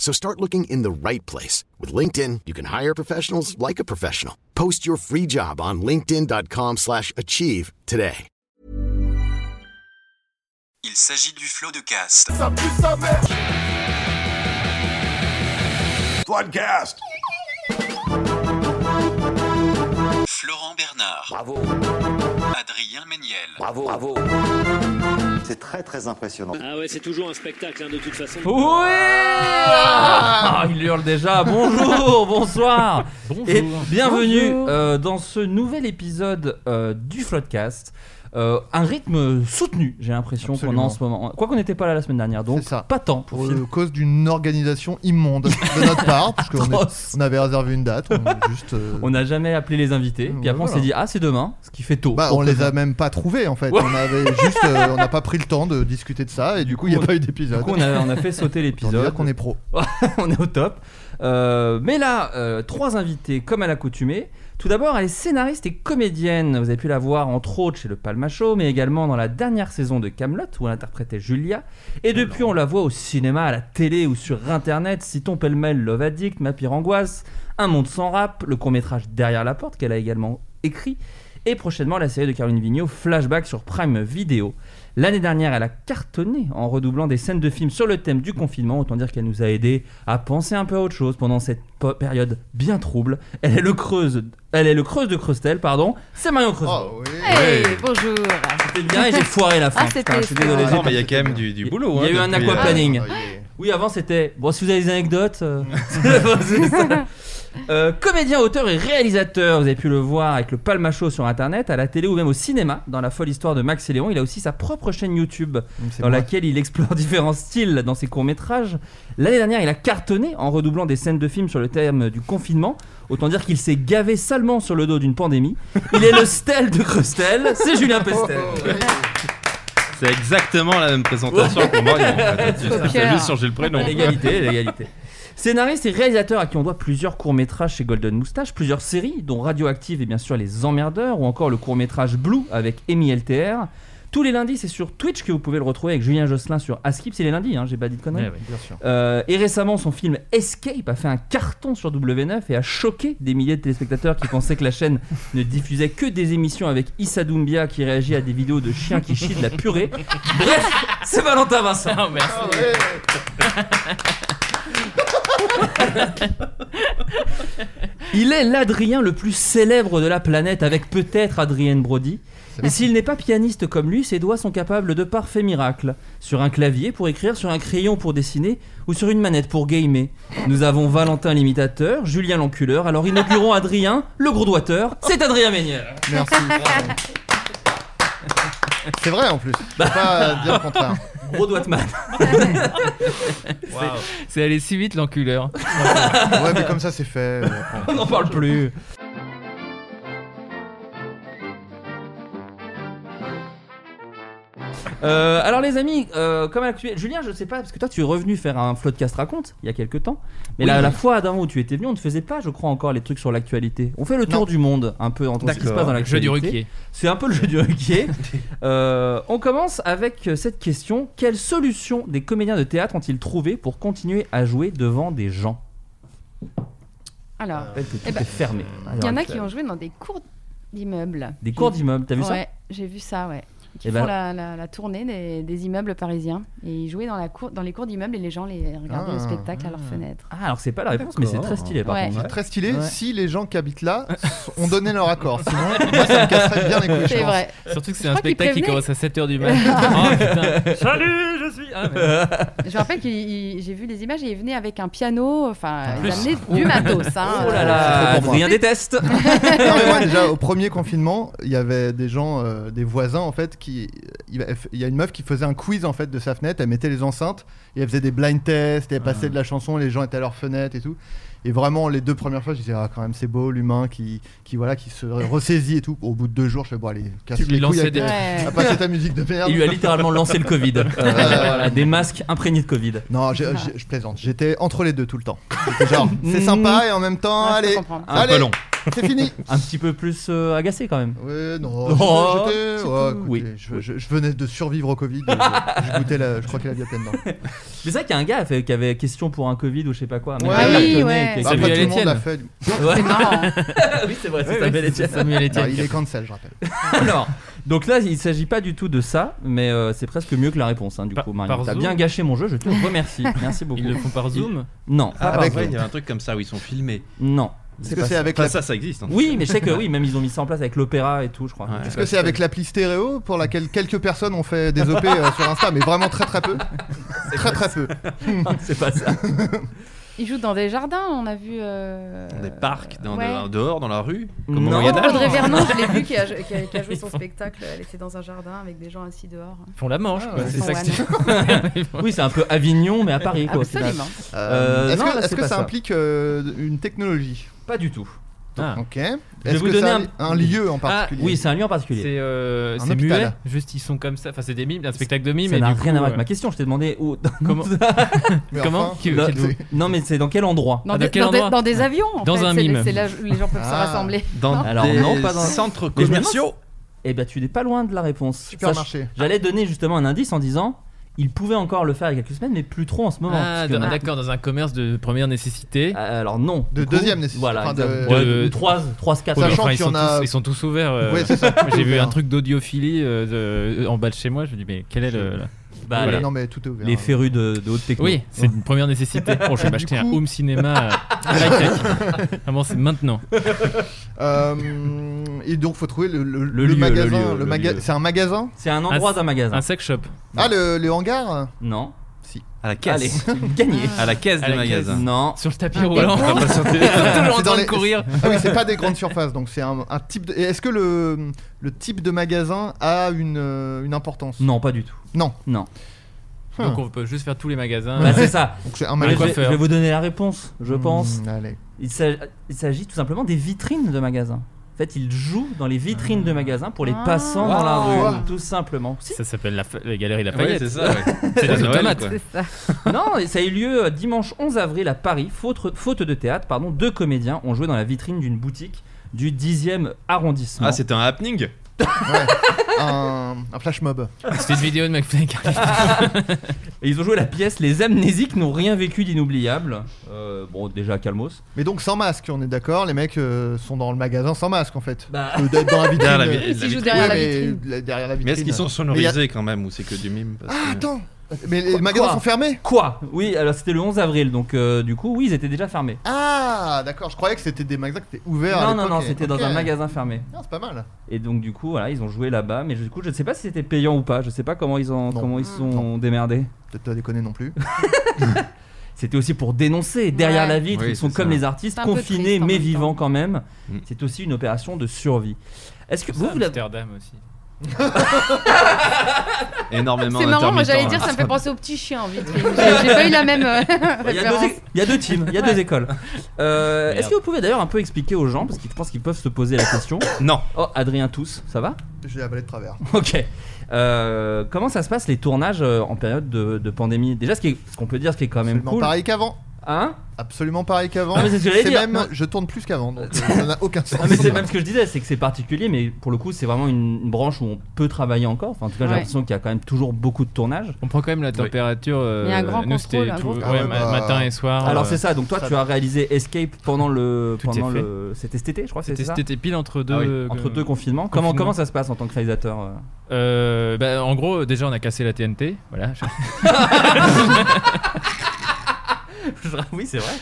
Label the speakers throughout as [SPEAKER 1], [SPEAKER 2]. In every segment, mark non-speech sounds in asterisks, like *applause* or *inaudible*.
[SPEAKER 1] So start looking in the right place. With LinkedIn, you can hire professionals like a professional. Post your free job on linkedin.com/achieve slash achieve today.
[SPEAKER 2] Il s'agit du flot de cast.
[SPEAKER 3] Floodcast.
[SPEAKER 2] Florent Bernard,
[SPEAKER 4] Bravo,
[SPEAKER 2] Adrien Méniel,
[SPEAKER 4] bravo, bravo.
[SPEAKER 5] C'est très très impressionnant.
[SPEAKER 6] Ah ouais, c'est toujours un spectacle hein, de toute façon.
[SPEAKER 7] Ah, il hurle déjà. Bonjour, bonsoir. Et bienvenue
[SPEAKER 8] Bonjour.
[SPEAKER 7] euh, dans ce nouvel épisode euh, du Floodcast. Euh, un rythme soutenu, j'ai l'impression qu'on a en
[SPEAKER 8] Absolument.
[SPEAKER 7] ce moment. Quoi qu'on n'était pas là la semaine dernière, donc
[SPEAKER 8] C'est ça.
[SPEAKER 7] pas tant
[SPEAKER 8] Pour
[SPEAKER 7] pour
[SPEAKER 8] euh, cause d'une organisation immonde de notre part, parce qu'on est-
[SPEAKER 7] Atroce.
[SPEAKER 8] on avait réservé une date, on, juste, euh,
[SPEAKER 7] On n'a jamais appelé les invités. Puis
[SPEAKER 8] Ouais,
[SPEAKER 7] après, on
[SPEAKER 8] voilà.
[SPEAKER 7] s'est dit ah c'est demain, ce qui fait tôt.
[SPEAKER 8] bah, on les a même pas trouvés en fait.
[SPEAKER 7] Ouais.
[SPEAKER 8] On avait juste, euh, on n'a pas pris le temps de discuter de ça et du coup il n'y
[SPEAKER 7] on-
[SPEAKER 8] a pas eu
[SPEAKER 7] Du
[SPEAKER 8] d'épisode.
[SPEAKER 7] coup, on a, on a fait
[SPEAKER 8] *laughs*
[SPEAKER 7] sauter
[SPEAKER 8] Autant
[SPEAKER 7] l'épisode.
[SPEAKER 8] dire qu'on est pro.
[SPEAKER 7] *laughs* on est au top. Euh, mais là, euh, trois invités comme à l'accoutumée. Tout d'abord, elle est scénariste et comédienne. Vous avez pu la voir entre autres chez le Palma Show, mais également dans la dernière saison de Camelot où elle interprétait Julia. Et depuis, on la voit au cinéma, à la télé ou sur Internet. Citons pêle-mêle Love Addict, Ma pire angoisse, Un monde sans rap, le court métrage Derrière la porte qu'elle a également écrit, et prochainement la série de Caroline Vigneault Flashback sur Prime Video. L'année dernière, elle a cartonné en redoublant des scènes de films sur le thème du confinement. Autant dire qu'elle nous a aidé à penser un peu à autre chose pendant cette po- période bien trouble. Elle est le creuse, elle est le creuse de Creustel, pardon. C'est Marion Creuse.
[SPEAKER 8] Oh, oui.
[SPEAKER 7] Hey,
[SPEAKER 8] bonjour.
[SPEAKER 7] C'était bien et j'ai foiré la fin.
[SPEAKER 8] Ah,
[SPEAKER 7] Putain,
[SPEAKER 8] c'était
[SPEAKER 7] je suis désolé.
[SPEAKER 8] fort.
[SPEAKER 7] j'ai
[SPEAKER 8] Non, mais il y a
[SPEAKER 7] pas fait
[SPEAKER 8] quand même
[SPEAKER 7] ça.
[SPEAKER 8] du-
[SPEAKER 7] Il-
[SPEAKER 9] boulot,
[SPEAKER 7] Il y a
[SPEAKER 9] hein,
[SPEAKER 7] eu un
[SPEAKER 9] depuis, euh,
[SPEAKER 7] aquaplaning.
[SPEAKER 8] Ah
[SPEAKER 7] Oui, avant c'était. Bon, si vous avez des anecdotes. euh, *laughs* c'est ça. Euh, comédien, auteur et réalisateur, vous avez pu le voir avec le Palma Show sur internet, à la télé ou même au cinéma, dans la folle histoire de Max et Léon. Il a aussi sa propre chaîne YouTube dans laquelle il explore *laughs* différents styles dans ses courts-métrages. L'année dernière, il a cartonné en redoublant des scènes de films sur le thème du confinement. Autant dire qu'il s'est gavé salement sur le dos d'une pandémie. Il est le *laughs* Stel de Crustel, c'est Julien Pestel.
[SPEAKER 9] C'est exactement la même présentation pour moi. T'as juste changé le prénom.
[SPEAKER 7] À L'égalité, à l'égalité. Scénariste et réalisateur à qui on doit plusieurs courts-métrages chez Golden Moustache, plusieurs séries, dont Radioactive et bien sûr Les Emmerdeurs, ou encore le court-métrage Blue avec Amy LTR. Tous les lundis, c'est sur Twitch que vous pouvez le retrouver avec Julien Josselin sur Askip, c'est les lundis, hein, j'ai pas dit de conneries. Euh, et récemment, son film Escape a fait un carton sur W9 et a choqué des milliers de téléspectateurs qui pensaient que la chaîne ne diffusait que des émissions avec Issa Doumbia qui réagit à des vidéos de chiens qui chient de la purée. Bref, c'est Valentin Vincent. Il est l'Adrien le plus célèbre de la planète, avec peut-être Adrien Brody. Et s'il n'est pas pianiste comme lui, ses doigts sont capables de parfaits miracles. Sur un clavier pour écrire, sur un crayon pour dessiner, ou sur une manette pour gamer. Nous avons Valentin l'imitateur, Julien l'enculeur, alors inaugurons Adrien, le gourdoiteur, c'est Adrien Méniel.
[SPEAKER 8] Merci. C'est vrai en plus. Je peux pas euh, dire le contraire.
[SPEAKER 7] Gros doigtman.
[SPEAKER 9] C'est allé si vite l'enculeur.
[SPEAKER 8] Ouais, mais comme ça c'est fait.
[SPEAKER 7] On n'en parle plus. Euh, alors les amis, euh, comme à l'accoutumée- Julien, je sais pas parce que toi tu es revenu faire un floodcast raconte il y a quelques temps, mais la, la fois d'avant où tu étais venu, on ne faisait pas, je crois, encore les trucs sur l'actualité. On fait le tour
[SPEAKER 8] Non.
[SPEAKER 7] du monde un peu entre ce qui se passe dans l'actualité.
[SPEAKER 9] Jeu du ruquier.
[SPEAKER 7] C'est un peu le jeu du hockey. Euh, on commence avec euh, cette question quelle solution des comédiens de théâtre ont-ils trouvé pour continuer à jouer devant des gens
[SPEAKER 8] Alors,
[SPEAKER 7] Je rappelle que tout
[SPEAKER 8] eh ben,
[SPEAKER 7] est fermé.
[SPEAKER 8] y en a
[SPEAKER 7] ont
[SPEAKER 8] joué dans des cours d'immeubles.
[SPEAKER 7] des cours d'immeuble, t'as vu ça
[SPEAKER 8] j'ai vu ça, ouais.
[SPEAKER 3] qui
[SPEAKER 7] Eh
[SPEAKER 3] font
[SPEAKER 7] ben-
[SPEAKER 3] la, la- la tournée des, des immeubles parisiens. Et ils jouaient dans, la cour, dans les cours d'immeubles et les gens les regardaient
[SPEAKER 8] Ah,
[SPEAKER 3] le spectacle à leurs
[SPEAKER 8] ah.
[SPEAKER 3] fenêtres.
[SPEAKER 7] Ah, alors c'est pas la réponse, mais c'est
[SPEAKER 9] D'accord.
[SPEAKER 7] très stylé par
[SPEAKER 3] Ouais.
[SPEAKER 7] contre.
[SPEAKER 8] C'est très stylé
[SPEAKER 7] Ouais.
[SPEAKER 8] si les gens qui habitent là ont donné leur accord. Sinon, moi, ça me casserait bien les couilles. je
[SPEAKER 3] C'est
[SPEAKER 8] pense.
[SPEAKER 3] vrai.
[SPEAKER 4] Surtout que c'est
[SPEAKER 3] Je
[SPEAKER 4] un
[SPEAKER 3] crois qu'il
[SPEAKER 4] spectacle qui
[SPEAKER 3] prévenait.
[SPEAKER 4] commence à 7h du matin. Oh,
[SPEAKER 7] Salut, je suis. Ah,
[SPEAKER 3] Je me rappelle que j'ai vu les images et ils venaient avec un piano. Enfin, ils
[SPEAKER 4] plus.
[SPEAKER 3] amenaient *laughs* du matos. hein.
[SPEAKER 7] Oh là
[SPEAKER 8] C'est
[SPEAKER 7] là,
[SPEAKER 8] trop pour moi.
[SPEAKER 7] Adrien déteste.
[SPEAKER 8] Non, mais moi, déjà, au premier confinement, il y avait des gens, euh, des voisins, en fait, qui. Il il y a une meuf qui faisait un quiz, en fait, de sa fenêtre. Elle mettait les enceintes et elle faisait des blind tests, et elle passait de la chanson, les gens étaient à leur fenêtre et tout. Et vraiment, les deux premières fois, je disais, ah, quand même, c'est beau, l'humain qui, qui, voilà, qui se ressaisit et tout. Au bout de deux jours, je fais, bon, allez, casse
[SPEAKER 4] Tu lui
[SPEAKER 8] les couilles
[SPEAKER 4] lançais
[SPEAKER 8] avec
[SPEAKER 4] des-
[SPEAKER 3] Ouais.
[SPEAKER 8] à passer ta musique de merde.
[SPEAKER 7] Il lui a littéralement lancé le Covid. Euh, voilà, des masques imprégnés de Covid.
[SPEAKER 8] Non, j'ai- euh, j'ai- je plaisante. J'étais entre les deux tout le temps. J'étais genre, c'est sympa et en même temps,
[SPEAKER 3] Ouais, je peux
[SPEAKER 8] allez,
[SPEAKER 3] comprendre.
[SPEAKER 7] Un
[SPEAKER 9] Un peu
[SPEAKER 8] allez,
[SPEAKER 9] long.
[SPEAKER 8] c'est fini.
[SPEAKER 7] Un petit peu plus euh, agacé quand même.
[SPEAKER 8] Ouais,
[SPEAKER 7] *laughs*
[SPEAKER 8] non.
[SPEAKER 7] Oh,
[SPEAKER 8] j'étais-
[SPEAKER 7] c'est
[SPEAKER 8] ouais,
[SPEAKER 7] tout.
[SPEAKER 8] écoutez,
[SPEAKER 7] Oui.
[SPEAKER 8] Je, je- je venais de survivre au Covid. et je, je goûtais la, je croquais la bière pleine dents.
[SPEAKER 7] C'est vrai qu'il y a un gars fait- qui avait question pour un Covid ou je sais pas quoi. mais
[SPEAKER 8] Ouais,
[SPEAKER 7] il a
[SPEAKER 8] oui,
[SPEAKER 7] cartonné,
[SPEAKER 3] ouais.
[SPEAKER 7] qui a-
[SPEAKER 8] Bah, Après,
[SPEAKER 4] Samuel
[SPEAKER 8] tout le monde
[SPEAKER 4] Etienne.
[SPEAKER 8] l'a fait.
[SPEAKER 3] C'est marrant.
[SPEAKER 7] *laughs* oui, c'est vrai, c'est
[SPEAKER 4] Ouais,
[SPEAKER 7] Samuel
[SPEAKER 4] ouais, c'est
[SPEAKER 7] Etienne.
[SPEAKER 4] Samuel
[SPEAKER 8] Non,
[SPEAKER 4] Etienne.
[SPEAKER 8] il est cancel, je rappelle.
[SPEAKER 7] Alors, donc là, il s'agit pas du tout de ça, mais euh, c'est presque mieux que la réponse, hein, du
[SPEAKER 4] Par-
[SPEAKER 7] coup, Marion.
[SPEAKER 4] par
[SPEAKER 7] T'as
[SPEAKER 4] Zoom
[SPEAKER 7] bien gâché mon jeu, je te
[SPEAKER 8] *laughs*
[SPEAKER 7] remercie. Merci beaucoup.
[SPEAKER 4] Ils le font par Zoom.
[SPEAKER 7] Non, pas par
[SPEAKER 8] Avec-
[SPEAKER 7] Zoom.
[SPEAKER 9] Ah, il y a un truc comme ça où ils sont filmés.
[SPEAKER 7] Non.
[SPEAKER 8] Est-ce que c'est avec
[SPEAKER 9] Enfin,
[SPEAKER 8] la-
[SPEAKER 9] ça, ça existe. hein.
[SPEAKER 7] Oui, mais je sais que oui, même ils ont mis ça en place avec l'opéra et tout, je crois.
[SPEAKER 9] Ouais.
[SPEAKER 8] Est-ce que c'est avec l'appli stéréo pour laquelle quelques personnes ont fait des OP euh, sur Insta, mais vraiment très très peu Très très peu.
[SPEAKER 7] c'est pas ça.
[SPEAKER 3] Ils jouent dans des jardins, on a vu. euh,
[SPEAKER 9] Dans Des parcs, dans,
[SPEAKER 3] ouais.
[SPEAKER 9] dans- dehors, dans la rue.
[SPEAKER 7] Non.
[SPEAKER 9] Comme au Moyen Âge.
[SPEAKER 3] Audrey Vernon, je l'ai vu qui a, qui a- qui a joué son spectacle. Elle était dans un jardin avec des gens assis dehors.
[SPEAKER 4] Ils font la manche.
[SPEAKER 8] Ah,
[SPEAKER 4] quoi,
[SPEAKER 8] ouais.
[SPEAKER 4] C'est
[SPEAKER 3] Ils
[SPEAKER 4] ça que
[SPEAKER 3] font
[SPEAKER 4] c'est.
[SPEAKER 7] *laughs* Oui, c'est un peu Avignon, mais à Paris, quoi. au final.
[SPEAKER 3] Absolument.
[SPEAKER 8] Ah,
[SPEAKER 7] Euh,
[SPEAKER 8] Est-ce
[SPEAKER 7] non,
[SPEAKER 8] que,
[SPEAKER 7] là,
[SPEAKER 8] est-ce
[SPEAKER 7] c'est
[SPEAKER 8] que
[SPEAKER 7] pas
[SPEAKER 8] ça,
[SPEAKER 7] ça.
[SPEAKER 8] implique euh, une technologie
[SPEAKER 7] Pas du tout.
[SPEAKER 4] Ah.
[SPEAKER 8] Ok.
[SPEAKER 7] vais
[SPEAKER 8] Est-ce
[SPEAKER 7] vous
[SPEAKER 8] que
[SPEAKER 7] donner
[SPEAKER 8] c'est un,
[SPEAKER 7] un- Ah,
[SPEAKER 8] un lieu en particulier
[SPEAKER 7] Oui, c'est un lieu en particulier.
[SPEAKER 4] C'est euh,
[SPEAKER 8] Un
[SPEAKER 4] c'est
[SPEAKER 8] hôpital.
[SPEAKER 4] muet. Juste, ils sont comme ça. Enfin, c'est des mimes, un spectacle de mimes.
[SPEAKER 7] Ça
[SPEAKER 4] et
[SPEAKER 7] n'a
[SPEAKER 4] du
[SPEAKER 7] rien
[SPEAKER 4] coup,
[SPEAKER 7] à voir avec
[SPEAKER 4] euh,
[SPEAKER 7] ma question. Je t'ai demandé où.
[SPEAKER 4] Comment- *laughs*
[SPEAKER 8] Mais
[SPEAKER 4] Comment
[SPEAKER 8] enfin,
[SPEAKER 4] Qui-
[SPEAKER 7] Là,
[SPEAKER 4] qui- d'où
[SPEAKER 8] c'est-
[SPEAKER 7] Non, mais c'est dans quel endroit
[SPEAKER 3] Dans,
[SPEAKER 4] Ah, dans
[SPEAKER 3] des,
[SPEAKER 4] quel
[SPEAKER 3] dans, des-
[SPEAKER 4] endroit
[SPEAKER 3] dans des avions, en
[SPEAKER 4] Dans
[SPEAKER 3] fait.
[SPEAKER 4] un
[SPEAKER 3] C'est-
[SPEAKER 4] mime.
[SPEAKER 3] C'est là où les gens peuvent se
[SPEAKER 8] Ah.
[SPEAKER 3] rassembler.
[SPEAKER 4] euh,
[SPEAKER 9] Dans
[SPEAKER 7] Alors,
[SPEAKER 9] des
[SPEAKER 7] non, pas dans-
[SPEAKER 9] centres
[SPEAKER 7] Mais je me
[SPEAKER 9] commerciaux.
[SPEAKER 7] Eh ben, tu n'es pas loin de la réponse.
[SPEAKER 8] Supermarché.
[SPEAKER 7] Sach- J'allais donner justement un indice en disant il pouvait encore le faire il y a quelques semaines, mais plus trop en ce moment.
[SPEAKER 4] Ah,
[SPEAKER 7] parce que-
[SPEAKER 4] dans- d'accord, dans un commerce de première nécessité.
[SPEAKER 7] Euh, Alors non.
[SPEAKER 8] De
[SPEAKER 7] Du coup,
[SPEAKER 8] deuxième nécessité,
[SPEAKER 7] Voilà.
[SPEAKER 8] enfin, de-
[SPEAKER 7] exact. Ouais,
[SPEAKER 4] de-
[SPEAKER 7] ou trois, trois, quatre.
[SPEAKER 4] Oui, mais
[SPEAKER 8] Euh, Sachant
[SPEAKER 4] enfin, ils,
[SPEAKER 8] qu'il y
[SPEAKER 4] sont
[SPEAKER 8] en a-
[SPEAKER 4] tous, ils sont tous ouverts. euh,
[SPEAKER 8] Ouais, c'est ça.
[SPEAKER 4] *laughs* J'ai vu
[SPEAKER 8] Ouvert.
[SPEAKER 4] un truc d'audiophilie euh, de- en bas de chez moi. Je me dis, mais quel est le. le-
[SPEAKER 7] Bah,
[SPEAKER 4] Voilà.
[SPEAKER 7] les-
[SPEAKER 8] Non, mais tout est ouvert.
[SPEAKER 7] Les férus de, de haute techno.
[SPEAKER 4] Oui, c'est une première *laughs* nécessité. Bon, je vais m'acheter un
[SPEAKER 8] coup-
[SPEAKER 4] home *laughs* cinéma euh, high-tech. Vraiment, c'est maintenant.
[SPEAKER 8] Euh, et donc faut trouver le, le, le
[SPEAKER 7] lieu,
[SPEAKER 8] magasin.
[SPEAKER 7] le lieu,
[SPEAKER 8] le
[SPEAKER 7] le
[SPEAKER 8] maga-
[SPEAKER 7] lieu.
[SPEAKER 8] C'est un magasin
[SPEAKER 7] C'est un endroit
[SPEAKER 4] Un-
[SPEAKER 7] d'un magasin.
[SPEAKER 4] Un sex shop.
[SPEAKER 8] Ah le, le hangar
[SPEAKER 7] Non.
[SPEAKER 9] À la
[SPEAKER 7] Allez, *laughs*
[SPEAKER 9] caisse.
[SPEAKER 7] gagné.
[SPEAKER 9] À la caisse
[SPEAKER 4] À
[SPEAKER 9] des
[SPEAKER 4] la caisse.
[SPEAKER 9] magasins.
[SPEAKER 7] Non.
[SPEAKER 4] Sur le tapis
[SPEAKER 3] Un
[SPEAKER 4] roulant.
[SPEAKER 3] décompte.
[SPEAKER 4] On *laughs* va sauter. Toujours en
[SPEAKER 8] C'est dans
[SPEAKER 4] train de
[SPEAKER 8] les-
[SPEAKER 4] courir.
[SPEAKER 8] Ah oui c'est pas des grandes surfaces donc c'est un, un type. De... et Est-ce que le, le type de magasin a une, euh, une importance
[SPEAKER 7] Non, pas du tout.
[SPEAKER 8] Non.
[SPEAKER 7] Non.
[SPEAKER 8] Hum.
[SPEAKER 4] Donc, on peut juste faire tous les magasins.
[SPEAKER 7] Bah, c'est ça.
[SPEAKER 8] Donc c'est un
[SPEAKER 7] Je vais-
[SPEAKER 8] magasin.
[SPEAKER 7] je,
[SPEAKER 4] coiffeur.
[SPEAKER 7] vais vous donner la réponse, je pense.
[SPEAKER 8] Hmm, allez.
[SPEAKER 7] Il s'ag- il s'agit tout simplement des vitrines de magasins. En fait, ils jouent dans les vitrines de magasins pour les
[SPEAKER 3] Ah.
[SPEAKER 7] passants dans la
[SPEAKER 8] Wow.
[SPEAKER 7] rue, tout simplement. Si.
[SPEAKER 4] Ça s'appelle la, fa- la galerie La
[SPEAKER 9] Ouais, c'est
[SPEAKER 4] Paillette.
[SPEAKER 9] ça. ouais.
[SPEAKER 4] *laughs* c'est
[SPEAKER 9] Noël,
[SPEAKER 4] des automates.
[SPEAKER 9] quoi.
[SPEAKER 3] C'est ça.
[SPEAKER 7] Non, et ça a eu lieu euh, dimanche 11 avril à Paris, faute, faute de théâtre, pardon, deux comédiens ont joué dans la vitrine d'une boutique du 10e arrondissement.
[SPEAKER 9] Ah, c'était un happening
[SPEAKER 8] Ouais. un, un flash mob.
[SPEAKER 4] C'était une vidéo de McFly et Carlito.
[SPEAKER 7] et ils ont joué la pièce Les amnésiques n'ont rien vécu d'inoubliable. Euh, bon, déjà calmos.
[SPEAKER 8] Mais donc sans masque on est d'accord. Les mecs euh, sont dans le magasin sans masque en fait.
[SPEAKER 7] Bah,
[SPEAKER 8] Euh, D'être dans la
[SPEAKER 9] Derrière la
[SPEAKER 8] vitrine. euh,
[SPEAKER 9] vi-
[SPEAKER 3] Ils
[SPEAKER 9] la
[SPEAKER 3] jouent
[SPEAKER 9] vitrine.
[SPEAKER 3] derrière la
[SPEAKER 8] ouais, mais
[SPEAKER 3] vitrine.
[SPEAKER 8] la- derrière la
[SPEAKER 9] Mais est-ce
[SPEAKER 8] vitrine.
[SPEAKER 9] qu'ils sont
[SPEAKER 8] Mais
[SPEAKER 9] sonorisés quand même ou c'est que du mime parce
[SPEAKER 8] Ah
[SPEAKER 9] que-
[SPEAKER 8] attends. Mais les
[SPEAKER 7] Quoi-
[SPEAKER 8] magasins
[SPEAKER 7] quoi
[SPEAKER 8] sont fermés.
[SPEAKER 7] quoi Oui, alors c'était le 11 avril, donc euh, du coup, oui, ils étaient déjà fermés.
[SPEAKER 8] Ah d'accord. Je croyais que c'était des magasins qui étaient ouverts. à
[SPEAKER 7] Non, non,
[SPEAKER 8] l'époque,
[SPEAKER 7] non,
[SPEAKER 8] et-
[SPEAKER 7] c'était dans
[SPEAKER 8] ok.
[SPEAKER 7] un magasin fermé.
[SPEAKER 8] Ah, c'est pas mal.
[SPEAKER 7] Et donc du coup, voilà, ils ont joué là-bas, mais du coup, je ne sais pas si c'était payant ou pas. Je sais pas comment ils ont,
[SPEAKER 8] Non.
[SPEAKER 7] comment ils se sont
[SPEAKER 8] Non.
[SPEAKER 7] démerdés.
[SPEAKER 8] Peut-être pas déconner
[SPEAKER 7] *laughs*
[SPEAKER 8] non plus.
[SPEAKER 7] C'était aussi pour dénoncer derrière
[SPEAKER 3] Ouais.
[SPEAKER 7] la vitre.
[SPEAKER 9] Oui,
[SPEAKER 7] ils sont
[SPEAKER 9] c'est
[SPEAKER 7] comme
[SPEAKER 9] ça.
[SPEAKER 7] les artistes,
[SPEAKER 3] C'est un peu
[SPEAKER 7] confinés
[SPEAKER 3] triste en
[SPEAKER 7] mais
[SPEAKER 3] même temps.
[SPEAKER 7] vivants quand même.
[SPEAKER 9] Mm.
[SPEAKER 7] C'est aussi une opération de survie. Est-ce que
[SPEAKER 4] Ça,
[SPEAKER 7] vous, vous l'avez
[SPEAKER 4] Amsterdam aussi.
[SPEAKER 9] Énormément
[SPEAKER 3] C'est marrant, moi j'allais dire
[SPEAKER 9] d'intermittents, hein.
[SPEAKER 3] ça me fait penser aux petits chiens en vitrine. J'ai j'ai pas eu la même euh,
[SPEAKER 7] il y, a deux,
[SPEAKER 3] référence.
[SPEAKER 7] é- il y a deux teams, il y a deux écoles. Euh,
[SPEAKER 4] Merde.
[SPEAKER 7] Est-ce que vous pouvez d'ailleurs un peu expliquer aux gens, parce que je pense qu'ils peuvent se poser la question.
[SPEAKER 9] hein. Non,
[SPEAKER 7] Oh, Adrien tous, ça va
[SPEAKER 8] J'ai avalé de travers.
[SPEAKER 7] Ok. Euh, comment ça se passe les tournages euh, en période de, de pandémie Déjà, ce qui est- ce qu'on peut dire, ce qui est quand même
[SPEAKER 8] Absolument
[SPEAKER 7] cool.
[SPEAKER 8] pareil qu'avant.
[SPEAKER 7] Hein
[SPEAKER 8] Absolument pareil qu'avant.
[SPEAKER 7] Ah, mais c'est ce que j'allais
[SPEAKER 8] C'est
[SPEAKER 7] dire.
[SPEAKER 8] même,
[SPEAKER 7] Non.
[SPEAKER 8] je tourne plus qu'avant,
[SPEAKER 7] *laughs*
[SPEAKER 8] donc euh, ça n'a aucun
[SPEAKER 7] Non,
[SPEAKER 8] sens.
[SPEAKER 7] Ah,
[SPEAKER 9] *laughs*
[SPEAKER 7] mais c'est même ce que je disais, c'est que c'est particulier, mais pour le coup, c'est vraiment une, une branche où on peut travailler encore. Enfin, en tout cas, j'ai
[SPEAKER 3] Ouais.
[SPEAKER 7] l'impression qu'il y a quand même toujours beaucoup de tournages.
[SPEAKER 4] On prend quand même la température. euh,
[SPEAKER 3] Il y a un grand
[SPEAKER 4] nous,
[SPEAKER 3] contrôle,
[SPEAKER 4] c'était
[SPEAKER 3] un
[SPEAKER 4] tout,
[SPEAKER 3] gros
[SPEAKER 4] ouais,
[SPEAKER 8] contrôle.
[SPEAKER 4] ma-
[SPEAKER 8] Ah ouais, bah,
[SPEAKER 4] matin et soir.
[SPEAKER 7] Alors
[SPEAKER 4] euh,
[SPEAKER 7] c'est ça, donc toi
[SPEAKER 8] ça
[SPEAKER 7] tu
[SPEAKER 8] va.
[SPEAKER 7] as réalisé Escape pendant le
[SPEAKER 4] Tout
[SPEAKER 7] pendant
[SPEAKER 4] est fait.
[SPEAKER 7] le cet cet été, je crois, c'est
[SPEAKER 4] C'était
[SPEAKER 7] ça.
[SPEAKER 4] c'était pile entre deux.
[SPEAKER 7] Ah oui,
[SPEAKER 4] euh,
[SPEAKER 7] entre deux confinements. Comment
[SPEAKER 4] confinements.
[SPEAKER 7] comment ça se passe en tant que réalisateur euh *laughs*
[SPEAKER 4] Euh, bah, en gros, déjà, on a cassé la TNT.
[SPEAKER 7] *laughs*
[SPEAKER 4] Voilà.
[SPEAKER 7] Oui, c'est vrai.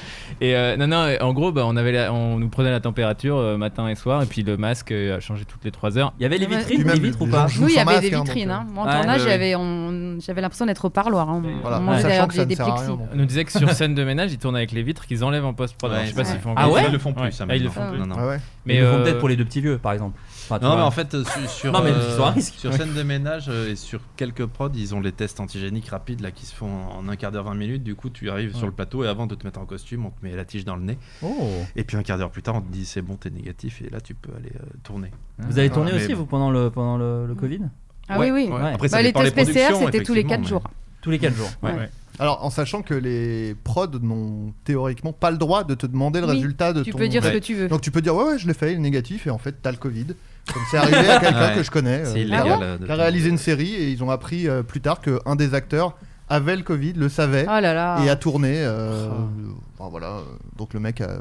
[SPEAKER 4] Et euh, non, non, en gros, bah, on, avait la- on nous prenait la température euh, matin et soir, et puis le masque euh, a changé toutes les 3 heures.
[SPEAKER 7] Il y avait les
[SPEAKER 3] Ouais.
[SPEAKER 7] vitrines,
[SPEAKER 8] Puis même
[SPEAKER 7] les vitres ou
[SPEAKER 8] les
[SPEAKER 7] pas
[SPEAKER 8] gens- Je
[SPEAKER 3] Nous,
[SPEAKER 8] vous
[SPEAKER 3] il y
[SPEAKER 8] sens
[SPEAKER 3] avait
[SPEAKER 8] masque,
[SPEAKER 3] des
[SPEAKER 8] hein,
[SPEAKER 3] vitrines.
[SPEAKER 8] donc,
[SPEAKER 3] hein. Moi, en
[SPEAKER 7] Ouais,
[SPEAKER 3] tournage,
[SPEAKER 4] ouais, ouais.
[SPEAKER 3] j'avais on- j'avais l'impression d'être au parloir. hein. On-
[SPEAKER 8] Voilà,
[SPEAKER 3] on
[SPEAKER 8] en
[SPEAKER 3] mangeait
[SPEAKER 8] sachant
[SPEAKER 3] d'ailleurs
[SPEAKER 8] que
[SPEAKER 3] des,
[SPEAKER 8] ça ne
[SPEAKER 3] des
[SPEAKER 8] sert à
[SPEAKER 3] plexis.
[SPEAKER 8] rien. donc.
[SPEAKER 4] On nous disait que
[SPEAKER 3] *laughs*
[SPEAKER 4] sur scène de ménage, ils tournent avec les vitres, qu'ils enlèvent en post-prod. Alors,
[SPEAKER 9] Ouais,
[SPEAKER 4] je sais pas
[SPEAKER 3] c'est
[SPEAKER 4] s'ils font
[SPEAKER 7] Ah
[SPEAKER 4] encore
[SPEAKER 7] ouais
[SPEAKER 4] ça.
[SPEAKER 9] Ils le font plus, ça,
[SPEAKER 4] Ah, ils le
[SPEAKER 9] maintenant.
[SPEAKER 4] font
[SPEAKER 9] Non,
[SPEAKER 4] plus.
[SPEAKER 9] non.
[SPEAKER 8] Ah ouais.
[SPEAKER 7] Mais ils le font
[SPEAKER 4] euh, *laughs*
[SPEAKER 7] peut-être pour les deux petits vieux, par exemple. Enfin, tu
[SPEAKER 9] Non,
[SPEAKER 7] vois.
[SPEAKER 9] mais en fait, euh,
[SPEAKER 7] *laughs*
[SPEAKER 9] su- sur,
[SPEAKER 7] Non, mais
[SPEAKER 9] euh,
[SPEAKER 7] ils sont à risque.
[SPEAKER 9] sur scène de ménage euh, et sur quelques prods, ils ont les tests antigéniques rapides là, qui se font en en un quart d'heure, 20 minutes. Du coup, tu arrives sur le plateau et avant de te mettre en costume, on te met la tige dans le nez.
[SPEAKER 7] Oh.
[SPEAKER 9] Et puis un quart d'heure plus tard, on te dit c'est bon, t'es négatif et là, tu peux aller euh, tourner.
[SPEAKER 7] Vous avez tourné
[SPEAKER 9] mais
[SPEAKER 7] aussi
[SPEAKER 9] bon.
[SPEAKER 7] vous pendant le pendant le, le Covid
[SPEAKER 3] Ah
[SPEAKER 9] Ouais,
[SPEAKER 3] oui, oui.
[SPEAKER 4] ouais.
[SPEAKER 7] Ouais.
[SPEAKER 9] Après, ça
[SPEAKER 3] Bah, les
[SPEAKER 9] dépend des
[SPEAKER 3] tests PCR,
[SPEAKER 9] productions,
[SPEAKER 3] c'était tous les 4
[SPEAKER 9] effectivement,
[SPEAKER 3] jours.
[SPEAKER 7] Tous les 4 jours.
[SPEAKER 3] Ouais.
[SPEAKER 8] Alors, en sachant que les prods n'ont théoriquement pas le droit de te demander le
[SPEAKER 3] Oui,
[SPEAKER 8] résultat de
[SPEAKER 3] Tu
[SPEAKER 8] ton.
[SPEAKER 3] peux dire ce que
[SPEAKER 9] Ouais.
[SPEAKER 3] tu veux.
[SPEAKER 8] Donc tu peux dire ouais ouais je l'ai fait, il est négatif et en fait t'as le Covid. Comme c'est arrivé
[SPEAKER 3] *laughs*
[SPEAKER 8] à quelqu'un
[SPEAKER 9] Ouais.
[SPEAKER 8] que je connais.
[SPEAKER 9] mais
[SPEAKER 8] euh,
[SPEAKER 9] C'est
[SPEAKER 3] Ah
[SPEAKER 9] illégal.
[SPEAKER 3] bon
[SPEAKER 9] euh, de-
[SPEAKER 8] qui a réalisé une série et ils ont appris euh, plus tard que un des acteurs avait le Covid, le savait
[SPEAKER 3] Oh là Ah.
[SPEAKER 8] et a
[SPEAKER 3] là.
[SPEAKER 8] tourné. euh, bon, voilà, euh, donc le mec a-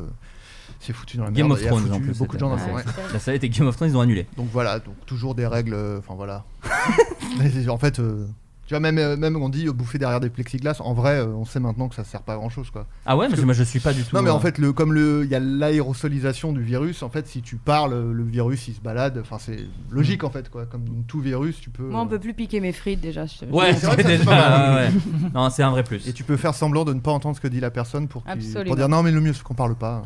[SPEAKER 8] s'est foutu dans la
[SPEAKER 7] Game
[SPEAKER 8] merde
[SPEAKER 7] of
[SPEAKER 8] et a
[SPEAKER 7] Thrones,
[SPEAKER 8] foutu
[SPEAKER 7] en plus,
[SPEAKER 8] beaucoup de gens dans la
[SPEAKER 3] c'était-
[SPEAKER 8] forêt.
[SPEAKER 3] Ouais.
[SPEAKER 7] La salle était Game of Thrones, ils ont annulé.
[SPEAKER 8] Donc voilà, donc toujours des règles. euh, Enfin voilà.
[SPEAKER 3] *laughs*
[SPEAKER 8] Mais c'est- en fait. euh, tu vois, même, euh, même on dit euh, bouffer derrière des plexiglas, en vrai, euh, on sait maintenant que ça sert pas à grand chose. Quoi.
[SPEAKER 7] Ah ouais, mais
[SPEAKER 8] Parce
[SPEAKER 7] je- moi je suis pas du tout.
[SPEAKER 8] Non, mais en
[SPEAKER 7] euh,
[SPEAKER 8] fait, le, comme le- il y a l'aérosolisation du virus, en fait, si tu parles, le virus il se balade. Enfin, c'est logique
[SPEAKER 7] Mm.
[SPEAKER 8] en fait, quoi. Comme tout virus, tu peux.
[SPEAKER 3] Moi, on
[SPEAKER 8] euh,
[SPEAKER 3] peut plus piquer mes frites déjà. je te-
[SPEAKER 7] Ouais,
[SPEAKER 8] C'est vrai que ça, c'est
[SPEAKER 7] déjà.
[SPEAKER 8] pas
[SPEAKER 7] ouais, ouais. Non, c'est un vrai plus.
[SPEAKER 8] Et tu peux faire semblant de ne pas entendre ce que dit la personne pour, qu'il-
[SPEAKER 3] Absolument.
[SPEAKER 8] pour dire non mais le mieux c'est qu'on parle pas.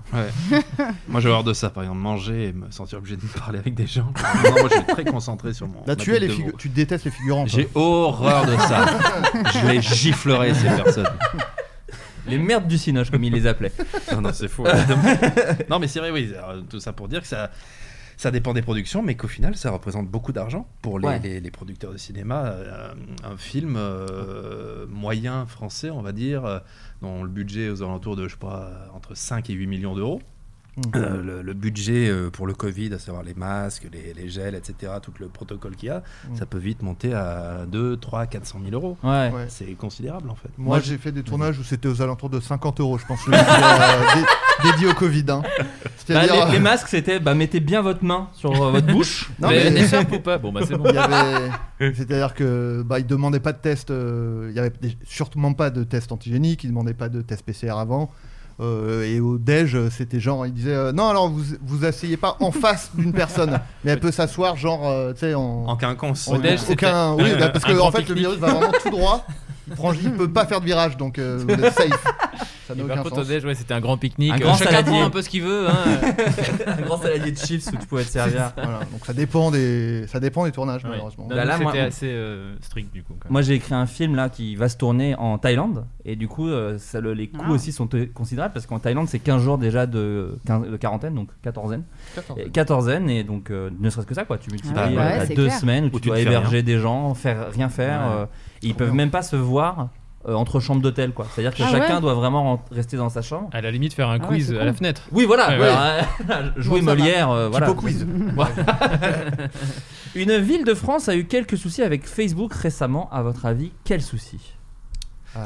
[SPEAKER 9] Moi, j'ai horreur de ça, par exemple, manger et me sentir obligé de parler avec des
[SPEAKER 8] *laughs*
[SPEAKER 9] gens. Non, moi, je suis très concentré sur mon.
[SPEAKER 8] Là
[SPEAKER 9] ma
[SPEAKER 8] Bah, tu
[SPEAKER 9] bulle
[SPEAKER 8] es les
[SPEAKER 9] de
[SPEAKER 8] figu-
[SPEAKER 9] mots.
[SPEAKER 8] tu détestes les figurants. toi.
[SPEAKER 9] J'ai horreur de
[SPEAKER 8] *laughs*
[SPEAKER 9] ça. je les giflerai, ces personnes.
[SPEAKER 7] Les merdes du Cinoche, comme ils les appelaient.
[SPEAKER 9] *laughs* Non, non, c'est faux. non, mais c'est vrai, oui. alors, tout ça pour dire que ça, ça dépend des productions, mais qu'au final, ça représente beaucoup d'argent pour les,
[SPEAKER 7] Ouais.
[SPEAKER 9] les- les producteurs de cinéma. Euh, Un, film euh, moyen français, on va dire, euh, dont le budget est aux alentours de, je crois, euh, entre 5 et 8 millions d'euros. Euh, le, le budget euh, pour le Covid, à savoir les masques, les, les gels, etc., tout le protocole qu'il y a,
[SPEAKER 8] Mm.
[SPEAKER 9] ça peut vite monter à 2, 3, 400 000 euros.
[SPEAKER 7] Ouais.
[SPEAKER 8] Ouais.
[SPEAKER 9] C'est considérable en fait.
[SPEAKER 8] Moi, j'ai fait des tournages où c'était aux alentours de 50 euros je pense le budget, euh, *laughs* dé- dédié au Covid. hein.
[SPEAKER 7] Bah,
[SPEAKER 8] C'est-à-dire, euh,
[SPEAKER 7] les, les masques, c'était bah, mettez bien votre main sur
[SPEAKER 8] *laughs*
[SPEAKER 7] euh, votre bouche.
[SPEAKER 8] Non,
[SPEAKER 4] Vous avez
[SPEAKER 7] *laughs*
[SPEAKER 8] mais-
[SPEAKER 4] une écharpe ou pas Bon, bah c'est bon.
[SPEAKER 8] il y avait- C'est-à-dire que bah, ils demandaient pas de test, euh, il y avait des- sûrement pas de test antigénique, ils demandaient pas de test PCR avant. Euh, et au déj, euh, c'était genre, ils disaient euh, non alors vous vous asseyez pas en face d'une personne, mais elle peut s'asseoir genre euh, tu sais en,
[SPEAKER 9] En quinconce.
[SPEAKER 8] On-
[SPEAKER 4] déj, c'était
[SPEAKER 8] aucun. Oui,
[SPEAKER 4] un-
[SPEAKER 8] bah, parce
[SPEAKER 4] un
[SPEAKER 8] que
[SPEAKER 4] grand
[SPEAKER 8] en fait, le
[SPEAKER 4] pique-nique.
[SPEAKER 8] virus va vraiment tout droit. Il, prend, il peut pas faire de virage, donc euh, vous êtes safe. Ça
[SPEAKER 4] Et
[SPEAKER 8] n'a
[SPEAKER 4] par
[SPEAKER 8] aucun
[SPEAKER 4] contre, au
[SPEAKER 8] sens.
[SPEAKER 4] déj, ouais, c'était un grand pique-nique.
[SPEAKER 7] Un
[SPEAKER 4] Euh,
[SPEAKER 7] grand
[SPEAKER 4] Chacun
[SPEAKER 7] saladier.
[SPEAKER 4] prend un peu ce qu'il veut.
[SPEAKER 7] *laughs*
[SPEAKER 4] hein.
[SPEAKER 7] un grand saladier de chips où tu pouvais
[SPEAKER 3] *laughs*
[SPEAKER 7] te servir.
[SPEAKER 8] Voilà, donc ça dépend des, ça dépend des tournages
[SPEAKER 4] Ouais.
[SPEAKER 8] malheureusement.
[SPEAKER 4] Non,
[SPEAKER 7] Bah,
[SPEAKER 4] nous,
[SPEAKER 7] là, moi-
[SPEAKER 4] C'était assez euh, strict du coup. quand même.
[SPEAKER 7] Moi j'ai écrit un film là qui va se tourner en Thaïlande et du coup euh, ça, le- les coûts
[SPEAKER 3] Ah.
[SPEAKER 7] aussi sont euh, considérables parce qu'en Thaïlande c'est 15 jours déjà de, quin- de quarantaine donc quatorzaine. Et Quatorzaine et donc euh, ne serait-ce que ça quoi tu multiplies
[SPEAKER 9] Ah ouais,
[SPEAKER 7] euh,
[SPEAKER 9] ouais,
[SPEAKER 7] t'as
[SPEAKER 3] c'est
[SPEAKER 7] deux
[SPEAKER 3] clair.
[SPEAKER 7] semaines où,
[SPEAKER 9] Où
[SPEAKER 7] tu
[SPEAKER 9] tu
[SPEAKER 7] dois
[SPEAKER 9] ne fais
[SPEAKER 7] héberger des gens, faire rien faire
[SPEAKER 9] Ouais.
[SPEAKER 7] euh, et ils
[SPEAKER 8] Trop
[SPEAKER 7] peuvent
[SPEAKER 8] bien.
[SPEAKER 7] même pas se voir euh, entre chambres d'hôtel quoi. C'est-à-dire que
[SPEAKER 3] Ah
[SPEAKER 7] chacun
[SPEAKER 3] ouais
[SPEAKER 7] doit vraiment ren- rester dans sa chambre.
[SPEAKER 4] À la limite, faire un
[SPEAKER 3] Ah ouais,
[SPEAKER 4] quiz
[SPEAKER 3] c'est
[SPEAKER 4] à la
[SPEAKER 3] con.
[SPEAKER 4] fenêtre.
[SPEAKER 7] Oui voilà,
[SPEAKER 4] Ouais,
[SPEAKER 7] voilà, jouer *laughs*
[SPEAKER 3] Bon, ça va.
[SPEAKER 7] Molière euh, voilà.
[SPEAKER 8] Typo quiz.
[SPEAKER 7] *laughs* Une ville de France a eu quelques soucis avec Facebook récemment à votre avis, quel souci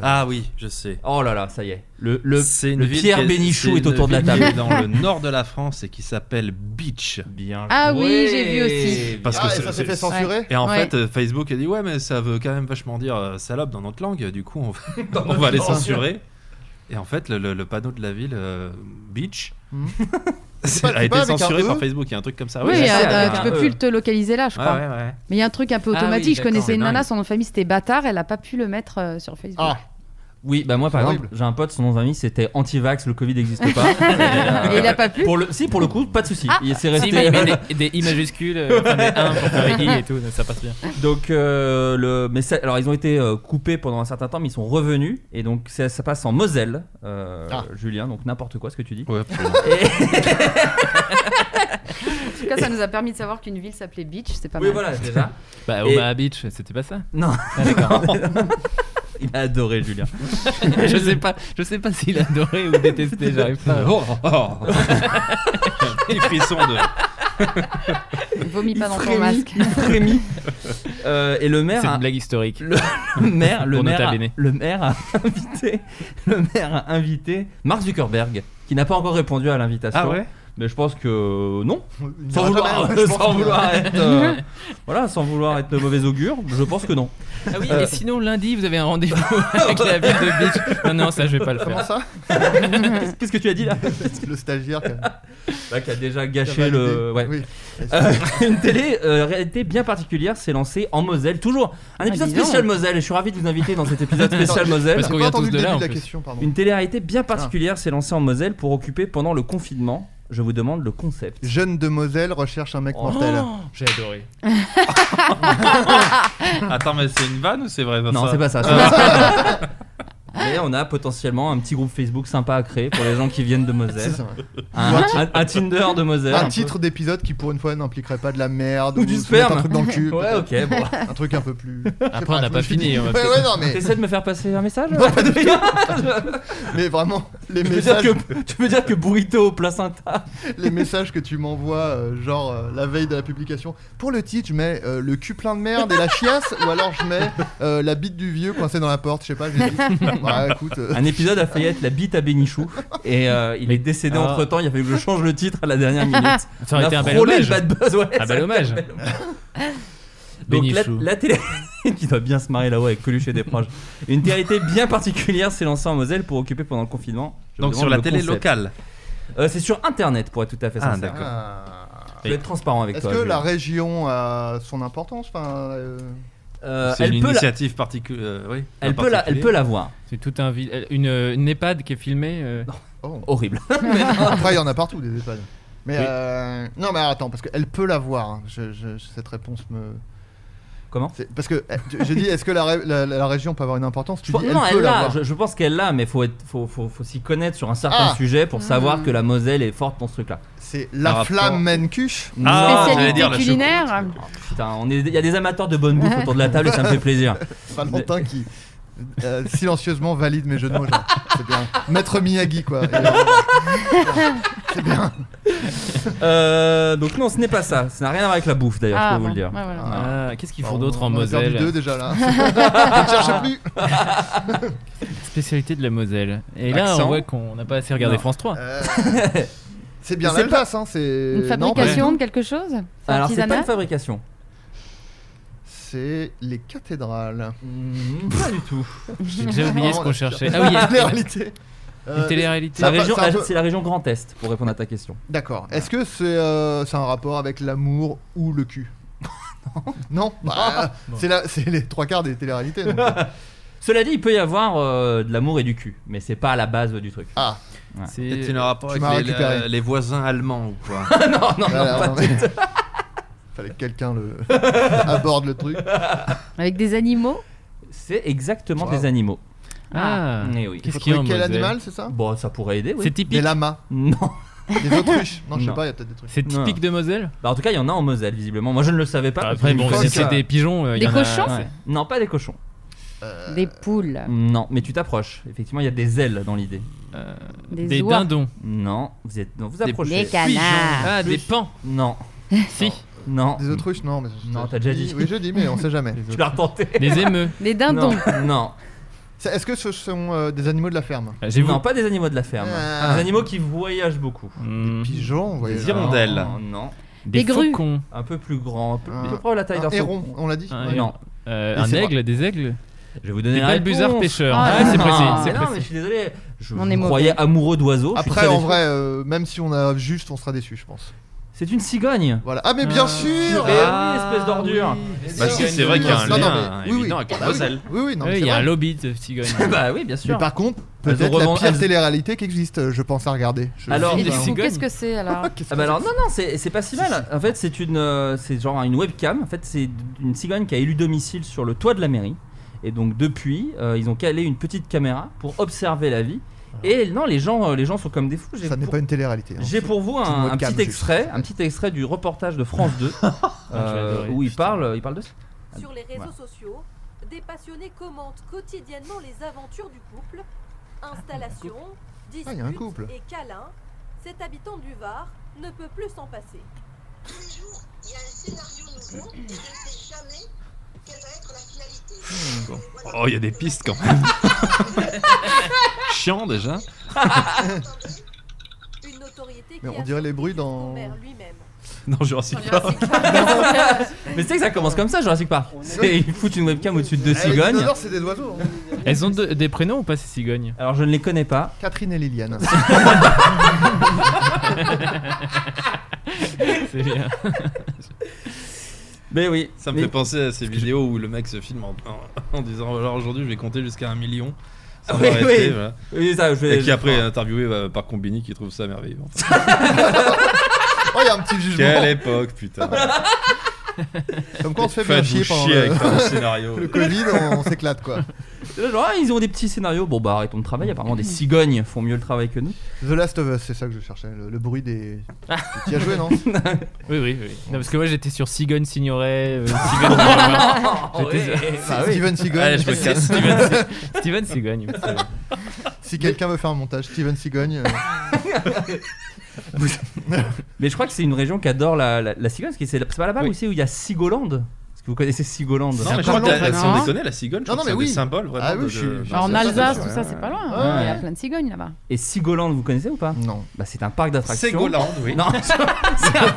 [SPEAKER 9] Ah oui, je sais.
[SPEAKER 7] Oh là là, ça y est. Le, le
[SPEAKER 9] C'est une
[SPEAKER 7] le
[SPEAKER 9] ville
[SPEAKER 7] Pierre
[SPEAKER 9] qui
[SPEAKER 7] Bénichou
[SPEAKER 9] c'est
[SPEAKER 7] est autour
[SPEAKER 9] une
[SPEAKER 7] de la
[SPEAKER 9] ville
[SPEAKER 7] table.
[SPEAKER 9] qui est dans le nord de la France et qui s'appelle Beach.
[SPEAKER 4] Bien.
[SPEAKER 3] Ah oui,
[SPEAKER 7] Ouais.
[SPEAKER 3] j'ai vu aussi.
[SPEAKER 9] Parce
[SPEAKER 8] Ah,
[SPEAKER 9] que
[SPEAKER 8] et ça
[SPEAKER 9] c'est-
[SPEAKER 8] s'est fait
[SPEAKER 9] c'est-
[SPEAKER 8] censurer.
[SPEAKER 9] Et en
[SPEAKER 3] Ouais.
[SPEAKER 9] fait, euh, Facebook a dit ouais, mais ça veut quand même vachement dire euh, salope dans notre langue. Du coup, on va, on va les censurer. Et en fait, le, le- le panneau de la ville euh, Beach *laughs*
[SPEAKER 8] Mhm.
[SPEAKER 9] c'est-
[SPEAKER 8] pas- c'est
[SPEAKER 9] a
[SPEAKER 8] pas
[SPEAKER 9] été
[SPEAKER 8] avec un
[SPEAKER 9] censuré
[SPEAKER 8] E
[SPEAKER 9] par Facebook. Il y a un truc comme ça.
[SPEAKER 3] Oui,
[SPEAKER 9] ouais,
[SPEAKER 7] c'est
[SPEAKER 3] euh,
[SPEAKER 7] ça,
[SPEAKER 3] euh,
[SPEAKER 7] avec
[SPEAKER 3] tu
[SPEAKER 7] un
[SPEAKER 3] peux
[SPEAKER 7] E.
[SPEAKER 3] plus te localiser là, je
[SPEAKER 9] Ouais,
[SPEAKER 3] crois.
[SPEAKER 9] ouais, ouais.
[SPEAKER 3] Mais il y a un truc un peu
[SPEAKER 7] Ah
[SPEAKER 3] automatique.
[SPEAKER 7] oui,
[SPEAKER 3] je
[SPEAKER 7] d'accord,
[SPEAKER 3] connaissais
[SPEAKER 9] c'est
[SPEAKER 3] une nana,
[SPEAKER 9] dingue.
[SPEAKER 3] son nom de famille c'était Bâtard, elle a pas pu le mettre euh, sur Facebook.
[SPEAKER 8] Ah,
[SPEAKER 7] Oui, bah moi par
[SPEAKER 8] C'est
[SPEAKER 7] exemple,
[SPEAKER 8] horrible.
[SPEAKER 7] j'ai un pote, son nom de famille c'était anti-vax, le Covid n'existe pas. Et,
[SPEAKER 3] *laughs* Et il a pas pu Ah.
[SPEAKER 7] Pour le, si, pour le coup, pas de souci. Il s'est resté. euh,
[SPEAKER 4] Si, mais, mais des, des I majuscules, euh, enfin, des 1 pour faire I et tout, ça passe bien.
[SPEAKER 7] Donc, euh, le, mais ça- alors ils ont été euh, coupés pendant un certain temps, mais ils sont revenus. Et donc ça, ça passe en Moselle, euh,
[SPEAKER 8] Ah.
[SPEAKER 7] Julien. Donc n'importe quoi ce que tu dis.
[SPEAKER 9] Ouais, absolument.
[SPEAKER 7] Et- *laughs*
[SPEAKER 3] En tout cas, ça nous a permis de savoir qu'une ville s'appelait Beach, c'est pas
[SPEAKER 7] oui,
[SPEAKER 3] mal.
[SPEAKER 7] voilà déjà.
[SPEAKER 4] Bah,
[SPEAKER 7] Et-
[SPEAKER 4] Omaha Beach, c'était pas ça
[SPEAKER 7] Non.
[SPEAKER 4] Ah, d'accord.
[SPEAKER 7] Il a adoré Julien.
[SPEAKER 4] *laughs* je sais pas, je sais pas s'il adorait ou détestait, *laughs* j'arrive pas.
[SPEAKER 9] Oh, oh.
[SPEAKER 4] *laughs*
[SPEAKER 9] Petit frisson de.
[SPEAKER 3] Vomis pas dans ton
[SPEAKER 7] frémit,
[SPEAKER 3] masque. *laughs*
[SPEAKER 7] il frémit. Euh, et le maire
[SPEAKER 4] C'est
[SPEAKER 7] a-
[SPEAKER 4] une blague historique.
[SPEAKER 7] Le- le maire, le
[SPEAKER 4] Pour
[SPEAKER 7] maire,
[SPEAKER 4] Nota
[SPEAKER 7] a,
[SPEAKER 4] Bene.
[SPEAKER 7] le maire a *laughs* invité, le maire a invité Mark Zuckerberg, qui n'a pas encore répondu à l'invitation.
[SPEAKER 4] Ah
[SPEAKER 7] Mais je pense que non, sans vouloir, *laughs* sans
[SPEAKER 8] *laughs*
[SPEAKER 4] *laughs*
[SPEAKER 7] vouloir être, euh, voilà, sans vouloir être de mauvais augure, je pense
[SPEAKER 3] *laughs*
[SPEAKER 7] que non.
[SPEAKER 4] Ah oui,
[SPEAKER 7] Euh.
[SPEAKER 4] et sinon lundi vous avez un rendez-vous *laughs* avec la ville de Beach. Non non, ça je vais pas le
[SPEAKER 8] Comment
[SPEAKER 4] faire.
[SPEAKER 8] ça
[SPEAKER 7] Qu'est-ce qu'est-ce que tu as dit là
[SPEAKER 8] Le stagiaire quand même.
[SPEAKER 7] Bah, Qui a déjà
[SPEAKER 8] Qui a
[SPEAKER 7] gâché le,
[SPEAKER 8] validé.
[SPEAKER 7] ouais. Euh, *laughs* une télé euh, réalité bien particulière s'est lancée en Moselle. Toujours un épisode
[SPEAKER 3] Ah, dis donc.
[SPEAKER 7] spécial Moselle. Et je suis ravi de vous inviter dans cet épisode
[SPEAKER 4] *laughs*
[SPEAKER 7] spécial Moselle.
[SPEAKER 4] Parce Ah. qu'on
[SPEAKER 8] J'ai
[SPEAKER 4] vient
[SPEAKER 8] pas entendu
[SPEAKER 4] tous de
[SPEAKER 8] le début
[SPEAKER 4] là en
[SPEAKER 8] de la
[SPEAKER 4] plus.
[SPEAKER 8] question, pardon.
[SPEAKER 7] Une télé-réalité bien particulière s'est lancée en Moselle pour occuper pendant le confinement. Je vous demande le concept.
[SPEAKER 8] Jeune de Moselle recherche un mec
[SPEAKER 7] Oh.
[SPEAKER 8] mortel.
[SPEAKER 4] J'ai adoré.
[SPEAKER 9] *laughs* Attends, mais c'est une vanne ou c'est vrai
[SPEAKER 7] Non,
[SPEAKER 9] ça
[SPEAKER 7] c'est pas ça. c'est pas ça. *laughs* Mais on a potentiellement un petit groupe Facebook sympa à créer pour les gens qui viennent de
[SPEAKER 8] C'est
[SPEAKER 7] Moselle.
[SPEAKER 8] ça.
[SPEAKER 7] Un, un- un Tinder de Moselle.
[SPEAKER 8] Un titre d'épisode qui pour une fois n'impliquerait pas de la merde
[SPEAKER 7] Ou du
[SPEAKER 8] se
[SPEAKER 7] sperme.
[SPEAKER 8] mettre un truc dans le cul.
[SPEAKER 7] Ouais,
[SPEAKER 8] peut-être.
[SPEAKER 7] ok, bon.
[SPEAKER 8] Un truc un peu plus.
[SPEAKER 4] Après on n'a pas fini. on va
[SPEAKER 8] Ouais,
[SPEAKER 4] peut-être-
[SPEAKER 8] ouais, non,
[SPEAKER 4] *laughs*
[SPEAKER 8] mais,
[SPEAKER 7] T'essaies de me faire passer un message
[SPEAKER 8] Non, pas du mais vraiment, les
[SPEAKER 7] tu, veux dire
[SPEAKER 8] messages,
[SPEAKER 7] que, tu veux dire que burrito au placenta
[SPEAKER 8] les messages que tu m'envoies, euh, genre euh, la veille de la publication, pour le titre, je mets euh, le cul plein de merde et la chiasse, ou alors je mets euh, la bite du vieux coincée dans la porte, je sais pas, j'ai dit. Ouais, écoute. euh,
[SPEAKER 7] Un épisode a failli être la bite à Bénichou et euh, il est décédé
[SPEAKER 4] Ah.
[SPEAKER 7] entre temps. Il a fallu que je change le titre à la dernière minute.
[SPEAKER 4] Ça aurait
[SPEAKER 7] On a
[SPEAKER 4] été un bel
[SPEAKER 7] frôlé
[SPEAKER 4] hommage.
[SPEAKER 7] le bad buzz, ouais,
[SPEAKER 4] Un
[SPEAKER 7] ça a
[SPEAKER 4] bel
[SPEAKER 7] été
[SPEAKER 9] *laughs*
[SPEAKER 4] hommage.
[SPEAKER 7] Donc la,
[SPEAKER 4] Bénichou.
[SPEAKER 7] la télé *laughs* qui doit bien se marrer là-haut avec Coluche et des proches. Une télé bien particulière s'est lancée en Moselle pour occuper pendant le confinement. Je vous
[SPEAKER 9] Donc sur
[SPEAKER 7] demande
[SPEAKER 9] la
[SPEAKER 7] le
[SPEAKER 9] télé
[SPEAKER 7] concept.
[SPEAKER 9] locale.
[SPEAKER 7] Euh, C'est sur internet pour être tout à fait
[SPEAKER 9] Ah,
[SPEAKER 7] sincère.
[SPEAKER 9] d'accord.
[SPEAKER 8] ah.
[SPEAKER 7] Je vais être transparent avec
[SPEAKER 8] Est-ce
[SPEAKER 7] toi.
[SPEAKER 8] que
[SPEAKER 7] Julien.
[SPEAKER 8] la région a son importance enfin,
[SPEAKER 7] *laughs*
[SPEAKER 8] euh,
[SPEAKER 7] Euh,
[SPEAKER 9] c'est
[SPEAKER 7] elle
[SPEAKER 9] une
[SPEAKER 7] peut la-
[SPEAKER 9] initiative particulière. oui,
[SPEAKER 7] elle peut la- elle peut l'avoir.
[SPEAKER 4] C'est tout un vi- euh, une, une EHPAD qui est filmée. euh,
[SPEAKER 8] oh.
[SPEAKER 7] Horrible.
[SPEAKER 8] Après, il y en a partout des EHPAD. Mais
[SPEAKER 4] Oui.
[SPEAKER 8] euh, non, mais attends, parce qu'elle peut l'avoir. hein. Je- je- cette réponse me.
[SPEAKER 7] Comment
[SPEAKER 8] C'est- Parce que euh, tu- j'ai dit, est-ce que la, ré- la- la- la région peut avoir une importance Tu
[SPEAKER 7] Je pense-
[SPEAKER 8] dis,
[SPEAKER 7] non,
[SPEAKER 8] elle
[SPEAKER 7] elle
[SPEAKER 8] peut
[SPEAKER 7] l'a.
[SPEAKER 8] l'avoir.
[SPEAKER 7] Je, je pense qu'elle l'a, mais faut être, faut, faut, faut s'y connaître sur un certain
[SPEAKER 8] Ah.
[SPEAKER 7] sujet pour savoir
[SPEAKER 3] Mm.
[SPEAKER 7] que la Moselle est forte dans ce truc-là. Mmh.
[SPEAKER 8] C'est
[SPEAKER 9] Par
[SPEAKER 8] la
[SPEAKER 9] rapport-
[SPEAKER 8] flamme Menkush.
[SPEAKER 9] Ah, j'allais
[SPEAKER 3] Spécialité
[SPEAKER 9] dire la
[SPEAKER 3] culinaire.
[SPEAKER 7] Putain, on est, il y a des amateurs de bonne bouffe autour de la table et ça me fait plaisir.
[SPEAKER 8] Valentin qui euh, silencieusement valide mes jeux de mots. genre. C'est bien. Maître Miyagi, quoi. Et, euh,
[SPEAKER 7] Euh, donc non, ce n'est pas ça. Ça n'a rien à voir avec la bouffe d'ailleurs, je peux
[SPEAKER 3] bon,
[SPEAKER 7] vous le dire.
[SPEAKER 3] ouais, voilà.
[SPEAKER 4] Ah, qu'est-ce qu'ils font
[SPEAKER 8] on-
[SPEAKER 4] d'autre en
[SPEAKER 8] on a perdu deux
[SPEAKER 4] Moselle
[SPEAKER 8] déjà là. je ne cherche plus.
[SPEAKER 4] Spécialité de la Moselle. Et là,
[SPEAKER 9] Accent.
[SPEAKER 4] on voit qu'on n'a pas assez regardé
[SPEAKER 7] Non.
[SPEAKER 4] France 3.
[SPEAKER 8] Euh, c'est bien
[SPEAKER 7] C'est
[SPEAKER 8] l'Alsace, hein. C'est
[SPEAKER 3] Une
[SPEAKER 8] non, pas du
[SPEAKER 3] fabrication
[SPEAKER 8] tout.
[SPEAKER 3] de quelque chose C'est
[SPEAKER 7] Alors c'est pas
[SPEAKER 3] artisanal
[SPEAKER 7] une fabrication.
[SPEAKER 8] C'est les cathédrales.
[SPEAKER 7] pas du tout.
[SPEAKER 4] *laughs* J'ai déjà oublié ce qu'on
[SPEAKER 8] Vraiment, *laughs* la-
[SPEAKER 4] cherchait. Ah oui,
[SPEAKER 8] la réalité. Euh,
[SPEAKER 4] une télé-réalité.
[SPEAKER 7] La
[SPEAKER 8] Ça-
[SPEAKER 7] région,
[SPEAKER 8] c'est un peu-
[SPEAKER 7] c'est la région Grand Est pour répondre à ta question.
[SPEAKER 8] D'accord. Est-ce que c'est euh, c'est un rapport avec l'amour ou le cul *laughs* Non,
[SPEAKER 4] Ah.
[SPEAKER 8] Bah, c'est la- c'est les trois quarts des téléréalités. donc.
[SPEAKER 7] Cela dit, il peut y avoir euh, de l'amour et du cul, mais c'est pas à la base du truc.
[SPEAKER 8] Ah,
[SPEAKER 4] C'est- Ah.
[SPEAKER 9] C'est un rapport
[SPEAKER 8] Tu
[SPEAKER 9] avec
[SPEAKER 8] m'as
[SPEAKER 9] les,
[SPEAKER 8] récupéré.
[SPEAKER 9] la- les voisins allemands ou quoi
[SPEAKER 7] non, non, Oh, non,
[SPEAKER 8] voilà,
[SPEAKER 7] pas
[SPEAKER 8] non,
[SPEAKER 7] du
[SPEAKER 8] mais-
[SPEAKER 7] tout.
[SPEAKER 8] *laughs* fallait que quelqu'un le *laughs* aborde le truc.
[SPEAKER 3] Avec des animaux
[SPEAKER 7] C'est exactement
[SPEAKER 8] Wow.
[SPEAKER 7] des animaux.
[SPEAKER 4] Ah.
[SPEAKER 7] Eh oui.
[SPEAKER 4] Qu'est-ce
[SPEAKER 8] Faut
[SPEAKER 4] qu'il y a en
[SPEAKER 8] trouver quel
[SPEAKER 4] Moselle
[SPEAKER 8] animal, c'est ça
[SPEAKER 7] Bon, ça pourrait aider, oui.
[SPEAKER 4] C'est typique.
[SPEAKER 8] Des lamas,
[SPEAKER 7] *laughs* Non.
[SPEAKER 8] des autruches. Non, je sais
[SPEAKER 7] Non.
[SPEAKER 8] pas, il y a peut-être des trucs.
[SPEAKER 4] C'est typique de Moselle.
[SPEAKER 7] Bah, en tout cas, il y en a en Moselle, visiblement. Moi, je ne le savais pas. parce que
[SPEAKER 4] Après,
[SPEAKER 7] j'ai
[SPEAKER 4] bon,
[SPEAKER 7] cru
[SPEAKER 8] pense
[SPEAKER 4] si
[SPEAKER 7] que
[SPEAKER 4] c'est
[SPEAKER 7] ça-
[SPEAKER 4] des pigeons. euh, il y
[SPEAKER 3] Des
[SPEAKER 4] en a-
[SPEAKER 3] cochons
[SPEAKER 4] ouais.
[SPEAKER 7] Non, pas des cochons.
[SPEAKER 8] Euh,
[SPEAKER 3] Des poules
[SPEAKER 7] Non, mais tu t'approches. Effectivement, il y a des ailes dans l'idée.
[SPEAKER 3] Des,
[SPEAKER 4] Des
[SPEAKER 3] oies
[SPEAKER 4] dindons.
[SPEAKER 7] Non, vous êtes, non, vous
[SPEAKER 9] Des-
[SPEAKER 7] approchez.
[SPEAKER 3] Des canards
[SPEAKER 4] Ah, des pans.
[SPEAKER 7] Non,
[SPEAKER 4] Si.
[SPEAKER 7] non.
[SPEAKER 8] Des autruches, non, mais
[SPEAKER 7] Non, t'as déjà dit.
[SPEAKER 8] Oui, je dis, mais on sait jamais.
[SPEAKER 7] Tu l'as retenté.
[SPEAKER 4] Des émeux.
[SPEAKER 3] Des dindons
[SPEAKER 7] Non, *laughs* non,
[SPEAKER 8] C'est- Est-ce que ce sont euh, des animaux de la ferme
[SPEAKER 4] Ah, J'ai vu.
[SPEAKER 7] non, pas des animaux de la ferme.
[SPEAKER 8] Ah.
[SPEAKER 7] Des animaux qui voyagent beaucoup.
[SPEAKER 4] Hmm.
[SPEAKER 8] Pigeons, voyez.
[SPEAKER 9] Des hirondelles.
[SPEAKER 7] Non, non.
[SPEAKER 4] Des
[SPEAKER 3] Des grues.
[SPEAKER 4] faucons.
[SPEAKER 7] Un peu plus grand, un peu,
[SPEAKER 8] Un-
[SPEAKER 7] à peu près la taille d'un
[SPEAKER 8] Un héron,
[SPEAKER 7] faucon.
[SPEAKER 8] on l'a dit.
[SPEAKER 4] Un
[SPEAKER 7] Non.
[SPEAKER 4] Euh,
[SPEAKER 8] Et
[SPEAKER 4] un
[SPEAKER 8] c'est
[SPEAKER 4] aigle, des aigles.
[SPEAKER 7] Je vais vous
[SPEAKER 4] Des
[SPEAKER 7] donner la
[SPEAKER 4] balbuzards
[SPEAKER 7] réponse.
[SPEAKER 4] pêcheurs.
[SPEAKER 3] Ah,
[SPEAKER 4] Ah, c'est
[SPEAKER 3] non.
[SPEAKER 4] précis.
[SPEAKER 7] mais
[SPEAKER 4] c'est
[SPEAKER 7] non, mais
[SPEAKER 4] précis.
[SPEAKER 7] je suis désolé. Je
[SPEAKER 3] On
[SPEAKER 7] je
[SPEAKER 3] est
[SPEAKER 7] me
[SPEAKER 3] mauvais.
[SPEAKER 7] croyais amoureux d'oiseaux. je suis
[SPEAKER 8] Après,
[SPEAKER 7] très
[SPEAKER 8] en
[SPEAKER 7] déçu.
[SPEAKER 8] vrai, euh, même si on a juste, on sera déçu, je pense.
[SPEAKER 7] c'est une cigogne.
[SPEAKER 8] Voilà. Ah, mais bien
[SPEAKER 4] Ah.
[SPEAKER 8] sûr
[SPEAKER 7] Eh oui, espèce d'ordure.
[SPEAKER 9] Bah si, c'est vrai qu'il y a un
[SPEAKER 8] Non, non,
[SPEAKER 9] lien
[SPEAKER 8] mais-
[SPEAKER 9] hein,
[SPEAKER 8] oui, oui.
[SPEAKER 9] évident avec la
[SPEAKER 8] Bah oui.
[SPEAKER 9] Moselle.
[SPEAKER 8] Oui, oui, non,
[SPEAKER 4] Oui,
[SPEAKER 8] mais
[SPEAKER 4] Il y
[SPEAKER 8] c'est
[SPEAKER 4] a un
[SPEAKER 8] vrai.
[SPEAKER 4] lobby de cigognes.
[SPEAKER 7] bah oui, bien sûr.
[SPEAKER 8] Mais par contre,
[SPEAKER 7] Elles
[SPEAKER 8] peut-être
[SPEAKER 7] ont
[SPEAKER 8] la
[SPEAKER 7] revend-
[SPEAKER 8] pire
[SPEAKER 7] elles-
[SPEAKER 8] télé-réalité qui existe, euh, je pense à regarder. Je-
[SPEAKER 7] Alors,
[SPEAKER 3] Et du
[SPEAKER 4] Des
[SPEAKER 3] coup,
[SPEAKER 4] cigognes.
[SPEAKER 3] qu'est-ce que c'est alors
[SPEAKER 8] Qu'est-ce
[SPEAKER 7] Ah bah
[SPEAKER 8] que c'est
[SPEAKER 7] alors non non c'est c'est pas si mal en fait c'est une euh, c'est genre une webcam en fait c'est une cigogne qui a élu domicile sur le toit de la mairie et donc depuis euh, ils ont calé une petite caméra pour observer la vie et non les gens euh, les gens sont comme des fous j'ai
[SPEAKER 8] Ça n'est
[SPEAKER 7] pour,
[SPEAKER 8] pas une télé-réalité. hein.
[SPEAKER 7] j'ai pour vous un,
[SPEAKER 8] petite
[SPEAKER 7] un
[SPEAKER 8] webcam,
[SPEAKER 7] petit
[SPEAKER 8] juste.
[SPEAKER 7] extrait un petit extrait du *laughs* reportage de France 2 euh,
[SPEAKER 4] Ah, j'ai adoré,
[SPEAKER 7] où il
[SPEAKER 4] putain.
[SPEAKER 7] parle il parle de ça
[SPEAKER 10] Sur les réseaux
[SPEAKER 7] Voilà.
[SPEAKER 10] sociaux, des passionnés commentent quotidiennement les aventures du couple. Installation, disputes
[SPEAKER 8] Ah, il y a un couple.
[SPEAKER 10] et câlins. Cet habitant du Var ne peut plus s'en passer.
[SPEAKER 11] Tous les jours, il y a un scénario nouveau et je ne sais jamais quelle va être la finalité.
[SPEAKER 9] Bon. Oh, il y a des pistes quand même. Chiant déjà.
[SPEAKER 10] Une notoriété
[SPEAKER 8] Mais
[SPEAKER 10] qui
[SPEAKER 8] on
[SPEAKER 10] a
[SPEAKER 8] dirait les bruits dans.
[SPEAKER 10] Robert lui-même.
[SPEAKER 9] Non, Jurassic
[SPEAKER 10] Park.
[SPEAKER 7] Mais tu sais que ça commence comme ça, Jurassic Park. C'est- Ils foutent une webcam au-dessus de deux cigognes.
[SPEAKER 8] c'est des oiseaux. hein.
[SPEAKER 4] Elles ont de- des prénoms ou pas ces
[SPEAKER 7] *laughs*
[SPEAKER 4] cigognes
[SPEAKER 7] Alors je ne les connais pas.
[SPEAKER 8] Catherine et *laughs* Liliane.
[SPEAKER 4] C'est bien.
[SPEAKER 7] Mais oui.
[SPEAKER 9] Ça me
[SPEAKER 7] Mais-
[SPEAKER 9] fait penser à ces vidéos où le mec se filme en, en- en disant alors aujourd'hui je vais compter jusqu'à un million. sans
[SPEAKER 7] Ah oui,
[SPEAKER 9] m'arrêter,
[SPEAKER 7] oui.
[SPEAKER 9] voilà.
[SPEAKER 7] Oui, ça, je vais-
[SPEAKER 9] Et qui
[SPEAKER 7] je-
[SPEAKER 9] après est interviewé euh, par Combini qui trouve ça merveilleux. Enfin,
[SPEAKER 8] Oh, il y a un petit jugement.
[SPEAKER 9] quelle époque putain.
[SPEAKER 8] Comme quoi on se fait bien
[SPEAKER 9] Faites-vous
[SPEAKER 8] chier pendant
[SPEAKER 9] chier
[SPEAKER 8] le-
[SPEAKER 9] avec un scénario.
[SPEAKER 8] le Covid, on, on s'éclate quoi.
[SPEAKER 7] Genre, ah, ils ont des petits scénarios. Bon, bah arrêtons de travailler. Apparemment, des cigognes font mieux le travail que nous.
[SPEAKER 8] The Last of Us, c'est ça que je cherchais, le, le bruit des. Tu as joué, Ah. *laughs* non
[SPEAKER 4] Oui, oui, oui. Non, parce que moi j'étais sur Cigogne s'ignorait.
[SPEAKER 7] *laughs*
[SPEAKER 4] euh, Cigogne Ignorait. J'étais sur-
[SPEAKER 8] C'est Steven Seagal.
[SPEAKER 4] Allez, je me
[SPEAKER 8] *laughs*
[SPEAKER 4] casse. Steven, Steven Cigogne.
[SPEAKER 8] Si quelqu'un veut faire un montage, Steven Seagal. *laughs* euh,
[SPEAKER 7] Mais je crois que c'est une région qui adore la, la, la cigogne. parce que C'est c'est pas là-bas
[SPEAKER 9] Oui.
[SPEAKER 7] où c'est où il y a Sigoland. Est-ce que vous connaissez Sigoland
[SPEAKER 9] Non, mais je
[SPEAKER 8] pas
[SPEAKER 9] crois que la-
[SPEAKER 8] long,
[SPEAKER 9] si on
[SPEAKER 3] non
[SPEAKER 9] déconne, la cigogne, je crois
[SPEAKER 8] Non, non,
[SPEAKER 9] que c'est un
[SPEAKER 8] mais
[SPEAKER 9] des
[SPEAKER 8] oui.
[SPEAKER 9] symboles vraiment.
[SPEAKER 8] Ah oui,
[SPEAKER 9] de-
[SPEAKER 8] je suis-
[SPEAKER 9] de-
[SPEAKER 8] je suis
[SPEAKER 3] Alors, en
[SPEAKER 8] Ça, ça,
[SPEAKER 3] Alsace,
[SPEAKER 8] c'est
[SPEAKER 3] tout ça,
[SPEAKER 8] vrai.
[SPEAKER 3] c'est pas loin.
[SPEAKER 7] Ouais.
[SPEAKER 3] hein. Il y a plein de cigognes là-bas.
[SPEAKER 7] Et Sigoland, vous connaissez ou pas
[SPEAKER 8] Non.
[SPEAKER 7] Bah c'est un parc d'attractions.
[SPEAKER 9] Ségolande, oui.
[SPEAKER 7] Non, c'est un parc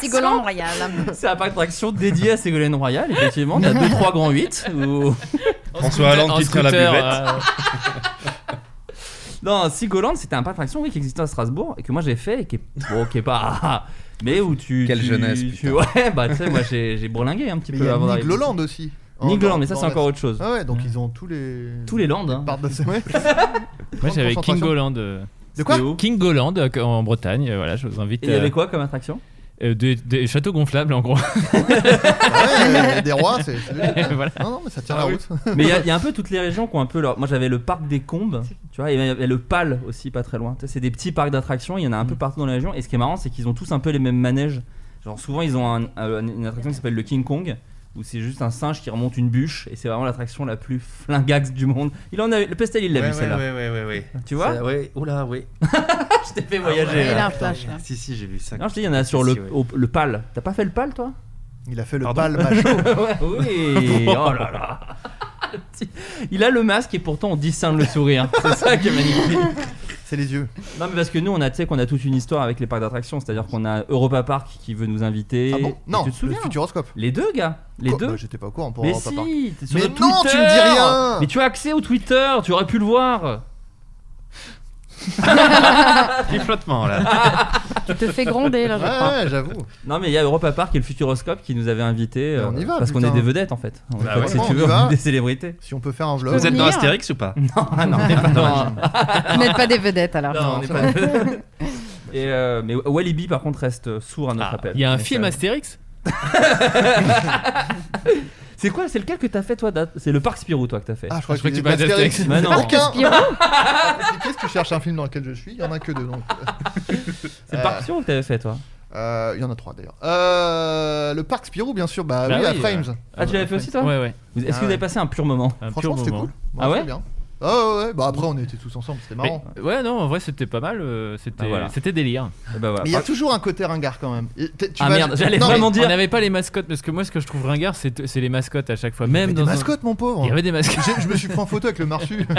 [SPEAKER 3] Cigoland
[SPEAKER 7] d'attractions.
[SPEAKER 3] Royal.
[SPEAKER 7] *laughs* C'est un parc d'attractions dédié à Ségolène Royal, effectivement. T'as 2 trois grands 8 ou
[SPEAKER 9] François Hollande qui tient la buvette.
[SPEAKER 4] euh,
[SPEAKER 7] Non, Sigoland, c'était un parc d'attraction oui, qui existait à Strasbourg et que moi j'ai fait et qui est, bon, qui est pas. *laughs* Mais où tu.
[SPEAKER 9] Quelle
[SPEAKER 7] tu-
[SPEAKER 9] jeunesse,
[SPEAKER 7] tu-
[SPEAKER 9] putain.
[SPEAKER 7] Ouais, bah tu sais, moi j'ai j'ai bourlingué un petit
[SPEAKER 8] Mais il y
[SPEAKER 7] peu
[SPEAKER 8] a
[SPEAKER 7] avant d'arriver.
[SPEAKER 8] Nigloland aussi. En-
[SPEAKER 7] Nigloland,
[SPEAKER 8] dans-
[SPEAKER 7] mais ça
[SPEAKER 8] dans
[SPEAKER 7] c'est
[SPEAKER 8] la-
[SPEAKER 7] encore autre chose.
[SPEAKER 8] Ah ouais, donc ils ont tous les.
[SPEAKER 7] Tous les Landes. hein.
[SPEAKER 8] *laughs* parts de ouais.
[SPEAKER 4] Moi
[SPEAKER 8] Grande
[SPEAKER 4] j'avais
[SPEAKER 8] concentration.
[SPEAKER 4] Kingoland. euh,
[SPEAKER 8] De quoi
[SPEAKER 7] C'était où
[SPEAKER 4] Kingoland euh, en Bretagne. euh, Voilà, je vous invite.
[SPEAKER 7] Et il y avait
[SPEAKER 4] euh,
[SPEAKER 7] quoi comme attraction
[SPEAKER 4] euh, des, des châteaux gonflables en gros. *laughs*
[SPEAKER 8] Ouais, euh, Des rois,
[SPEAKER 7] *laughs*
[SPEAKER 8] c'est. c'est-
[SPEAKER 4] Voilà.
[SPEAKER 8] Non, non, mais ça tient
[SPEAKER 7] Ah
[SPEAKER 8] la
[SPEAKER 7] oui.
[SPEAKER 8] route.
[SPEAKER 7] *laughs* Mais il y a- il y, a un peu toutes les régions qui ont un peu leur. Moi j'avais le parc des Combes, tu vois, et il y avait le PAL aussi, pas très loin. Tu sais, C'est des petits parcs d'attractions, il y en a un
[SPEAKER 8] Mm.
[SPEAKER 7] peu partout dans la région. Et ce qui est marrant, c'est qu'ils ont tous un peu les mêmes manèges. Genre souvent, ils ont un- un- une attraction qui s'appelle le King Kong, où c'est juste un singe qui remonte une bûche, et c'est vraiment l'attraction la plus flingaxe du monde. Il en a le Pestel, il l'a vu celle-là.
[SPEAKER 9] ouais, ouais.
[SPEAKER 7] Tu vois
[SPEAKER 9] Ça, Ouais, oula, ouais.
[SPEAKER 7] *laughs*
[SPEAKER 9] Ah
[SPEAKER 7] Je t'ai fait voyager.
[SPEAKER 3] Il a
[SPEAKER 7] là.
[SPEAKER 3] un flash là.
[SPEAKER 9] Si, si, j'ai vu ça.
[SPEAKER 7] Non, je te dis, il y en a sur le,
[SPEAKER 9] Si, ouais.
[SPEAKER 7] au- le PAL. T'as pas fait le PAL toi
[SPEAKER 8] Il a fait le
[SPEAKER 9] Pardon
[SPEAKER 8] bal
[SPEAKER 7] *laughs*
[SPEAKER 8] macho.
[SPEAKER 7] Ouais,
[SPEAKER 9] *laughs*
[SPEAKER 7] oui Oh là là Il a le masque et pourtant on discerne le
[SPEAKER 8] *laughs*
[SPEAKER 7] sourire. C'est ça qui est magnifique.
[SPEAKER 8] C'est les yeux.
[SPEAKER 7] Non mais parce que nous on a tu sais qu'on a toute une histoire avec les parcs d'attractions, c'est-à-dire qu'on a Europa Park qui veut nous inviter.
[SPEAKER 8] Ah bon Non,
[SPEAKER 7] tu te
[SPEAKER 8] le
[SPEAKER 7] souviens
[SPEAKER 8] futuroscope.
[SPEAKER 7] Les deux gars, les
[SPEAKER 8] Quoi
[SPEAKER 7] deux.
[SPEAKER 8] Bah, J'étais pas au courant pour
[SPEAKER 7] mais
[SPEAKER 8] Europa Park.
[SPEAKER 7] si, t'es sur
[SPEAKER 8] Mais
[SPEAKER 7] le
[SPEAKER 8] non,
[SPEAKER 7] Twitter
[SPEAKER 8] tu me dis rien
[SPEAKER 7] Mais tu as accès au Twitter, tu aurais pu le voir.
[SPEAKER 9] Petit flottement là.
[SPEAKER 3] Tu te fais gronder là, je crois.
[SPEAKER 8] Ouais, ouais, j'avoue.
[SPEAKER 7] Non mais il y a Europa Park et le Futuroscope qui nous avaient invités euh,
[SPEAKER 8] Mais on y va,
[SPEAKER 7] parce qu'on est
[SPEAKER 8] putain.
[SPEAKER 7] des vedettes en fait. On
[SPEAKER 9] Bah
[SPEAKER 7] fait,
[SPEAKER 9] ouais,
[SPEAKER 7] si
[SPEAKER 8] on
[SPEAKER 7] tu
[SPEAKER 8] y
[SPEAKER 7] veux,
[SPEAKER 8] va.
[SPEAKER 7] on est *laughs* des célébrités.
[SPEAKER 8] Si on peut faire un vlog.
[SPEAKER 9] Vous êtes dans
[SPEAKER 3] Venir.
[SPEAKER 9] Astérix ou pas
[SPEAKER 7] Non, ah non, on n'est pas dans-
[SPEAKER 3] Vous n'êtes pas des vedettes alors.
[SPEAKER 7] Non, on n'est
[SPEAKER 8] Ah,
[SPEAKER 7] pas Et euh, mais Walibi par contre reste euh, sourd à notre
[SPEAKER 4] Ah,
[SPEAKER 7] appel.
[SPEAKER 4] Il y a un
[SPEAKER 7] Mais
[SPEAKER 4] film
[SPEAKER 7] ça-
[SPEAKER 4] Astérix
[SPEAKER 7] C'est quoi C'est lequel que t'as fait toi d'at- C'est le parc Spirou toi que t'as fait.
[SPEAKER 8] Ah, je crois
[SPEAKER 4] Je crois
[SPEAKER 8] que
[SPEAKER 4] que tu
[SPEAKER 8] tu
[SPEAKER 4] parles d'Astérix.
[SPEAKER 7] Mais non.
[SPEAKER 8] Qu'est-ce que tu cherches un film dans lequel je suis Il y en a que deux donc.
[SPEAKER 7] c'est le parc Spirou que t'avais fait toi.
[SPEAKER 8] Euh, Il y en a trois d'ailleurs. Euh, le parc Spirou, bien sûr. Bah,
[SPEAKER 4] Bah
[SPEAKER 8] oui, à
[SPEAKER 4] oui,
[SPEAKER 8] Frames.
[SPEAKER 7] Ah, tu l'avais fait aussi toi
[SPEAKER 4] Ouais, ouais.
[SPEAKER 7] Vous- Est-ce que
[SPEAKER 8] Ah
[SPEAKER 7] vous avez
[SPEAKER 8] ouais.
[SPEAKER 7] passé un pur
[SPEAKER 4] *laughs*
[SPEAKER 7] moment
[SPEAKER 4] Un pur
[SPEAKER 8] Franchement, c'était
[SPEAKER 4] moment.
[SPEAKER 8] cool. Moi,
[SPEAKER 7] Ah ouais
[SPEAKER 8] c'était bien. Ah ouais, ouais, bah après on était tous ensemble, c'était marrant.
[SPEAKER 4] Mais- ouais, non, en vrai, c'était pas mal. euh, C'était
[SPEAKER 7] Ah, voilà.
[SPEAKER 4] c'était délire.
[SPEAKER 7] Eh ben, voilà.
[SPEAKER 8] Mais il y a toujours un côté ringard quand même. Et t'es- tu
[SPEAKER 7] Ah
[SPEAKER 8] vas-
[SPEAKER 7] merde, j'allais
[SPEAKER 8] Non, mais-
[SPEAKER 7] vraiment
[SPEAKER 4] On
[SPEAKER 7] dire.
[SPEAKER 4] n'avait pas les mascottes, parce que moi, ce que je trouve ringard, c'est c'est les mascottes à chaque fois.
[SPEAKER 8] Mais
[SPEAKER 4] Même
[SPEAKER 8] des
[SPEAKER 4] dans un-
[SPEAKER 8] mascottes, mon pauvre.
[SPEAKER 4] Il y avait des mascottes.
[SPEAKER 8] J'ai- Je me suis pris en photo avec le marsu.
[SPEAKER 4] Mais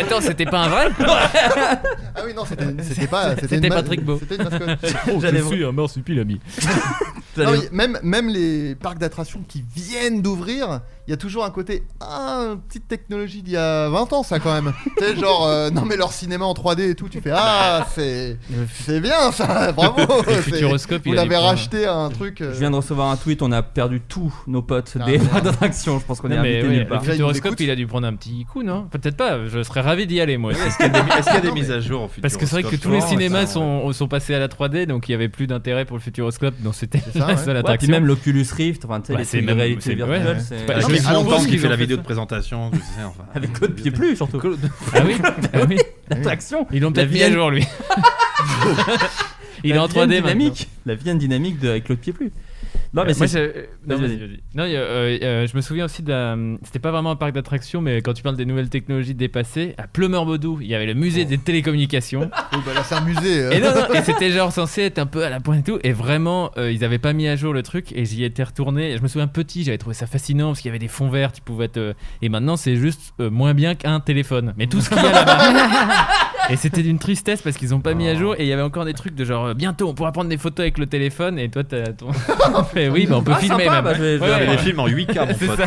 [SPEAKER 4] attends, c'était pas un vrai
[SPEAKER 8] ah oui, non, c'était c'était pas.
[SPEAKER 4] C'était
[SPEAKER 8] une ma-
[SPEAKER 4] Patrick Beau.
[SPEAKER 8] C'était une mascotte.
[SPEAKER 7] J'allais je voir.
[SPEAKER 4] un marsupilami.
[SPEAKER 8] Non,
[SPEAKER 7] J'allais-
[SPEAKER 8] mais même, même les parcs d'attractions qui viennent d'ouvrir, il y a toujours un côté. Ah, petite technologie d'il y a 20 ans, ça quand même. tu sais, genre, euh, non mais leur cinéma en 3D et tout, tu fais Ah, c'est c'est bien
[SPEAKER 4] *laughs*
[SPEAKER 8] ça, bravo.
[SPEAKER 4] Le
[SPEAKER 8] Oh, c'est-
[SPEAKER 4] Futuroscope, il
[SPEAKER 8] Vous
[SPEAKER 4] a des
[SPEAKER 8] l'avez
[SPEAKER 4] points.
[SPEAKER 8] racheté à un truc. euh,
[SPEAKER 7] Je viens de recevoir un tweet, on a perdu tous nos potes
[SPEAKER 8] Ah,
[SPEAKER 7] des
[SPEAKER 8] merde.
[SPEAKER 7] parcs d'attraction. Je pense qu'on est
[SPEAKER 4] Non, mais
[SPEAKER 7] invité
[SPEAKER 4] ouais,
[SPEAKER 7] nulle
[SPEAKER 4] le
[SPEAKER 7] part.
[SPEAKER 8] Déjà, il nous
[SPEAKER 4] futuroscope,
[SPEAKER 8] écoute.
[SPEAKER 4] il a dû prendre un petit coup, non Peut-être pas, je serais ravi d'y aller moi aussi.
[SPEAKER 9] Est-ce qu'il y a des- est-ce qu'il y a des
[SPEAKER 8] Non, mais-
[SPEAKER 9] mises à jour en futur
[SPEAKER 4] Parce que c'est vrai que tous les cinémas sont, sont passés à la 3D, donc il y avait plus d'intérêt pour le futuroscope, donc c'était
[SPEAKER 8] C'est ça,
[SPEAKER 4] la
[SPEAKER 8] ouais.
[SPEAKER 4] seule
[SPEAKER 7] Ouais, puis
[SPEAKER 4] attraction.
[SPEAKER 7] même l'Oculus Rift, enfin tu sais,
[SPEAKER 4] Bah,
[SPEAKER 7] les
[SPEAKER 4] c'est
[SPEAKER 7] trucs de
[SPEAKER 4] même-
[SPEAKER 7] réalité
[SPEAKER 4] c'est-
[SPEAKER 7] virtuelle,
[SPEAKER 4] ouais.
[SPEAKER 7] c'est.
[SPEAKER 4] Bah,
[SPEAKER 9] Je
[SPEAKER 4] Non, mais
[SPEAKER 9] suis
[SPEAKER 4] à l'endroit
[SPEAKER 9] longtemps
[SPEAKER 4] où
[SPEAKER 9] qui
[SPEAKER 4] ils
[SPEAKER 9] fait la
[SPEAKER 4] ont
[SPEAKER 9] vidéo
[SPEAKER 4] fait
[SPEAKER 9] de présentation, tu sais, enfin.
[SPEAKER 7] *laughs* Avec Code
[SPEAKER 4] *laughs*
[SPEAKER 7] Pied Plus surtout.
[SPEAKER 4] Ah oui, ah oui.
[SPEAKER 7] *laughs* L'attraction.
[SPEAKER 4] Ils l'ont
[SPEAKER 7] La
[SPEAKER 4] peut-être mis à
[SPEAKER 7] Vienne-
[SPEAKER 4] jour lui. *laughs* Il est
[SPEAKER 7] La
[SPEAKER 4] en
[SPEAKER 7] Vienne
[SPEAKER 4] 3D maintenant.
[SPEAKER 7] dynamique. La Vienne dynamique de, avec Claude Pied Plus. Non, Ah, mais
[SPEAKER 4] Moi,
[SPEAKER 7] c'est-
[SPEAKER 4] je- non,
[SPEAKER 7] Vas-y,
[SPEAKER 4] vas-y,
[SPEAKER 7] vas-y.
[SPEAKER 4] vas-y. Non, il y a, euh, euh, je me souviens aussi d'un. C'était pas vraiment un parc d'attractions, mais quand tu parles des nouvelles technologies dépassées, à Pleumeur-Bodou, il y avait le musée
[SPEAKER 7] Oh.
[SPEAKER 4] des télécommunications.
[SPEAKER 8] oh, là, c'est un musée. euh.
[SPEAKER 4] Et non, non, et c'était genre censé être un peu à la pointe et tout. Et vraiment, euh, ils avaient pas mis à jour le truc. Et j'y étais retourné. Et je me souviens petit, j'avais trouvé ça fascinant parce qu'il y avait des fonds verts. Tu pouvais te. Et maintenant, c'est juste euh, moins bien qu'un téléphone. Mais tout ce qu'il y a là-bas. Et c'était d'une tristesse parce qu'ils ont pas mis
[SPEAKER 7] Oh.
[SPEAKER 4] à jour et il y avait encore des trucs de genre euh, bientôt on pourra prendre des photos avec le téléphone et toi t'as ton. *laughs* Mais oui, bah on peut
[SPEAKER 7] Ah,
[SPEAKER 4] filmer
[SPEAKER 7] sympa,
[SPEAKER 4] même.
[SPEAKER 7] bah, je vais- je vais
[SPEAKER 4] Ouais,
[SPEAKER 7] regarder
[SPEAKER 4] ouais.
[SPEAKER 7] les films en 8K, mon
[SPEAKER 4] C'est
[SPEAKER 7] pote.
[SPEAKER 4] ça.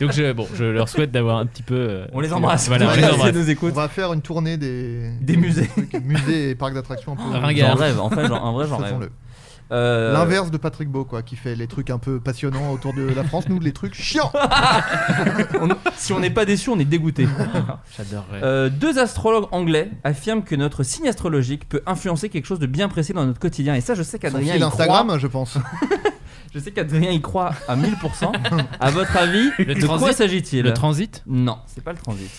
[SPEAKER 4] Donc je, bon, je leur souhaite d'avoir un petit peu. euh,
[SPEAKER 7] On les embrasse.
[SPEAKER 4] Voilà,
[SPEAKER 7] *laughs*
[SPEAKER 4] on les embrasse.
[SPEAKER 8] On va faire une tournée des,
[SPEAKER 7] Des musées.
[SPEAKER 8] trucs, musées et parcs d'attractions un
[SPEAKER 4] Ah,
[SPEAKER 8] peu.
[SPEAKER 7] J'en rêve, en fait, j'en- en vrai, j'en rêve.
[SPEAKER 8] Faisons-le.
[SPEAKER 7] Euh,
[SPEAKER 8] L'inverse de Patrick Beau, quoi, qui fait les trucs un peu passionnants autour de la France, nous, les trucs chiants.
[SPEAKER 7] *laughs* On- si on n'est pas déçu, on est
[SPEAKER 8] *laughs*
[SPEAKER 7] dégoûté.
[SPEAKER 4] J'adorerais.
[SPEAKER 7] Euh, deux astrologues anglais affirment que notre signe astrologique peut influencer quelque chose de bien précis dans notre quotidien. Et ça, je sais
[SPEAKER 8] Son
[SPEAKER 7] qu'Adrien.
[SPEAKER 8] fil
[SPEAKER 7] y
[SPEAKER 8] Instagram,
[SPEAKER 7] croit.
[SPEAKER 8] je pense.
[SPEAKER 7] Je sais qu'Adrien y croit à 1000%. à votre avis,
[SPEAKER 4] Le
[SPEAKER 7] de quoi
[SPEAKER 4] transit
[SPEAKER 7] s'agit-il
[SPEAKER 4] Le transit
[SPEAKER 7] Non, c'est pas le transit.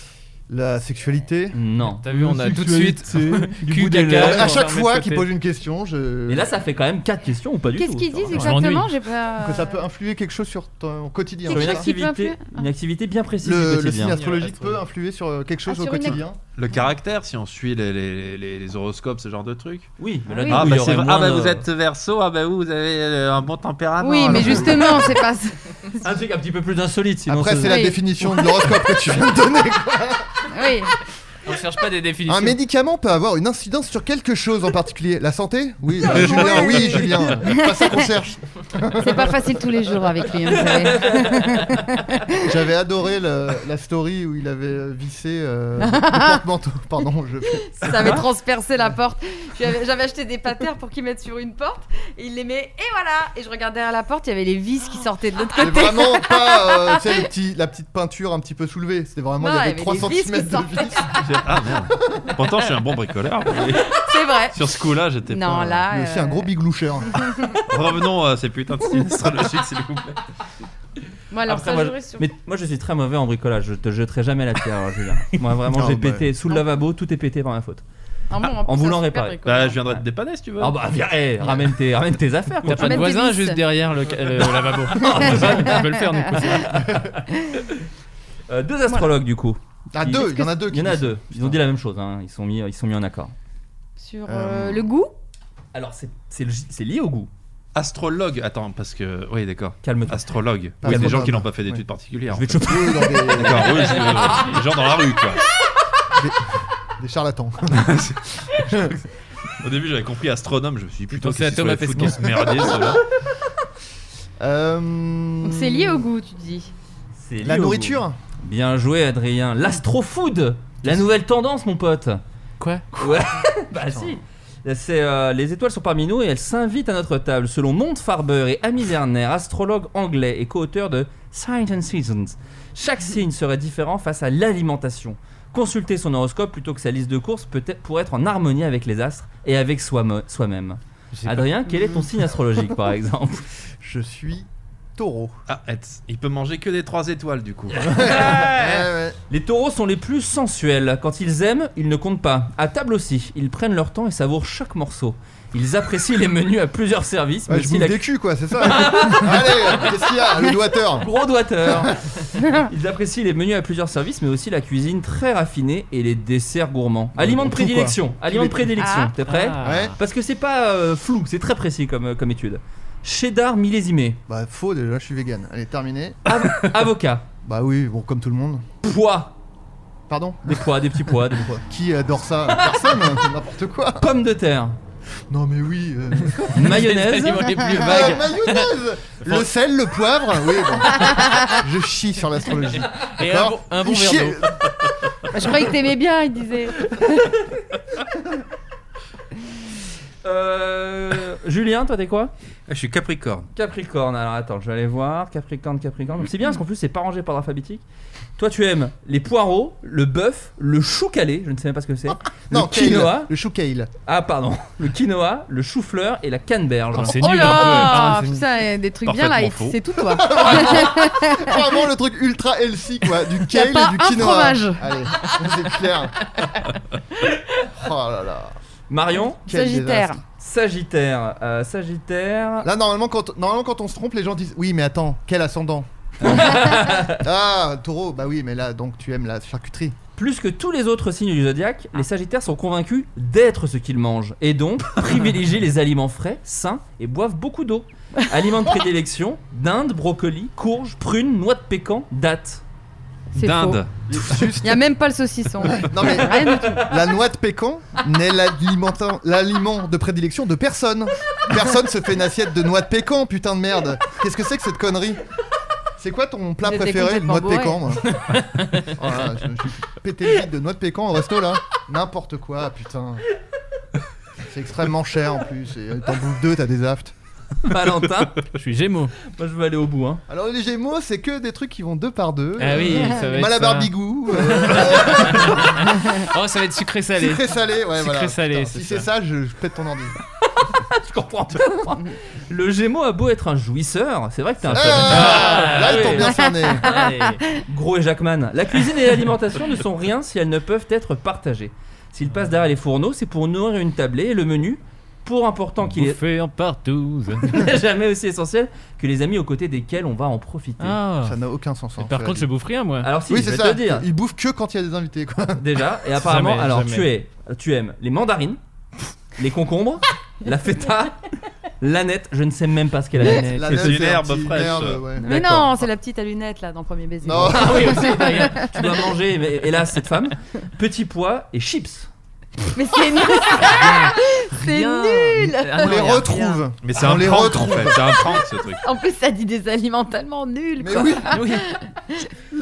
[SPEAKER 8] La sexualité
[SPEAKER 7] Non.
[SPEAKER 4] T'as vu, on a tout de suite. *laughs*
[SPEAKER 8] Sexualité, du
[SPEAKER 4] Cul,
[SPEAKER 8] bout des
[SPEAKER 4] caca,
[SPEAKER 8] lèvres.
[SPEAKER 4] on
[SPEAKER 8] À chaque
[SPEAKER 4] ferme
[SPEAKER 8] fois
[SPEAKER 4] de
[SPEAKER 8] qu'il
[SPEAKER 4] côté.
[SPEAKER 8] pose une question, je.
[SPEAKER 7] Et là, ça fait quand même 4 questions ou pas du
[SPEAKER 3] Qu'est-ce
[SPEAKER 7] tout
[SPEAKER 3] qu'ils
[SPEAKER 7] ça va.
[SPEAKER 3] disent exactement J'ai pas.
[SPEAKER 8] Que ça peut influer quelque chose sur ton quotidien.
[SPEAKER 7] Sur une
[SPEAKER 3] chose qui peut
[SPEAKER 7] activité,
[SPEAKER 3] influer-
[SPEAKER 7] une activité bien précise du
[SPEAKER 8] Le, le
[SPEAKER 7] quotidien.
[SPEAKER 8] signe astrologique peut influer sur euh, quelque chose
[SPEAKER 3] Ah,
[SPEAKER 8] au
[SPEAKER 3] sur une-
[SPEAKER 8] quotidien.
[SPEAKER 9] Le caractère, si on suit les, les- les- les horoscopes, ce genre de truc.
[SPEAKER 7] Oui, mais là,
[SPEAKER 3] Ah
[SPEAKER 7] du
[SPEAKER 3] oui.
[SPEAKER 7] coup,
[SPEAKER 9] Ah, bah,
[SPEAKER 7] il y aurait
[SPEAKER 9] c'est- ah,
[SPEAKER 7] moins
[SPEAKER 9] bah,
[SPEAKER 7] de-
[SPEAKER 9] vous êtes verso, ah bah vous, vous avez euh, un bon tempérament.
[SPEAKER 3] Oui, mais
[SPEAKER 9] alors. *laughs*
[SPEAKER 3] justement, c'est pas. ça.
[SPEAKER 7] Un truc un petit peu plus insolite. sinon
[SPEAKER 8] Après,
[SPEAKER 7] ce-
[SPEAKER 8] c'est la
[SPEAKER 3] Oui.
[SPEAKER 8] définition de l'horoscope que tu viens de donner.
[SPEAKER 3] Oui.
[SPEAKER 4] On cherche pas des définitions.
[SPEAKER 8] Un médicament peut avoir une incidence sur quelque chose en particulier. La santé Oui, euh, *laughs* Julien, oui, *laughs* Julien. C'est pas ça qu'on cherche.
[SPEAKER 3] C'est pas facile tous les jours avec lui, hein, vous savez.
[SPEAKER 8] *laughs* J'avais adoré le- la story où il avait vissé
[SPEAKER 3] *laughs*
[SPEAKER 8] euh, le porte-manteau. Pardon, je.
[SPEAKER 3] Ça avait transpercé la porte. J'avais j'avais acheté des patères pour qu'ils mettent sur une porte. Et il les met, et voilà. Et je regardais derrière la porte, il y avait les vis qui sortaient de l'autre
[SPEAKER 8] C'est
[SPEAKER 3] côté.
[SPEAKER 8] vraiment pas euh, tu
[SPEAKER 3] *laughs*
[SPEAKER 8] sais, le petit- la petite peinture un petit peu soulevée. C'était vraiment,
[SPEAKER 3] Non,
[SPEAKER 8] il y
[SPEAKER 3] il
[SPEAKER 8] avait
[SPEAKER 3] y
[SPEAKER 8] 3
[SPEAKER 3] avait des vis
[SPEAKER 8] cm
[SPEAKER 3] qui
[SPEAKER 8] de vis.
[SPEAKER 9] Ah merde. Pourtant, je suis un bon bricoleur. mais
[SPEAKER 3] *laughs* C'est vrai.
[SPEAKER 9] Sur ce coup-là, j'étais
[SPEAKER 3] Non,
[SPEAKER 9] pas.
[SPEAKER 3] là.
[SPEAKER 9] *laughs*
[SPEAKER 8] Mais aussi
[SPEAKER 3] euh,
[SPEAKER 8] un gros hein. bigloucheur.
[SPEAKER 9] Revenons à ces putains de signes astrologiques, s'il vous plaît.
[SPEAKER 3] *laughs* Moi, alors
[SPEAKER 7] Après,
[SPEAKER 3] ça,
[SPEAKER 7] moi,
[SPEAKER 3] j'aurais
[SPEAKER 7] je-
[SPEAKER 3] sur-
[SPEAKER 7] mais moi je suis très mauvais en bricolage, je te jetterai jamais la pierre, hein,
[SPEAKER 8] *laughs*
[SPEAKER 7] Julien. Moi vraiment
[SPEAKER 8] Non,
[SPEAKER 7] j'ai
[SPEAKER 8] bah,
[SPEAKER 7] pété sous le lavabo, tout est pété par ma faute.
[SPEAKER 3] Ah, moi, plus,
[SPEAKER 7] en voulant
[SPEAKER 3] c'est super
[SPEAKER 7] réparer.
[SPEAKER 3] bricoleur.
[SPEAKER 9] Bah, je viendrai te dépanner si tu veux.
[SPEAKER 7] Ah bah viens, eh, ramène, tes, ramène tes affaires. quoi.
[SPEAKER 4] T'as pas de
[SPEAKER 3] Même des
[SPEAKER 4] voisin
[SPEAKER 3] vis.
[SPEAKER 4] juste derrière le, *laughs* le lavabo. Tu peux le faire du coup.
[SPEAKER 7] Euh, deux astrologues du coup.
[SPEAKER 8] Ah,
[SPEAKER 7] Qui-
[SPEAKER 8] deux, il y en a deux.
[SPEAKER 7] Il y en a deux. Ils ont dit la même chose, hein. ils, sont mis, ils sont mis en accord.
[SPEAKER 3] Sur
[SPEAKER 8] Euh, *laughs*
[SPEAKER 3] euh, le goût
[SPEAKER 7] Alors c'est- c'est le- c'est lié au goût.
[SPEAKER 9] Astrologue, attends, parce que. Oui, d'accord.
[SPEAKER 7] Calme-toi.
[SPEAKER 9] Astrologue.
[SPEAKER 8] Ah,
[SPEAKER 9] Il y a des gens
[SPEAKER 8] astrologue.
[SPEAKER 9] qui n'ont pas fait d'études particulières.
[SPEAKER 7] Je
[SPEAKER 9] en
[SPEAKER 7] vais te
[SPEAKER 9] fait.
[SPEAKER 7] choper.
[SPEAKER 8] deux dans des,
[SPEAKER 9] D'accord, oui,
[SPEAKER 7] *laughs*
[SPEAKER 9] je- les gens dans la rue, quoi.
[SPEAKER 7] *laughs*
[SPEAKER 8] des charlatans.
[SPEAKER 9] Au début, j'avais compris astronome, je me suis dit plutôt
[SPEAKER 4] Donc, c'est à
[SPEAKER 9] qu'est-ce qu'ils
[SPEAKER 4] Thomas
[SPEAKER 9] se foutent dans ce merdier, ceux-là.
[SPEAKER 8] Euh,
[SPEAKER 3] Donc c'est lié au goût, tu dis.
[SPEAKER 7] C'est lié
[SPEAKER 8] La
[SPEAKER 7] au goût.
[SPEAKER 8] nourriture
[SPEAKER 7] Bien joué Adrien. L'astrofood La nouvelle tendance mon pote.
[SPEAKER 4] Quoi
[SPEAKER 7] Ouais, *laughs* bah si. C'est, euh, les étoiles sont parmi nous et elles s'invitent à notre table. Selon Mont Farber et Amy Werner, astrologue anglais et co-auteur de Signs and Seasons, chaque signe serait différent face à l'alimentation. Consulter son horoscope plutôt que sa liste de courses peut être, pour être en harmonie avec les astres et avec soi-mo- soi-même.
[SPEAKER 4] J'ai pas-
[SPEAKER 7] Adrien, quel est ton signe
[SPEAKER 4] *laughs*
[SPEAKER 7] astrologique par exemple
[SPEAKER 8] Je suis taureau.
[SPEAKER 9] Ah, et- il peut manger que des 3 étoiles, du coup.
[SPEAKER 7] Les taureaux sont les plus sensuels. Quand ils aiment, ils ne comptent pas. À table aussi, ils prennent leur temps et savourent chaque morceau. Ils apprécient les menus à plusieurs services, mais
[SPEAKER 8] Ouais, je
[SPEAKER 7] aussi la
[SPEAKER 8] bouffe des culs, quoi,
[SPEAKER 7] *laughs*
[SPEAKER 8] c'est ça Allez, qu'est-ce qu'il y a Le doigteur
[SPEAKER 7] Gros doigteur
[SPEAKER 8] *laughs*
[SPEAKER 7] Ils apprécient les menus à plusieurs services, mais aussi la cuisine très raffinée et les desserts gourmands. Aliment de
[SPEAKER 8] tout, quoi.
[SPEAKER 7] prédilection. Aliment de prédilection.
[SPEAKER 3] Ah.
[SPEAKER 7] T'es prêt
[SPEAKER 4] Ah.
[SPEAKER 8] Ouais.
[SPEAKER 7] Parce que c'est pas euh, flou, c'est très précis comme, euh, comme étude. Cheddar
[SPEAKER 8] *laughs*
[SPEAKER 7] millésimé.
[SPEAKER 8] Bah, faux déjà, je suis vegan. Allez, terminé.
[SPEAKER 7] Av- avocat.
[SPEAKER 8] Bah oui, bon, comme tout le monde.
[SPEAKER 7] Pois.
[SPEAKER 8] Pardon
[SPEAKER 7] Des pois, des petits pois. Des...
[SPEAKER 8] Quoi Qui adore ça Personne, hein, n'importe quoi.
[SPEAKER 7] Pommes
[SPEAKER 4] *laughs*
[SPEAKER 7] de terre.
[SPEAKER 8] Non mais oui. euh.
[SPEAKER 7] Mayonnaise.
[SPEAKER 4] Les aliments les
[SPEAKER 8] *laughs*
[SPEAKER 4] plus
[SPEAKER 8] Ah,
[SPEAKER 4] vagues.
[SPEAKER 8] mayonnaise Le sel, le poivre Oui,
[SPEAKER 7] *laughs*
[SPEAKER 8] bon. Je chie sur l'astrologie.
[SPEAKER 4] Et un bon,
[SPEAKER 8] D'accord
[SPEAKER 4] un bon verre
[SPEAKER 8] Chier-
[SPEAKER 4] d'eau.
[SPEAKER 3] Je croyais que t'aimais bien, il disait.
[SPEAKER 7] Euh, Julien, toi t'es quoi
[SPEAKER 12] Ah, Je suis Capricorne.
[SPEAKER 7] Capricorne, alors attends, je vais aller voir. Capricorne, Capricorne. Donc, C'est bien parce qu'en plus, c'est pas rangé par ordre alphabétique. Toi, tu aimes les poireaux, le bœuf, le chou calé, je ne sais même pas ce que c'est.
[SPEAKER 8] Non,
[SPEAKER 7] le quinoa.
[SPEAKER 8] kale, le chou kale.
[SPEAKER 7] Ah, pardon. *laughs* Le quinoa, le chou-fleur et la canneberge.
[SPEAKER 4] Oh, c'est
[SPEAKER 3] Oh
[SPEAKER 4] nul un peu.
[SPEAKER 3] là
[SPEAKER 8] Ah, c'est
[SPEAKER 3] Putain, il y a des trucs bien light,
[SPEAKER 9] Parfaitement faux.
[SPEAKER 3] c'est tout toi.
[SPEAKER 8] *laughs* Vraiment le truc ultra healthy quoi, du
[SPEAKER 3] Y a
[SPEAKER 8] kale
[SPEAKER 3] pas
[SPEAKER 8] et du
[SPEAKER 3] un
[SPEAKER 8] quinoa.
[SPEAKER 3] fromage.
[SPEAKER 8] Allez,
[SPEAKER 3] *laughs*
[SPEAKER 8] c'est clair. Oh là là.
[SPEAKER 7] Marion,
[SPEAKER 8] Quel
[SPEAKER 3] Sagittaire.
[SPEAKER 8] désastre.
[SPEAKER 7] Sagittaire. euh, sagittaire.
[SPEAKER 8] Là, normalement quand, normalement, quand on se trompe, les gens disent Oui, mais attends, quel
[SPEAKER 3] *laughs*
[SPEAKER 8] ascendant Ah, taureau, bah oui, mais là, donc tu aimes la charcuterie.
[SPEAKER 7] Plus que tous les autres signes du zodiaque, les Sagittaires sont convaincus d'être ce qu'ils mangent et donc privilégient les aliments frais, sains et boivent beaucoup d'eau. Aliments de prédilection dinde, brocoli, courge, prune, noix de pécan, date.
[SPEAKER 3] C'est Dinde. Il y a même pas le saucisson.
[SPEAKER 8] Non, mais la noix de pécan n'est l'alimentant- l'aliment de prédilection de personne. Personne se fait une assiette de noix de pécan, putain de merde. Qu'est-ce que c'est que cette connerie C'est quoi ton plat
[SPEAKER 12] J'étais
[SPEAKER 8] préféré Noix de pécan,
[SPEAKER 12] complètement
[SPEAKER 8] moi. Oh là là, je me suis pété le bide de noix de pécan au resto là. N'importe quoi, putain. C'est extrêmement cher en plus. Et euh, t'en bouffes deux, t'as des aftes.
[SPEAKER 7] Valentin
[SPEAKER 4] Je suis Gémeaux.
[SPEAKER 7] *laughs* Moi, je veux aller au bout.
[SPEAKER 8] *laughs*
[SPEAKER 7] Hein.
[SPEAKER 8] Alors les Gémeaux, c'est que des trucs qui vont deux par deux. Euh,
[SPEAKER 4] Ah oui, ça va être ça.
[SPEAKER 8] Malabarbigou.
[SPEAKER 4] oh, ça va être sucré salé.
[SPEAKER 8] Sucré salé, ouais, voilà.
[SPEAKER 4] Sucré salé,
[SPEAKER 8] Putain, Si c'est ça, je, je pète ton ordi.
[SPEAKER 7] Le Gémeaux a beau être un jouisseur, c'est vrai que t'es
[SPEAKER 8] Euh.
[SPEAKER 7] un peu.
[SPEAKER 8] Ah, là, il tombe bien sur le nez.
[SPEAKER 7] Gros et Jackman. La cuisine et l'alimentation ne sont rien si elles ne peuvent être partagées. S'ils passent derrière les fourneaux, c'est pour nourrir une tablée et le menu, pour important qu'il est.
[SPEAKER 4] Fait en
[SPEAKER 7] *laughs*
[SPEAKER 4] partouze.
[SPEAKER 7] n'est jamais aussi essentiel que les amis aux côtés desquels on va en profiter.
[SPEAKER 4] Ah. Ça
[SPEAKER 8] n'a aucun sens. hein,
[SPEAKER 4] par contre, je bouffe rien, moi.
[SPEAKER 7] Alors, si,
[SPEAKER 8] oui,
[SPEAKER 7] je
[SPEAKER 8] c'est
[SPEAKER 7] vais
[SPEAKER 8] ça.
[SPEAKER 7] te le dire.
[SPEAKER 8] Ils bouffent que quand il y a des invités, quoi.
[SPEAKER 7] *laughs* Déjà, et apparemment,
[SPEAKER 4] Jamais,
[SPEAKER 7] alors
[SPEAKER 4] jamais.
[SPEAKER 7] tu es, tu aimes les mandarines, les concombres, la
[SPEAKER 8] *laughs*
[SPEAKER 7] feta, l'aneth, je ne sais même pas ce qu'est
[SPEAKER 8] La
[SPEAKER 4] Eh, *laughs*
[SPEAKER 7] l'aneth.
[SPEAKER 8] nette, L'aneth, c'est une c'est un herbe petit fraîche. herbe, ouais.
[SPEAKER 3] Mais
[SPEAKER 7] D'accord.
[SPEAKER 3] non, c'est la petite à lunettes là dans le premier baiser.
[SPEAKER 7] Non. Ah oui, aussi, d'ailleurs. tu dois manger, mais hélas, cette femme. Petit pois et chips.
[SPEAKER 3] Mais c'est nul. c'est
[SPEAKER 7] Rien.
[SPEAKER 3] nul.
[SPEAKER 4] Ah
[SPEAKER 8] On les retrouve.
[SPEAKER 9] Mais c'est
[SPEAKER 8] On
[SPEAKER 9] un
[SPEAKER 8] les
[SPEAKER 9] prank,
[SPEAKER 8] retrouve.
[SPEAKER 9] en fait. C'est un prank, ce truc.
[SPEAKER 3] En plus, ça dit des aliments tellement nuls.
[SPEAKER 8] Mais
[SPEAKER 3] quoi. *laughs*
[SPEAKER 8] oui.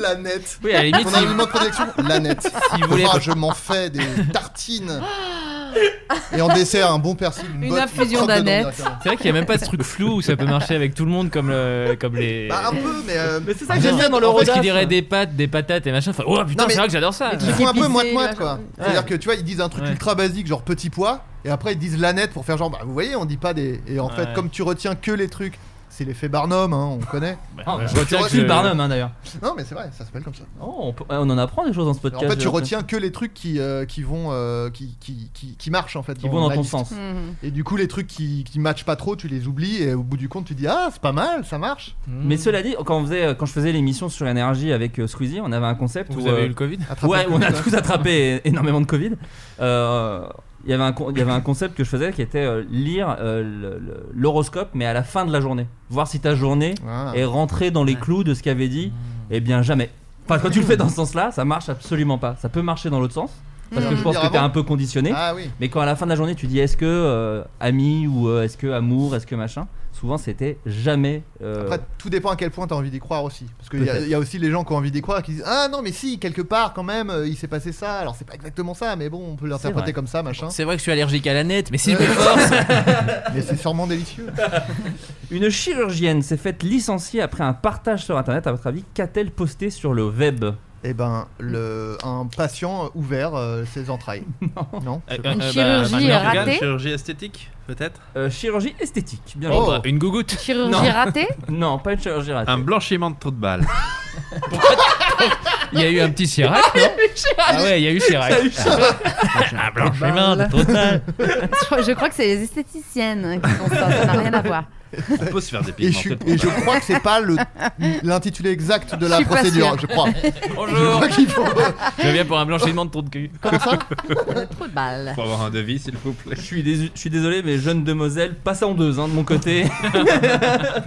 [SPEAKER 8] La nette.
[SPEAKER 3] Oui, à la limite,
[SPEAKER 8] Ton
[SPEAKER 3] si-
[SPEAKER 8] aliment de prédilection, la nette.
[SPEAKER 4] Si vous voulez-
[SPEAKER 8] Ah, je m'en fais des tartines.
[SPEAKER 3] *gasps*
[SPEAKER 8] Et en dessert, un bon persil, une,
[SPEAKER 3] Une
[SPEAKER 8] bonne
[SPEAKER 3] infusion
[SPEAKER 8] croque dedans,
[SPEAKER 3] d'aneth.
[SPEAKER 8] directement.
[SPEAKER 4] C'est vrai qu'il n'y a même pas ce truc flou où ça peut marcher avec tout le monde comme, le- comme les. Ah,
[SPEAKER 8] Bah, un peu, mais. euh,
[SPEAKER 7] c'est ça que j'aime bien dans le
[SPEAKER 4] Parce
[SPEAKER 7] rodage.
[SPEAKER 4] qu'il dirait des pâtes, des patates et machin. Enfin, oh putain,
[SPEAKER 8] Non, mais-
[SPEAKER 4] c'est vrai que j'adore ça.
[SPEAKER 8] Ils font un peu moite-moite, quoi. C'est-à-dire
[SPEAKER 4] Ouais.
[SPEAKER 8] que tu vois, ils disent un truc ultra basique, genre petit pois, et après ils disent la nette pour faire genre, bah vous voyez, on dit pas des. Et en
[SPEAKER 4] Ouais.
[SPEAKER 8] fait, comme tu retiens que les trucs, c'est l'effet Barnum, hein, on connaît.
[SPEAKER 7] Ah,
[SPEAKER 4] je
[SPEAKER 7] tu
[SPEAKER 4] retiens que-
[SPEAKER 7] recules Barnum, hein, d'ailleurs.
[SPEAKER 8] Non, mais c'est vrai, ça s'appelle comme ça.
[SPEAKER 7] Oh, on, peut- on en apprend des choses dans ce
[SPEAKER 8] En
[SPEAKER 7] podcast.
[SPEAKER 8] fait, tu
[SPEAKER 7] je-
[SPEAKER 8] retiens que les trucs qui, euh, qui vont. euh, qui, qui, qui, qui marchent, en fait.
[SPEAKER 7] Qui vont dans
[SPEAKER 8] la
[SPEAKER 7] ton
[SPEAKER 8] liste.
[SPEAKER 7] sens.
[SPEAKER 8] Et du coup, les trucs qui, qui matchent pas trop, tu les oublies, et au bout du compte, tu dis, ah, c'est pas mal, ça marche.
[SPEAKER 4] Hmm.
[SPEAKER 7] Mais cela dit, quand, on faisait, quand je faisais l'émission sur l'énergie avec euh, Squeezie, on avait un concept
[SPEAKER 4] Vous
[SPEAKER 7] où. euh,
[SPEAKER 4] avez eu le Covid
[SPEAKER 8] Attraper
[SPEAKER 7] Ouais,
[SPEAKER 8] le
[SPEAKER 7] on
[SPEAKER 8] Covid, hein.
[SPEAKER 7] a
[SPEAKER 8] ouais.
[SPEAKER 7] tous attrapé é- énormément de Covid. Euh, Il y avait un con- il y avait un concept que je faisais qui était euh, lire euh, le- le- l'horoscope, mais à la fin de la journée. Voir si ta journée
[SPEAKER 8] Ah. Mmh.
[SPEAKER 7] est rentrée dans les clous de ce qu'avait dit. Eh bien, jamais. Enfin, quand tu le fais dans ce sens-là, ça marche absolument pas. Ça peut marcher dans l'autre sens. Parce
[SPEAKER 8] Mm.
[SPEAKER 7] que je pense
[SPEAKER 8] Dire
[SPEAKER 7] que t'es
[SPEAKER 8] avant.
[SPEAKER 7] un peu conditionné.
[SPEAKER 8] Ah oui.
[SPEAKER 7] Mais quand à la fin de la journée tu dis est-ce que euh, ami ou euh, est-ce que amour, est-ce que machin, souvent c'était jamais. euh,
[SPEAKER 8] Après, tout dépend à quel point t'as envie d'y croire aussi. Parce qu'il y, a-
[SPEAKER 7] Peut-être.
[SPEAKER 8] il y a aussi les gens qui ont envie d'y croire et qui disent Ah non, mais si, quelque part, quand même, euh, il s'est passé ça. Alors, c'est pas exactement ça, mais bon, on peut
[SPEAKER 4] vrai.
[SPEAKER 8] l'interpréter comme ça, machin.
[SPEAKER 4] C'est vrai que je suis allergique à la nette, mais si je me force.
[SPEAKER 8] Mais c'est sûrement délicieux.
[SPEAKER 3] *laughs*
[SPEAKER 7] Une chirurgienne s'est faite licencier après un partage sur internet. À votre avis, qu'a-t-elle posté sur le web
[SPEAKER 8] Eh ben, le, un patient ouvert euh, ses entrailles. non. je sais pas.
[SPEAKER 3] Une chirurgie ratée
[SPEAKER 9] chirurgie esthétique, peut-être
[SPEAKER 7] Euh, Chirurgie esthétique, bien
[SPEAKER 4] Oh,
[SPEAKER 7] joué.
[SPEAKER 4] bah, une gougoute.
[SPEAKER 3] Chirurgie
[SPEAKER 7] Non.
[SPEAKER 3] ratée
[SPEAKER 7] Non, pas une chirurgie ratée.
[SPEAKER 9] Un blanchiment de trou de
[SPEAKER 8] *laughs*
[SPEAKER 9] balle.
[SPEAKER 4] Il y a eu un petit Chirac, non Ah ouais, il y a eu Chirac. *laughs* Ah, blanchiment de trop de mal.
[SPEAKER 3] Je crois- Je crois que c'est les esthéticiennes qui font ça. Ça n'a rien à voir.
[SPEAKER 9] On peut se faire des
[SPEAKER 8] Et je, suis-
[SPEAKER 9] pigmentés. de
[SPEAKER 8] et je
[SPEAKER 9] trou de balle.
[SPEAKER 8] crois que c'est pas le- l'intitulé exact de
[SPEAKER 3] Je
[SPEAKER 8] la
[SPEAKER 3] suis pas
[SPEAKER 8] procédure,
[SPEAKER 3] sûre. *laughs*
[SPEAKER 8] je crois. Je
[SPEAKER 4] Bonjour.
[SPEAKER 8] crois qu'il faut.
[SPEAKER 4] Je viens pour un blanchiment de trou de cul.
[SPEAKER 8] Comment ça
[SPEAKER 3] Trop de balles.
[SPEAKER 9] Pour avoir un devis, s'il vous
[SPEAKER 8] *laughs*
[SPEAKER 9] plaît.
[SPEAKER 7] Je suis, désu- je suis désolé, mais jeune demoiselle, pas ça en deux, hein, de mon côté.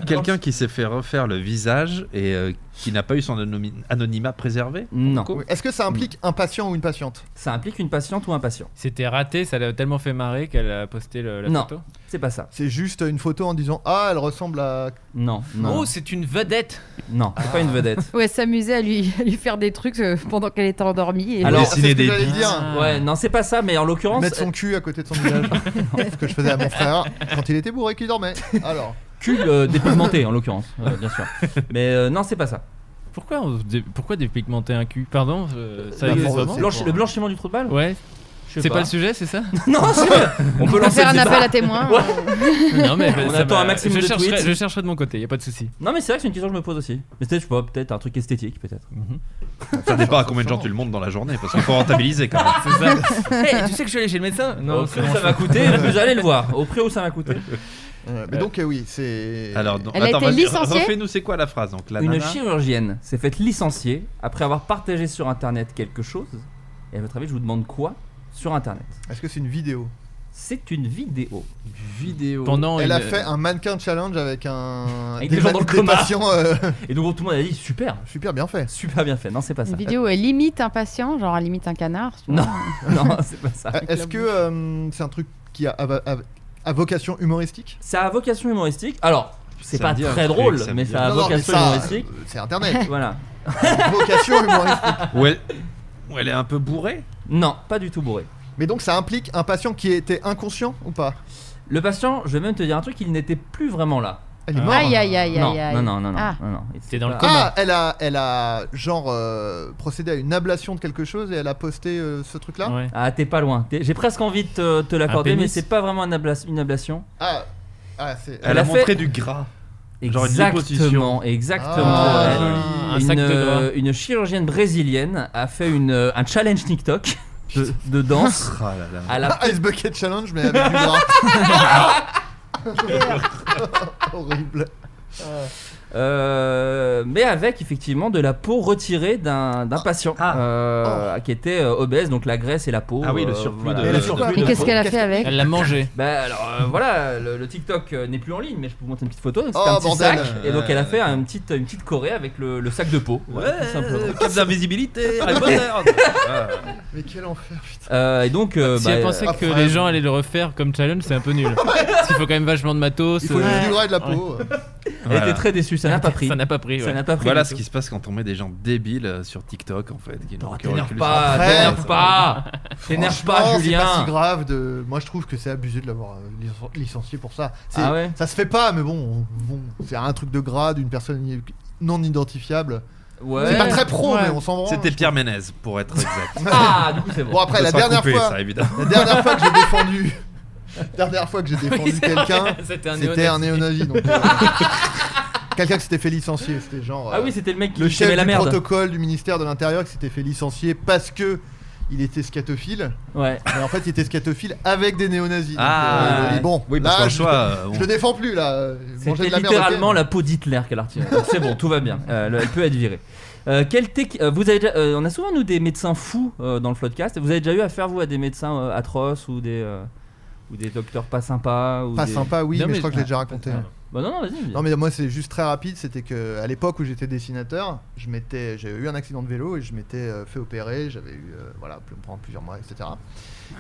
[SPEAKER 9] Quelqu'un qui s'est fait refaire le visage et euh, qui n'a pas eu son anomi- anonymat préservé
[SPEAKER 7] Non.
[SPEAKER 9] Cool.
[SPEAKER 8] Est-ce que ça implique un patient ou une patiente
[SPEAKER 7] Ça implique une patiente ou un patient
[SPEAKER 4] C'était raté, ça l'a tellement fait marrer qu'elle a posté le- la
[SPEAKER 7] Non.
[SPEAKER 4] photo.
[SPEAKER 7] C'est pas ça.
[SPEAKER 8] C'est juste une photo en disant Ah, elle ressemble à.
[SPEAKER 7] Non, non,
[SPEAKER 4] Oh, c'est une vedette.
[SPEAKER 7] non, c'est pas une vedette.
[SPEAKER 3] Ouais, s'amuser à lui, à lui faire des trucs euh, pendant qu'elle était endormie. Et...
[SPEAKER 7] Alors,
[SPEAKER 8] c'est
[SPEAKER 9] dessiner
[SPEAKER 8] ce que
[SPEAKER 9] des
[SPEAKER 8] j'allais
[SPEAKER 9] bites.
[SPEAKER 8] dire.
[SPEAKER 4] Ah.
[SPEAKER 7] Ouais, non, c'est pas ça, mais en l'occurrence,
[SPEAKER 8] Mettre son cul à côté de son visage. ce que je faisais à mon frère quand il était bourré et qu'il dormait. Alors,
[SPEAKER 7] cul
[SPEAKER 8] *laughs*
[SPEAKER 7] euh, dépigmenté, en l'occurrence, euh, bien sûr. Mais euh, non, c'est pas ça.
[SPEAKER 4] Pourquoi, on- dé- pourquoi dépigmenter un cul Pardon euh, Ça
[SPEAKER 8] Bah,
[SPEAKER 4] existe
[SPEAKER 8] pour-
[SPEAKER 4] vraiment
[SPEAKER 8] c'est
[SPEAKER 7] Euh, Blanchi-
[SPEAKER 8] pour-
[SPEAKER 7] le blanchiment du trou de balle
[SPEAKER 4] Ouais.
[SPEAKER 7] Je sais
[SPEAKER 4] C'est pas le sujet, c'est ça
[SPEAKER 7] *laughs* Non, c'est- on peut
[SPEAKER 3] On peut
[SPEAKER 7] lancer
[SPEAKER 3] faire
[SPEAKER 7] le
[SPEAKER 3] un
[SPEAKER 7] débat.
[SPEAKER 3] appel à témoins.
[SPEAKER 7] Ouais.
[SPEAKER 4] Non, mais
[SPEAKER 7] on
[SPEAKER 4] ça
[SPEAKER 7] attend
[SPEAKER 4] m'a-
[SPEAKER 7] un maximum
[SPEAKER 4] je
[SPEAKER 7] de
[SPEAKER 4] chercherai-
[SPEAKER 7] tweets.
[SPEAKER 4] Je chercherai de mon côté, y a pas de
[SPEAKER 7] *laughs*
[SPEAKER 4] souci.
[SPEAKER 7] Non, mais c'est vrai que c'est une question que je me pose aussi. Mais peut-être, je sais pas, peut-être un truc esthétique, peut-être.
[SPEAKER 9] Ça dépend à combien de gens tu le montes dans la journée, parce qu'il faut rentabiliser quand même.
[SPEAKER 8] *laughs*
[SPEAKER 4] tu sais que je suis allé chez le médecin
[SPEAKER 7] Non,
[SPEAKER 4] Non,
[SPEAKER 7] Au prix où ça
[SPEAKER 4] *laughs*
[SPEAKER 7] m'a coûté, vous allez le voir. Au prix où ça m'a coûté.
[SPEAKER 8] Ouais, mais donc, euh, oui, c'est.
[SPEAKER 9] Alors, non,
[SPEAKER 7] Elle a
[SPEAKER 9] attends,
[SPEAKER 7] été
[SPEAKER 9] vas-y,
[SPEAKER 7] licenciée
[SPEAKER 9] Refais-nous, c'est quoi la phrase donc, la
[SPEAKER 7] une
[SPEAKER 9] nana-
[SPEAKER 7] chirurgienne s'est faite licencier après avoir partagé sur internet quelque chose. Et à votre avis, je vous demande quoi sur internet
[SPEAKER 8] Est-ce que c'est une vidéo
[SPEAKER 7] C'est une vidéo.
[SPEAKER 9] Vidéo.
[SPEAKER 8] Elle a fait un mannequin challenge avec un.
[SPEAKER 7] Oh, euh, Avec des gens
[SPEAKER 8] man-
[SPEAKER 7] dans le coma.
[SPEAKER 8] patients,
[SPEAKER 7] *laughs*
[SPEAKER 8] euh,
[SPEAKER 7] Et donc tout le monde a dit super.
[SPEAKER 8] Super bien fait.
[SPEAKER 7] Super bien fait. Non, c'est pas ça.
[SPEAKER 3] Une vidéo où elle imite un patient, genre elle imite un canard. tu vois.
[SPEAKER 7] Non, non, *laughs* c'est pas ça.
[SPEAKER 8] Euh, Est-ce que euh, c'est un truc qui a, a- a- a vocation humoristique
[SPEAKER 7] Ça a vocation humoristique. Alors, c'est
[SPEAKER 8] Ça
[SPEAKER 7] pas
[SPEAKER 8] me dit un
[SPEAKER 7] très
[SPEAKER 8] truc,
[SPEAKER 7] drôle,
[SPEAKER 8] ça me
[SPEAKER 7] mais
[SPEAKER 8] dit
[SPEAKER 7] ça
[SPEAKER 8] un-
[SPEAKER 7] a
[SPEAKER 8] Non, non,
[SPEAKER 7] vocation
[SPEAKER 8] mais ça,
[SPEAKER 7] humoristique.
[SPEAKER 8] euh, c'est Internet. *laughs*
[SPEAKER 7] Voilà.
[SPEAKER 8] Vocation humoristique.
[SPEAKER 9] Où elle... où elle est un peu bourrée
[SPEAKER 7] Non, pas du tout bourré.
[SPEAKER 8] Mais donc ça implique un patient qui était inconscient ou pas
[SPEAKER 7] Le patient, je vais même te dire un truc, il n'était plus vraiment
[SPEAKER 4] Ah.
[SPEAKER 7] là.
[SPEAKER 8] Elle est morte.
[SPEAKER 3] Aïe, aïe, aïe,
[SPEAKER 7] non,
[SPEAKER 3] aïe, aïe.
[SPEAKER 7] non, non, non, non,
[SPEAKER 3] Ah.
[SPEAKER 7] non, non. Il était
[SPEAKER 4] dans le
[SPEAKER 7] pas-
[SPEAKER 8] Ah, elle a, elle a genre euh, procédé à une ablation de quelque chose et elle a posté euh, ce truc-là.
[SPEAKER 7] Ah, t'es pas loin. T'es- J'ai presque envie de te, te l'accorder,
[SPEAKER 8] pénis
[SPEAKER 7] mais c'est pas vraiment une, abla- une ablation.
[SPEAKER 8] Ah, ah, c'est.
[SPEAKER 9] Elle, a, montré du gras.
[SPEAKER 7] Oh,
[SPEAKER 9] Genre une
[SPEAKER 7] Exactement,
[SPEAKER 9] déposition.
[SPEAKER 7] exactement.
[SPEAKER 8] Ah,
[SPEAKER 7] Ouais.
[SPEAKER 8] joli.
[SPEAKER 4] Un sac
[SPEAKER 7] Une,
[SPEAKER 4] de
[SPEAKER 7] euh,
[SPEAKER 4] gras.
[SPEAKER 7] une chirurgienne brésilienne a fait une, euh, un challenge TikTok de, de danse.
[SPEAKER 9] *laughs* Ah là là.
[SPEAKER 7] à la
[SPEAKER 8] Ice Bucket Challenge, mais avec du gras.
[SPEAKER 7] *laughs*
[SPEAKER 8] Horrible.
[SPEAKER 7] Euh, mais avec effectivement de la peau retirée d'un d'un patient euh, qui était euh, obèse, donc la graisse et la peau.
[SPEAKER 9] Ah oui, le
[SPEAKER 7] euh,
[SPEAKER 9] surplus
[SPEAKER 7] voilà.
[SPEAKER 9] de- Et le surplus
[SPEAKER 3] Et qu'est-ce qu'elle a fait avec
[SPEAKER 4] Elle l'a mangé.
[SPEAKER 7] Bah alors euh, voilà, le, le TikTok euh, n'est plus en ligne, mais je peux vous montrer une petite photo. donc C'était
[SPEAKER 8] Oh,
[SPEAKER 7] un petit
[SPEAKER 8] bordel.
[SPEAKER 7] sac, et donc elle a fait un petit, une petite corée avec le, le sac de peau. voilà, tout
[SPEAKER 8] euh,
[SPEAKER 7] simplement.
[SPEAKER 9] Cap d'invisibilité, Harry Potter. Ah.
[SPEAKER 8] Mais quel enfer, putain.
[SPEAKER 7] *laughs* Euh, et donc, euh,
[SPEAKER 4] si
[SPEAKER 7] bah,
[SPEAKER 4] elle pensait que
[SPEAKER 8] après-
[SPEAKER 4] les gens allaient le refaire comme challenge, c'est un peu
[SPEAKER 8] *laughs*
[SPEAKER 4] nul. Parce qu'il faut quand même vachement de matos.
[SPEAKER 8] Il faut
[SPEAKER 4] euh,
[SPEAKER 8] juste du gras et de la
[SPEAKER 4] ouais.
[SPEAKER 8] peau. euh.
[SPEAKER 7] elle
[SPEAKER 9] Voilà.
[SPEAKER 7] était très déçue, ça n'a pas pris.
[SPEAKER 4] Ça n'a pas pris,
[SPEAKER 7] Ça
[SPEAKER 4] ouais.
[SPEAKER 7] n'a pas pris
[SPEAKER 9] Voilà
[SPEAKER 7] du
[SPEAKER 9] ce
[SPEAKER 7] tout.
[SPEAKER 9] qui se passe quand on met des gens débiles euh, sur TikTok en fait. Qui n'ont aucun
[SPEAKER 7] t'énerve
[SPEAKER 9] recul euh, sur-
[SPEAKER 7] pas,
[SPEAKER 8] Après,
[SPEAKER 7] t'énerve pas, t'énerve
[SPEAKER 8] Franchement,
[SPEAKER 7] pas,
[SPEAKER 8] C'est pas
[SPEAKER 7] Julien.
[SPEAKER 8] si grave de. Moi, je trouve que c'est abusé de l'avoir euh, licen- licencié pour ça. C'est-
[SPEAKER 7] Ah ouais
[SPEAKER 8] Ça se fait pas, mais bon, on- bon c'est un truc de gras d'une personne i- non identifiable.
[SPEAKER 7] Ouais.
[SPEAKER 8] C'est pas très pro,
[SPEAKER 7] Ouais.
[SPEAKER 8] mais on s'en rend.
[SPEAKER 9] C'était Pierre Ménez pour être exact. *laughs*
[SPEAKER 7] Ah, du coup c'est bon.
[SPEAKER 8] Bon *laughs* après
[SPEAKER 9] Ça
[SPEAKER 8] la
[SPEAKER 9] sera
[SPEAKER 8] dernière
[SPEAKER 9] coupé,
[SPEAKER 8] fois,
[SPEAKER 9] ça, évidemment.
[SPEAKER 8] *laughs* la dernière fois que j'ai défendu, *laughs* la dernière fois que j'ai défendu
[SPEAKER 4] c'est vrai,
[SPEAKER 8] quelqu'un,
[SPEAKER 4] c'était un
[SPEAKER 8] c'était un
[SPEAKER 4] néo-nazi.
[SPEAKER 8] néo-nazi. donc, euh, quelqu'un qui s'était fait licencier, c'était genre.
[SPEAKER 7] Ah
[SPEAKER 8] euh,
[SPEAKER 7] oui, c'était le mec qui
[SPEAKER 8] le
[SPEAKER 7] qui aimait
[SPEAKER 8] chef du
[SPEAKER 7] la merde.
[SPEAKER 8] protocole du ministère de l'Intérieur qui s'était fait licencier parce que il était scatophile.
[SPEAKER 7] Ouais.
[SPEAKER 8] Mais en fait, il était scatophile avec des néo-nazis. Donc,
[SPEAKER 9] Ah,
[SPEAKER 8] euh, et bon,
[SPEAKER 9] oui, parce
[SPEAKER 8] là,
[SPEAKER 9] qu'en
[SPEAKER 8] je,
[SPEAKER 9] soi, euh,
[SPEAKER 8] je
[SPEAKER 9] on-
[SPEAKER 8] le défends plus là. euh, manger
[SPEAKER 7] C'était
[SPEAKER 8] de la merde,
[SPEAKER 7] littéralement
[SPEAKER 8] ok.
[SPEAKER 7] la peau d'Hitler qu'elle a retirée. Donc C'est bon, tout va bien. Euh, le- elle peut être virée. Euh, quelle tec- euh, vous avez déjà- euh, on a souvent nous des médecins fous euh, dans le podcast. Vous avez déjà eu affaire vous à des médecins euh, atroces ou des euh, ou des docteurs pas sympas ou
[SPEAKER 8] Pas
[SPEAKER 7] des-
[SPEAKER 8] sympa, oui,
[SPEAKER 4] Non,
[SPEAKER 8] mais,
[SPEAKER 4] mais-
[SPEAKER 8] je crois que je l'ai déjà raconté. hein.
[SPEAKER 7] Bah non non vas-y.
[SPEAKER 8] Non, mais moi, c'est juste très rapide. C'était que à l'époque où j'étais dessinateur, je m'étais, j'ai eu un accident de vélo et je m'étais euh, fait opérer. J'avais eu, euh, voilà, plus- pendant plusieurs mois, etc.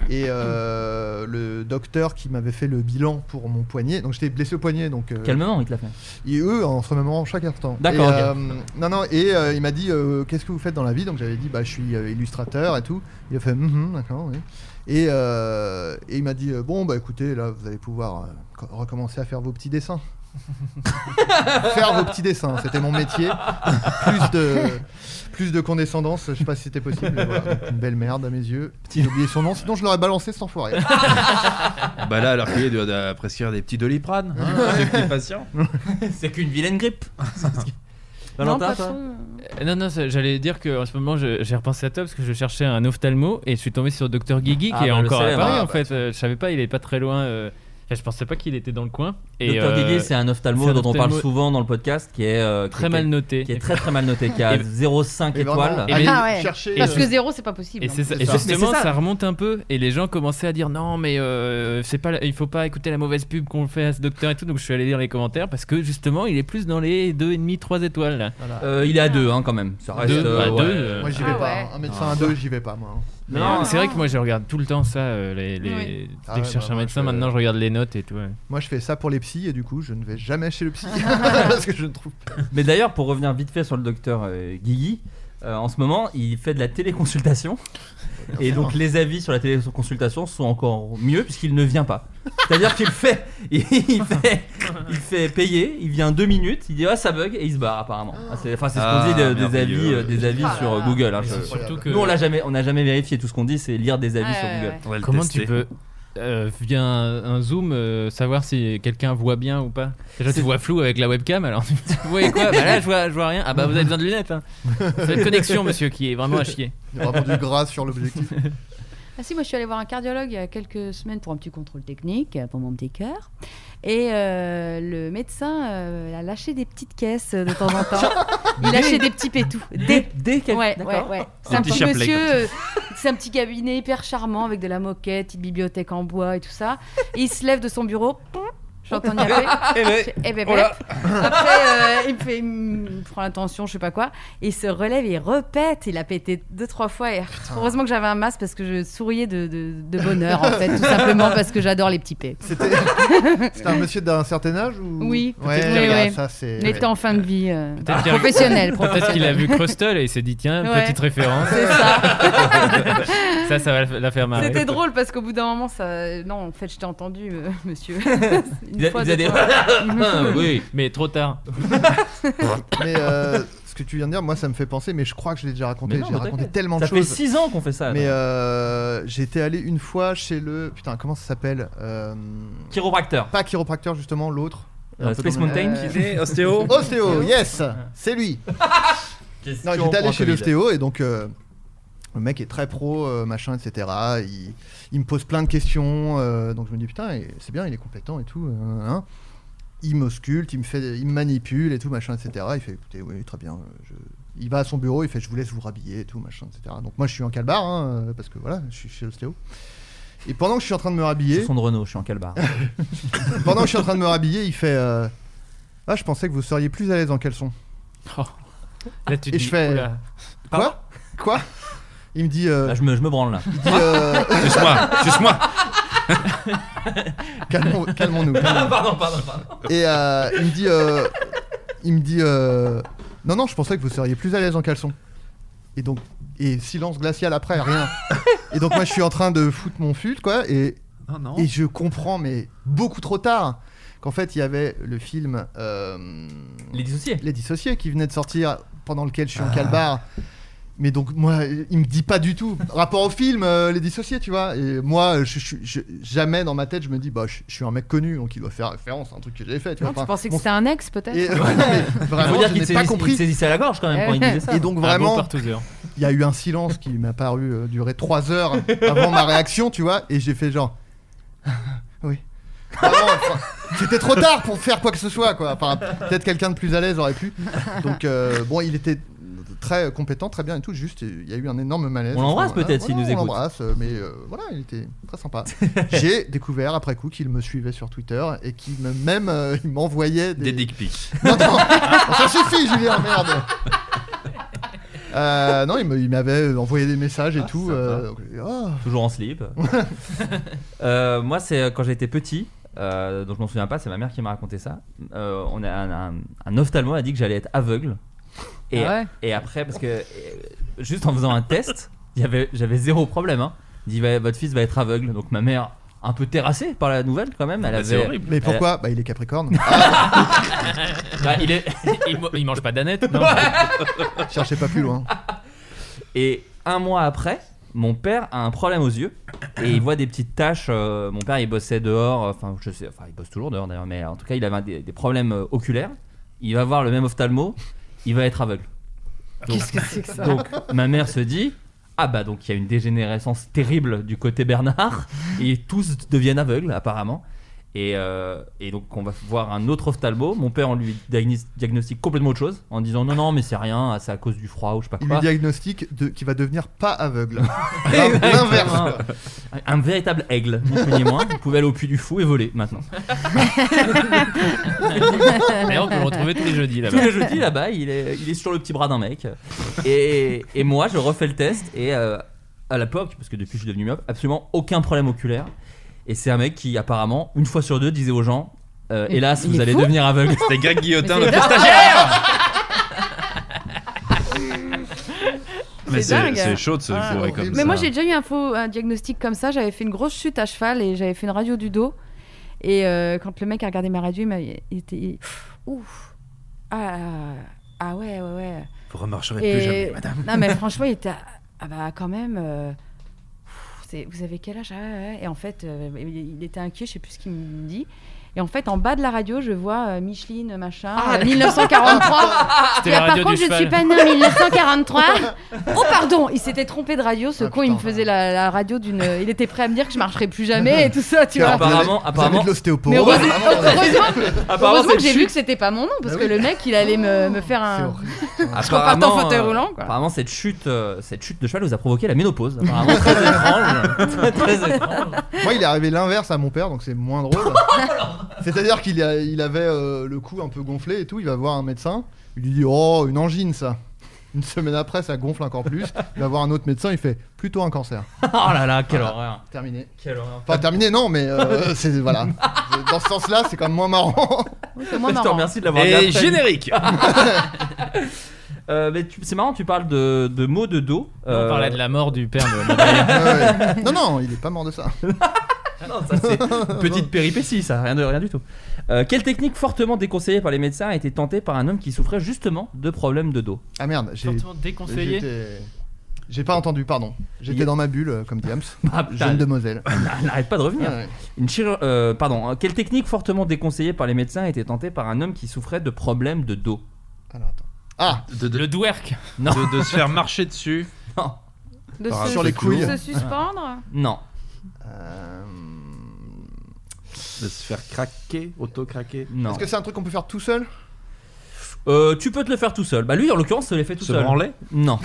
[SPEAKER 8] Et euh, le docteur qui m'avait fait le bilan pour mon poignet, donc j'étais blessé au poignet, donc euh,
[SPEAKER 7] Calmement il te l'a fait.
[SPEAKER 8] et eux, en se remémorant chaque instant.
[SPEAKER 7] D'accord,
[SPEAKER 8] Et, euh,
[SPEAKER 7] ok.
[SPEAKER 8] non, non, et euh, il m'a dit euh, Qu'est-ce que vous faites dans la vie Donc j'avais dit Bah, je suis euh, illustrateur et tout. Il a fait Mhm, D'accord, oui. Et, euh, et il m'a dit euh, Bon, bah écoutez, là, vous allez pouvoir euh, co- recommencer à faire vos petits dessins. *laughs* faire vos petits dessins, c'était mon métier. *laughs* plus, de, plus de condescendance, je sais pas si c'était possible. mais voilà. Donc, une belle merde à mes yeux. J'ai oublié son nom, sinon je l'aurais balancé cet
[SPEAKER 3] *laughs*
[SPEAKER 8] enfoiré.
[SPEAKER 9] Bah là, alors qu'il doit doit prescrire des petits doliprane. hein,
[SPEAKER 7] Ah.
[SPEAKER 9] à ses petits patients.
[SPEAKER 7] c'est qu'une vilaine *laughs* grippe. Valentin
[SPEAKER 3] pas
[SPEAKER 7] toi
[SPEAKER 3] trop.
[SPEAKER 4] Euh, Non, non, ça- j'allais dire qu'en ce moment, je- j'ai repensé à toi parce que je cherchais un ophtalmo et je suis tombé sur Dr. Guigui
[SPEAKER 7] Ah,
[SPEAKER 4] qui est
[SPEAKER 7] bah, le
[SPEAKER 4] encore à
[SPEAKER 7] célèbre.
[SPEAKER 4] Paris
[SPEAKER 7] Ah,
[SPEAKER 4] en fait. Euh, Je savais pas, il est pas très loin. euh, Je pensais pas qu'il était dans le coin. Et,
[SPEAKER 7] Docteur
[SPEAKER 4] euh,
[SPEAKER 7] Guégué, c'est un ophtalmo
[SPEAKER 4] c'est un
[SPEAKER 7] dont on parle
[SPEAKER 4] ophtalmo-
[SPEAKER 7] souvent dans le podcast qui est euh, qui-
[SPEAKER 4] Très
[SPEAKER 7] qui-
[SPEAKER 4] mal noté.
[SPEAKER 7] qui est très très mal noté, qui a
[SPEAKER 4] Et-
[SPEAKER 7] 0,5
[SPEAKER 8] Et vraiment,
[SPEAKER 7] étoiles.
[SPEAKER 8] allez
[SPEAKER 3] Ah ouais.
[SPEAKER 8] chercher,
[SPEAKER 3] Parce
[SPEAKER 8] euh,
[SPEAKER 3] que zéro, c'est pas possible.
[SPEAKER 4] Et, c'est ça-
[SPEAKER 8] c'est
[SPEAKER 4] et
[SPEAKER 8] ça.
[SPEAKER 4] justement,
[SPEAKER 7] Mais c'est
[SPEAKER 4] ça.
[SPEAKER 7] ça.
[SPEAKER 4] remonte un peu. Et les gens commençaient à dire non, mais euh, c'est pas, il faut pas écouter la mauvaise pub qu'on fait à ce docteur et tout. Donc je suis allé lire les commentaires parce que justement, il est plus dans les 2,5, 3 étoiles. là.
[SPEAKER 8] Voilà.
[SPEAKER 7] Euh, il est à 2 hein, quand même. Ça reste
[SPEAKER 4] Deux,
[SPEAKER 7] euh,
[SPEAKER 4] bah,
[SPEAKER 7] ouais.
[SPEAKER 4] deux, euh,
[SPEAKER 8] Moi, j'y
[SPEAKER 3] Ah
[SPEAKER 8] vais pas.
[SPEAKER 3] ouais.
[SPEAKER 8] hein. Un médecin à deux, j'y vais pas, moi. hein.
[SPEAKER 4] mais,
[SPEAKER 7] Non,
[SPEAKER 4] euh, c'est vrai que moi je regarde tout le temps ça. euh, les, les-
[SPEAKER 3] Oui.
[SPEAKER 4] Dès
[SPEAKER 8] Ah
[SPEAKER 4] que
[SPEAKER 8] ouais,
[SPEAKER 4] je cherche
[SPEAKER 8] bah,
[SPEAKER 4] un
[SPEAKER 8] moi,
[SPEAKER 4] médecin,
[SPEAKER 8] je-
[SPEAKER 4] maintenant je regarde les notes et tout. ouais.
[SPEAKER 8] Moi, je fais ça pour les psys et du coup, je ne vais jamais chez le psy *laughs* parce que je ne trouve pas.
[SPEAKER 7] Mais d'ailleurs, pour revenir vite fait sur le docteur euh, Guigui, euh, en ce moment, il fait de la
[SPEAKER 8] *laughs*
[SPEAKER 7] téléconsultation. Et donc, les avis sur la *laughs* téléconsultation sont encore mieux puisqu'il ne vient pas. C'est-à-dire qu'il fait, il fait il fait payer, il vient deux minutes, il dit ah ça bug et il se barre apparemment. Ah, c'est- Enfin c'est ce qu'on
[SPEAKER 9] Ah,
[SPEAKER 7] dit de- des
[SPEAKER 9] merveilleux.
[SPEAKER 7] avis, euh, des avis
[SPEAKER 9] Ah
[SPEAKER 7] sur
[SPEAKER 9] là
[SPEAKER 7] euh,
[SPEAKER 9] là.
[SPEAKER 7] Google. hein,
[SPEAKER 9] Mais
[SPEAKER 7] je-
[SPEAKER 9] c'est surtout que-
[SPEAKER 7] Nous on l'a jamais, on n'a jamais vérifié tout ce qu'on dit, c'est lire des avis
[SPEAKER 4] Ouais,
[SPEAKER 7] sur
[SPEAKER 4] ouais,
[SPEAKER 7] Google.
[SPEAKER 4] ouais. On va le Comment tu tester. peux- Euh, via un, un zoom, euh, savoir si quelqu'un voit bien ou pas. Déjà, tu vois flou avec la webcam, alors vous voyez quoi Bah là, je vois, je vois rien. Ah bah, vous avez besoin de lunettes. Hein. C'est une connexion, monsieur, qui est vraiment à chier.
[SPEAKER 8] Il y a vraiment du gras sur l'objectif.
[SPEAKER 3] Ah si, moi je suis allée voir un cardiologue il y a quelques semaines pour un petit contrôle technique, euh, pour mon petit cœur. Et euh, le médecin euh, a lâché des petites caisses euh, de temps en temps. Il lâchait des petits pétous. Des.
[SPEAKER 7] Des
[SPEAKER 3] Ouais, ouais,
[SPEAKER 7] d'accord.
[SPEAKER 3] ouais. C'est
[SPEAKER 7] Des
[SPEAKER 3] un
[SPEAKER 7] petits
[SPEAKER 3] petit
[SPEAKER 7] chapelets,
[SPEAKER 3] monsieur,
[SPEAKER 7] comme ça.
[SPEAKER 3] euh, c'est un petit cabinet hyper charmant avec de la moquette, une bibliothèque en bois et tout ça. Et il se lève de son bureau. J'entends y appeler.
[SPEAKER 4] Ah,
[SPEAKER 7] Eh ben,
[SPEAKER 3] Je fais, eh ben,
[SPEAKER 7] voilà.
[SPEAKER 3] ben. Après, euh, il, me fait- il me prend l'intention, je sais pas quoi. Et il se relève et il repète. Il a pété deux, trois fois. Et heureusement que j'avais un masque parce que je souriais de, de- de bonheur, en fait, tout simplement parce que j'adore les petits pets. *laughs*
[SPEAKER 8] C'était un monsieur d'un certain âge ou
[SPEAKER 3] Oui,
[SPEAKER 8] Ouais,
[SPEAKER 3] peut-être qu'il
[SPEAKER 8] ouais,
[SPEAKER 3] regarde.
[SPEAKER 8] ça c'est.
[SPEAKER 3] Il était en fin de vie euh,
[SPEAKER 4] Peut-être qu'il a-
[SPEAKER 3] professionnelle.
[SPEAKER 4] Peut-être qu'il a vu
[SPEAKER 3] professionnelle.
[SPEAKER 4] Crustle et il s'est dit tiens,
[SPEAKER 3] Ouais.
[SPEAKER 4] petite référence.
[SPEAKER 3] C'est ça.
[SPEAKER 4] ça, ça va la faire marrer.
[SPEAKER 3] C'était drôle parce qu'au bout d'un moment, ça. Non, en fait, je t'ai entendu, euh, monsieur. Une
[SPEAKER 4] Il a-
[SPEAKER 3] fois,
[SPEAKER 4] il a
[SPEAKER 3] deux
[SPEAKER 4] des- *laughs* Ah,
[SPEAKER 3] fois.
[SPEAKER 4] oui, mais trop tard.
[SPEAKER 8] mais euh, ce que tu viens de dire, moi ça me fait penser, mais je crois que je l'ai déjà raconté.
[SPEAKER 7] Mais non,
[SPEAKER 8] J'ai
[SPEAKER 7] mais
[SPEAKER 8] raconté
[SPEAKER 7] t'inquiète.
[SPEAKER 8] tellement
[SPEAKER 7] Ça
[SPEAKER 8] de choses.
[SPEAKER 7] fait six ans qu'on fait ça,
[SPEAKER 8] Mais
[SPEAKER 7] non
[SPEAKER 8] euh, j'étais allé une fois chez le. Putain, comment ça s'appelle Euh,
[SPEAKER 7] Chiropracteur.
[SPEAKER 8] Pas chiropracteur, justement, l'autre.
[SPEAKER 7] Euh,
[SPEAKER 8] Un peu
[SPEAKER 7] Space
[SPEAKER 8] dans le-
[SPEAKER 7] Mountain, kiné, *laughs* Oh, ostéo
[SPEAKER 8] Ostéo, yes C'est lui
[SPEAKER 7] Question
[SPEAKER 8] Non, j'étais allé
[SPEAKER 7] point
[SPEAKER 8] chez
[SPEAKER 7] Covid.
[SPEAKER 8] l'ostéo et donc. euh, le mec est très pro, euh, machin, etc. Il, il me pose plein de questions. euh, donc je me dis, putain, et- c'est bien, il est compétent et tout. euh, hein. Il m'ausculte, il me, fait, il me manipule et tout, machin, etc. Il fait, écoutez, oui, très bien. euh, je- Il va à son bureau, il fait, je vous laisse vous rhabiller et tout, machin, etc. Donc moi, je suis en calbar, hein, euh, parce que voilà, je suis chez l'ostéo. Et pendant que je suis en train de me rhabiller.
[SPEAKER 7] Son de Renault, je suis en calbar. Ah,
[SPEAKER 8] pendant que je suis en train de me rhabiller, il fait, euh, ah, je pensais que vous seriez plus à l'aise en caleçon.
[SPEAKER 4] Oh. Là, tu te
[SPEAKER 8] Et
[SPEAKER 4] dis,
[SPEAKER 8] je fais.
[SPEAKER 4] oula.
[SPEAKER 8] Quoi Quoi Il me dit. euh,
[SPEAKER 7] Là, je me, je me branle là.
[SPEAKER 8] Il dit. euh,
[SPEAKER 7] Suce-moi, *laughs* suce-moi.
[SPEAKER 8] Calmons- Calmons-nous. calmons-nous.
[SPEAKER 7] Pardon, pardon, pardon.
[SPEAKER 8] Et euh, il me dit. euh, il me dit. euh, non, non, je pensais que vous seriez plus à l'aise en caleçon. Et donc. Et silence glacial après, rien. Et donc, moi, je suis en train de foutre mon fut, quoi. Et, et je comprends, mais beaucoup trop tard, qu'en fait, il y avait le film. euh,
[SPEAKER 7] Les dissociés.
[SPEAKER 8] Les dissociés qui venait de sortir, pendant lequel je suis en
[SPEAKER 7] Ah.
[SPEAKER 8] calbar. Mais donc, moi, il me dit pas du tout. Rapport au film, euh, Les Dissociés, tu vois. Et moi, je, je- je- jamais dans ma tête, je me dis, bah, je, je suis un mec connu, donc il doit faire référence à un truc que j'ai fait. Tu, vois.
[SPEAKER 3] Non, tu
[SPEAKER 8] Enfin,
[SPEAKER 3] pensais que
[SPEAKER 8] mon-
[SPEAKER 3] c'était un ex, peut-être
[SPEAKER 8] Et- Ouais, *laughs* non, mais vraiment,
[SPEAKER 7] Il faut dire
[SPEAKER 8] je
[SPEAKER 7] qu'il
[SPEAKER 8] n'ai
[SPEAKER 7] te
[SPEAKER 8] pas
[SPEAKER 7] saisisse-
[SPEAKER 8] compris.
[SPEAKER 7] il te saisissait la gorge, quand
[SPEAKER 3] Eh
[SPEAKER 7] même, quand il disait ça.
[SPEAKER 8] Et donc,
[SPEAKER 7] Un
[SPEAKER 8] vraiment,
[SPEAKER 7] bon partouzeur.
[SPEAKER 8] il y a eu un silence qui m'a paru euh, durer 3 heures avant ma réaction, tu vois. Et j'ai fait genre. *laughs* oui. Vraiment, enfin, C'était trop tard pour faire quoi que ce soit, quoi. Enfin, peut-être quelqu'un de plus à l'aise aurait pu. Donc, euh, bon, il était très compétent, très bien et tout. Juste, il y a eu un énorme malaise.
[SPEAKER 7] On l'embrasse
[SPEAKER 8] Voilà,
[SPEAKER 7] peut-être, s'il
[SPEAKER 8] voilà,
[SPEAKER 7] nous écoute.
[SPEAKER 8] On l'embrasse, euh, mais euh, voilà, il était très sympa. J'ai découvert après coup qu'il me suivait sur Twitter et qu'il me même euh, il m'envoyait des...
[SPEAKER 9] dick pics.
[SPEAKER 8] Non, non, ça suffit, Julien, merde. Euh, non, il me- il m'avait envoyé des messages et
[SPEAKER 7] Ah,
[SPEAKER 8] tout. euh, donc, oh.
[SPEAKER 7] Toujours en slip. Euh, moi, c'est euh, quand j'étais petit. euh, donc je m'en souviens pas, c'est ma mère qui m'a raconté ça. Euh, on a un, un, un ophtalmo a dit que j'allais être aveugle. Et,
[SPEAKER 3] Ah ouais
[SPEAKER 7] et après, parce que euh, juste en faisant un test, il y avait- j'avais zéro problème. hein. Il dit va- votre fils va être aveugle. Donc ma mère, un peu terrassée par la nouvelle quand même, elle
[SPEAKER 4] bah, c'est
[SPEAKER 7] avait.
[SPEAKER 4] horrible.
[SPEAKER 8] Mais
[SPEAKER 7] elle-
[SPEAKER 8] pourquoi Bah, il est Capricorne.
[SPEAKER 4] Bah, il, est... il, mo- il mange pas d'aneth, non
[SPEAKER 8] Cherchez pas plus loin.
[SPEAKER 7] Et un mois après, mon père a un problème aux yeux et il voit des petites taches. euh, mon père, il bossait dehors, enfin, je sais, enfin, il bosse toujours dehors d'ailleurs, mais en tout cas, il avait un des, des problèmes euh, oculaires. Il va voir le même ophtalmo, il va être aveugle. Donc-
[SPEAKER 3] Qu'est-ce que c'est que ça
[SPEAKER 7] Donc, ma mère se dit. Ah bah donc il y a une dégénérescence terrible du côté Bernard et tous deviennent aveugles apparemment et, euh, et donc on va voir un autre ophtalmo mon père on lui diagnos- diagnostique complètement autre chose en disant non non mais c'est rien c'est à cause du froid ou je sais pas
[SPEAKER 8] Il
[SPEAKER 7] quoi Eh
[SPEAKER 8] lui diagnostique de, qui va devenir
[SPEAKER 7] *laughs*
[SPEAKER 8] pas aveugle. L'in- Ah, *laughs* L'inverse.
[SPEAKER 3] Ah,
[SPEAKER 8] quoi.
[SPEAKER 7] Un, un véritable aigle, ni plus ni moins. Vous pouvez aller au puits du fou et voler maintenant.
[SPEAKER 4] D'ailleurs, on peut le retrouver tous les jeudis là-bas.
[SPEAKER 7] Tous les jeudis là-bas, il est, il est sur le petit bras d'un mec. Et, et moi, je refais le test et euh, à la POC, parce que depuis je suis devenu myope, absolument aucun problème oculaire. Et c'est un mec qui, apparemment, une fois sur deux, disait aux gens euh,
[SPEAKER 3] Mais
[SPEAKER 7] Hélas,
[SPEAKER 3] il
[SPEAKER 7] vous
[SPEAKER 3] est
[SPEAKER 7] allez
[SPEAKER 3] fou
[SPEAKER 7] devenir aveugle.
[SPEAKER 9] C'était Greg Guillotin,
[SPEAKER 3] Mais
[SPEAKER 9] le
[SPEAKER 3] c'est dingue.
[SPEAKER 9] stagiaire Mais
[SPEAKER 3] C'est
[SPEAKER 9] c'est
[SPEAKER 3] dingue.
[SPEAKER 9] c'est chaud de se
[SPEAKER 3] Ah,
[SPEAKER 9] bourrer comme ça.
[SPEAKER 3] Mais moi j'ai déjà eu un, faux, un diagnostic comme ça, j'avais fait une grosse chute à cheval et j'avais fait une radio du dos. Et euh, quand le mec a regardé ma radio, il m'a il était. il- Ouf Ah, ah ouais, ouais, ouais.
[SPEAKER 9] Vous remarcherez plus
[SPEAKER 3] Et-
[SPEAKER 9] jamais, madame.
[SPEAKER 3] Non, mais franchement, il était. à- Ah bah quand même. euh, pff, c'est- Vous avez quel âge Ah, ouais, ouais. Et en fait, euh, il il était inquiet, je sais plus ce qu'il me dit. Et en fait, en bas de la radio, je vois euh, Micheline, machin,
[SPEAKER 12] Ah,
[SPEAKER 3] euh,
[SPEAKER 12] d'accord.
[SPEAKER 3] 1943.
[SPEAKER 12] C'était
[SPEAKER 3] Et
[SPEAKER 12] la
[SPEAKER 3] Ah, par
[SPEAKER 12] radio du
[SPEAKER 3] contre, je ne
[SPEAKER 12] cheval.
[SPEAKER 3] suis pas née en 1943. *laughs* oh, pardon, il s'était trompé de radio.
[SPEAKER 8] Ah,
[SPEAKER 3] Ce con, il me
[SPEAKER 8] bah.
[SPEAKER 3] faisait la, la radio d'une. Il était prêt à me dire que je marcherai plus
[SPEAKER 8] *laughs*
[SPEAKER 3] jamais et tout ça, tu vois.
[SPEAKER 7] apparemment, apparemment,
[SPEAKER 3] Mais heureusement,
[SPEAKER 7] apparemment,
[SPEAKER 3] heureusement que j'ai
[SPEAKER 7] cette
[SPEAKER 3] vu
[SPEAKER 7] chute-
[SPEAKER 3] que c'était pas mon nom
[SPEAKER 8] Bah
[SPEAKER 3] parce que le mec, il allait
[SPEAKER 7] Oh,
[SPEAKER 3] me, me faire un. *laughs* Je repars en
[SPEAKER 7] Apparemment,
[SPEAKER 3] fauteuil
[SPEAKER 7] euh,
[SPEAKER 3] roulant, quoi.
[SPEAKER 7] Apparemment, cette chute, euh, cette chute de cheval vous a provoqué la ménopause. Apparemment, très étrange. Très, très étrange.
[SPEAKER 8] euh, Moi, il est arrivé l'inverse à mon père, donc c'est moins
[SPEAKER 3] *laughs*
[SPEAKER 8] drôle.
[SPEAKER 3] Oh
[SPEAKER 8] C'est-à-dire qu'il a- il avait euh, le cou un peu gonflé et tout. Il va voir un médecin. Il lui dit Oh, une angine, ça. Une semaine après, ça gonfle encore plus. Il va voir un autre médecin. Il fait plutôt un cancer.
[SPEAKER 7] Oh là là, quelle
[SPEAKER 8] Voilà.
[SPEAKER 7] horreur.
[SPEAKER 8] Terminé.
[SPEAKER 7] Quelle horreur.
[SPEAKER 8] Enfin, terminé, non, mais euh,
[SPEAKER 3] *laughs*
[SPEAKER 8] c'est voilà. Dans ce sens-là, c'est quand même moins marrant.
[SPEAKER 7] *laughs*
[SPEAKER 3] C'est
[SPEAKER 7] Je te remercie de l'avoir dit après. Euh, mais tu- c'est marrant, tu parles de, de mots de dos.
[SPEAKER 4] On parlait de la mort du père de
[SPEAKER 7] *laughs*
[SPEAKER 8] Ouais, ouais. Non, non, il est pas mort de ça.
[SPEAKER 7] Non, euh, *laughs* ça c'est une petite péripétie, ça, rien, de, rien du tout. Euh, quelle technique fortement déconseillée par les médecins a été tentée par un homme qui souffrait justement de problèmes de dos
[SPEAKER 8] Ah merde, j'ai.
[SPEAKER 4] Fortement déconseillé.
[SPEAKER 8] j'étais- J'ai pas entendu, pardon. J'étais dans ma bulle, euh,
[SPEAKER 4] *laughs*
[SPEAKER 8] comme dit Hams.
[SPEAKER 7] Ah, putain.
[SPEAKER 8] Jeune demoiselle.
[SPEAKER 7] Elle n'arrête pas de revenir.
[SPEAKER 8] Ah ouais.
[SPEAKER 7] Une chirur- euh, pardon, hein, quelle technique fortement déconseillée par les médecins a été tentée par un homme qui souffrait de problèmes de dos
[SPEAKER 8] Ah
[SPEAKER 4] Le dwerk
[SPEAKER 7] Non.
[SPEAKER 4] *laughs*
[SPEAKER 9] De, de se faire marcher dessus.
[SPEAKER 7] Non.
[SPEAKER 3] De
[SPEAKER 9] Par
[SPEAKER 3] se-
[SPEAKER 9] un
[SPEAKER 3] Sur
[SPEAKER 8] ah, les
[SPEAKER 9] peu de
[SPEAKER 8] couilles.
[SPEAKER 9] dos.
[SPEAKER 3] Se suspendre
[SPEAKER 7] Non.
[SPEAKER 9] De se faire craquer, auto-craquer.
[SPEAKER 7] Non.
[SPEAKER 8] Est-ce que c'est un truc qu'on peut faire tout seul
[SPEAKER 7] Euh, tu peux te le faire tout seul. Bah lui en l'occurrence se l'est fait tout
[SPEAKER 9] Se
[SPEAKER 7] seul.
[SPEAKER 9] branler
[SPEAKER 7] Non.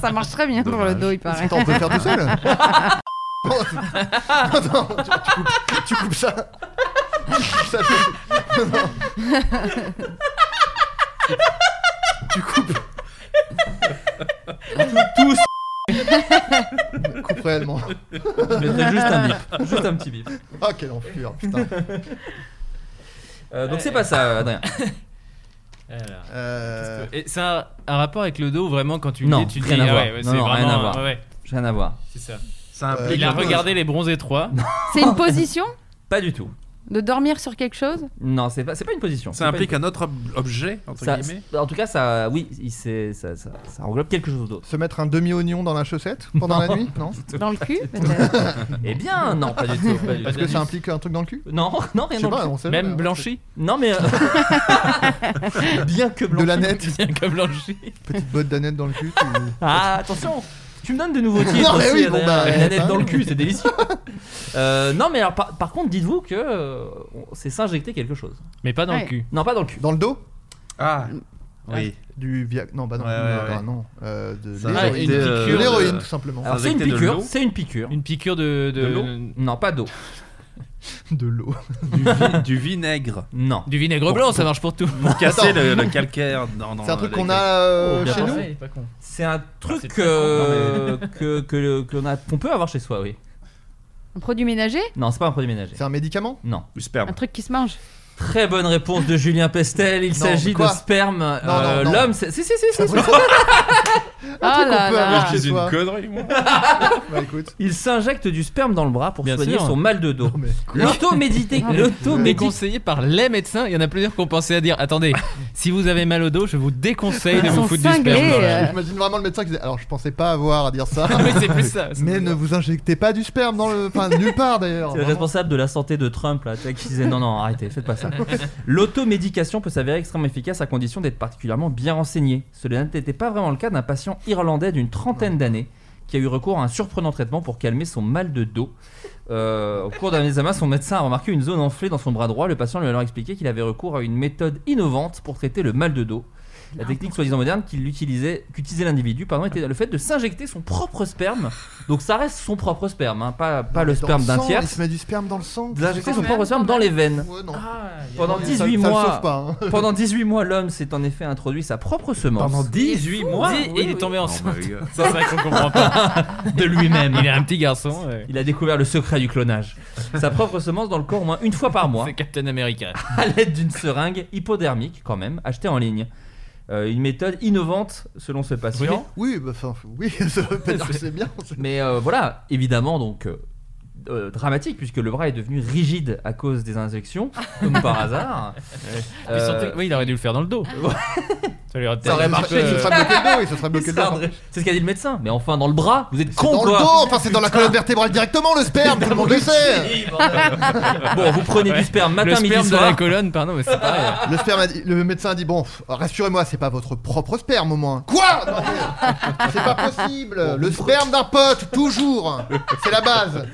[SPEAKER 3] Ça marche très bien pour le dos, il paraît.
[SPEAKER 8] Attends, on peut le faire tout seul Attends, tu, tu coupes, tu coupes ça. Tu coupes ça, je- non. Tu coupes.
[SPEAKER 7] Tous
[SPEAKER 8] Coupe réellement.
[SPEAKER 7] Je mettrais juste un bip. Juste un petit bip.
[SPEAKER 8] Ah, quelle enflure, putain.
[SPEAKER 7] Euh, donc c'est pas ça, Adrien.
[SPEAKER 4] Alors,
[SPEAKER 8] Euh,
[SPEAKER 4] qu'est-ce que- et C'est un, un rapport avec le dos, vraiment, quand tu le
[SPEAKER 7] Non,
[SPEAKER 4] dis, tu
[SPEAKER 7] rien
[SPEAKER 4] dis,
[SPEAKER 7] à
[SPEAKER 4] ah
[SPEAKER 7] voir.
[SPEAKER 4] ouais, ouais,
[SPEAKER 7] Non,
[SPEAKER 4] c'est
[SPEAKER 7] non, rien
[SPEAKER 4] vraiment-
[SPEAKER 7] à voir.
[SPEAKER 4] ouais,
[SPEAKER 7] Euh,
[SPEAKER 4] ouais,
[SPEAKER 7] Rien à voir.
[SPEAKER 4] c'est ça.
[SPEAKER 9] Ça implique-
[SPEAKER 4] Il a regardé les bronzés 3.
[SPEAKER 3] C'est une position
[SPEAKER 7] Pas du tout.
[SPEAKER 3] De dormir sur quelque chose
[SPEAKER 7] Non, c'est pas, c'est pas une position.
[SPEAKER 9] Ça implique un autre ob- objet, entre
[SPEAKER 7] Ça-
[SPEAKER 9] guillemets.
[SPEAKER 7] En tout cas, ça, oui, il- c'est- ça, ça, ça englobe quelque chose d'autre.
[SPEAKER 8] Se mettre un demi-oignon dans la chaussette pendant la nuit Non
[SPEAKER 3] Dans le cul peut-être
[SPEAKER 7] Eh bien, non, pas du tout. pas du
[SPEAKER 8] Parce
[SPEAKER 7] tout.
[SPEAKER 8] que ça implique un truc dans le cul
[SPEAKER 7] *laughs* Non, non, rien
[SPEAKER 8] Je
[SPEAKER 7] non
[SPEAKER 8] sais pas,
[SPEAKER 7] plus.
[SPEAKER 8] on sait
[SPEAKER 4] Même
[SPEAKER 8] jamais. hein.
[SPEAKER 4] blanchi
[SPEAKER 7] Non, mais
[SPEAKER 8] *laughs*
[SPEAKER 7] euh, *laughs* bien que blanc.
[SPEAKER 8] De la nette,
[SPEAKER 4] Bien que blanchi.
[SPEAKER 8] petite botte d'aneth dans le cul. tu-
[SPEAKER 7] Ah, attention Tu me donnes de nouveaux titres
[SPEAKER 8] *laughs* Non, mais
[SPEAKER 7] aussi,
[SPEAKER 8] oui, bon,
[SPEAKER 7] Adrien.
[SPEAKER 8] bah,
[SPEAKER 7] Une nanette
[SPEAKER 8] hein.
[SPEAKER 7] dans le cul, c'est délicieux. *laughs* Euh, non, mais alors, par, par contre, dites-vous que euh, on- c'est s'injecter quelque chose.
[SPEAKER 4] Mais pas dans
[SPEAKER 3] Ouais.
[SPEAKER 4] le cul.
[SPEAKER 7] Non, pas dans le cul.
[SPEAKER 8] Dans le dos
[SPEAKER 9] Ah, oui.
[SPEAKER 8] Du Viagra. Non, bah non.
[SPEAKER 9] Ouais, ouais,
[SPEAKER 8] Viagra,
[SPEAKER 9] ouais.
[SPEAKER 8] non. Euh, de
[SPEAKER 9] Ça
[SPEAKER 7] Ah,
[SPEAKER 8] l'héroïne.
[SPEAKER 9] aurait été,
[SPEAKER 8] De
[SPEAKER 9] euh,
[SPEAKER 8] l'héroïne,
[SPEAKER 9] euh,
[SPEAKER 8] tout simplement.
[SPEAKER 7] Alors, c'est une
[SPEAKER 9] Injecter de
[SPEAKER 7] piqûre,
[SPEAKER 9] l'eau
[SPEAKER 7] c'est une piqûre.
[SPEAKER 4] Une piqûre de.
[SPEAKER 7] De l'eau Non, pas d'eau.
[SPEAKER 8] De l'eau.
[SPEAKER 9] Du, vi- du vinaigre.
[SPEAKER 7] Non.
[SPEAKER 4] Du vinaigre blanc, ça marche pour tout.
[SPEAKER 9] Pour casser
[SPEAKER 8] Attends.
[SPEAKER 9] le, le calcaire dans, dans
[SPEAKER 8] C'est un truc
[SPEAKER 9] les-
[SPEAKER 8] qu'on a euh,
[SPEAKER 7] Oh, bien
[SPEAKER 8] chez
[SPEAKER 7] pensé.
[SPEAKER 8] nous
[SPEAKER 7] C'est un truc
[SPEAKER 4] c'est très *laughs*
[SPEAKER 7] euh, que, que, que l'on a- qu'on peut avoir chez soi, oui.
[SPEAKER 3] Un produit ménager
[SPEAKER 7] Non, c'est pas un produit ménager.
[SPEAKER 8] C'est un médicament
[SPEAKER 7] Non.
[SPEAKER 9] Du
[SPEAKER 3] Un
[SPEAKER 9] sperme.
[SPEAKER 3] truc qui se mange
[SPEAKER 7] Très bonne réponse de Julien Pestel. Il
[SPEAKER 8] Non,
[SPEAKER 7] s'agit de
[SPEAKER 8] quoi
[SPEAKER 7] sperme. Euh,
[SPEAKER 8] non.
[SPEAKER 7] L'homme, c'est. Si, si, si, si, si.
[SPEAKER 3] Ah
[SPEAKER 8] truc
[SPEAKER 3] là
[SPEAKER 8] qu'on peut avoir
[SPEAKER 3] là
[SPEAKER 8] chez-
[SPEAKER 9] C'est une
[SPEAKER 8] soi.
[SPEAKER 9] connerie, moi.
[SPEAKER 8] Bah
[SPEAKER 7] *laughs*
[SPEAKER 8] écoute.
[SPEAKER 7] Il s'injecte du sperme dans le bras pour
[SPEAKER 4] Bien
[SPEAKER 7] soigner
[SPEAKER 4] sûr.
[SPEAKER 7] son mal de dos.
[SPEAKER 8] mais-
[SPEAKER 7] L'automédité.
[SPEAKER 3] Non, mais-
[SPEAKER 7] L'automédité.
[SPEAKER 4] Déconseillé par les médecins, il y en a plusieurs qui ont pensé à dire
[SPEAKER 7] *laughs*
[SPEAKER 4] attendez, si vous avez mal au dos, je vous déconseille de
[SPEAKER 3] Ils
[SPEAKER 4] vous
[SPEAKER 3] sont
[SPEAKER 4] foutre du
[SPEAKER 3] cinglés,
[SPEAKER 4] sperme. dans la-
[SPEAKER 3] euh.
[SPEAKER 8] J'imagine vraiment le médecin qui disait Alors je pensais pas avoir à dire ça.
[SPEAKER 4] *laughs* Oui, c'est plus ça. c'est
[SPEAKER 8] mais
[SPEAKER 4] plus
[SPEAKER 8] ne
[SPEAKER 4] ça.
[SPEAKER 8] vous injectez pas du sperme dans le. Enfin, nulle part d'ailleurs.
[SPEAKER 7] C'est le
[SPEAKER 8] Vraiment.
[SPEAKER 7] responsable de la santé de Trump là, tu sais, qui disait non non arrêtez, faites pas ça. L'automédication peut s'avérer extrêmement efficace à condition d'être particulièrement bien renseigné. Cela n'était pas vraiment le cas d'un patient irlandais d'une trentaine d'années qui a eu recours à un surprenant traitement pour calmer son mal de dos. Euh, au cours d'un examen, son médecin a remarqué une zone enflée dans son bras droit. Le patient lui a alors expliqué qu'il avait recours à une méthode innovante pour traiter le mal de dos. La technique soi-disant moderne qu'il utilisait- qu'utilisait l'individu pardon, était le fait de s'injecter son propre sperme. Donc ça reste son propre sperme, hein, pas, pas le
[SPEAKER 8] Dans
[SPEAKER 7] sperme d'un
[SPEAKER 8] sang,
[SPEAKER 7] tiers
[SPEAKER 8] Il se met du sperme dans le sang.
[SPEAKER 7] d'injecter son propre sperme dans les veines.
[SPEAKER 8] Ouais, non.
[SPEAKER 7] Pendant
[SPEAKER 8] Ça-
[SPEAKER 7] 18
[SPEAKER 8] ça le
[SPEAKER 7] Ah, mois,
[SPEAKER 8] sauve pas, *laughs* hein.
[SPEAKER 7] pendant 18 mois, l'homme s'est en effet introduit sa propre semence.
[SPEAKER 9] Pendant 18 mois
[SPEAKER 4] Dis- il est tombé
[SPEAKER 9] Non,
[SPEAKER 4] enceinte.
[SPEAKER 9] mais, euh,
[SPEAKER 4] Ça, c'est vrai qu'on comprend pas. De
[SPEAKER 7] *laughs*
[SPEAKER 4] lui-même. Il est un petit garçon. euh, ouais.
[SPEAKER 7] Il a découvert le secret du clonage. Sa propre semence dans le corps au moins une fois par mois,
[SPEAKER 4] C'est Captain America.
[SPEAKER 7] à l'aide d'une seringue hypodermique quand même, achetée en ligne. Euh, une méthode innovante selon ce patient.
[SPEAKER 8] *laughs* Oui, bah, enfin, oui, ça veut pas dire que c'est bien.
[SPEAKER 7] Mais euh, voilà, évidemment donc. euh, euh, dramatique puisque le bras est devenu rigide à cause des injections, comme par
[SPEAKER 8] *laughs*
[SPEAKER 7] hasard. Euh,
[SPEAKER 4] Puis surtout- oui, il aurait dû le faire dans le dos. *laughs* ça lui aurait, euh,
[SPEAKER 7] Ah. Ça
[SPEAKER 4] peut-être
[SPEAKER 7] aurait
[SPEAKER 4] un
[SPEAKER 7] marché,
[SPEAKER 4] peu-
[SPEAKER 7] il se serait bloqué le dos, il se serait
[SPEAKER 8] bloqué le dos.
[SPEAKER 7] C'est ce qu'a dit le médecin. Mais enfin, dans le bras, vous êtes con
[SPEAKER 8] Dans le
[SPEAKER 7] quoi.
[SPEAKER 8] dos, enfin c'est dans la colonne vertébrale directement le sperme, tout le monde le sait.
[SPEAKER 7] *laughs* Bon, vous prenez du sperme matin,
[SPEAKER 4] Le
[SPEAKER 7] midi,
[SPEAKER 4] sperme de
[SPEAKER 7] soir.
[SPEAKER 4] la colonne, pardon, mais *laughs* c'est pareil.
[SPEAKER 8] Le, sperme a dit- le médecin a dit bon, pff, rassurez-moi, c'est pas votre propre sperme au moins. Quoi Non, mais C'est pas possible. le sperme d'un pote toujours. C'est la base.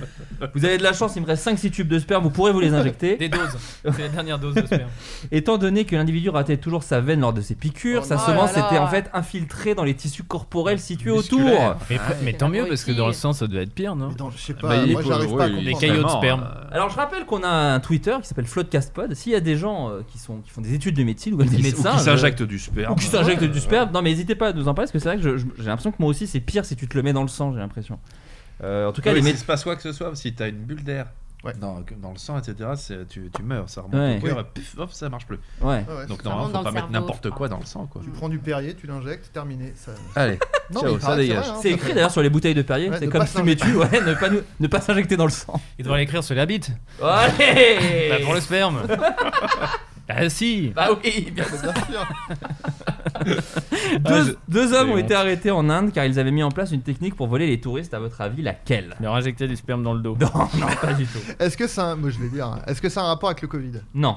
[SPEAKER 7] Vous avez de la chance, il me reste 5-6 tubes de sperme, vous pourrez vous
[SPEAKER 4] *laughs*
[SPEAKER 7] les injecter.
[SPEAKER 4] Des doses. C'est la dernière dose de sperme.
[SPEAKER 7] Étant donné que l'individu ratait toujours sa veine lors de ses piqûres, sa
[SPEAKER 4] non.
[SPEAKER 7] semence
[SPEAKER 4] Oh là là.
[SPEAKER 7] était en fait infiltrée dans les tissus corporels situés autour.
[SPEAKER 4] Musculaire. Mais,
[SPEAKER 7] Ah,
[SPEAKER 4] mais tant mieux parce que dans le sens ça devait être pire, non
[SPEAKER 8] Je sais
[SPEAKER 7] pas, moi, j'arrive pas à
[SPEAKER 4] Les
[SPEAKER 7] comprendre.
[SPEAKER 4] caillots de
[SPEAKER 7] Vraiment,
[SPEAKER 4] sperme.
[SPEAKER 7] Alors je rappelle qu'on a un Twitter qui s'appelle Floodcastpod. S'il y a des gens euh, qui, sont, qui font des études de médecine ou même
[SPEAKER 9] Ou
[SPEAKER 7] des
[SPEAKER 9] qui-
[SPEAKER 7] médecins.
[SPEAKER 9] ou qui
[SPEAKER 7] euh,
[SPEAKER 9] s'injectent du sperme.
[SPEAKER 7] Ou qui s'injectent
[SPEAKER 9] Ouais.
[SPEAKER 7] du sperme. Non mais n'hésitez pas à nous en parler parce que c'est vrai que je- je- j'ai l'impression que moi aussi c'est pire si tu te le mets dans le sang, j'ai l'impression. Euh, en
[SPEAKER 4] Ah
[SPEAKER 7] tout cas, les
[SPEAKER 9] il
[SPEAKER 7] médecins.
[SPEAKER 9] se passe quoi que ce soit, si t'as une bulle d'air dans, dans le sang, etc., c'est- tu, tu meurs, ça remonte
[SPEAKER 7] Ouais.
[SPEAKER 9] au cœur,
[SPEAKER 7] Oui.
[SPEAKER 9] et pif, hop, ça marche plus.
[SPEAKER 7] Ouais.
[SPEAKER 8] Ouais, ouais,
[SPEAKER 9] Donc
[SPEAKER 8] ça
[SPEAKER 9] normalement,
[SPEAKER 8] remonte
[SPEAKER 9] faut
[SPEAKER 8] dans
[SPEAKER 9] pas
[SPEAKER 8] le
[SPEAKER 9] mettre
[SPEAKER 8] cerveau,
[SPEAKER 9] n'importe quoi dans le sang, quoi.
[SPEAKER 8] Tu prends du Perrier, tu l'injectes, terminé. Ça...
[SPEAKER 9] Allez,
[SPEAKER 8] Non, mais
[SPEAKER 9] ciao,
[SPEAKER 8] il
[SPEAKER 9] ça
[SPEAKER 8] paraît que c'est
[SPEAKER 9] dégage.
[SPEAKER 8] vrai, hein,
[SPEAKER 7] C'est
[SPEAKER 8] ça
[SPEAKER 7] écrit
[SPEAKER 8] fait-
[SPEAKER 7] d'ailleurs sur les bouteilles de Perrier,
[SPEAKER 8] Ouais,
[SPEAKER 7] c'est
[SPEAKER 8] de
[SPEAKER 7] comme
[SPEAKER 8] pas
[SPEAKER 7] fumer-tu,
[SPEAKER 8] s'injecter.
[SPEAKER 7] ouais, ne pas, nous- ne pas s'injecter dans le
[SPEAKER 8] *laughs*
[SPEAKER 7] sang.
[SPEAKER 4] Il devrait l'écrire sur la bite.
[SPEAKER 7] Allez
[SPEAKER 4] Bah, Pour le sperme. *laughs* Ah si
[SPEAKER 7] Bah oui, bien sûr.
[SPEAKER 4] Ah,
[SPEAKER 7] Deux,
[SPEAKER 4] je-
[SPEAKER 7] deux hommes
[SPEAKER 4] j'ai
[SPEAKER 7] ont été
[SPEAKER 4] honte.
[SPEAKER 7] arrêtés en Inde car ils avaient mis en place une technique pour voler les touristes. À votre avis, laquelle
[SPEAKER 4] Leur injecter du sperme dans le dos.
[SPEAKER 7] Non, non, pas du
[SPEAKER 4] *laughs*
[SPEAKER 7] tout.
[SPEAKER 8] *laughs* Est-ce que ça, moi je vais dire, hein. est-ce que ça a un rapport avec le Covid
[SPEAKER 7] Non.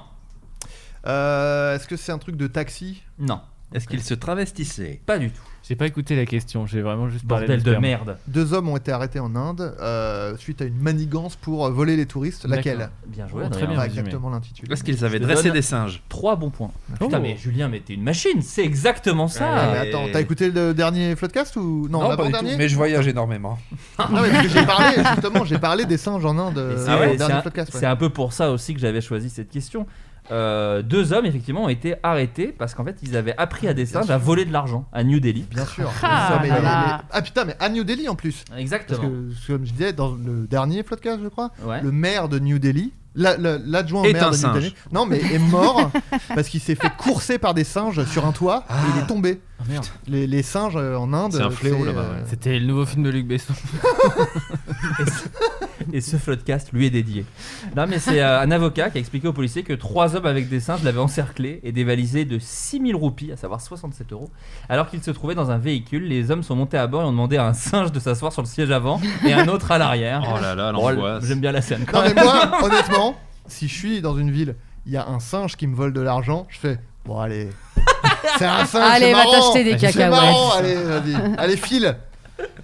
[SPEAKER 8] Euh, est-ce que c'est un truc de taxi
[SPEAKER 7] Non.
[SPEAKER 9] Est-ce qu'il se travestissait
[SPEAKER 7] Pas du tout.
[SPEAKER 4] J'ai pas écouté la question, j'ai vraiment juste parlé
[SPEAKER 7] Bordel
[SPEAKER 4] du
[SPEAKER 7] de
[SPEAKER 4] sperme.
[SPEAKER 7] merde.
[SPEAKER 8] Deux hommes ont été arrêtés en Inde euh, suite à une manigance pour euh, voler les touristes. Laquelle
[SPEAKER 4] D'accord.
[SPEAKER 7] Bien joué,
[SPEAKER 4] Oh, très
[SPEAKER 7] Adrien.
[SPEAKER 4] bien
[SPEAKER 8] Pas
[SPEAKER 4] résumé.
[SPEAKER 8] exactement l'intitulé.
[SPEAKER 9] Est-ce qu'ils avaient
[SPEAKER 7] Je te
[SPEAKER 9] dressé
[SPEAKER 7] donne-
[SPEAKER 9] des singes
[SPEAKER 7] Trois bons points. Putain,
[SPEAKER 4] Oh.
[SPEAKER 7] mais Julien, mais t'es une machine, c'est exactement
[SPEAKER 8] Ah,
[SPEAKER 7] ça.
[SPEAKER 8] mais attends, t'as écouté le dernier Floodcast ou non, l'avant-dernier
[SPEAKER 9] Oh, je voyage énormément.
[SPEAKER 8] Non, mais parce que j'ai parlé justement, j'ai parlé des singes en Inde
[SPEAKER 7] Et
[SPEAKER 8] euh,
[SPEAKER 7] c'est-
[SPEAKER 8] dans le
[SPEAKER 7] c'est
[SPEAKER 8] dernier
[SPEAKER 7] un-
[SPEAKER 8] Floodcast. ouais.
[SPEAKER 7] C'est un peu pour ça aussi que j'avais choisi cette question. Euh, deux hommes, effectivement, ont été arrêtés parce qu'en fait, ils avaient appris à des singes à voler de l'argent à New Delhi.
[SPEAKER 8] Bien sûr.
[SPEAKER 3] Ah,
[SPEAKER 8] Ça, mais-
[SPEAKER 3] là,
[SPEAKER 8] mais-
[SPEAKER 3] là.
[SPEAKER 8] mais- ah putain, mais à New Delhi en plus. Parce
[SPEAKER 7] Exactement.
[SPEAKER 8] que, comme je disais, dans le dernier Floodcast, je crois,
[SPEAKER 7] Ouais.
[SPEAKER 8] le maire de New Delhi, la- la- l'adjoint au
[SPEAKER 9] Est
[SPEAKER 8] maire
[SPEAKER 9] un
[SPEAKER 8] de
[SPEAKER 9] singe.
[SPEAKER 8] New Delhi, non, mais est mort *laughs* parce qu'il s'est fait courser par des singes sur un toit et il est tombé.
[SPEAKER 4] Ah, merde.
[SPEAKER 8] Les, les singes euh, en Inde.
[SPEAKER 9] C'est un fléau, là-bas,
[SPEAKER 8] euh,
[SPEAKER 4] C'était le nouveau film de Luc Besson.
[SPEAKER 7] Et ce floodcast lui est dédié. Non, mais c'est euh, un avocat qui a expliqué aux policiers que trois hommes avec des singes l'avaient encerclé et dévalisé de 6000 roupies, à savoir 67 euros. Alors qu'ils se trouvaient dans un véhicule, les hommes sont montés à bord et ont demandé à un singe de s'asseoir sur le siège avant et un autre à l'arrière.
[SPEAKER 9] Oh là là,
[SPEAKER 7] Bon,
[SPEAKER 9] l'angoisse.
[SPEAKER 7] J'aime bien la scène. quand
[SPEAKER 8] Non, mais
[SPEAKER 3] *laughs*
[SPEAKER 7] même.
[SPEAKER 8] moi, honnêtement, si je suis dans une ville, il y a un singe qui me vole de l'argent, je fais bon, allez. C'est un singe,
[SPEAKER 3] Allez,
[SPEAKER 8] c'est
[SPEAKER 3] va
[SPEAKER 8] marrant,
[SPEAKER 3] t'acheter des
[SPEAKER 8] C'est
[SPEAKER 3] cacahuètes.
[SPEAKER 8] marrant, allez, vas-y. Allez, file.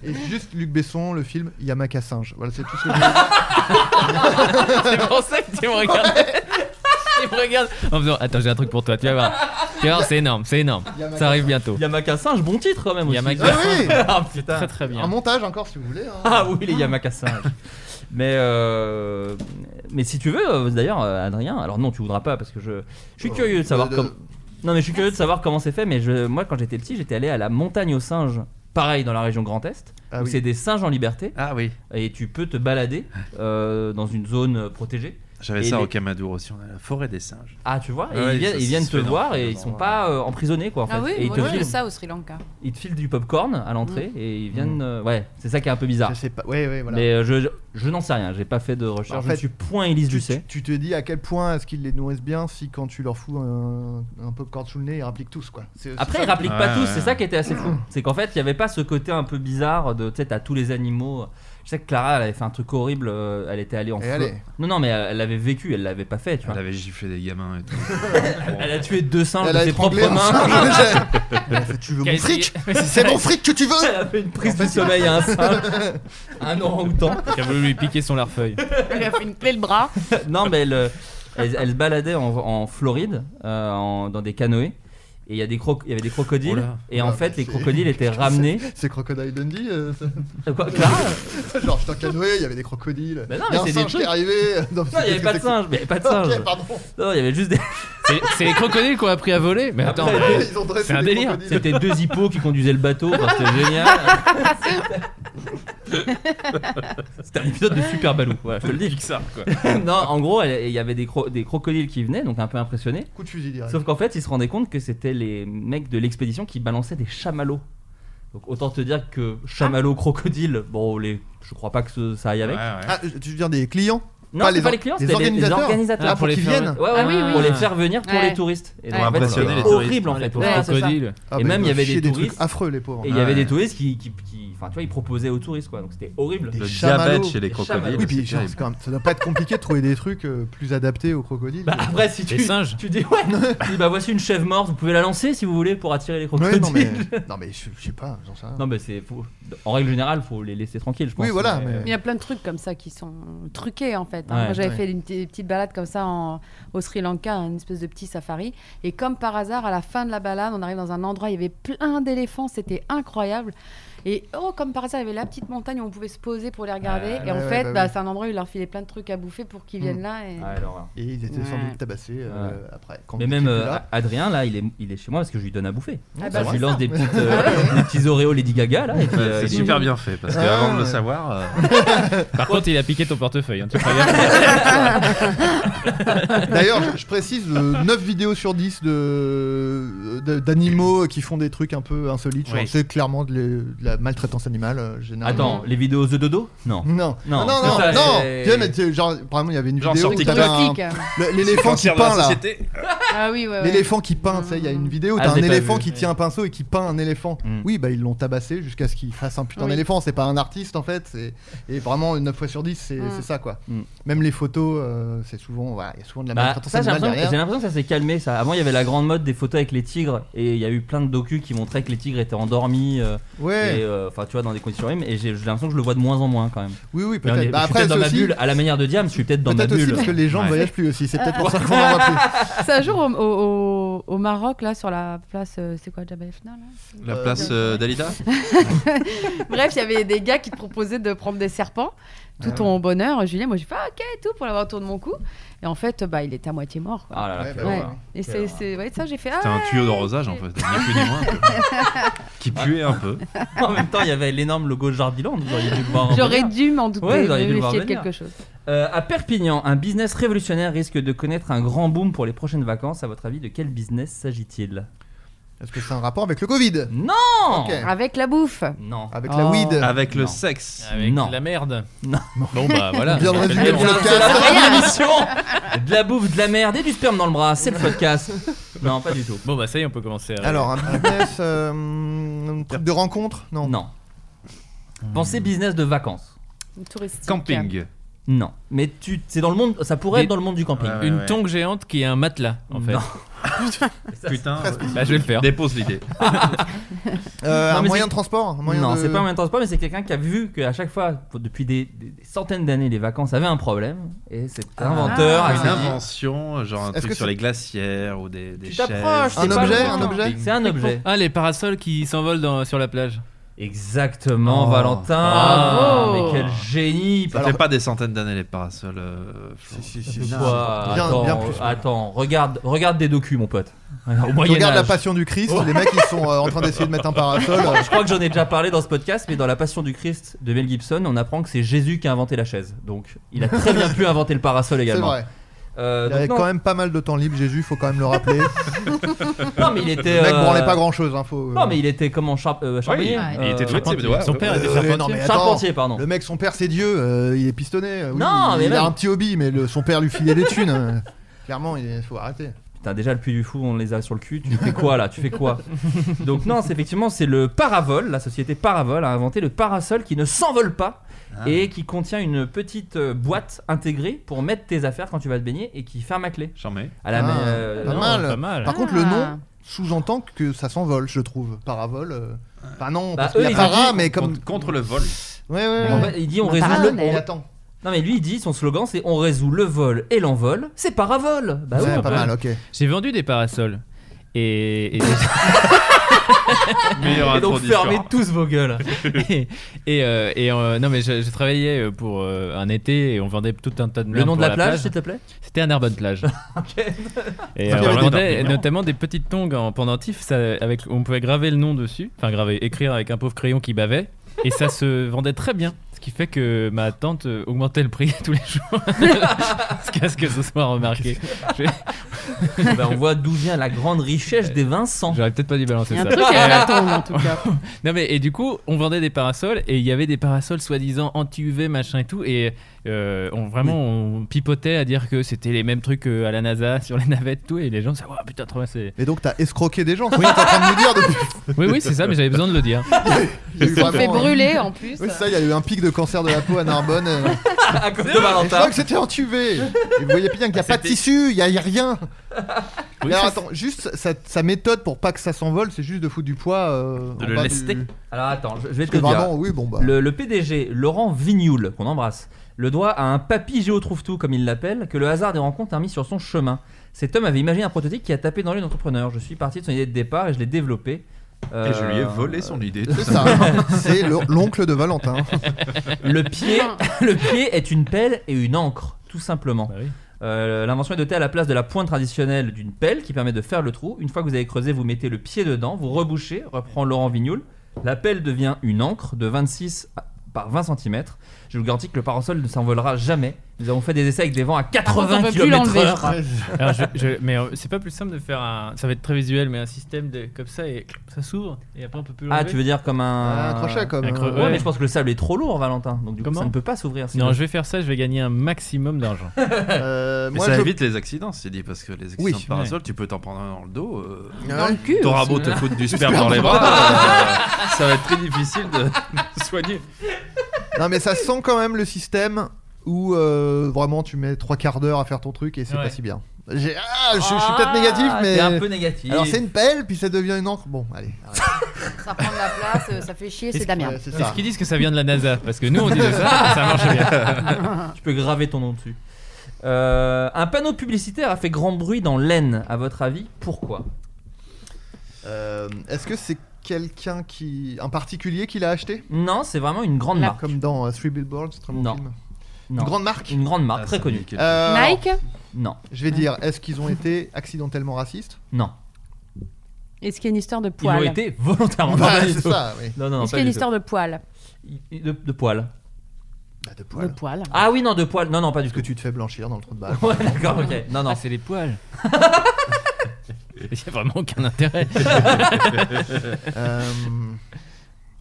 [SPEAKER 8] Et juste Luc Besson, le film Yamaka singe. Voilà, c'est tout ce que je voulais dire.
[SPEAKER 4] C'est pour ça que tu me regardes. tu me regardes en faisant Attends, j'ai un truc pour toi, tu vas voir. Tu vas voir, c'est énorme, c'est énorme.
[SPEAKER 8] Yamaka
[SPEAKER 4] Ça arrive bientôt.
[SPEAKER 7] Yamaka singe, bon titre quand même. aussi.
[SPEAKER 4] Yamaka.
[SPEAKER 8] Ah oui
[SPEAKER 7] Ah, putain.
[SPEAKER 4] Très très
[SPEAKER 8] Un
[SPEAKER 4] bien.
[SPEAKER 8] montage encore si vous voulez. hein.
[SPEAKER 7] Ah oui, les Yamaka singes. mais, euh, mais si tu veux, euh, d'ailleurs, euh, Adrien, alors non, tu voudras pas parce que je, je suis
[SPEAKER 8] Oh,
[SPEAKER 7] curieux de savoir
[SPEAKER 8] de-
[SPEAKER 7] comment. Non, mais je suis curieux de savoir comment c'est fait. Mais je, moi, quand j'étais petit, j'étais allé à la montagne aux singes, pareil dans la région Grand Est,
[SPEAKER 8] Ah
[SPEAKER 7] où
[SPEAKER 8] oui.
[SPEAKER 7] c'est des singes en liberté
[SPEAKER 9] Ah oui,
[SPEAKER 7] et tu peux te
[SPEAKER 8] *laughs*
[SPEAKER 7] balader euh, dans une zone protégée.
[SPEAKER 9] j'avais
[SPEAKER 7] Et
[SPEAKER 9] ça
[SPEAKER 7] les-
[SPEAKER 9] au Kamadour aussi, on a la forêt des singes.
[SPEAKER 7] Ah, tu vois, et
[SPEAKER 9] Ouais,
[SPEAKER 7] ils viennent,
[SPEAKER 9] ça,
[SPEAKER 7] ils
[SPEAKER 9] ça
[SPEAKER 7] viennent
[SPEAKER 9] se
[SPEAKER 7] te
[SPEAKER 9] fait dans-
[SPEAKER 7] voir et ils
[SPEAKER 9] dans-
[SPEAKER 7] sont pas euh, emprisonnés quoi. En fait.
[SPEAKER 12] Ah oui,
[SPEAKER 7] et ils
[SPEAKER 12] moi
[SPEAKER 7] te
[SPEAKER 12] j'ai vu
[SPEAKER 7] filment.
[SPEAKER 12] ça au Sri Lanka.
[SPEAKER 7] ils te filent du popcorn à l'entrée et ils viennent. euh, ouais, c'est ça qui est un peu bizarre.
[SPEAKER 8] Je sais pas. Ouais, ouais, Mm. voilà.
[SPEAKER 7] Mais euh, je, je, je n'en sais rien, j'ai pas fait de recherche.
[SPEAKER 8] En
[SPEAKER 7] je
[SPEAKER 8] fait,
[SPEAKER 7] ne suis point Élise
[SPEAKER 8] tu,
[SPEAKER 7] Lucet.
[SPEAKER 8] tu te dis à quel point est-ce qu'ils les nourrissent bien si quand tu leur fous un, un popcorn sous le nez, ils rappliquent tous quoi. C'est- c'est
[SPEAKER 7] Après,
[SPEAKER 8] ça.
[SPEAKER 7] ils rappliquent pas
[SPEAKER 9] Ouais,
[SPEAKER 7] tous,
[SPEAKER 9] ouais,
[SPEAKER 7] c'est
[SPEAKER 9] ouais.
[SPEAKER 7] ça qui était assez fou. C'est qu'en fait, il n'y avait pas ce côté un peu bizarre de, tu sais, t'as tous les animaux. Je sais que Clara, elle avait fait un truc horrible, euh, elle était allée en
[SPEAKER 8] Et
[SPEAKER 7] Flo-
[SPEAKER 8] allez.
[SPEAKER 7] Non, non, mais elle, elle avait vécu, elle l'avait pas fait, tu vois.
[SPEAKER 9] Elle avait giflé des gamins et tout.
[SPEAKER 7] Elle a tué deux singes
[SPEAKER 8] Elle
[SPEAKER 7] de
[SPEAKER 8] a
[SPEAKER 7] ses propres
[SPEAKER 8] étranglé un
[SPEAKER 7] mains.
[SPEAKER 8] singe. Elle a fait, Tu veux mon
[SPEAKER 4] Quasi-
[SPEAKER 8] fric C'est mon fric que tu veux
[SPEAKER 7] *laughs* Elle a fait une prise du sommeil à un singe,
[SPEAKER 8] *laughs*
[SPEAKER 7] à un orang-outan.
[SPEAKER 4] Qui a voulu lui piquer son larfeuille.
[SPEAKER 12] Elle lui a fait une clé le bras.
[SPEAKER 7] *laughs* non, mais elle, elle, elle se baladait en, en Floride, euh, en- dans des canoës. Et il y, a des croc- il y avait des crocodiles.
[SPEAKER 9] Oh là.
[SPEAKER 7] et en
[SPEAKER 8] Ah,
[SPEAKER 7] fait, les
[SPEAKER 8] c'est-
[SPEAKER 7] crocodiles
[SPEAKER 8] *laughs*
[SPEAKER 7] étaient ramenés.
[SPEAKER 8] C'est Crocodile Dundee euh, *laughs* ça
[SPEAKER 7] Quoi, Clara
[SPEAKER 8] Genre, j'étais en canoë, il y avait des crocodiles.
[SPEAKER 7] Mais non,
[SPEAKER 8] il y a
[SPEAKER 7] mais c'est
[SPEAKER 8] un singe
[SPEAKER 7] des
[SPEAKER 8] qui
[SPEAKER 7] trucs.
[SPEAKER 8] est arrivé. euh, Non,
[SPEAKER 7] Non, il n'y avait pas de singe, mais il y avait pas de singe.
[SPEAKER 8] Ok, pardon.
[SPEAKER 7] Non, il y avait juste des.
[SPEAKER 4] C'est- C'est les crocodiles qu'on a appris à voler. Mais attends, mais-
[SPEAKER 8] Ils ont dressé
[SPEAKER 4] C'est un
[SPEAKER 8] des
[SPEAKER 4] délire.
[SPEAKER 8] crocodiles.
[SPEAKER 7] C'était deux hippos qui conduisaient le bateau, enfin, c'était génial. c'était un épisode de Super Balou, voilà, je te le dis.
[SPEAKER 9] Pixar quoi.
[SPEAKER 7] *laughs* non, en gros, elle- il y avait des, cro- des crocodiles qui venaient, donc un peu impressionnés.
[SPEAKER 8] Coup de fusil direct.
[SPEAKER 7] Sauf qu'en fait, ils se rendaient compte que c'était les mecs de l'expédition qui balançaient des chamallows. Donc autant te dire que chamallow, crocodile, bon, les, je crois pas que ce- ça aille avec.
[SPEAKER 8] Ah, tu veux dire des clients
[SPEAKER 7] Non, c'est pas les clients,
[SPEAKER 8] des
[SPEAKER 7] c'est les- les
[SPEAKER 8] organisateurs.
[SPEAKER 7] organisateurs.
[SPEAKER 8] Ah,
[SPEAKER 7] Ah, pour
[SPEAKER 8] pour
[SPEAKER 7] les
[SPEAKER 8] qu'ils
[SPEAKER 7] faire-
[SPEAKER 8] viennent.
[SPEAKER 7] ouais, ouais, Ah oui, oui. pour les faire venir pour les touristes. Et donc, en fait, c'était horrible, en fait, pour les crocodiles.
[SPEAKER 8] Ah,
[SPEAKER 7] Et
[SPEAKER 8] mais
[SPEAKER 7] même, il y avait
[SPEAKER 8] chier
[SPEAKER 7] des touristes.
[SPEAKER 8] trucs affreux, les pauvres.
[SPEAKER 7] Et il y avait des touristes qui, qui, qui- enfin, tu vois, ils proposaient aux touristes, quoi. Donc c'était horrible.
[SPEAKER 8] Des chamallows. Oui, puis genre, c'est quand même- ça doit pas être compliqué de trouver des trucs euh, plus adaptés aux crocodiles.
[SPEAKER 7] Bah, après, si tu, tu dis, ouais,
[SPEAKER 8] *laughs*
[SPEAKER 7] tu dis, bah voici une chèvre morte, vous pouvez la lancer si vous voulez pour attirer les crocodiles. *laughs*
[SPEAKER 8] Ouais, non, mais- non, mais je, je sais pas, j'en sais rien.
[SPEAKER 7] Non, mais c'est. faut- En règle générale, faut les laisser tranquilles, je pense.
[SPEAKER 8] Oui, voilà,
[SPEAKER 7] Mais-
[SPEAKER 3] Il y a plein de trucs comme ça qui sont truqués en fait. hein.
[SPEAKER 7] Ouais.
[SPEAKER 3] Moi j'avais
[SPEAKER 7] Ouais.
[SPEAKER 3] fait une petite- des petites balades comme ça en- au Sri Lanka, une espèce de petit safari. Et comme par hasard, à la fin de la balade, on arrive dans un endroit, il y avait plein d'éléphants, c'était incroyable. Et oh, comme par hasard, il y avait la petite montagne où on pouvait se poser pour les regarder.
[SPEAKER 8] Ouais,
[SPEAKER 3] et en
[SPEAKER 8] ouais,
[SPEAKER 3] fait,
[SPEAKER 8] bah
[SPEAKER 3] bah,
[SPEAKER 8] oui.
[SPEAKER 3] c'est un endroit où ils leur filaient plein de trucs à bouffer pour qu'ils viennent
[SPEAKER 8] Mm.
[SPEAKER 3] là. Et...
[SPEAKER 8] Et ils étaient sans
[SPEAKER 3] Ouais.
[SPEAKER 8] doute tabassés euh,
[SPEAKER 7] Ouais.
[SPEAKER 8] après. quand
[SPEAKER 7] mais
[SPEAKER 8] vous
[SPEAKER 7] même
[SPEAKER 8] étiez
[SPEAKER 7] euh,
[SPEAKER 8] là.
[SPEAKER 7] Adrien là il est, il est chez moi parce que je lui donne à bouffer.
[SPEAKER 8] Ah
[SPEAKER 7] Ça,
[SPEAKER 8] bah,
[SPEAKER 7] je lui
[SPEAKER 8] c'est
[SPEAKER 7] lance
[SPEAKER 8] ça.
[SPEAKER 7] des,
[SPEAKER 8] *laughs*
[SPEAKER 7] petites, euh, des petits Oreos Lady Gaga là. et puis,
[SPEAKER 9] Ouais,
[SPEAKER 7] euh,
[SPEAKER 9] c'est
[SPEAKER 7] il est-
[SPEAKER 9] super bien fait, parce que
[SPEAKER 7] Ah,
[SPEAKER 9] avant de le
[SPEAKER 7] ouais.
[SPEAKER 9] savoir, euh,
[SPEAKER 4] *laughs* Par contre, il a piqué ton portefeuille. hein, tu feras gaffe.
[SPEAKER 8] D'ailleurs, je, je précise, euh, 9 vidéos sur 10 de- de- d'animaux qui font des trucs un peu insolites.
[SPEAKER 7] Oui.
[SPEAKER 8] Genre, C'est clairement de, les- de la maltraitance animale, euh, généralement.
[SPEAKER 7] Attends, les vidéos de dodo Non.
[SPEAKER 8] Non, Ah, non, non, non,
[SPEAKER 7] Ça,
[SPEAKER 8] non.
[SPEAKER 7] c'est-
[SPEAKER 8] Tu vois, mais tu- genre, par exemple, il y avait une
[SPEAKER 7] Genre
[SPEAKER 8] vidéo
[SPEAKER 7] sur
[SPEAKER 8] où t'avais
[SPEAKER 7] TikTok.
[SPEAKER 8] un-
[SPEAKER 7] Le-
[SPEAKER 8] l'éléphant qui
[SPEAKER 7] cancer de la
[SPEAKER 8] peint là.
[SPEAKER 7] société.
[SPEAKER 3] Ah oui, ouais, ouais.
[SPEAKER 8] L'éléphant qui peint, tu sais, il y a une vidéo où
[SPEAKER 7] Ah,
[SPEAKER 8] t'as
[SPEAKER 7] je
[SPEAKER 8] un
[SPEAKER 7] l'ai pas
[SPEAKER 8] éléphant
[SPEAKER 7] vu. Mm.
[SPEAKER 8] qui tient un pinceau et qui peint un éléphant. Oui, bah ils l'ont tabassé jusqu'à ce qu'il fasse un putain
[SPEAKER 7] Oui.
[SPEAKER 8] d'éléphant. C'est pas un artiste en fait. c'est- Et vraiment, 9 fois sur 10, c'est
[SPEAKER 7] Mm.
[SPEAKER 8] c'est ça quoi.
[SPEAKER 7] Mm.
[SPEAKER 8] Même les photos, euh, c'est souvent. voilà, Il y a souvent de la
[SPEAKER 7] Bah,
[SPEAKER 8] maltraitance
[SPEAKER 7] ça, j'ai
[SPEAKER 8] animale
[SPEAKER 7] l'impression
[SPEAKER 8] derrière.
[SPEAKER 7] j'ai l'impression que ça s'est calmé. Ça. Avant, il y avait la grande mode des photos avec les tigres, et il y a eu plein de docus qui montraient que les tigres étaient endormis, euh,
[SPEAKER 8] Ouais.
[SPEAKER 7] et, euh, enfin, tu vois, dans des conditions horribles. Et j'ai j'ai l'impression que je le vois de moins en moins quand même.
[SPEAKER 8] Oui, oui,
[SPEAKER 7] Mais on est-
[SPEAKER 8] peut-être.
[SPEAKER 7] je
[SPEAKER 8] Bah,
[SPEAKER 7] suis
[SPEAKER 8] après,
[SPEAKER 7] peut-être dans
[SPEAKER 8] c'est
[SPEAKER 7] ma
[SPEAKER 8] aussi-
[SPEAKER 7] bulle. À la manière de Diam, je suis peut-être dans ma
[SPEAKER 8] Peut-être
[SPEAKER 7] bulle.
[SPEAKER 8] aussi parce que les gens
[SPEAKER 7] Ouais.
[SPEAKER 8] voyage plus aussi. C'est peut-être pour ça
[SPEAKER 3] Ah,
[SPEAKER 8] qu'on en voit plus.
[SPEAKER 3] C'est un jour au, au- au- au Maroc, là, sur la place, euh, c'est quoi, Jabal Fna, là
[SPEAKER 9] la place euh, Dalida
[SPEAKER 3] Bref, il y avait des gars qui te proposaient de prendre des serpents. *laughs* Tout
[SPEAKER 9] Ah.
[SPEAKER 3] ton bonheur, Julien, moi j'ai fait ah, ok et tout pour l'avoir autour de mon cou. Et en fait, bah, il était à moitié mort. quoi.
[SPEAKER 9] Ah là là,
[SPEAKER 8] bah,
[SPEAKER 9] quelle
[SPEAKER 3] Ouais.
[SPEAKER 9] horreur.
[SPEAKER 3] Et
[SPEAKER 9] Quelle
[SPEAKER 3] c'est, c'est- ouais, ça, j'ai fait.
[SPEAKER 9] C'était
[SPEAKER 3] ah,
[SPEAKER 9] un tuyau de rosage en fait, ni plus ni moins, qui puait un peu.
[SPEAKER 7] en même temps, il y avait l'énorme logo de Jardiland. Vous auriez dû le voir.
[SPEAKER 3] J'aurais
[SPEAKER 7] venir.
[SPEAKER 3] dû m'en douter,
[SPEAKER 7] Ouais, vous auriez
[SPEAKER 3] me
[SPEAKER 7] dû le voir
[SPEAKER 3] méfier de
[SPEAKER 7] venir.
[SPEAKER 3] quelque chose.
[SPEAKER 7] Euh, à Perpignan, un business révolutionnaire risque de connaître un grand boom pour les prochaines vacances. À votre avis, de quel business s'agit-il
[SPEAKER 8] Est-ce que c'est un rapport avec le Covid
[SPEAKER 7] Non
[SPEAKER 8] Ok.
[SPEAKER 3] Avec Oh. la bouffe.
[SPEAKER 7] Non.
[SPEAKER 8] Avec la weed.
[SPEAKER 9] Avec le
[SPEAKER 7] Non.
[SPEAKER 9] sexe.
[SPEAKER 4] Avec
[SPEAKER 7] Non.
[SPEAKER 4] la merde.
[SPEAKER 7] Non.
[SPEAKER 4] Bon bah voilà.
[SPEAKER 8] Bien résumé
[SPEAKER 4] Bon,
[SPEAKER 8] pour le
[SPEAKER 4] c'est
[SPEAKER 7] C'est la
[SPEAKER 8] podcast.
[SPEAKER 7] première émission De la bouffe, de la merde et du sperme dans le bras, c'est le podcast. Non, pas du tout.
[SPEAKER 4] Bon bah ça y est, on peut commencer.
[SPEAKER 7] Ah.
[SPEAKER 4] à-
[SPEAKER 8] Alors, un business, euh, un truc de rencontre Non.
[SPEAKER 7] Non. Pensez business de vacances.
[SPEAKER 3] Touristique.
[SPEAKER 7] Non. Mais tu, c'est dans le monde, ça pourrait
[SPEAKER 4] Des-
[SPEAKER 7] être dans le monde du camping.
[SPEAKER 4] Une tongue géante qui est un matelas en fait.
[SPEAKER 7] Non.
[SPEAKER 9] Putain,
[SPEAKER 4] Bah, je vais le faire.
[SPEAKER 9] Dépose l'idée.
[SPEAKER 8] Euh,
[SPEAKER 7] Non,
[SPEAKER 8] un
[SPEAKER 7] mais
[SPEAKER 8] moyen
[SPEAKER 7] c'est-
[SPEAKER 8] de transport un moyen
[SPEAKER 7] Non,
[SPEAKER 8] de-
[SPEAKER 7] c'est pas un moyen de transport, mais c'est quelqu'un qui a vu qu'à chaque fois, pour- depuis des, des- des centaines d'années, les vacances avaient un problème. Et cet
[SPEAKER 8] Ah.
[SPEAKER 7] inventeur a
[SPEAKER 9] une
[SPEAKER 7] dit-
[SPEAKER 9] invention, euh, genre un
[SPEAKER 7] Est-ce
[SPEAKER 9] truc
[SPEAKER 7] que
[SPEAKER 9] sur
[SPEAKER 7] c'est-
[SPEAKER 9] les glacières ou des, des
[SPEAKER 7] Tu
[SPEAKER 9] chaises.
[SPEAKER 7] t'approches, c'est pas le moment. C'est un objet.
[SPEAKER 4] Ah les parasols qui s'envolent dans- sur la plage.
[SPEAKER 7] *laughs* Exactement,
[SPEAKER 4] Oh.
[SPEAKER 7] Valentin.
[SPEAKER 4] Bravo.
[SPEAKER 7] Mais quel génie.
[SPEAKER 9] Ça fait pas des centaines d'années les parasols. euh, Florent.
[SPEAKER 7] Quoi, attends, attends, regarde, regarde des docus, mon pote. Au
[SPEAKER 8] Regarde
[SPEAKER 7] Moyen Âge. Oh.
[SPEAKER 8] la passion du Christ, les mecs ils sont euh, en train d'essayer de mettre
[SPEAKER 7] *laughs*
[SPEAKER 8] un parasol. euh,
[SPEAKER 7] Je crois que j'en ai déjà parlé dans ce podcast, mais dans La Passion du Christ de Mel Gibson, on apprend que c'est Jésus qui a inventé la chaise. Donc, il a très
[SPEAKER 8] *laughs*
[SPEAKER 7] bien pu inventer le parasol également.
[SPEAKER 8] vrai.
[SPEAKER 7] Euh,
[SPEAKER 8] Il
[SPEAKER 7] donc
[SPEAKER 8] avait
[SPEAKER 7] non.
[SPEAKER 8] quand même pas mal de temps libre, Jésus, faut quand même
[SPEAKER 7] *laughs*
[SPEAKER 8] le rappeler.
[SPEAKER 7] Non, mais il était.
[SPEAKER 8] Le mec
[SPEAKER 7] euh,
[SPEAKER 8] branlait pas grand chose, hein, faut.
[SPEAKER 7] Non, mais il était comment char... euh, charpentier
[SPEAKER 8] Ouais, il
[SPEAKER 7] Euh,
[SPEAKER 8] était
[SPEAKER 9] charpentier, mais ouais, Son père était
[SPEAKER 8] Euh, non, mais attends,
[SPEAKER 7] Charpentier, pardon.
[SPEAKER 8] Le mec, son père, c'est Dieu, euh, il est pistonné. euh, oui,
[SPEAKER 7] Non,
[SPEAKER 8] il,
[SPEAKER 7] mais
[SPEAKER 8] il
[SPEAKER 7] même-
[SPEAKER 8] a un petit hobby, mais le- son père lui filait des thunes. euh,
[SPEAKER 7] *laughs*
[SPEAKER 8] Clairement, il faut arrêter.
[SPEAKER 7] Putain, déjà le puits du fou, on les a sur le cul. Tu fais quoi là Tu fais
[SPEAKER 8] *laughs*
[SPEAKER 7] quoi Donc non, c'est effectivement c'est le paravol. La société Paravol a inventé le parasol qui ne s'envole pas
[SPEAKER 8] Ah.
[SPEAKER 7] et qui contient une petite euh, boîte intégrée pour mettre tes affaires quand tu vas te baigner et qui ferme à clé.
[SPEAKER 9] Charmé.
[SPEAKER 7] À la
[SPEAKER 8] Ah,
[SPEAKER 7] main, euh,
[SPEAKER 8] pas,
[SPEAKER 7] non,
[SPEAKER 8] mal.
[SPEAKER 7] pas mal.
[SPEAKER 8] Par contre, le
[SPEAKER 7] Ah.
[SPEAKER 8] nom sous-entend que ça s'envole, je trouve. Paravol. euh, Enfin, non,
[SPEAKER 7] Bah,
[SPEAKER 8] parce qu'il y
[SPEAKER 7] eux,
[SPEAKER 8] a
[SPEAKER 7] ils
[SPEAKER 8] para,
[SPEAKER 7] ont dit-
[SPEAKER 8] mais comme.
[SPEAKER 9] Contre, contre le vol.
[SPEAKER 8] Ouais, ouais,
[SPEAKER 7] En
[SPEAKER 8] ouais.
[SPEAKER 7] fait, il dit on
[SPEAKER 8] Un
[SPEAKER 7] résout
[SPEAKER 8] parasol,
[SPEAKER 7] le
[SPEAKER 8] on
[SPEAKER 7] on-
[SPEAKER 8] attend.
[SPEAKER 7] Non mais lui il dit son slogan c'est on résout le vol et l'envol, c'est paravol. Bah oui,
[SPEAKER 4] Ouais,
[SPEAKER 7] on peut-
[SPEAKER 8] ok.
[SPEAKER 4] J'ai vendu des parasols. Et. et-
[SPEAKER 9] Meilleure
[SPEAKER 7] Et donc
[SPEAKER 9] intro d'histoire.
[SPEAKER 7] fermez tous vos gueules.
[SPEAKER 4] et *laughs* et, euh, et, euh, non mais je, je travaillais euh, pour euh, un été et on vendait tout un tas de
[SPEAKER 7] Le
[SPEAKER 4] merde
[SPEAKER 7] nom de
[SPEAKER 4] pour
[SPEAKER 7] la plage, s'il te plaît
[SPEAKER 4] C'était un urban plage. Et
[SPEAKER 7] Ça
[SPEAKER 4] euh,
[SPEAKER 7] fait
[SPEAKER 4] on
[SPEAKER 7] longtemps.
[SPEAKER 4] vendait notamment des petites tongs en pendentif ça, avec on pouvait graver le nom dessus, enfin graver, écrire avec un pauvre crayon qui bavait et ça se vendait très bien. Ce qui fait que ma *laughs* tante euh, augmentait le prix tous les jours jusqu'à ce que ce soit remarqué. Je-
[SPEAKER 7] Eh ben, on voit d'où vient la grande richesse des Vincent.
[SPEAKER 4] J'aurais peut-être pas dû balancer
[SPEAKER 7] Il y a
[SPEAKER 4] ça. euh,
[SPEAKER 7] un truc à la tombe, en
[SPEAKER 3] tout cas.
[SPEAKER 4] *laughs* non mais et du coup, on vendait des parasols et il y avait des parasols soi-disant anti-UV machin et tout et euh, on vraiment on pipotait à dire que c'était les mêmes trucs euh, à la NASA *laughs* sur les navettes tout et les gens disaient Ouah, putain trop bien, c'est
[SPEAKER 8] Et donc t'as escroqué des gens, c'est ce que t'es en train de me
[SPEAKER 3] *laughs*
[SPEAKER 8] dire depuis.
[SPEAKER 4] Oui oui, c'est ça mais j'avais besoin de le dire.
[SPEAKER 8] Il y a eu
[SPEAKER 3] Ça
[SPEAKER 8] vraiment
[SPEAKER 3] fait
[SPEAKER 8] un-
[SPEAKER 3] brûler, en plus.
[SPEAKER 8] Oui, c'est ça, il y a eu un pic de cancer de la peau à Narbonne. euh.
[SPEAKER 7] à cause de Valentin.
[SPEAKER 8] Et Je crois que c'était en tubé. Et vous voyez bien qu'il n'y a pas de tissu, il n'y a, il y a rien.
[SPEAKER 7] Oui,
[SPEAKER 8] Mais
[SPEAKER 7] ça,
[SPEAKER 8] alors, attends, juste sa, sa méthode pour pas que ça s'envole, c'est juste de foutre du poids. euh, en bas du-
[SPEAKER 7] Alors attends, je, je vais
[SPEAKER 8] Parce
[SPEAKER 7] te
[SPEAKER 8] que
[SPEAKER 7] le dire.
[SPEAKER 8] vraiment, oui, bon, bah.
[SPEAKER 7] le, le PDG, Laurent Vignoul, qu'on embrasse, le doigt à un papy géotrouve-tout, comme il l'appelle, que le hasard des rencontres a mis sur son chemin. Cet homme avait imaginé un prototype qui a tapé dans l'œil d'un entrepreneur. Je suis parti de son idée de départ et je l'ai développé.
[SPEAKER 9] Et je
[SPEAKER 7] Euh,
[SPEAKER 9] lui ai volé son idée, tout
[SPEAKER 8] C'est ça, hein. c'est le- l'oncle de Valentin.
[SPEAKER 7] Euh, Le pied, *laughs* le pied est une pelle et une encre, tout simplement.
[SPEAKER 4] Bah
[SPEAKER 7] Euh, L'invention est dotée à la place de la pointe traditionnelle d'une pelle qui permet de faire le trou. Une fois que vous avez creusé, vous mettez le pied dedans, vous rebouchez, reprend Laurent Vignoul. La pelle devient une encre de 26 à- par 20 cm. Je vous garantis que le parasol ne s'envolera jamais. Nous avons fait des essais avec des
[SPEAKER 4] Ah,
[SPEAKER 7] vents à 80 km/h.
[SPEAKER 4] Alors, je- je- mais euh, c'est pas plus simple de faire un. Ça va être très visuel, mais un système de, comme ça et ça s'ouvre et après on peut plus.
[SPEAKER 7] Ah,
[SPEAKER 4] l'enlever.
[SPEAKER 7] tu veux dire comme Ah, un.
[SPEAKER 8] Un crochet, hein. comme
[SPEAKER 4] Un cro-
[SPEAKER 7] Ouais,
[SPEAKER 4] ouais.
[SPEAKER 7] mais je pense que le sable est trop lourd, Valentin. Donc du coup, ça ne peut pas s'ouvrir. sinon.
[SPEAKER 4] Non, je vais faire ça, je vais gagner un maximum
[SPEAKER 7] *laughs*
[SPEAKER 4] d'argent.
[SPEAKER 8] Euh,
[SPEAKER 9] Mais
[SPEAKER 8] moi,
[SPEAKER 9] ça
[SPEAKER 8] je-
[SPEAKER 9] évite les accidents, c'est dit, parce que les accidents
[SPEAKER 4] Oui.
[SPEAKER 9] de parasol, tu peux t'en prendre un dans le dos. euh,
[SPEAKER 8] Dans le
[SPEAKER 4] cul
[SPEAKER 9] T'auras
[SPEAKER 4] aussi.
[SPEAKER 9] beau te foutre
[SPEAKER 7] *laughs*
[SPEAKER 9] du sperme
[SPEAKER 4] Du
[SPEAKER 9] dans les
[SPEAKER 4] sperme.
[SPEAKER 9] bras, euh, ça va être très difficile
[SPEAKER 4] *laughs*
[SPEAKER 9] de soigner.
[SPEAKER 8] Non, mais ça sent quand même le système où euh, vraiment tu mets trois quarts d'heure à faire ton truc et c'est
[SPEAKER 7] Ouais.
[SPEAKER 8] pas si bien. J'ai- ah, je, je suis
[SPEAKER 7] Ah,
[SPEAKER 8] peut-être négatif, mais.
[SPEAKER 7] t'es un peu négatif.
[SPEAKER 8] Alors c'est une pelle, puis ça devient une encre. Bon,
[SPEAKER 3] *laughs*
[SPEAKER 8] allez. arrête.
[SPEAKER 3] Ça prend de la place, euh, ça fait chier, c'est de la merde.
[SPEAKER 8] Ouais, c'est ça.
[SPEAKER 4] Est-ce qu'ils disent que ça vient de la NASA Parce que nous on disait ça, ça marche bien.
[SPEAKER 7] tu peux graver ton nom dessus. Euh, un panneau publicitaire a fait grand bruit dans l'Aisne, à votre avis, pourquoi
[SPEAKER 8] Euh, Est-ce que c'est quelqu'un qui. Un particulier qui l'a acheté
[SPEAKER 7] Non, c'est vraiment une grande marque.
[SPEAKER 8] Comme dans euh, Three Billboards, c'est très bon
[SPEAKER 7] Non.
[SPEAKER 8] film.
[SPEAKER 7] Non.
[SPEAKER 8] Une grande marque
[SPEAKER 7] Une grande
[SPEAKER 8] Ah,
[SPEAKER 7] marque, très connue.
[SPEAKER 8] Euh,
[SPEAKER 3] Nike
[SPEAKER 7] Non.
[SPEAKER 8] Je vais dire, est-ce qu'ils ont été accidentellement racistes
[SPEAKER 7] Non.
[SPEAKER 3] Est-ce qu'il y a une histoire de
[SPEAKER 7] Ils
[SPEAKER 3] poil
[SPEAKER 7] l'ont été volontairement.
[SPEAKER 8] Bah,
[SPEAKER 7] Non, *laughs* pas du
[SPEAKER 8] c'est
[SPEAKER 7] tout.
[SPEAKER 8] ça, oui.
[SPEAKER 7] Non, non, non,
[SPEAKER 3] Est-ce
[SPEAKER 7] pas
[SPEAKER 3] qu'il y a une
[SPEAKER 7] du
[SPEAKER 3] histoire de poil
[SPEAKER 7] tout. de... de poils.
[SPEAKER 8] Bah, de
[SPEAKER 3] De
[SPEAKER 8] poils.
[SPEAKER 3] poil.
[SPEAKER 7] Ah oui, non, de poils. Non, non, pas du
[SPEAKER 8] Que *laughs*
[SPEAKER 7] tout.
[SPEAKER 8] tu te fais blanchir dans le trou de balle.
[SPEAKER 7] Ouais, d'accord, ok. Non, non.
[SPEAKER 4] Ah, c'est les poils. Il n'y a vraiment aucun intérêt.
[SPEAKER 8] Euh,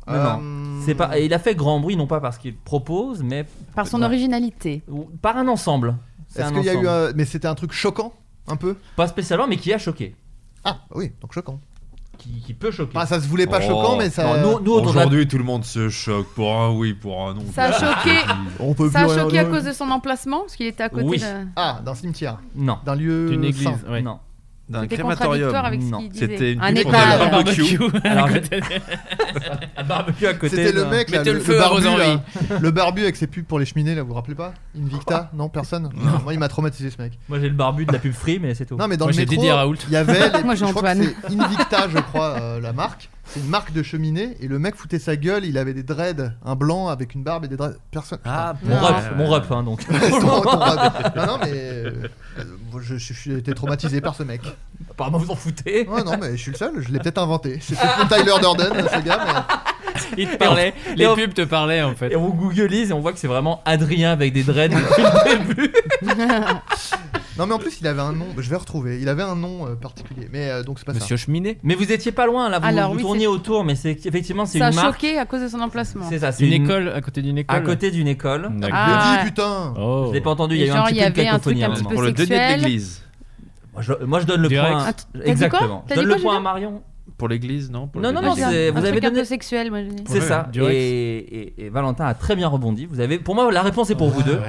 [SPEAKER 7] Non, non. C'est pas. et Il a fait grand bruit, non pas parce qu'il propose, mais
[SPEAKER 3] Par son
[SPEAKER 7] Ouais.
[SPEAKER 3] originalité.
[SPEAKER 7] Ou- par un ensemble. C'est
[SPEAKER 8] Est-ce
[SPEAKER 7] un
[SPEAKER 8] qu'il y a eu.
[SPEAKER 7] ensemble.
[SPEAKER 8] euh, Mais c'était un truc choquant, un peu
[SPEAKER 7] Pas spécialement, mais qui a choqué.
[SPEAKER 8] Ah, oui, donc choquant.
[SPEAKER 7] Qui, qui peut choquer.
[SPEAKER 8] Enfin, ça se voulait pas
[SPEAKER 7] Oh.
[SPEAKER 8] choquant, mais ça.
[SPEAKER 7] Non, nous, nous, autour de la-
[SPEAKER 9] Aujourd'hui, tout le monde se choque pour un oui, pour un non.
[SPEAKER 3] Ça a choqué.
[SPEAKER 8] On peut
[SPEAKER 3] Ça a
[SPEAKER 8] plus rien-
[SPEAKER 3] choqué à cause de son emplacement, parce qu'il était à côté
[SPEAKER 7] Oui.
[SPEAKER 3] de.
[SPEAKER 8] Ah, d'un cimetière,
[SPEAKER 7] Non.
[SPEAKER 8] d'un lieu.
[SPEAKER 4] D'une église,
[SPEAKER 8] saint.
[SPEAKER 4] ouais.
[SPEAKER 7] Non.
[SPEAKER 9] D'un
[SPEAKER 3] C'était
[SPEAKER 9] crématorium.
[SPEAKER 3] contradictoire avec ce
[SPEAKER 7] non.
[SPEAKER 3] qu'il disait.
[SPEAKER 9] C'était une
[SPEAKER 3] Un
[SPEAKER 9] pub pour
[SPEAKER 3] EHPAD.
[SPEAKER 9] des barbecues.
[SPEAKER 4] Ah, Barbecue.
[SPEAKER 7] Ah, Alors,
[SPEAKER 4] *laughs* Alors,
[SPEAKER 7] Un barbecue à côté.
[SPEAKER 8] C'était le
[SPEAKER 7] d'un-
[SPEAKER 8] mec là,
[SPEAKER 4] Mettez
[SPEAKER 8] le,
[SPEAKER 4] le feu
[SPEAKER 8] le
[SPEAKER 4] à
[SPEAKER 8] barbu,
[SPEAKER 4] Rosanville.
[SPEAKER 8] là. *laughs* le barbu avec ses pubs pour les cheminées là, vous vous rappelez pas Invicta
[SPEAKER 4] Ah.
[SPEAKER 8] Non, personne. Non, moi il m'a traumatisé ce mec.
[SPEAKER 7] Moi j'ai le barbu de la pub free, mais c'est tout.
[SPEAKER 8] Non mais dans
[SPEAKER 4] Moi,
[SPEAKER 8] le
[SPEAKER 4] j'ai
[SPEAKER 8] métro,
[SPEAKER 4] Didier Raoult.
[SPEAKER 8] il y
[SPEAKER 3] *laughs*
[SPEAKER 8] avait les-
[SPEAKER 3] Moi,
[SPEAKER 8] je
[SPEAKER 3] j'ai
[SPEAKER 8] crois que
[SPEAKER 3] Antoine.
[SPEAKER 8] c'est Invicta je crois euh, la marque, c'est une marque de cheminée et le mec foutait sa gueule, il avait des dreads, un blanc avec une barbe et des dreads. Personne. *laughs*
[SPEAKER 7] Ah, mon
[SPEAKER 3] Non.
[SPEAKER 7] rep, mon rep, hein, donc.
[SPEAKER 8] Ton-
[SPEAKER 4] *laughs*
[SPEAKER 8] ton rap. non non mais euh, je, je- j'ai été traumatisé par ce mec.
[SPEAKER 7] Apparemment, vous en foutez.
[SPEAKER 8] Ouais non mais je suis le seul, je l'ai peut-être inventé. C'est peut-être Tyler Durden ce gars mais
[SPEAKER 4] il te parlait, les pubs te parlaient en fait.
[SPEAKER 7] Et on googleise et on voit que c'est vraiment Adrien avec des
[SPEAKER 4] *laughs*
[SPEAKER 7] dreads depuis le début.
[SPEAKER 8] Non mais en plus il avait un nom, je vais retrouver, il avait un nom euh, particulier, mais euh, donc c'est pas
[SPEAKER 4] Monsieur Cheminet.
[SPEAKER 7] Mais vous étiez pas loin là, vous,
[SPEAKER 3] Alors,
[SPEAKER 7] vous
[SPEAKER 3] oui,
[SPEAKER 7] tourniez autour, mais c'est effectivement c'est
[SPEAKER 3] Ça a
[SPEAKER 7] une marque.
[SPEAKER 3] choqué à cause de son emplacement.
[SPEAKER 7] C'est ça, c'est
[SPEAKER 4] Une, école, à côté d'une école.
[SPEAKER 7] À côté d'une école.
[SPEAKER 8] ça.
[SPEAKER 4] D'accord.
[SPEAKER 3] Ah.
[SPEAKER 8] Je
[SPEAKER 3] ouais.
[SPEAKER 8] dis putain
[SPEAKER 4] Oh.
[SPEAKER 7] Je l'ai pas entendu, il y
[SPEAKER 3] Et
[SPEAKER 7] a eu un
[SPEAKER 3] genre,
[SPEAKER 7] petit
[SPEAKER 3] il y
[SPEAKER 7] peu de
[SPEAKER 3] avait un
[SPEAKER 7] cacophonie
[SPEAKER 3] truc
[SPEAKER 7] à
[SPEAKER 3] un
[SPEAKER 7] un
[SPEAKER 3] petit
[SPEAKER 7] moment.
[SPEAKER 9] Pour le denier
[SPEAKER 3] sexuel.
[SPEAKER 9] de l'église.
[SPEAKER 7] Moi, je, moi, je donne le
[SPEAKER 4] Direct.
[SPEAKER 7] point.
[SPEAKER 3] Ah, t'as dit quoi
[SPEAKER 7] Exactement. Je
[SPEAKER 3] T'as
[SPEAKER 7] donne
[SPEAKER 3] dit quoi,
[SPEAKER 7] le point à
[SPEAKER 3] Julien Ah,
[SPEAKER 7] Marion.
[SPEAKER 9] Pour l'église, non Pour
[SPEAKER 7] Non,
[SPEAKER 9] les
[SPEAKER 7] non, non,
[SPEAKER 9] deniers de
[SPEAKER 7] c'est-
[SPEAKER 9] l'église.
[SPEAKER 7] vous
[SPEAKER 3] un
[SPEAKER 7] avez
[SPEAKER 3] truc un
[SPEAKER 7] donné-
[SPEAKER 3] peu sexuel, moi je dis.
[SPEAKER 7] C'est
[SPEAKER 9] Ouais,
[SPEAKER 7] ça. Et,
[SPEAKER 4] du Rex.
[SPEAKER 7] et- et Valentin a très bien rebondi. Vous avez, pour moi, la réponse est pour vous deux.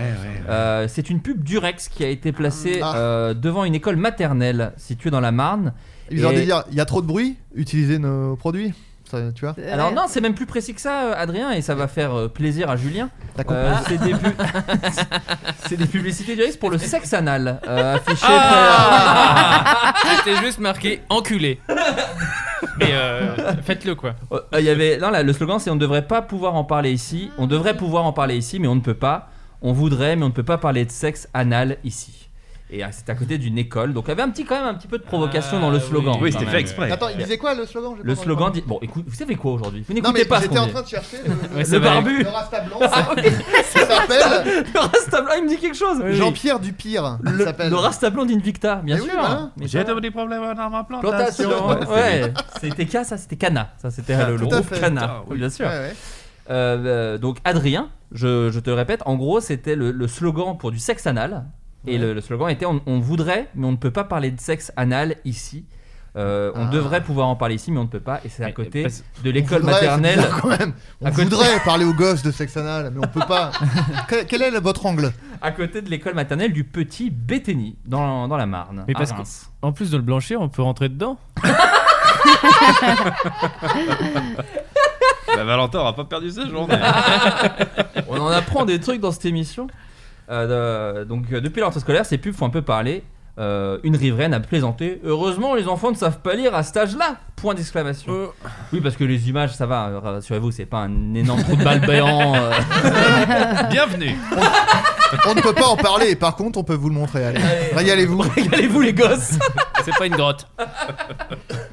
[SPEAKER 7] Euh, c'est une pub Durex qui a été placée
[SPEAKER 8] Ah.
[SPEAKER 7] euh, devant une école maternelle située dans la Marne.
[SPEAKER 8] Ils ont
[SPEAKER 7] Et-
[SPEAKER 8] dû dire, il y a trop de bruit, utilisez nos produits. Ça, tu vois
[SPEAKER 7] Alors non, c'est même plus précis que ça, euh, Adrien, et ça va faire euh, plaisir à Julien.
[SPEAKER 8] T'as compris
[SPEAKER 7] Euh, c'est des, pu- *laughs* c'est des publicités Durex pour le sexe anal euh, affiché.
[SPEAKER 9] Ah *laughs*
[SPEAKER 4] *laughs* C'était Ah. juste marqué enculé. Mais euh, faites-le quoi.
[SPEAKER 7] Euh, euh, Il y avait non là, le slogan c'est on ne devrait pas pouvoir en parler ici. On devrait pouvoir en parler ici, mais on ne peut pas. On voudrait, mais on ne peut pas parler de sexe anal ici. Et euh, c'était à côté d'une école, donc il y avait un petit, quand même un petit peu de provocation
[SPEAKER 4] Ah,
[SPEAKER 7] dans le slogan.
[SPEAKER 9] Ah Oui,
[SPEAKER 7] quand
[SPEAKER 9] c'était fait
[SPEAKER 7] même.
[SPEAKER 9] exprès.
[SPEAKER 8] Attends, il disait quoi le slogan J'ai pas
[SPEAKER 7] Le
[SPEAKER 8] entendu
[SPEAKER 7] slogan
[SPEAKER 8] parler.
[SPEAKER 7] dit. Bon, écoute, vous savez quoi aujourd'hui Vous
[SPEAKER 8] Non, mais
[SPEAKER 7] n'écoutez pas ce
[SPEAKER 8] j'étais
[SPEAKER 7] qu'on
[SPEAKER 8] en
[SPEAKER 7] dit.
[SPEAKER 8] train de chercher le,
[SPEAKER 7] Ouais,
[SPEAKER 8] le-
[SPEAKER 7] c'est vrai.
[SPEAKER 8] le Rasta Blanc.
[SPEAKER 7] *laughs* Ah oui,
[SPEAKER 8] ça
[SPEAKER 7] *laughs*
[SPEAKER 8] s'appelle
[SPEAKER 7] Le Rasta Blanc, il me dit quelque chose.
[SPEAKER 8] Oui, oui. Jean-Pierre Dupire. il
[SPEAKER 7] Le,
[SPEAKER 8] s'appelle.
[SPEAKER 7] le Rasta Blanc d'Invicta, bien
[SPEAKER 8] Eh oui,
[SPEAKER 7] sûr.
[SPEAKER 8] voilà.
[SPEAKER 7] Mais
[SPEAKER 9] J'ai
[SPEAKER 7] ça-
[SPEAKER 9] des problèmes dans ma plantation.
[SPEAKER 7] Plantation. *laughs* Ouais, c'était K, ça c'était Cana. Ça c'était
[SPEAKER 9] Ah,
[SPEAKER 7] le, le
[SPEAKER 9] tout à
[SPEAKER 7] groupe
[SPEAKER 9] fait.
[SPEAKER 7] Cana,
[SPEAKER 9] Ah, oui.
[SPEAKER 7] bien sûr.
[SPEAKER 8] Ouais, ouais.
[SPEAKER 7] Euh, euh, donc Adrien, je, je te le répète, en gros c'était le, le slogan pour du sexe anal. Et le, le slogan était on, on voudrait, mais on ne peut pas parler de sexe anal ici. Euh, on
[SPEAKER 8] Ah.
[SPEAKER 7] devrait pouvoir en parler ici, mais on ne peut pas. Et c'est à côté
[SPEAKER 4] parce-
[SPEAKER 7] de l'école
[SPEAKER 8] On voudrait,
[SPEAKER 7] maternelle.
[SPEAKER 8] c'est bizarre *laughs* quand même. On
[SPEAKER 7] À côté-
[SPEAKER 8] voudrait parler aux gosses de sexe anal, mais on peut
[SPEAKER 7] *laughs*
[SPEAKER 8] pas. Que- quel est le- votre angle
[SPEAKER 7] À côté de l'école maternelle du petit Bétheny, dans, dans la Marne.
[SPEAKER 4] Mais
[SPEAKER 7] à
[SPEAKER 4] parce que-
[SPEAKER 7] Reims.
[SPEAKER 4] En plus de le blanchir, on peut rentrer
[SPEAKER 7] *laughs*
[SPEAKER 4] dedans.
[SPEAKER 9] Bah, Valentin aura pas perdu sa journée.
[SPEAKER 7] On en apprend des trucs dans cette émission. Euh, de- donc, euh, depuis l'entrée scolaire, ces pubs font un peu parler. Euh, une riveraine a plaisanté. Heureusement, les enfants ne savent pas lire à cet âge-là. Point d'exclamation.
[SPEAKER 4] Euh.
[SPEAKER 7] Oui, parce que les images, ça va. euh, Rassurez-vous, c'est pas un énorme trou de balle béant.
[SPEAKER 4] *laughs*
[SPEAKER 7] euh. *laughs*
[SPEAKER 9] Bienvenue.
[SPEAKER 8] On ne peut pas en parler. Par contre, on peut vous le montrer. Allez,
[SPEAKER 7] Allez.
[SPEAKER 8] régalez-vous.
[SPEAKER 7] Régalez-vous, les gosses.
[SPEAKER 4] C'est pas une grotte,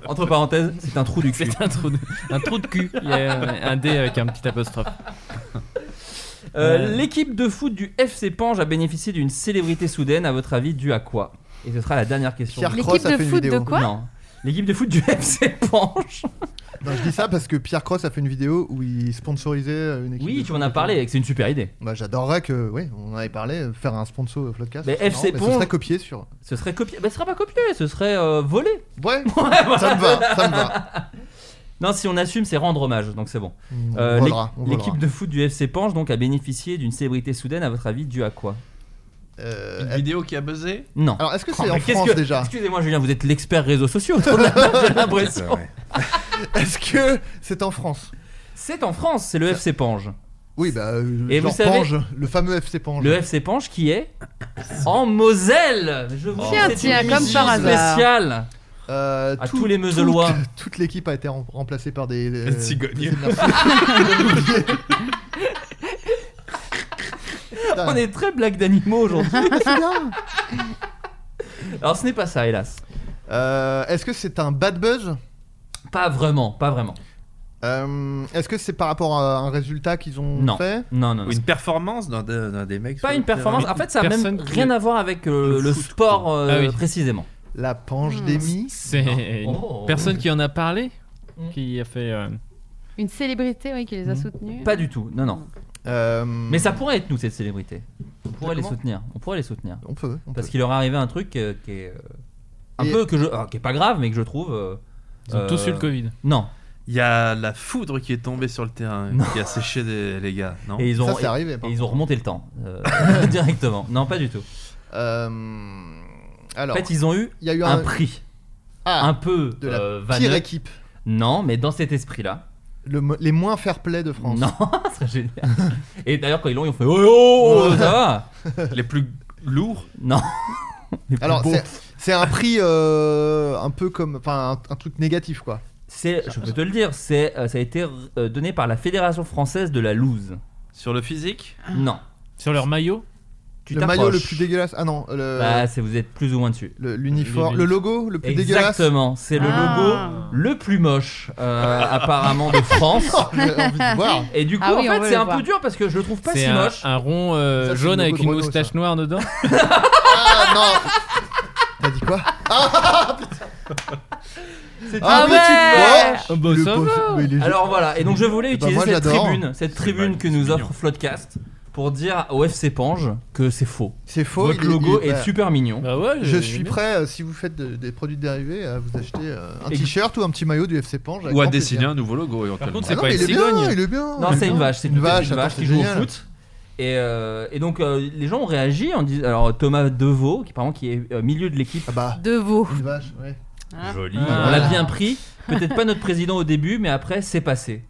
[SPEAKER 7] Entre parenthèses, c'est un trou du cul.
[SPEAKER 4] c'est un trou de, un trou de cul. Il y a euh, un D avec un petit apostrophe.
[SPEAKER 7] Euh, L'équipe de foot du FC Pange a bénéficié d'une célébrité soudaine. À votre avis, due à quoi Et ce sera la dernière question.
[SPEAKER 8] Pierre
[SPEAKER 3] L'équipe
[SPEAKER 8] Cross a
[SPEAKER 3] de
[SPEAKER 8] fait une
[SPEAKER 3] foot de
[SPEAKER 8] vidéo.
[SPEAKER 3] quoi
[SPEAKER 7] non. L'équipe de foot du FC Pange.
[SPEAKER 8] Non, je dis ça parce que Pierre Cross a fait une vidéo où il sponsorisait une équipe.
[SPEAKER 7] Oui,
[SPEAKER 8] de
[SPEAKER 7] tu en
[SPEAKER 8] foot.
[SPEAKER 7] as parlé. C'est une super idée.
[SPEAKER 8] Bah, j'adorerais que, oui, on en avait parlé, euh, faire un sponsor au Floodcast.
[SPEAKER 7] Mais
[SPEAKER 8] c'est marrant,
[SPEAKER 7] FC
[SPEAKER 8] mais
[SPEAKER 7] Pont-
[SPEAKER 8] Ce serait copié sur.
[SPEAKER 7] Ce serait copié. Bah, ce sera pas copié, ce serait euh, volé. *laughs*
[SPEAKER 8] Ouais, ça me va, ça me va.
[SPEAKER 7] Non, si on assume, c'est rendre hommage, donc c'est bon.
[SPEAKER 8] On
[SPEAKER 7] Euh,
[SPEAKER 8] volera,
[SPEAKER 7] l'é-
[SPEAKER 8] on volera.
[SPEAKER 7] L'équipe de foot du FC Penche donc a bénéficié d'une célébrité soudaine, à votre avis, due à quoi
[SPEAKER 8] Euh,
[SPEAKER 7] *laughs*
[SPEAKER 9] Une vidéo qui a buzzé.
[SPEAKER 7] Non.
[SPEAKER 8] alors, est-ce que
[SPEAKER 7] Oh,
[SPEAKER 8] Ah, c'est
[SPEAKER 7] mais
[SPEAKER 8] en
[SPEAKER 7] qu'est-ce
[SPEAKER 8] France
[SPEAKER 7] que-
[SPEAKER 8] déjà
[SPEAKER 7] Excusez-moi, Julien, vous êtes l'expert réseaux sociaux autour de la table, j'ai l'impression.
[SPEAKER 8] Est-ce que c'est en France
[SPEAKER 7] C'est en France, c'est le FC Penche
[SPEAKER 8] Oui, bah, euh,
[SPEAKER 7] Et
[SPEAKER 8] genre
[SPEAKER 7] vous savez-
[SPEAKER 8] Pange, le fameux FC Pange.
[SPEAKER 7] Le FC Penche qui est en Moselle. Je vous
[SPEAKER 3] Tiens,
[SPEAKER 7] c'est
[SPEAKER 3] tiens,
[SPEAKER 7] une
[SPEAKER 3] comme
[SPEAKER 7] musique
[SPEAKER 3] par hasard.
[SPEAKER 7] spéciale.
[SPEAKER 8] Euh,
[SPEAKER 7] à
[SPEAKER 8] tout-
[SPEAKER 7] tous les Meselois.
[SPEAKER 8] toute- *laughs* Toute l'équipe a été rem- remplacée par des. euh,
[SPEAKER 9] Cigognes.
[SPEAKER 8] des énergies. Putain.
[SPEAKER 7] On est très blague d'animaux
[SPEAKER 8] *laughs*
[SPEAKER 7] aujourd'hui.
[SPEAKER 8] Putain.
[SPEAKER 7] Alors ce n'est pas ça, hélas.
[SPEAKER 8] Euh, Est-ce que c'est un bad buzz
[SPEAKER 7] Pas vraiment, pas vraiment.
[SPEAKER 8] Euh, Est-ce que c'est par rapport à un résultat qu'ils ont
[SPEAKER 7] Non.
[SPEAKER 8] fait
[SPEAKER 7] Non, non, non.
[SPEAKER 9] Ou une performance d'un de- d'un des mecs.
[SPEAKER 7] Pas
[SPEAKER 9] sur
[SPEAKER 7] une
[SPEAKER 9] le terrain.
[SPEAKER 7] performance. En fait, ça a
[SPEAKER 4] Personne
[SPEAKER 7] même
[SPEAKER 4] qui-
[SPEAKER 7] rien à voir avec euh,
[SPEAKER 4] Le
[SPEAKER 7] le
[SPEAKER 4] foot,
[SPEAKER 7] sport
[SPEAKER 4] quoi.
[SPEAKER 7] euh,
[SPEAKER 4] Ah oui.
[SPEAKER 7] précisément.
[SPEAKER 8] La
[SPEAKER 7] Hmm.
[SPEAKER 8] Pange d'Emmy
[SPEAKER 4] C'est une
[SPEAKER 7] Oh.
[SPEAKER 4] personne qui en a parlé
[SPEAKER 7] Mm.
[SPEAKER 4] qui a fait. euh,
[SPEAKER 3] Une célébrité, oui, qui les a soutenus.
[SPEAKER 7] Pas du tout. Non, non.
[SPEAKER 8] Euh,
[SPEAKER 7] Mais ça pourrait être nous cette célébrité. On pourrait les
[SPEAKER 8] Comment
[SPEAKER 7] soutenir. On pourrait les soutenir.
[SPEAKER 8] On peut. on
[SPEAKER 7] Parce
[SPEAKER 8] peut.
[SPEAKER 7] qu'il leur est arrivé un truc euh, qui est euh, un
[SPEAKER 8] Et-
[SPEAKER 7] peu que je, ah, qui est pas grave, mais que je trouve. euh,
[SPEAKER 4] Ils ont
[SPEAKER 7] euh,
[SPEAKER 4] tous eu le Covid.
[SPEAKER 7] Non.
[SPEAKER 9] Il y a la foudre qui est tombée sur le terrain,
[SPEAKER 7] Non.
[SPEAKER 9] qui a séché des- les gars. Non.
[SPEAKER 7] Et ils ont
[SPEAKER 8] Ça, c'est arrivé,
[SPEAKER 7] et
[SPEAKER 8] par
[SPEAKER 7] ils ont remonté le temps euh,
[SPEAKER 8] *laughs*
[SPEAKER 7] directement. Non, pas du tout.
[SPEAKER 8] Euh,
[SPEAKER 7] En
[SPEAKER 8] alors,
[SPEAKER 7] fait, ils ont eu
[SPEAKER 8] il y a eu
[SPEAKER 7] un
[SPEAKER 8] un,
[SPEAKER 7] prix
[SPEAKER 8] Ah,
[SPEAKER 7] un peu
[SPEAKER 8] de la
[SPEAKER 7] euh,
[SPEAKER 8] pire
[SPEAKER 7] vaneux.
[SPEAKER 8] équipe,
[SPEAKER 7] Non, mais dans cet esprit-là.
[SPEAKER 8] le mo- les moins fair-play de France.
[SPEAKER 7] Non, *laughs* ce serait génial. Et d'ailleurs, quand ils l'ont, ils ont fait oh, oh, oh, ça va.
[SPEAKER 9] Les plus lourds.
[SPEAKER 7] Non. Les plus
[SPEAKER 8] Alors,
[SPEAKER 7] beaux.
[SPEAKER 8] c'est- c'est un prix euh, un peu comme. Enfin, un, un truc négatif, quoi.
[SPEAKER 7] C'est, je peux te le dire, c'est, euh, ça a été euh, donné par la Fédération française de la loose.
[SPEAKER 9] Sur le physique.
[SPEAKER 7] Non.
[SPEAKER 4] Sur leur maillot
[SPEAKER 7] Tu
[SPEAKER 8] le maillot le
[SPEAKER 7] t'approches.
[SPEAKER 8] plus dégueulasse. Ah non, le-
[SPEAKER 7] Bah, c'est vous êtes plus ou moins dessus.
[SPEAKER 8] le- l'uniforme.
[SPEAKER 4] les-
[SPEAKER 8] Le, logo le plus dégueulasse.
[SPEAKER 7] Exactement, c'est le
[SPEAKER 3] Ah.
[SPEAKER 7] logo le plus moche
[SPEAKER 8] *laughs*
[SPEAKER 7] euh, apparemment de France.
[SPEAKER 8] Oh, j'ai envie
[SPEAKER 7] *laughs*
[SPEAKER 8] de voir.
[SPEAKER 7] Et du coup,
[SPEAKER 3] Ah oui, on veut
[SPEAKER 7] en fait,
[SPEAKER 3] le
[SPEAKER 7] c'est un
[SPEAKER 3] voir.
[SPEAKER 7] peu dur parce que je le trouve pas
[SPEAKER 4] C'est
[SPEAKER 7] si
[SPEAKER 4] un,
[SPEAKER 7] moche.
[SPEAKER 4] un rond euh,
[SPEAKER 8] Ça, c'est
[SPEAKER 4] jaune
[SPEAKER 8] le
[SPEAKER 4] avec
[SPEAKER 8] logo de
[SPEAKER 4] une
[SPEAKER 8] Renault,
[SPEAKER 4] moustache
[SPEAKER 8] ça.
[SPEAKER 4] noire dedans
[SPEAKER 8] Ah non T'as dit quoi
[SPEAKER 7] Ah C'est
[SPEAKER 8] Ah
[SPEAKER 7] une
[SPEAKER 8] oui,
[SPEAKER 7] petite moche.
[SPEAKER 4] bah,
[SPEAKER 8] tu te vois Le
[SPEAKER 4] ça
[SPEAKER 8] beau-
[SPEAKER 4] va.
[SPEAKER 8] mais il est-
[SPEAKER 7] Alors voilà, et donc je voulais
[SPEAKER 8] Eh ben,
[SPEAKER 7] utiliser
[SPEAKER 8] moi,
[SPEAKER 7] cette
[SPEAKER 8] j'adore.
[SPEAKER 7] tribune, cette tribune
[SPEAKER 9] mal,
[SPEAKER 7] que
[SPEAKER 9] c'est
[SPEAKER 7] nous
[SPEAKER 9] mignon.
[SPEAKER 7] offre Floodcast pour dire au FC Pange que c'est faux.
[SPEAKER 8] C'est faux.
[SPEAKER 7] Votre
[SPEAKER 8] il est-
[SPEAKER 7] logo
[SPEAKER 8] il
[SPEAKER 7] est
[SPEAKER 8] ouais.
[SPEAKER 7] super mignon.
[SPEAKER 4] Bah ouais,
[SPEAKER 8] Je suis prêt, euh, si vous faites de- des produits dérivés, à vous acheter euh, un
[SPEAKER 7] Et-
[SPEAKER 8] t-shirt ou un petit maillot du FC Pange. avec
[SPEAKER 9] Ou à
[SPEAKER 8] grand
[SPEAKER 9] dessiner
[SPEAKER 8] plaisir.
[SPEAKER 9] un nouveau logo éventuellement.
[SPEAKER 4] contre,
[SPEAKER 8] Ah
[SPEAKER 4] c'est
[SPEAKER 8] non,
[SPEAKER 4] pas
[SPEAKER 8] mais
[SPEAKER 4] une
[SPEAKER 8] il est bien,
[SPEAKER 4] cigogne.
[SPEAKER 8] il est bien.
[SPEAKER 7] Non, c'est une vache, c'est
[SPEAKER 8] une vache,
[SPEAKER 7] une
[SPEAKER 8] attends,
[SPEAKER 7] vache
[SPEAKER 8] c'est
[SPEAKER 7] qui joue au
[SPEAKER 8] génial.
[SPEAKER 7] foot. Et, euh, et donc euh, les gens ont réagi en disant alors Thomas Deveau qui apparemment qui est euh, milieu de l'équipe
[SPEAKER 8] Ah bah,
[SPEAKER 3] De veau.
[SPEAKER 8] une vache, ouais.
[SPEAKER 9] Joli.
[SPEAKER 7] on
[SPEAKER 8] Ah.
[SPEAKER 7] l'a bien pris peut-être pas notre président au début mais après c'est passé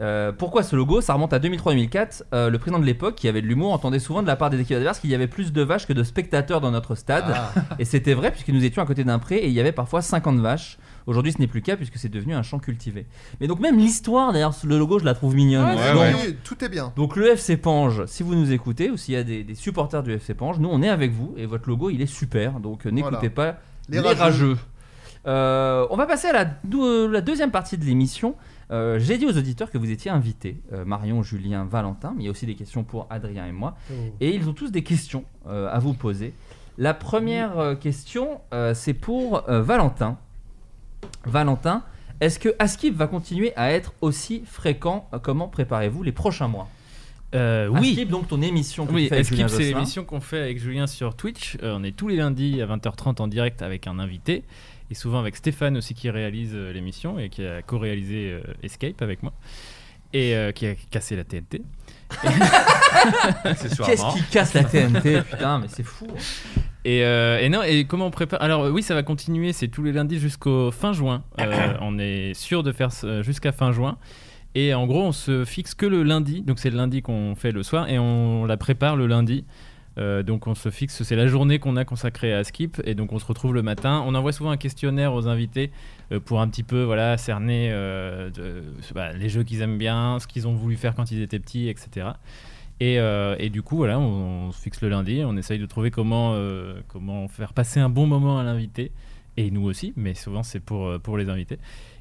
[SPEAKER 7] Euh, pourquoi ce logo ça remonte à 2003-2004 euh, le président de l'époque qui avait de l'humour entendait souvent de la part des équipes adverses qu'il y avait plus de vaches que de spectateurs dans notre stade
[SPEAKER 8] Ah.
[SPEAKER 7] et c'était vrai puisque nous étions à côté d'un pré et il y avait parfois 50 vaches Aujourd'hui, ce n'est plus le cas puisque c'est devenu un champ cultivé. Mais donc, même l'histoire, d'ailleurs, le logo, je la trouve mignonne.
[SPEAKER 8] Ouais, c'est
[SPEAKER 7] Donc,
[SPEAKER 8] mignon, tout est bien.
[SPEAKER 7] Donc, le FC Penge, si vous nous écoutez ou s'il y a des, des supporters du FC Penge, nous, on est avec vous et votre logo, il est super. Donc, euh, n'écoutez
[SPEAKER 8] Voilà.
[SPEAKER 7] pas
[SPEAKER 8] Les
[SPEAKER 7] les,
[SPEAKER 8] rageux.
[SPEAKER 7] rageux. Euh, on va passer à la, dou- euh, la deuxième partie de l'émission. Euh, J'ai dit aux auditeurs que vous étiez invités, euh, Marion, Julien, Valentin, mais il y a aussi des questions pour Adrien et moi.
[SPEAKER 12] Oh.
[SPEAKER 7] Et ils ont tous des questions euh, à vous poser. La première euh, question, euh, c'est pour euh, Valentin. Valentin, est-ce que Askip va continuer à être aussi fréquent euh, Comment préparez-vous les prochains mois
[SPEAKER 4] Euh, oui.
[SPEAKER 7] Askip, donc ton émission que
[SPEAKER 4] Oui,
[SPEAKER 7] tu fais avec
[SPEAKER 4] Escape,
[SPEAKER 7] Ah, Julien hein.
[SPEAKER 4] c'est
[SPEAKER 7] Josselin.
[SPEAKER 4] l'émission qu'on fait avec Julien sur Twitch. Euh, on est tous les lundis à 20h30 en direct avec un invité. Et souvent avec Stéphane aussi qui réalise euh, l'émission et qui a co-réalisé euh, Escape avec moi. Et euh, qui a cassé la TNT.
[SPEAKER 7] Qu'est-ce qui casse la TNT Putain, mais c'est fou. hein.
[SPEAKER 4] Et, euh, et non, et comment on prépare Alors euh, oui, ça va continuer, c'est tous les lundis jusqu'au fin juin. Euh, on est sûr de faire ce- jusqu'à fin juin. Et en gros, on se fixe que le lundi, donc c'est le lundi qu'on fait le soir, et on la prépare le lundi. Euh, donc on se fixe, c'est la journée qu'on a consacrée à Skip, et donc on se retrouve le matin. On envoie souvent un questionnaire aux invités euh, pour un petit peu voilà cerner euh, de- bah, les jeux qu'ils aiment bien, ce qu'ils ont voulu faire quand ils étaient petits, etc. Et, euh, et du coup, voilà, on, on se fixe le lundi, on essaye de trouver comment, euh, comment faire passer un bon moment à l'invité, et nous aussi, mais souvent c'est pour, euh, pour les invités.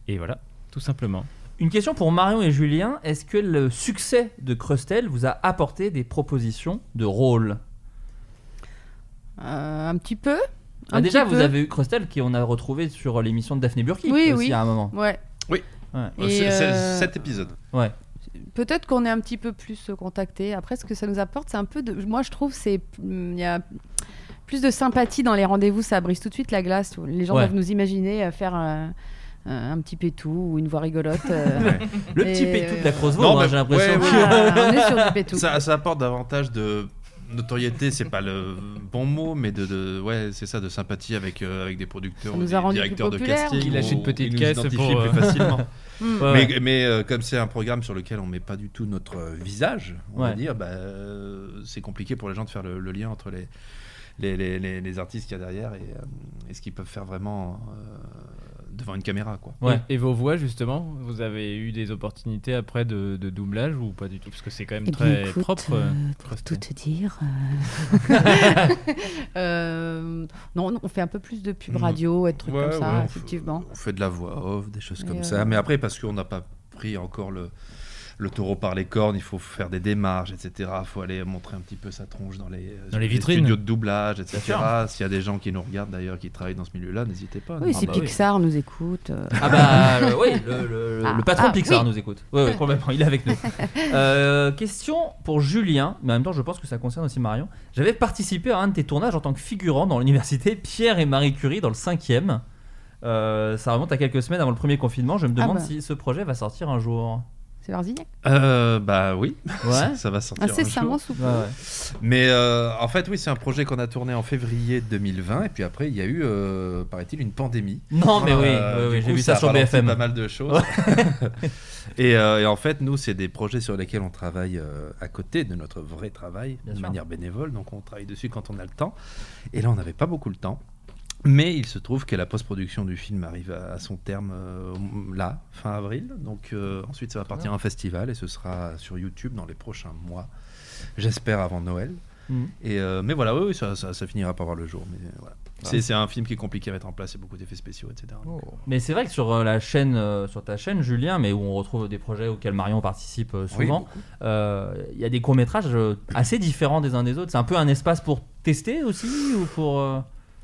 [SPEAKER 4] Et voilà, tout simplement.
[SPEAKER 7] Une question pour Marion et Julien. Est-ce que le succès de Crustel vous a apporté des propositions de rôle
[SPEAKER 3] Euh, un petit peu.
[SPEAKER 7] Ah,
[SPEAKER 3] un
[SPEAKER 7] Déjà,
[SPEAKER 3] petit
[SPEAKER 7] vous
[SPEAKER 3] peu.
[SPEAKER 7] avez eu Crustel qui on a retrouvé sur l'émission de Daphné Burki
[SPEAKER 3] Oui,
[SPEAKER 7] aussi
[SPEAKER 3] oui.
[SPEAKER 7] à un moment.
[SPEAKER 3] Ouais.
[SPEAKER 7] Oui.
[SPEAKER 3] Et, C'est- c'est euh,
[SPEAKER 9] Oh, cet épisode.
[SPEAKER 7] Ouais.
[SPEAKER 3] Peut-être qu'on est un petit peu plus euh, contacté. Après, ce que ça nous apporte, c'est un peu de. Moi, je trouve, c'est il y a plus de sympathie dans les rendez-vous. Ça brise tout de suite la glace. Les gens
[SPEAKER 7] Ouais.
[SPEAKER 3] doivent nous imaginer euh, faire un, un- un petit pétou ou une voix rigolote. euh,
[SPEAKER 7] Le
[SPEAKER 3] et,
[SPEAKER 7] petit pétou de la
[SPEAKER 3] euh,
[SPEAKER 7] Crozevaux, hein,
[SPEAKER 9] mais-
[SPEAKER 7] j'ai l'impression
[SPEAKER 9] ouais,
[SPEAKER 7] que-
[SPEAKER 9] ouais.
[SPEAKER 3] Ah, on est sur du pétou.
[SPEAKER 9] Ça, ça apporte davantage de notoriété, c'est pas le bon mot, mais de, de- ouais, c'est ça, de sympathie avec euh, avec des producteurs,
[SPEAKER 3] Ça
[SPEAKER 9] ou
[SPEAKER 3] nous
[SPEAKER 9] des
[SPEAKER 3] a rendu plus
[SPEAKER 9] directeurs de
[SPEAKER 3] populaires.
[SPEAKER 9] casting,
[SPEAKER 3] Qui lâchait
[SPEAKER 9] on-
[SPEAKER 3] de petites
[SPEAKER 9] ils nous
[SPEAKER 3] caisses
[SPEAKER 9] identifient
[SPEAKER 3] pour, euh,
[SPEAKER 9] plus facilement.
[SPEAKER 3] Mm.
[SPEAKER 9] Mais,
[SPEAKER 3] Ouais.
[SPEAKER 9] mais, euh, comme c'est un programme sur lequel on met pas du tout notre euh, visage, on va
[SPEAKER 7] Ouais.
[SPEAKER 9] dire, bah, euh, c'est compliqué pour les gens de faire le, le lien entre les les, les, les- les artistes qu'il y a derrière et, euh, et ce qu'ils peuvent faire vraiment euh, devant une caméra, quoi.
[SPEAKER 4] Et, et vos voix, justement, vous avez eu des opportunités après de, de doublage ou pas du tout Parce que c'est quand même
[SPEAKER 3] Eh bien,
[SPEAKER 4] très
[SPEAKER 3] écoute,
[SPEAKER 4] propre.
[SPEAKER 3] euh,
[SPEAKER 4] euh,
[SPEAKER 3] pour
[SPEAKER 4] presque.
[SPEAKER 3] tout te dire. euh, euh, non, non, on fait un peu plus de pub
[SPEAKER 9] Mhm.
[SPEAKER 4] Mm.
[SPEAKER 3] radio, et de trucs
[SPEAKER 9] Ouais,
[SPEAKER 3] comme ça,
[SPEAKER 9] ouais, on fait-
[SPEAKER 3] effectivement.
[SPEAKER 9] On fait de la voix off, des choses
[SPEAKER 3] Et
[SPEAKER 9] comme
[SPEAKER 3] euh,
[SPEAKER 9] ça. Mais après, parce qu'on n'a pas pris encore le, le taureau par les cornes, il faut faire des démarches, etc. Il faut aller montrer un petit peu sa tronche dans les,
[SPEAKER 4] Dans les vitrines.
[SPEAKER 9] studios de doublage, etc.
[SPEAKER 4] Bien sûr.
[SPEAKER 9] S'il y a des gens qui nous regardent d'ailleurs, qui travaillent dans ce milieu-là, n'hésitez pas.
[SPEAKER 3] Oui,
[SPEAKER 9] Ah
[SPEAKER 3] si
[SPEAKER 9] bah
[SPEAKER 3] Pixar nous écoute. euh.
[SPEAKER 7] Ah bah le- oui, le, le-
[SPEAKER 3] Ah,
[SPEAKER 7] le patron
[SPEAKER 3] ah,
[SPEAKER 7] de Pixar
[SPEAKER 3] oui.
[SPEAKER 7] nous écoute. Oui, oui, complètement, il
[SPEAKER 3] *laughs*
[SPEAKER 7] est avec nous. Euh, question pour Julien, mais en même temps je pense que ça concerne aussi Marion. J'avais participé à un de tes tournages en tant que figurant dans l'université Pierre et Marie Curie dans le 5e. Euh, ça remonte à quelques semaines avant le premier confinement. Je me
[SPEAKER 3] Ah
[SPEAKER 7] demande
[SPEAKER 3] bah.
[SPEAKER 7] si ce projet va sortir un jour.
[SPEAKER 3] C'est Varzignac
[SPEAKER 9] Euh, bah oui,
[SPEAKER 7] Ouais.
[SPEAKER 9] ça, ça va sortir. un
[SPEAKER 3] Incessamment
[SPEAKER 9] jour.
[SPEAKER 3] sous peu. Ouais, ouais.
[SPEAKER 9] Mais euh, en fait, oui, c'est un projet qu'on a tourné en février 2020, et puis après, il y a eu, euh, paraît-il, une pandémie.
[SPEAKER 7] Non, mais oui,
[SPEAKER 9] Euh,
[SPEAKER 7] oui, oui,
[SPEAKER 9] du
[SPEAKER 7] j'ai
[SPEAKER 9] coup,
[SPEAKER 7] vu ça
[SPEAKER 9] a
[SPEAKER 7] sur
[SPEAKER 9] ralenti
[SPEAKER 7] BFM.
[SPEAKER 9] Pas mal de choses. *laughs* et, euh, et en fait, nous, c'est des projets sur lesquels on travaille euh, à côté de notre vrai travail,
[SPEAKER 7] Bien
[SPEAKER 9] de
[SPEAKER 7] sûr.
[SPEAKER 9] manière bénévole. Donc, on travaille dessus quand on a le temps. Et là, on n'avait pas beaucoup le temps. Mais il se trouve que la post-production du film arrive à à son terme euh, là, fin avril. Donc euh, ensuite, ça va partir à un festival et ce sera sur YouTube dans les prochains mois. J'espère avant Noël.
[SPEAKER 7] Mhm.
[SPEAKER 9] Et euh, mais voilà, oui, oui, ça, ça- ça finira par voir le jour. Mais voilà. C'est-
[SPEAKER 7] Ouais.
[SPEAKER 9] C'est un film qui est compliqué à mettre en place, il y a beaucoup d'effets spéciaux, etc.
[SPEAKER 7] Mais c'est vrai que sur euh, la chaîne, euh, sur ta chaîne, Julien, mais où on retrouve des projets auxquels Marion participe euh,
[SPEAKER 9] Oui,
[SPEAKER 7] souvent, euh, il y a des courts métrages assez différents des uns des autres. C'est un peu un espace pour tester aussi ou pour. euh,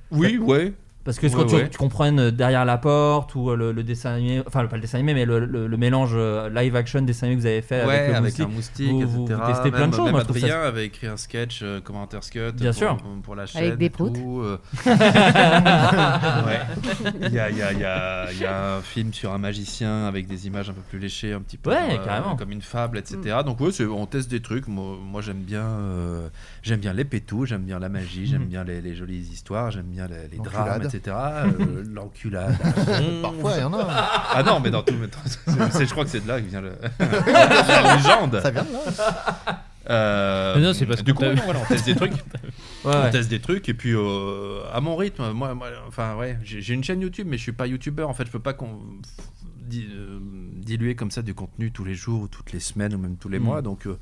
[SPEAKER 9] Oui, ouais.
[SPEAKER 7] Parce que
[SPEAKER 9] Ouais,
[SPEAKER 7] quand tu-
[SPEAKER 9] ouais.
[SPEAKER 7] tu, comprennes euh, derrière la porte ou euh, le, le dessin animé, enfin le- pas le dessin animé, mais le, le- le mélange euh, live action dessin animé que vous avez fait
[SPEAKER 9] Ouais,
[SPEAKER 7] avec, le
[SPEAKER 9] avec un
[SPEAKER 7] moustique,
[SPEAKER 9] moustique,
[SPEAKER 7] vous,
[SPEAKER 9] etc.
[SPEAKER 7] vous- vous testez plein
[SPEAKER 9] Même-
[SPEAKER 7] de choses.
[SPEAKER 9] Même
[SPEAKER 7] Moi, je trouve ça-
[SPEAKER 9] Adrien avait écrit un sketch, euh, comment Interscut,
[SPEAKER 7] Bien
[SPEAKER 9] pour,
[SPEAKER 7] sûr.
[SPEAKER 9] pour la
[SPEAKER 7] Avec
[SPEAKER 9] chaîne.
[SPEAKER 7] des
[SPEAKER 9] et
[SPEAKER 7] proutes.
[SPEAKER 9] tout,
[SPEAKER 7] *laughs*
[SPEAKER 9] euh. *laughs* Ouais. Il y a, il y a- il y a- il y a un film sur un magicien avec des images un peu plus léchées, un petit peu euh,
[SPEAKER 7] Ouais, carrément.
[SPEAKER 9] comme une fable, etc.
[SPEAKER 7] Mm.
[SPEAKER 9] Donc ouais, c'est- on teste des trucs. Moi, moi, j'aime bien, euh, j'aime bien les pétous, j'aime bien la magie,
[SPEAKER 7] Mm.
[SPEAKER 9] j'aime bien les, les jolies histoires, j'aime bien les, les drames,
[SPEAKER 8] L'enculade.
[SPEAKER 9] etc.
[SPEAKER 7] *laughs*
[SPEAKER 9] Euh, L'enculade.
[SPEAKER 8] Parfois, il y en a. hein.
[SPEAKER 9] Ah non, mais dans tout. mais dans- c'est- c'est- je crois que c'est de là que
[SPEAKER 7] *laughs*
[SPEAKER 9] vient le, *laughs* la légende.
[SPEAKER 8] Ça vient de
[SPEAKER 9] Euh,
[SPEAKER 4] Mais non, c'est parce
[SPEAKER 9] du
[SPEAKER 4] qu'on
[SPEAKER 9] Euh, coup,
[SPEAKER 4] t'a-
[SPEAKER 9] *laughs* non, voilà, on teste des trucs.
[SPEAKER 7] Ouais,
[SPEAKER 9] on
[SPEAKER 7] ouais.
[SPEAKER 9] teste des trucs et puis euh, à mon rythme. Moi, moi, enfin ouais, j'ai j'ai une chaîne YouTube, mais je suis pas youtubeur. En fait, je peux pas qu'on di- euh, diluer comme ça du contenu tous les jours, ou toutes les semaines ou même tous les
[SPEAKER 7] Mm.
[SPEAKER 9] mois. Donc euh,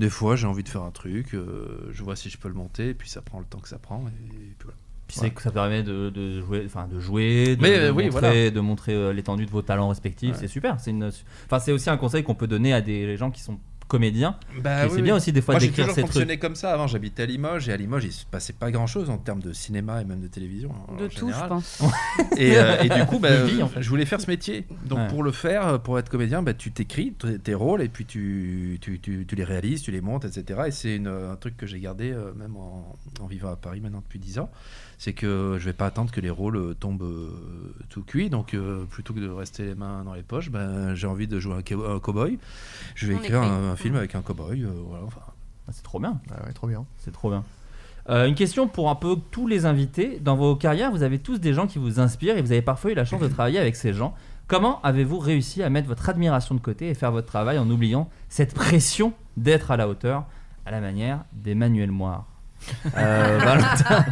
[SPEAKER 9] des fois, j'ai envie de faire un truc, euh, je vois si je peux le monter, et puis ça prend le temps que ça prend. Et, et puis voilà.
[SPEAKER 7] Puis c'est que ça permet de, de jouer, enfin de jouer, de,
[SPEAKER 9] Mais,
[SPEAKER 7] de
[SPEAKER 9] euh, oui,
[SPEAKER 7] montrer,
[SPEAKER 9] voilà.
[SPEAKER 7] de montrer, euh, l'étendue de vos talents respectifs.
[SPEAKER 9] Ouais.
[SPEAKER 7] C'est super. C'est une, enfin c'est aussi un conseil qu'on peut donner à des gens qui sont comédiens.
[SPEAKER 9] Bah
[SPEAKER 7] Et
[SPEAKER 9] oui,
[SPEAKER 7] c'est
[SPEAKER 9] oui.
[SPEAKER 7] bien aussi des fois
[SPEAKER 9] Moi,
[SPEAKER 7] d'écrire
[SPEAKER 9] J'ai
[SPEAKER 7] ces
[SPEAKER 9] toujours fonctionné
[SPEAKER 7] trucs.
[SPEAKER 9] comme ça. Avant, j'habitais à Limoges et à Limoges, il se passait pas grand chose en termes de cinéma et même de télévision. en-
[SPEAKER 3] De
[SPEAKER 9] en
[SPEAKER 3] tout, je
[SPEAKER 9] général.
[SPEAKER 3] pense.
[SPEAKER 9] et, euh, et du coup,
[SPEAKER 7] *laughs*
[SPEAKER 9] bah,
[SPEAKER 7] De vie, en fait.
[SPEAKER 9] je voulais faire ce métier. Donc
[SPEAKER 7] Ouais.
[SPEAKER 9] pour le faire, pour être comédien, bah, tu t'écris t- tes rôles et puis tu, tu, tu- tu les réalises, tu les montes, etc. Et c'est une- un truc que j'ai gardé euh, même en, en vivant à Paris maintenant depuis 10 ans. C'est que je vais pas attendre que les rôles euh, tombent euh, tout cuits. Donc euh, plutôt que de rester les mains dans les poches, ben, j'ai envie de jouer un, cow- un cowboy. Je vais
[SPEAKER 7] On
[SPEAKER 9] écrire
[SPEAKER 7] écrit.
[SPEAKER 9] un, un film avec un cowboy. euh, voilà, enfin,
[SPEAKER 7] Ah, C'est trop bien.
[SPEAKER 8] trop bien.
[SPEAKER 7] C'est trop bien. Euh, une question pour un peu tous les invités. Dans vos carrières, vous avez tous des gens qui vous inspirent et vous avez parfois eu
[SPEAKER 9] *laughs*
[SPEAKER 7] la chance de travailler avec ces gens. Comment avez-vous réussi à mettre votre admiration de côté et faire votre travail en oubliant cette pression d'être à la hauteur, à la manière d'Emmanuel Moir Euh,
[SPEAKER 9] *laughs*
[SPEAKER 7] Valentin.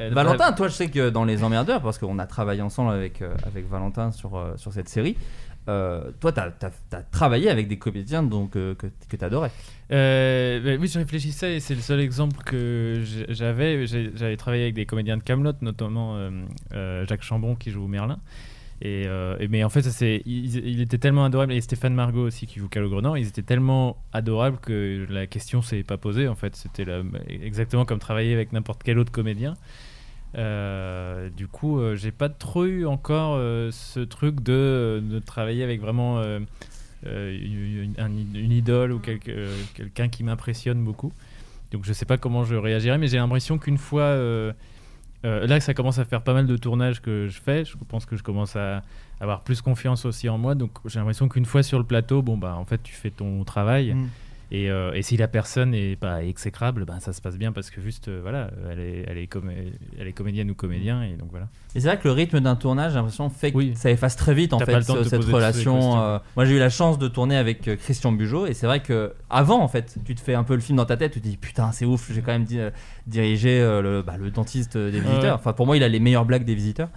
[SPEAKER 4] Euh,
[SPEAKER 7] Valentin, toi, je sais que dans Les Emmerdeurs, parce qu'on a travaillé ensemble avec, euh, avec Valentin sur, euh, sur cette série, euh, toi, t'as as, travaillé avec des comédiens donc, euh, que, que t'adorais.
[SPEAKER 4] Euh, bah oui, je réfléchissais et c'est le seul exemple que j'- j'avais. J'ai- J'avais travaillé avec des comédiens de Camelot, notamment euh, euh, Jacques Chambon qui joue Merlin. Et, euh, et- mais en fait, ça, c'est, ils- il, était tellement adorable et Stéphane Margot aussi qui joue Calogrenant, ils étaient tellement adorables que la question s'est pas posée. En fait, c'était la- exactement comme travailler avec n'importe quel autre comédien. Euh, du coup, euh, j'ai pas trop eu encore euh, ce truc de, de travailler avec vraiment euh, euh, une, un i- une idole ou quelque- euh, quelqu'un qui m'impressionne beaucoup. Donc je sais pas comment je réagirais, mais j'ai l'impression qu'une fois... euh, euh, là, ça commence à faire pas mal de tournages que je fais. Je pense que je commence à avoir plus confiance aussi en moi. Donc j'ai l'impression qu'une fois sur le plateau, bon bah en fait tu fais ton travail.
[SPEAKER 8] Mm.
[SPEAKER 4] Et, euh, et si la personne est pas exécrable, ben ça se passe bien parce que juste euh, voilà, elle est, elle est, comé- elle est comédienne ou comédien et donc voilà.
[SPEAKER 7] Et c'est vrai que le rythme d'un tournage, j'ai l'impression, fait que ça efface très vite en
[SPEAKER 4] T'as
[SPEAKER 7] fait
[SPEAKER 4] pas le temps
[SPEAKER 7] ce-
[SPEAKER 4] de te
[SPEAKER 7] cette
[SPEAKER 4] poser toutes les questions.
[SPEAKER 7] relation. euh, moi, j'ai eu la chance de tourner avec euh, Christian Bugeaud et c'est vrai que avant, en fait, tu te fais un peu le film dans ta tête, tu te dis putain, c'est ouf, j'ai quand même di- euh, dirigé euh, le, bah, le dentiste euh, des
[SPEAKER 4] Ouais.
[SPEAKER 7] visiteurs. Enfin, pour moi, il a les meilleures blagues des visiteurs.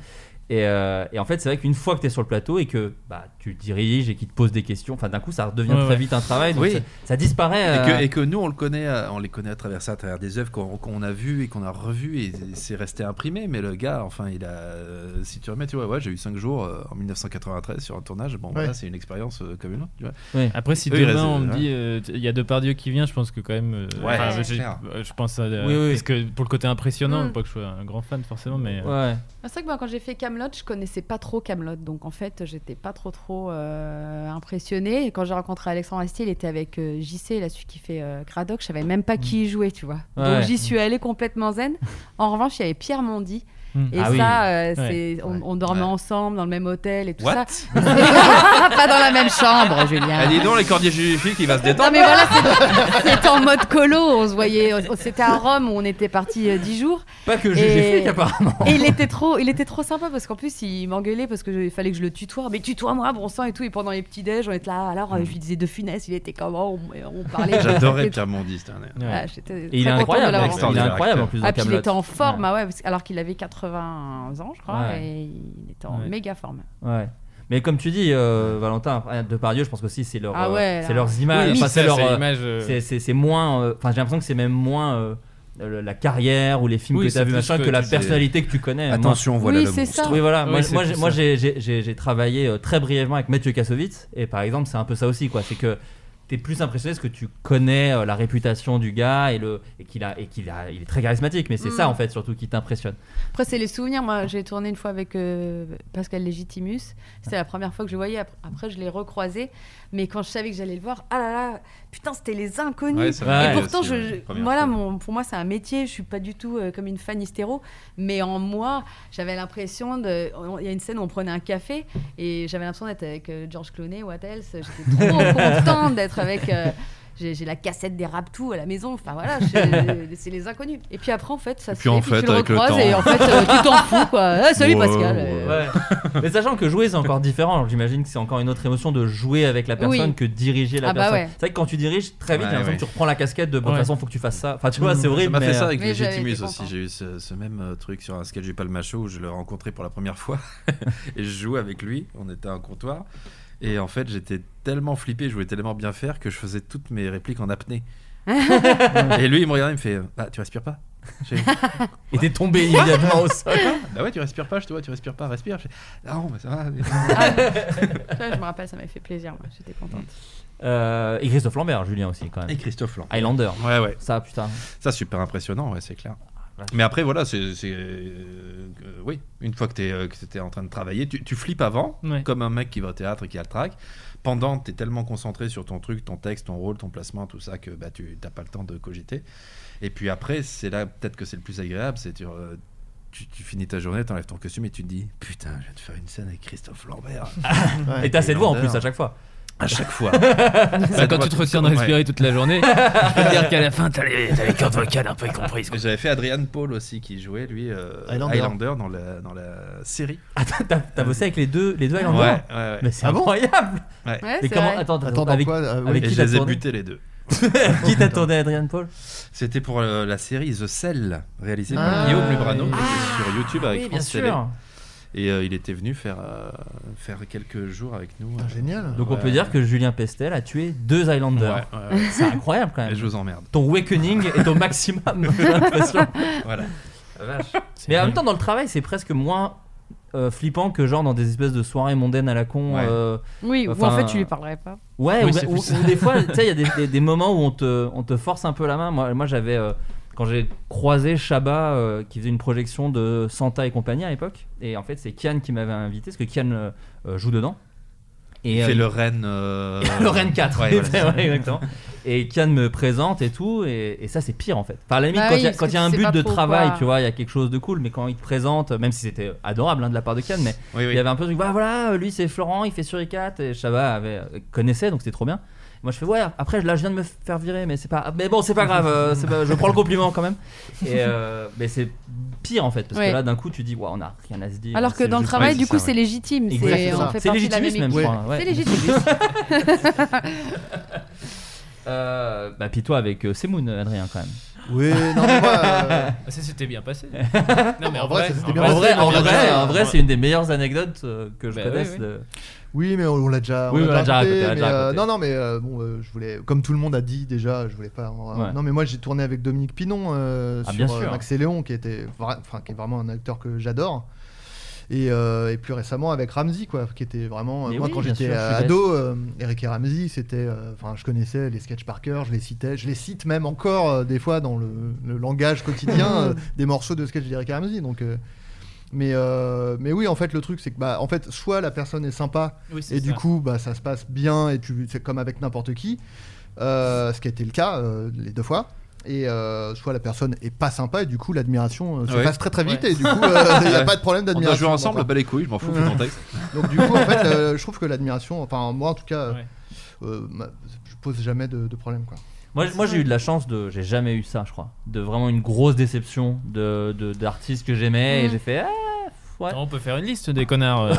[SPEAKER 7] Et, euh, et en fait, c'est vrai qu'une fois que tu es sur le plateau et que bah, tu diriges et qu'il te pose des questions, enfin d'un coup, ça redevient
[SPEAKER 9] Ouais,
[SPEAKER 7] très
[SPEAKER 9] ouais.
[SPEAKER 7] vite un travail. donc
[SPEAKER 9] Oui.
[SPEAKER 7] ça, ça disparaît.
[SPEAKER 9] Et que,
[SPEAKER 7] euh,
[SPEAKER 9] et que nous, on, le connaît, euh, on les connaît à travers ça, à travers des œuvres qu'on qu'on a vues et qu'on a revues et c'est resté imprimé. Mais le gars, enfin, il a. euh, Si tu remets, tu vois, ouais, j'ai eu 5 jours euh, en 1993 sur un tournage. Bon, voilà, c'est une expérience euh, comme une autre. tu vois.
[SPEAKER 4] Après, si
[SPEAKER 9] Eux, ils
[SPEAKER 4] demain
[SPEAKER 9] restent-
[SPEAKER 4] on me
[SPEAKER 9] ouais.
[SPEAKER 4] dit euh, il y a Depardieu qui vient, je pense que quand même. euh,
[SPEAKER 9] Ouais,
[SPEAKER 4] enfin,
[SPEAKER 9] c'est
[SPEAKER 4] j'ai-
[SPEAKER 9] clair.
[SPEAKER 4] euh, je pense. euh,
[SPEAKER 7] Oui, oui, oui.
[SPEAKER 4] Parce que pour le côté impressionnant,
[SPEAKER 3] Mm.
[SPEAKER 4] pas que je sois un grand fan forcément, mais.
[SPEAKER 7] euh,
[SPEAKER 3] C'est vrai que moi, quand j'ai fait Camelot, je connaissais pas trop Camelot, donc en fait, j'étais pas trop trop euh, impressionnée. Et quand j'ai rencontré Alexandre Astier, il était avec euh, JC, là celui qui fait euh, Cradoc, je savais même pas qui y jouait, tu vois.
[SPEAKER 7] Ouais.
[SPEAKER 3] Donc j'y suis allée complètement zen. En revanche, il y avait Pierre Mondi.
[SPEAKER 7] Mm.
[SPEAKER 3] Et
[SPEAKER 7] Ah
[SPEAKER 3] ça, euh,
[SPEAKER 7] oui. Ouais.
[SPEAKER 3] c'est, on, on dormait ensemble dans le même hôtel et tout
[SPEAKER 9] What
[SPEAKER 3] ça. *laughs* pas dans la même chambre, Julien.
[SPEAKER 9] Ah, dis donc, les cordiers juifs qui va se détendre.
[SPEAKER 3] Non Ah, mais voilà, c'est- c'était en mode colo, on se voyait, on- c'était à Rome où on était parti dix jours.
[SPEAKER 7] Pas que
[SPEAKER 3] Et-
[SPEAKER 7] j'ai fait apparemment.
[SPEAKER 3] Et il était trop, il était trop sympa parce qu'en plus il m'engueulait parce que je- il fallait que je le tutoie, mais tutoie-moi, bon sang et tout. Et pendant les petits déj, on était là. *laughs* Alors euh, je lui disais de funès, il était comment On, on
[SPEAKER 8] *laughs*
[SPEAKER 3] parlait. de-
[SPEAKER 9] J'adorais Pierre Mondi, c'était un
[SPEAKER 3] Ah, j'étais
[SPEAKER 7] Et il
[SPEAKER 3] très
[SPEAKER 7] est
[SPEAKER 3] contente de
[SPEAKER 7] incroyable,
[SPEAKER 3] l'avoir
[SPEAKER 7] il est
[SPEAKER 3] rencontré.
[SPEAKER 7] incroyable en plus dans
[SPEAKER 3] Ah, puis il
[SPEAKER 7] Kaamelott.
[SPEAKER 3] était en forme, ah ouais, parce- alors qu'il avait 80 ans, je crois,
[SPEAKER 7] Ouais.
[SPEAKER 3] et il était en
[SPEAKER 7] Ouais.
[SPEAKER 3] méga forme.
[SPEAKER 7] Ouais. Mais comme tu dis, euh, Valentin, Depardieu, je pense aussi c'est leur,
[SPEAKER 3] Ah
[SPEAKER 7] euh,
[SPEAKER 3] ouais,
[SPEAKER 7] c'est
[SPEAKER 3] là.
[SPEAKER 7] leurs images,
[SPEAKER 4] Oui,
[SPEAKER 7] enfin,
[SPEAKER 4] oui.
[SPEAKER 7] c'est
[SPEAKER 4] Ça,
[SPEAKER 7] leur,
[SPEAKER 4] c'est
[SPEAKER 7] euh,
[SPEAKER 4] l'image, euh.
[SPEAKER 7] c'est- c'est c'est moins, euh, enfin j'ai l'impression que c'est même moins euh, le- la carrière ou les films
[SPEAKER 4] Oui,
[SPEAKER 7] que t'as
[SPEAKER 4] c'est
[SPEAKER 7] vu
[SPEAKER 4] plus
[SPEAKER 7] machin
[SPEAKER 4] que
[SPEAKER 7] que, la
[SPEAKER 4] tu-
[SPEAKER 7] personnalité que tu connais.
[SPEAKER 9] Attention,
[SPEAKER 7] Moi-
[SPEAKER 9] voilà Oui, le c'est monstre. ça.
[SPEAKER 7] Oui, voilà.
[SPEAKER 4] Oui,
[SPEAKER 7] moi,
[SPEAKER 4] c'est
[SPEAKER 7] moi,
[SPEAKER 4] plus
[SPEAKER 7] j'ai- moi,
[SPEAKER 4] ça.
[SPEAKER 7] j'ai- j'ai j'ai- j'ai travaillé euh, très brièvement avec Mathieu Kassovitz et par exemple c'est un peu ça aussi quoi, c'est que t'es plus impressionné parce que tu connais euh, la réputation du gars et le et qu'il a et qu'il a il est très charismatique mais c'est
[SPEAKER 3] Mm.
[SPEAKER 7] ça en fait surtout qui t'impressionne.
[SPEAKER 3] Après, c'est les souvenirs. Moi, j'ai tourné une fois avec euh, Pascal Légitimus. C'était la première fois que je le voyais. Après, après, je l'ai recroisé. Mais quand je savais que j'allais le voir, ah là là, putain, c'était les
[SPEAKER 9] Ouais,
[SPEAKER 3] inconnus.
[SPEAKER 9] ça m'a
[SPEAKER 3] et
[SPEAKER 9] fait
[SPEAKER 3] pourtant,
[SPEAKER 9] aussi,
[SPEAKER 3] je,
[SPEAKER 9] ouais,
[SPEAKER 3] je-
[SPEAKER 9] première
[SPEAKER 3] voilà,
[SPEAKER 9] fois.
[SPEAKER 3] mon, pour moi, c'est un métier. Je suis pas du tout euh, comme une fan hystéro. Mais en moi, j'avais l'impression de. on- Il y a une scène où on prenait un café et j'avais l'impression d'être avec euh, George Clooney ou What else. J'étais trop contente d'être avec. euh, j'ai j'ai la cassette des Raptou à la maison. Enfin voilà, je- c'est les inconnus. Et puis après, en fait, ça
[SPEAKER 9] Et
[SPEAKER 3] se
[SPEAKER 9] puis
[SPEAKER 3] fait,
[SPEAKER 9] en
[SPEAKER 3] puis
[SPEAKER 9] fait,
[SPEAKER 3] tu le
[SPEAKER 9] avec le
[SPEAKER 3] recroises et
[SPEAKER 9] temps.
[SPEAKER 3] en fait, euh, tu t'en fous quoi. Ah, salut Pascal. euh,
[SPEAKER 7] Ouais. *laughs* Mais sachant que jouer c'est encore différent, j'imagine que c'est encore une autre émotion de jouer avec la personne
[SPEAKER 3] Oui.
[SPEAKER 7] que diriger la
[SPEAKER 3] Ah bah
[SPEAKER 7] personne.
[SPEAKER 3] ouais.
[SPEAKER 7] C'est vrai que quand tu diriges très vite,
[SPEAKER 9] Ouais,
[SPEAKER 7] t'as l'impression
[SPEAKER 9] ouais.
[SPEAKER 7] que tu reprends la casquette de bon, de toute
[SPEAKER 9] Ouais.
[SPEAKER 7] façon faut que tu fasses ça. Enfin tu vois c'est
[SPEAKER 9] Ça
[SPEAKER 7] horrible.
[SPEAKER 9] m'a fait
[SPEAKER 7] mais,
[SPEAKER 9] ça
[SPEAKER 7] euh,
[SPEAKER 9] avec
[SPEAKER 3] Mais j'avais été
[SPEAKER 9] Legitimus
[SPEAKER 3] content.
[SPEAKER 9] aussi. J'ai eu ce, ce même euh, truc sur un sketch du Palmacho où je l'ai rencontré pour la première fois. *laughs* et je jouais avec lui. On était à un comptoir. Et en fait, j'étais tellement flippé, je voulais tellement bien faire que je faisais toutes mes répliques en
[SPEAKER 3] *laughs*
[SPEAKER 9] apnée. et lui, il me regardait, il me fait Bah, tu respires pas J'ai-
[SPEAKER 7] Il était tombé immédiatement au sol.
[SPEAKER 9] Bah ouais, tu respires pas, je te vois, tu respires pas, respire. Je fais, Ah non, bah ça va. mais-
[SPEAKER 3] Ah.
[SPEAKER 12] Ça, je me rappelle, ça m'avait fait plaisir, moi. J'étais contente.
[SPEAKER 7] euh, et Christophe Lambert, Julien aussi quand même.
[SPEAKER 9] Et Christophe Lambert.
[SPEAKER 7] Highlander.
[SPEAKER 9] Ouais, ouais.
[SPEAKER 7] Ça putain.
[SPEAKER 9] Ça, super impressionnant, ouais, c'est clair.
[SPEAKER 7] Ah,
[SPEAKER 9] Mais après, voilà, c'est. c'est, euh, euh, oui, une fois que t'es euh, que t'es en train de travailler, tu, tu flippes avant,
[SPEAKER 4] Ouais.
[SPEAKER 9] comme un mec qui va au théâtre et qui a le trac. Pendant, t'es tellement concentré sur ton truc, ton texte, ton rôle, ton placement, tout ça, que bah, tu n'as pas le temps de cogiter. Et puis après, c'est là peut-être que c'est le plus agréable, c'est tu, euh, tu, tu finis ta journée, t'enlèves ton costume et tu te dis Putain, je viens de faire une scène avec Christophe Lambert.
[SPEAKER 7] *laughs* Et t'as cette voix en plus à
[SPEAKER 9] hein.
[SPEAKER 7] chaque fois.
[SPEAKER 9] À chaque
[SPEAKER 7] *laughs*
[SPEAKER 9] fois.
[SPEAKER 4] Bah, quand tu te retiens de respirer toute la journée, je peux te dire qu'à la fin, t'as les, t'as les cordes vocales un peu comprises. quoi.
[SPEAKER 9] J'avais fait Adrian Paul aussi qui jouait lui euh,
[SPEAKER 4] Highlander.
[SPEAKER 9] Highlander, dans, la, dans la série.
[SPEAKER 7] T'as t'as bossé avec les deux les deux Highlanders.
[SPEAKER 9] Ouais, ouais, ouais.
[SPEAKER 7] Mais c'est
[SPEAKER 9] Ah bon
[SPEAKER 7] incroyable.
[SPEAKER 9] Ouais.
[SPEAKER 7] Mais
[SPEAKER 9] Ouais, c'est
[SPEAKER 7] comment
[SPEAKER 9] vrai.
[SPEAKER 7] attends t'as-
[SPEAKER 9] Attends, dans
[SPEAKER 7] avec
[SPEAKER 9] quoi, euh, oui.
[SPEAKER 7] avec
[SPEAKER 9] Et
[SPEAKER 7] qui
[SPEAKER 9] je
[SPEAKER 7] t'as
[SPEAKER 9] les ai
[SPEAKER 7] tourné
[SPEAKER 9] butés, les deux.
[SPEAKER 7] *laughs* Qui t'a tourné Adrian Paul
[SPEAKER 9] C'était pour euh, la série The Cell, réalisée
[SPEAKER 7] Ah.
[SPEAKER 9] par Guillaume Lubrano, qui
[SPEAKER 7] Ah.
[SPEAKER 9] était sur YouTube avec
[SPEAKER 7] Oui, bien
[SPEAKER 9] France
[SPEAKER 7] sûr.
[SPEAKER 9] Télé. Et euh, il était venu faire, euh, faire quelques jours avec nous.
[SPEAKER 8] Ah,
[SPEAKER 9] euh,
[SPEAKER 7] Donc on
[SPEAKER 9] ouais.
[SPEAKER 7] peut dire que Julien Pestel a tué deux Highlanders.
[SPEAKER 9] Ouais, ouais, ouais.
[SPEAKER 7] C'est incroyable quand même.
[SPEAKER 9] Et je vous emmerde.
[SPEAKER 7] Ton awakening est au
[SPEAKER 9] *laughs*
[SPEAKER 7] maximum, j'ai l'impression.
[SPEAKER 9] Voilà.
[SPEAKER 7] Mais en même temps, dans le travail, c'est presque moins euh, flippant que genre dans des espèces de soirées mondaines à la con.
[SPEAKER 12] Ouais.
[SPEAKER 7] euh,
[SPEAKER 12] Oui, ou
[SPEAKER 7] enfin,
[SPEAKER 12] en fait, tu lui parlerais pas.
[SPEAKER 7] Ouais,
[SPEAKER 12] Oui,
[SPEAKER 7] ou-
[SPEAKER 12] c'est
[SPEAKER 7] ou,
[SPEAKER 12] plus ça. *laughs*
[SPEAKER 7] ou des fois, tu sais, il y a des, des- des moments où on te, on te force un peu la main. Moi, moi j'avais. euh, quand j'ai croisé Shabba euh, qui faisait une projection de Santa et compagnie à l'époque, et en fait c'est Kian qui m'avait invité, parce que Kian euh, euh, joue dedans.
[SPEAKER 9] Il fait
[SPEAKER 7] euh,
[SPEAKER 9] le Rennes. euh,
[SPEAKER 7] le Rennes 4,
[SPEAKER 9] Ouais,
[SPEAKER 7] ouais,
[SPEAKER 9] voilà, c'est ça.
[SPEAKER 7] *laughs* ouais, exactement. Et Kian me présente et tout, et, et ça c'est pire en fait. Enfin, à la limite,
[SPEAKER 12] Bah
[SPEAKER 7] quand
[SPEAKER 12] oui,
[SPEAKER 7] il y a-
[SPEAKER 12] parce
[SPEAKER 7] quand
[SPEAKER 12] que
[SPEAKER 7] il y a
[SPEAKER 12] tu
[SPEAKER 7] un
[SPEAKER 12] sais
[SPEAKER 7] but
[SPEAKER 12] pas
[SPEAKER 7] de
[SPEAKER 12] trop
[SPEAKER 7] travail,
[SPEAKER 12] quoi.
[SPEAKER 7] tu vois, il y a quelque chose de cool, mais quand il te présente, même si c'était adorable hein, de la part de Kian, mais
[SPEAKER 9] Oui, oui.
[SPEAKER 7] il y avait un peu de truc, bah voilà, euh, lui c'est Florent, il fait sur i4, et Chaba avait, euh, connaissait, donc c'était trop bien. Et Moi je fais ouais après là je viens de me faire virer mais c'est pas mais bon c'est pas grave euh, c'est pas- je prends le compliment quand même et euh, mais c'est pire en fait parce
[SPEAKER 12] Ouais.
[SPEAKER 7] que là d'un coup tu dis waouh on a rien à se dire
[SPEAKER 12] Alors que
[SPEAKER 7] c'est
[SPEAKER 12] dans le
[SPEAKER 7] juste-
[SPEAKER 12] travail, Ouais, du c'est coup, ça, ouais. c'est légitime, c'est-
[SPEAKER 7] Exactement.
[SPEAKER 12] on fait
[SPEAKER 7] c'est
[SPEAKER 12] partie de la
[SPEAKER 7] légitimiste
[SPEAKER 12] même
[SPEAKER 7] même je
[SPEAKER 12] équipe.
[SPEAKER 7] crois, ouais.
[SPEAKER 12] C'est légitimiste.
[SPEAKER 7] Euh, bah puis toi avec euh, Semoun Adrien quand même.
[SPEAKER 8] Oui, non, mais moi, euh,
[SPEAKER 4] Ah, ça s'était
[SPEAKER 3] *laughs*
[SPEAKER 4] bien passé.
[SPEAKER 7] Non,
[SPEAKER 4] mais
[SPEAKER 7] en
[SPEAKER 4] en vrai,
[SPEAKER 7] vrai, ça s'était
[SPEAKER 4] en
[SPEAKER 7] bien
[SPEAKER 4] vrai,
[SPEAKER 7] passé,
[SPEAKER 4] en
[SPEAKER 7] mais en
[SPEAKER 4] vrai,
[SPEAKER 7] vrai,
[SPEAKER 4] en vrai,
[SPEAKER 7] c'est une des meilleures anecdotes euh, que je
[SPEAKER 4] Bah,
[SPEAKER 7] connaisse.
[SPEAKER 4] oui, oui.
[SPEAKER 7] de-
[SPEAKER 8] Oui, mais on, on l'a déjà.
[SPEAKER 7] Oui,
[SPEAKER 8] on
[SPEAKER 7] on
[SPEAKER 8] l'a
[SPEAKER 7] l'a déjà
[SPEAKER 8] raconté,
[SPEAKER 7] raconté, on l'a
[SPEAKER 8] mais,
[SPEAKER 7] déjà
[SPEAKER 8] euh,
[SPEAKER 7] raconté.
[SPEAKER 8] non, non, mais euh, bon, euh, je voulais, comme tout le monde a dit déjà, je voulais pas. en-
[SPEAKER 7] Ouais.
[SPEAKER 8] Non, mais moi j'ai tourné avec Dominique Pinon euh,
[SPEAKER 7] Ah, bien
[SPEAKER 8] sur
[SPEAKER 7] sûr.
[SPEAKER 8] euh, Max et Léon, qui était, vra- enfin, qui est vraiment un acteur que j'adore. Et, euh, et plus récemment avec Ramsey, quoi, qui était vraiment. euh,
[SPEAKER 7] Mais
[SPEAKER 8] moi,
[SPEAKER 7] oui,
[SPEAKER 8] quand
[SPEAKER 7] bien
[SPEAKER 8] j'étais
[SPEAKER 7] sûr, je suis
[SPEAKER 8] ado, euh, Eric et Ramsey, c'était. euh, Enfin, je connaissais les sketchs par cœur, je les citais, je les cite même encore euh, des fois dans le, le
[SPEAKER 7] *laughs*
[SPEAKER 8] langage quotidien euh, des morceaux de sketchs d'Eric et Ramsey. Donc. euh, mais, euh, mais oui, en fait, le truc, c'est que bah, en fait, soit la personne est sympa,
[SPEAKER 4] Oui, c'est
[SPEAKER 8] et du
[SPEAKER 4] ça.
[SPEAKER 8] coup, bah, ça se passe bien, et tu, c'est comme avec n'importe qui, euh, ce qui a été le cas euh, les deux fois. Et euh, soit la personne est pas sympa, et du coup, l'admiration euh, se
[SPEAKER 9] Ouais.
[SPEAKER 8] passe très très vite,
[SPEAKER 9] Ouais.
[SPEAKER 8] et du coup,
[SPEAKER 9] *laughs*
[SPEAKER 8] euh, il n'y a
[SPEAKER 9] Ouais.
[SPEAKER 8] pas de problème
[SPEAKER 9] On doit
[SPEAKER 8] d'admiration.
[SPEAKER 9] jouer ensemble,
[SPEAKER 8] Enfin,
[SPEAKER 9] bah, les couilles, je m'en fous, fais ton texte.
[SPEAKER 8] Donc, du coup, en
[SPEAKER 9] *laughs*
[SPEAKER 8] fait, euh, je trouve que l'admiration, enfin, moi en tout cas, euh, ma- je pose jamais de, de problème, quoi.
[SPEAKER 7] Moi, moi j'ai eu de la chance de, j'ai jamais eu ça, je crois, de vraiment une grosse déception de de- d'artistes que j'aimais et
[SPEAKER 4] Mm.
[SPEAKER 7] j'ai fait. Ah,
[SPEAKER 4] Non, on peut faire une liste des connards. euh.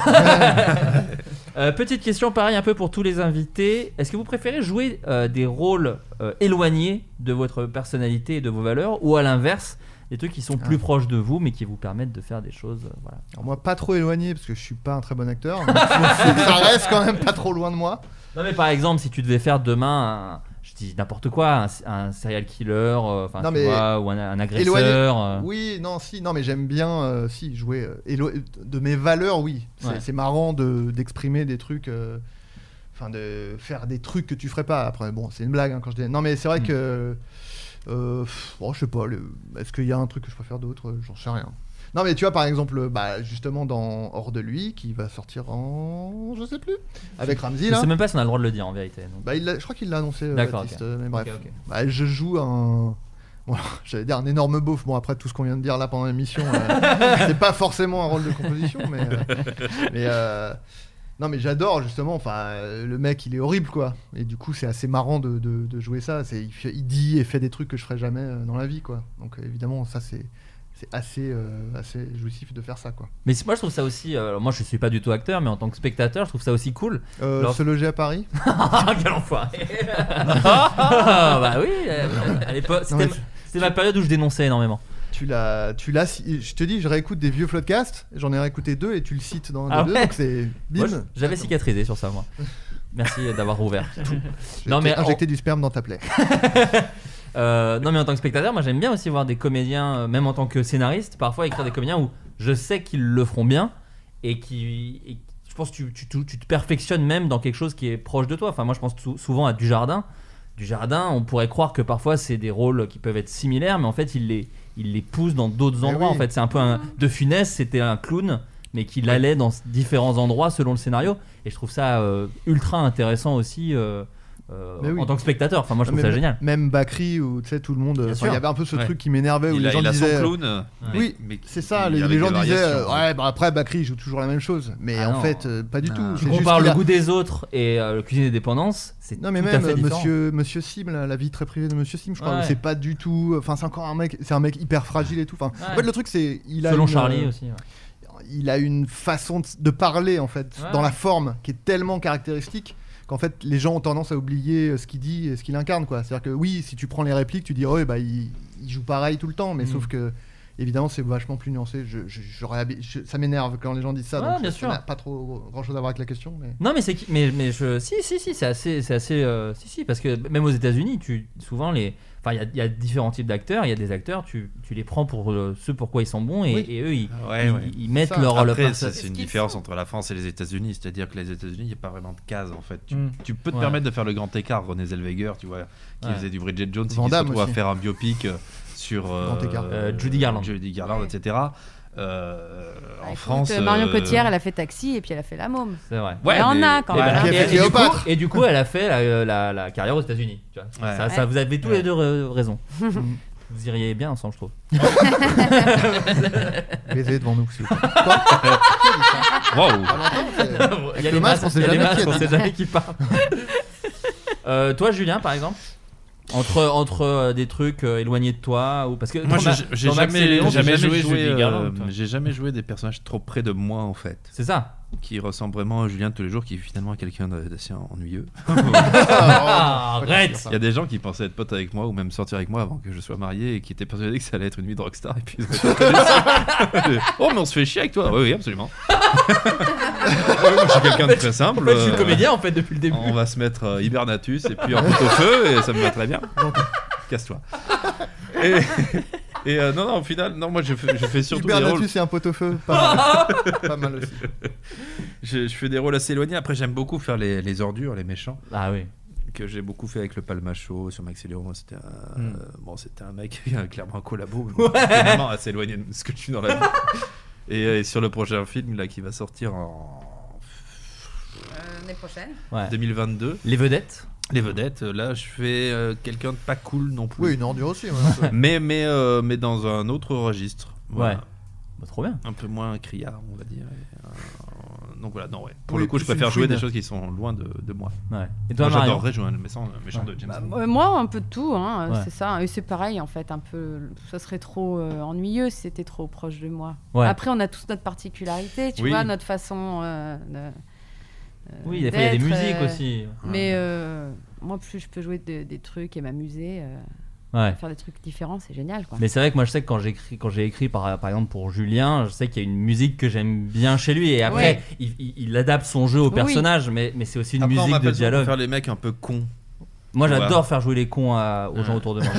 [SPEAKER 7] Euh, petite question, pareil un peu pour tous les invités. Est-ce que vous préférez jouer euh, des rôles euh, éloignés de votre personnalité et de vos valeurs, ou à l'inverse, des trucs qui sont
[SPEAKER 8] Ah.
[SPEAKER 7] plus proches de vous mais qui vous permettent de faire des choses, euh, voilà.
[SPEAKER 8] Alors, moi, pas trop éloigné, parce que je suis pas un très bon acteur,
[SPEAKER 9] *laughs*
[SPEAKER 8] mais ça reste quand même pas trop loin de moi.
[SPEAKER 7] Non mais par exemple, si tu devais faire demain, un- je dis n'importe quoi, un, un serial killer, euh, enfin
[SPEAKER 8] Non,
[SPEAKER 7] tu
[SPEAKER 8] mais
[SPEAKER 7] vois, ou un, un agresseur.
[SPEAKER 8] Éloigné-
[SPEAKER 7] euh.
[SPEAKER 8] Oui, non, si, non, mais j'aime bien euh, si jouer euh, élo- de mes valeurs, oui. C'est
[SPEAKER 7] Ouais.
[SPEAKER 8] c'est marrant de d'exprimer des trucs, euh, enfin de faire des trucs que tu ferais pas. Après, bon, c'est une blague hein, quand je dis. Non, mais c'est
[SPEAKER 7] Mm.
[SPEAKER 8] vrai que, euh, pff, bon, je sais pas. le- Est-ce qu'il y a un truc que je préfère d'autre Euh, J'en sais rien. Non mais tu vois par exemple bah, justement dans Hors de lui qui va sortir en je sais plus avec Ramsey
[SPEAKER 7] Je
[SPEAKER 8] là
[SPEAKER 7] sais même pas si on a le droit de le dire en vérité. donc.
[SPEAKER 8] bah, il l'a- je crois qu'il l'a annoncé, euh,
[SPEAKER 7] D'accord,
[SPEAKER 8] Baptiste,
[SPEAKER 7] ok.
[SPEAKER 8] euh, mais bref.
[SPEAKER 7] Ok, ok.
[SPEAKER 8] Bah, je joue un. Bon, alors, j'allais dire un énorme beauf. Bon, après tout ce qu'on vient de dire là pendant l'émission, euh, c'est pas forcément un rôle de composition, mais. euh, mais, euh, Non mais j'adore justement, enfin euh, le mec il est horrible quoi. Et du coup c'est assez marrant de, de- de jouer ça. C'est, il, fait- il dit et fait des trucs que je ferais jamais euh, dans la vie quoi. Donc euh, évidemment ça c'est, c'est assez, euh, assez jouissif de faire ça quoi.
[SPEAKER 7] Mais c'est- moi je trouve ça aussi. euh, alors moi je suis pas du tout acteur, mais en tant que spectateur, je trouve ça aussi cool.
[SPEAKER 8] Euh,
[SPEAKER 7] Lors-
[SPEAKER 8] Se loger à Paris
[SPEAKER 7] Ah, quel enfoiré Ah, Bah oui, euh, à l'époque,
[SPEAKER 8] Non, mais
[SPEAKER 7] c'était
[SPEAKER 8] tu-
[SPEAKER 7] c'était ma période où je dénonçais énormément.
[SPEAKER 8] Tu l'as, tu l'as. si- Je te dis, je réécoute des vieux podcasts. J'en ai réécouté deux et tu le cites dans les
[SPEAKER 7] Ah
[SPEAKER 8] deux.
[SPEAKER 7] ouais
[SPEAKER 8] Donc c'est bim.
[SPEAKER 7] Moi, je- J'avais
[SPEAKER 8] Attends.
[SPEAKER 7] cicatrisé sur ça, moi. Merci d'avoir rouvert.
[SPEAKER 8] J'ai été injecté du sperme dans ta plaie.
[SPEAKER 7] Euh, non mais en tant que spectateur, moi j'aime bien aussi voir des comédiens, euh, même en tant que scénariste, parfois écrire des comédiens où je sais qu'ils le feront bien et qui, et je pense que tu, tu, tu- tu te perfectionnes même dans quelque chose qui est proche de toi. Enfin moi je pense sou- souvent à Dujardin. Dujardin, on pourrait croire que parfois c'est des rôles qui peuvent être similaires, mais en fait il les, il les pousse dans d'autres endroits. En fait c'est un peu
[SPEAKER 8] Mm.
[SPEAKER 7] un, de funès, c'était un clown. Mais qu'il allait dans différents endroits selon le scénario. Et je trouve ça euh, ultra intéressant aussi euh, euh,
[SPEAKER 8] Mais oui.
[SPEAKER 7] en tant que spectateur. Enfin, moi, je
[SPEAKER 8] Non,
[SPEAKER 7] trouve
[SPEAKER 8] mais
[SPEAKER 7] ça génial.
[SPEAKER 8] Même Bakri où tu sais tout le monde. enfin,
[SPEAKER 7] sûr.
[SPEAKER 8] Il y avait un peu ce
[SPEAKER 7] Ouais.
[SPEAKER 8] truc qui m'énervait où
[SPEAKER 7] Il
[SPEAKER 8] les
[SPEAKER 7] a-
[SPEAKER 8] gens
[SPEAKER 7] il a son
[SPEAKER 8] disaient.
[SPEAKER 7] clown, euh,
[SPEAKER 8] oui,
[SPEAKER 7] mais- mais
[SPEAKER 8] c'est ça.
[SPEAKER 7] qui-
[SPEAKER 8] Les,
[SPEAKER 7] avec
[SPEAKER 8] les gens
[SPEAKER 7] des
[SPEAKER 8] disaient
[SPEAKER 7] variations,
[SPEAKER 8] euh, ouais bah après Bakri il joue toujours la même chose. Mais
[SPEAKER 7] Ah
[SPEAKER 8] en
[SPEAKER 7] non.
[SPEAKER 8] fait euh, pas du
[SPEAKER 7] Non.
[SPEAKER 8] tout.
[SPEAKER 7] Tu
[SPEAKER 8] C'est juste
[SPEAKER 7] compares
[SPEAKER 8] qu'il
[SPEAKER 7] le
[SPEAKER 8] a-
[SPEAKER 7] goût des autres et euh, le cuisine des dépendances, c'est
[SPEAKER 8] Non mais
[SPEAKER 7] tout à
[SPEAKER 8] même
[SPEAKER 7] fait
[SPEAKER 8] euh,
[SPEAKER 7] différent.
[SPEAKER 8] Monsieur Monsieur Sim, la, la vie très privée de Monsieur Sim, je crois,
[SPEAKER 7] Ouais.
[SPEAKER 8] où c'est pas du tout. Enfin, c'est encore un mec, c'est un mec hyper fragile et tout. Enfin, en
[SPEAKER 7] Ouais.
[SPEAKER 8] fait, le truc c'est, il a
[SPEAKER 7] Selon
[SPEAKER 8] une,
[SPEAKER 7] Charlie
[SPEAKER 8] euh,
[SPEAKER 7] aussi, ouais.
[SPEAKER 8] Il a une façon de, de parler en fait
[SPEAKER 7] Ouais.
[SPEAKER 8] dans la forme qui est tellement caractéristique qu'en fait les gens ont tendance à oublier euh, ce qu'il dit et ce qu'il incarne quoi. C'est-à-dire que oui, si tu prends les répliques, tu dis oh eh bah il, il joue pareil tout le temps, mais
[SPEAKER 7] Mm.
[SPEAKER 8] sauf que évidemment c'est vachement plus nuancé. Je, je- j'aurais habi- je- ça m'énerve quand les gens disent ça.
[SPEAKER 7] Ouais,
[SPEAKER 8] donc
[SPEAKER 7] bien
[SPEAKER 8] ça
[SPEAKER 7] sûr.
[SPEAKER 8] n'a pas trop grand chose à voir avec la question, mais. *laughs*
[SPEAKER 7] Non mais c'est qui- mais mais je si si si c'est assez c'est assez euh, si si parce que même aux États-Unis tu souvent les enfin il y a- il y, a différents types d'acteurs il y a des acteurs tu, tu les prends pour euh, ce pourquoi ils sont bons et,
[SPEAKER 9] Oui.
[SPEAKER 7] et eux ils,
[SPEAKER 9] Ouais,
[SPEAKER 7] ils,
[SPEAKER 9] ouais.
[SPEAKER 7] ils mettent leur leur
[SPEAKER 9] Après,
[SPEAKER 7] perso-
[SPEAKER 9] ça, c'est une différence entre la France et les États-Unis. C'est-à-dire que les États-Unis, il n'y a pas vraiment de case en fait. Tu,
[SPEAKER 7] Mm.
[SPEAKER 9] tu peux te
[SPEAKER 7] Ouais.
[SPEAKER 9] permettre de faire le grand écart. René Zellweger, tu vois, qui
[SPEAKER 7] Ouais.
[SPEAKER 9] faisait du Bridget Jones, et qui
[SPEAKER 7] Van
[SPEAKER 9] se
[SPEAKER 7] Damme
[SPEAKER 9] retrouve à
[SPEAKER 7] aussi.
[SPEAKER 9] faire un biopic euh, sur
[SPEAKER 7] Grand écart. Euh,
[SPEAKER 9] Judy Garland, Judy Garland, etc. Euh, en France,
[SPEAKER 3] Écoute, Marion
[SPEAKER 9] euh,
[SPEAKER 3] Cotillard, elle a fait Taxi et puis elle a fait La Môme.
[SPEAKER 7] C'est vrai.
[SPEAKER 3] elle en a quand
[SPEAKER 7] Et
[SPEAKER 3] même.
[SPEAKER 7] ben,
[SPEAKER 3] hein.
[SPEAKER 7] et- et du coup- Et du coup, elle a fait la, la- la carrière aux États-Unis. tu vois.
[SPEAKER 9] Ouais.
[SPEAKER 7] Ça, ça,
[SPEAKER 9] Ouais.
[SPEAKER 7] vous avez tous
[SPEAKER 9] Ouais.
[SPEAKER 7] les deux euh, raison. vous iriez bien ensemble, je trouve.
[SPEAKER 8] Baiser devant nous, s'il
[SPEAKER 7] *laughs*
[SPEAKER 8] vous plaît. Quoi
[SPEAKER 9] Waouh
[SPEAKER 7] Il y
[SPEAKER 8] Avec
[SPEAKER 7] a
[SPEAKER 8] le
[SPEAKER 7] les
[SPEAKER 8] masque,
[SPEAKER 7] masques,
[SPEAKER 8] on sait
[SPEAKER 7] il y a les
[SPEAKER 8] jamais
[SPEAKER 7] masques,
[SPEAKER 8] qui est
[SPEAKER 7] on sait
[SPEAKER 8] dedans.
[SPEAKER 7] jamais qui
[SPEAKER 8] *laughs*
[SPEAKER 7] part. Euh, toi, Julien, par exemple entre, entre euh, des trucs euh, éloignés de toi ou parce que
[SPEAKER 9] Moi,
[SPEAKER 7] dans ma-
[SPEAKER 9] j'ai- j'ai
[SPEAKER 7] dans Max et
[SPEAKER 9] jamais,
[SPEAKER 7] Léon,
[SPEAKER 9] j'ai jamais joué,
[SPEAKER 7] Judy
[SPEAKER 9] euh,
[SPEAKER 7] Garland, toi.
[SPEAKER 9] j'ai jamais joué des personnages trop près de moi en fait.
[SPEAKER 7] C'est ça.
[SPEAKER 9] Qui ressemble vraiment à Julien de tous les jours, qui est finalement quelqu'un de- d'assez *laughs* ennuyeux.
[SPEAKER 7] Arrête
[SPEAKER 9] Il y a des gens qui pensaient être potes avec moi ou même sortir avec moi avant que je sois marié et qui étaient persuadés que ça allait être une nuit de rockstar et puis ils ont été *laughs* reconnus. Oh mais on se fait chier avec toi Oui oui *laughs* absolument. Ouais, moi, je suis quelqu'un de très simple.
[SPEAKER 7] En fait, je suis
[SPEAKER 9] euh,
[SPEAKER 7] comédien, en fait, depuis le début.
[SPEAKER 9] On va se mettre euh, hibernatus et puis en pot au feu et ça me va très bien. Casse-toi. Et, et, euh, non non au final non moi je fais, je fais surtout des rôles
[SPEAKER 8] Hibernatus et un pot au feu, pas
[SPEAKER 7] *laughs*
[SPEAKER 8] mal. Pas mal aussi.
[SPEAKER 9] je, je fais des rôles assez éloignés. Après, j'aime beaucoup faire les, les ordures, les méchants.
[SPEAKER 7] Ah oui.
[SPEAKER 9] Que j'ai beaucoup fait avec le Palmacho sur Max et Léon. C'était un,
[SPEAKER 7] Hmm.
[SPEAKER 9] euh, bon, c'était un mec, clairement un collabo,
[SPEAKER 7] *laughs*
[SPEAKER 9] mais
[SPEAKER 7] Ouais.
[SPEAKER 9] bon, c'était vraiment assez éloigné de ce que je suis dans la vie. *laughs* et, euh, et sur le prochain film là, qui va sortir en
[SPEAKER 3] Euh, L'année prochaine.
[SPEAKER 9] 2022.
[SPEAKER 7] Les vedettes.
[SPEAKER 9] Les vedettes, euh, là je fais euh, quelqu'un de pas cool non plus.
[SPEAKER 8] Oui, une ordure aussi, ouais.
[SPEAKER 9] *laughs*
[SPEAKER 7] *laughs*
[SPEAKER 9] mais, mais, euh, mais dans un autre registre.
[SPEAKER 7] Ouais. Bah, trop bien.
[SPEAKER 9] Un peu moins criard, on va dire. et, euh, donc voilà, non, ouais. Pour
[SPEAKER 7] Oui,
[SPEAKER 9] le coup, je
[SPEAKER 7] plus une
[SPEAKER 9] préfère jouer
[SPEAKER 7] fouine.
[SPEAKER 9] des choses qui sont loin de, de moi.
[SPEAKER 7] Ouais. Et toi,
[SPEAKER 9] Moi,
[SPEAKER 7] Marion
[SPEAKER 9] j'adorerais jouer un méchant, un méchant de James
[SPEAKER 7] Bah,
[SPEAKER 9] Bond.
[SPEAKER 3] Euh, Moi, un peu de tout, hein,
[SPEAKER 9] Ouais.
[SPEAKER 3] c'est ça. Et c'est pareil, en fait, un peu. Ça serait trop euh, ennuyeux si c'était trop proche de moi.
[SPEAKER 7] Ouais.
[SPEAKER 3] Après, on a tous notre particularité, tu
[SPEAKER 7] Oui.
[SPEAKER 3] vois, notre façon euh, de. euh,
[SPEAKER 7] Oui, des fois, il y a des
[SPEAKER 3] d'être,
[SPEAKER 7] musiques
[SPEAKER 4] euh,
[SPEAKER 7] aussi.
[SPEAKER 3] Mais euh, moi, plus je peux jouer de- des trucs et m'amuser, euh,
[SPEAKER 7] Ouais.
[SPEAKER 3] faire des trucs différents, c'est génial, quoi.
[SPEAKER 7] Mais c'est vrai que moi je sais que quand j'écris, quand j'ai écrit par, par exemple pour Julien, je sais qu'il y a une musique que j'aime bien chez lui et après
[SPEAKER 3] Ouais.
[SPEAKER 7] il, il- il adapte son jeu au
[SPEAKER 9] Oui.
[SPEAKER 7] personnage, mais, mais c'est aussi une
[SPEAKER 9] Après, on
[SPEAKER 7] musique de
[SPEAKER 9] m'appelle souvent pour
[SPEAKER 7] dialogue.
[SPEAKER 9] faire les mecs un peu cons.
[SPEAKER 7] Moi
[SPEAKER 9] Tu vois.
[SPEAKER 7] j'adore faire jouer les cons à- aux gens autour *laughs* de moi.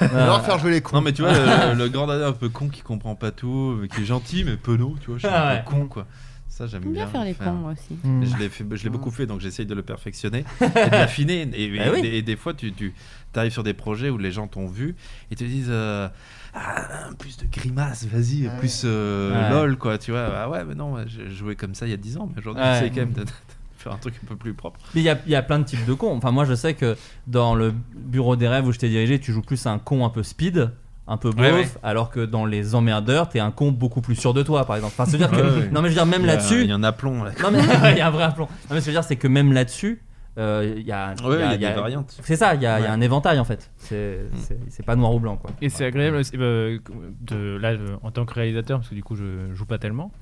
[SPEAKER 9] Alors
[SPEAKER 7] Euh,
[SPEAKER 9] Non, mais tu vois, le,
[SPEAKER 7] *laughs*
[SPEAKER 9] le grand dada un peu con qui comprend pas tout, mais qui est gentil, mais penaud, tu vois, je suis
[SPEAKER 7] Ah
[SPEAKER 9] un
[SPEAKER 7] ouais.
[SPEAKER 9] peu con, quoi. Ça, j'aime
[SPEAKER 3] J'aime bien
[SPEAKER 9] bien.
[SPEAKER 3] faire les cons, moi aussi. Mm.
[SPEAKER 9] Je l'ai, fait- je l'ai beaucoup fait, donc j'essaye de le
[SPEAKER 7] *laughs*
[SPEAKER 9] perfectionner et de l'affiner. Et, et-
[SPEAKER 7] Bah oui.
[SPEAKER 9] et des fois, tu, tu arrives sur des projets où les gens t'ont vu et te disent euh, Ah, plus de grimaces, vas-y, plus euh,
[SPEAKER 7] Ouais.
[SPEAKER 9] lol, quoi, tu vois. Ah ouais, mais non, j'ai joué comme ça il y a 10 ans, mais aujourd'hui,
[SPEAKER 7] Ouais.
[SPEAKER 9] c'est quand même de, de faire un truc un peu plus propre.
[SPEAKER 7] Mais il y a, il y a plein de types de cons. Enfin, moi, je sais que dans le bureau des rêves où je t'ai dirigé, tu joues plus un con un peu speed. un peu beauf,
[SPEAKER 4] Ouais, ouais.
[SPEAKER 7] alors que dans les emmerdeurs, t'es un con beaucoup plus sûr de toi, par exemple. Enfin, se dire que,
[SPEAKER 9] Ouais, ouais.
[SPEAKER 7] non mais je veux dire même
[SPEAKER 9] Il y a-
[SPEAKER 7] là-dessus,
[SPEAKER 9] il y a un aplomb, là.
[SPEAKER 7] Non mais *laughs* il y a un vrai aplomb. Non mais ce que je veux dire, c'est que même là-dessus, euh, il y a,
[SPEAKER 9] Ouais, il y a des variantes.
[SPEAKER 7] C'est ça, il y, a il y a
[SPEAKER 9] Ouais. Mm.
[SPEAKER 7] un éventail en fait. C'est c'est- c'est pas noir ou blanc
[SPEAKER 9] *laughs*
[SPEAKER 7] quoi.
[SPEAKER 4] Et c'est agréable aussi, euh, de, là, euh, en tant que réalisateur, parce que du coup, je joue pas tellement.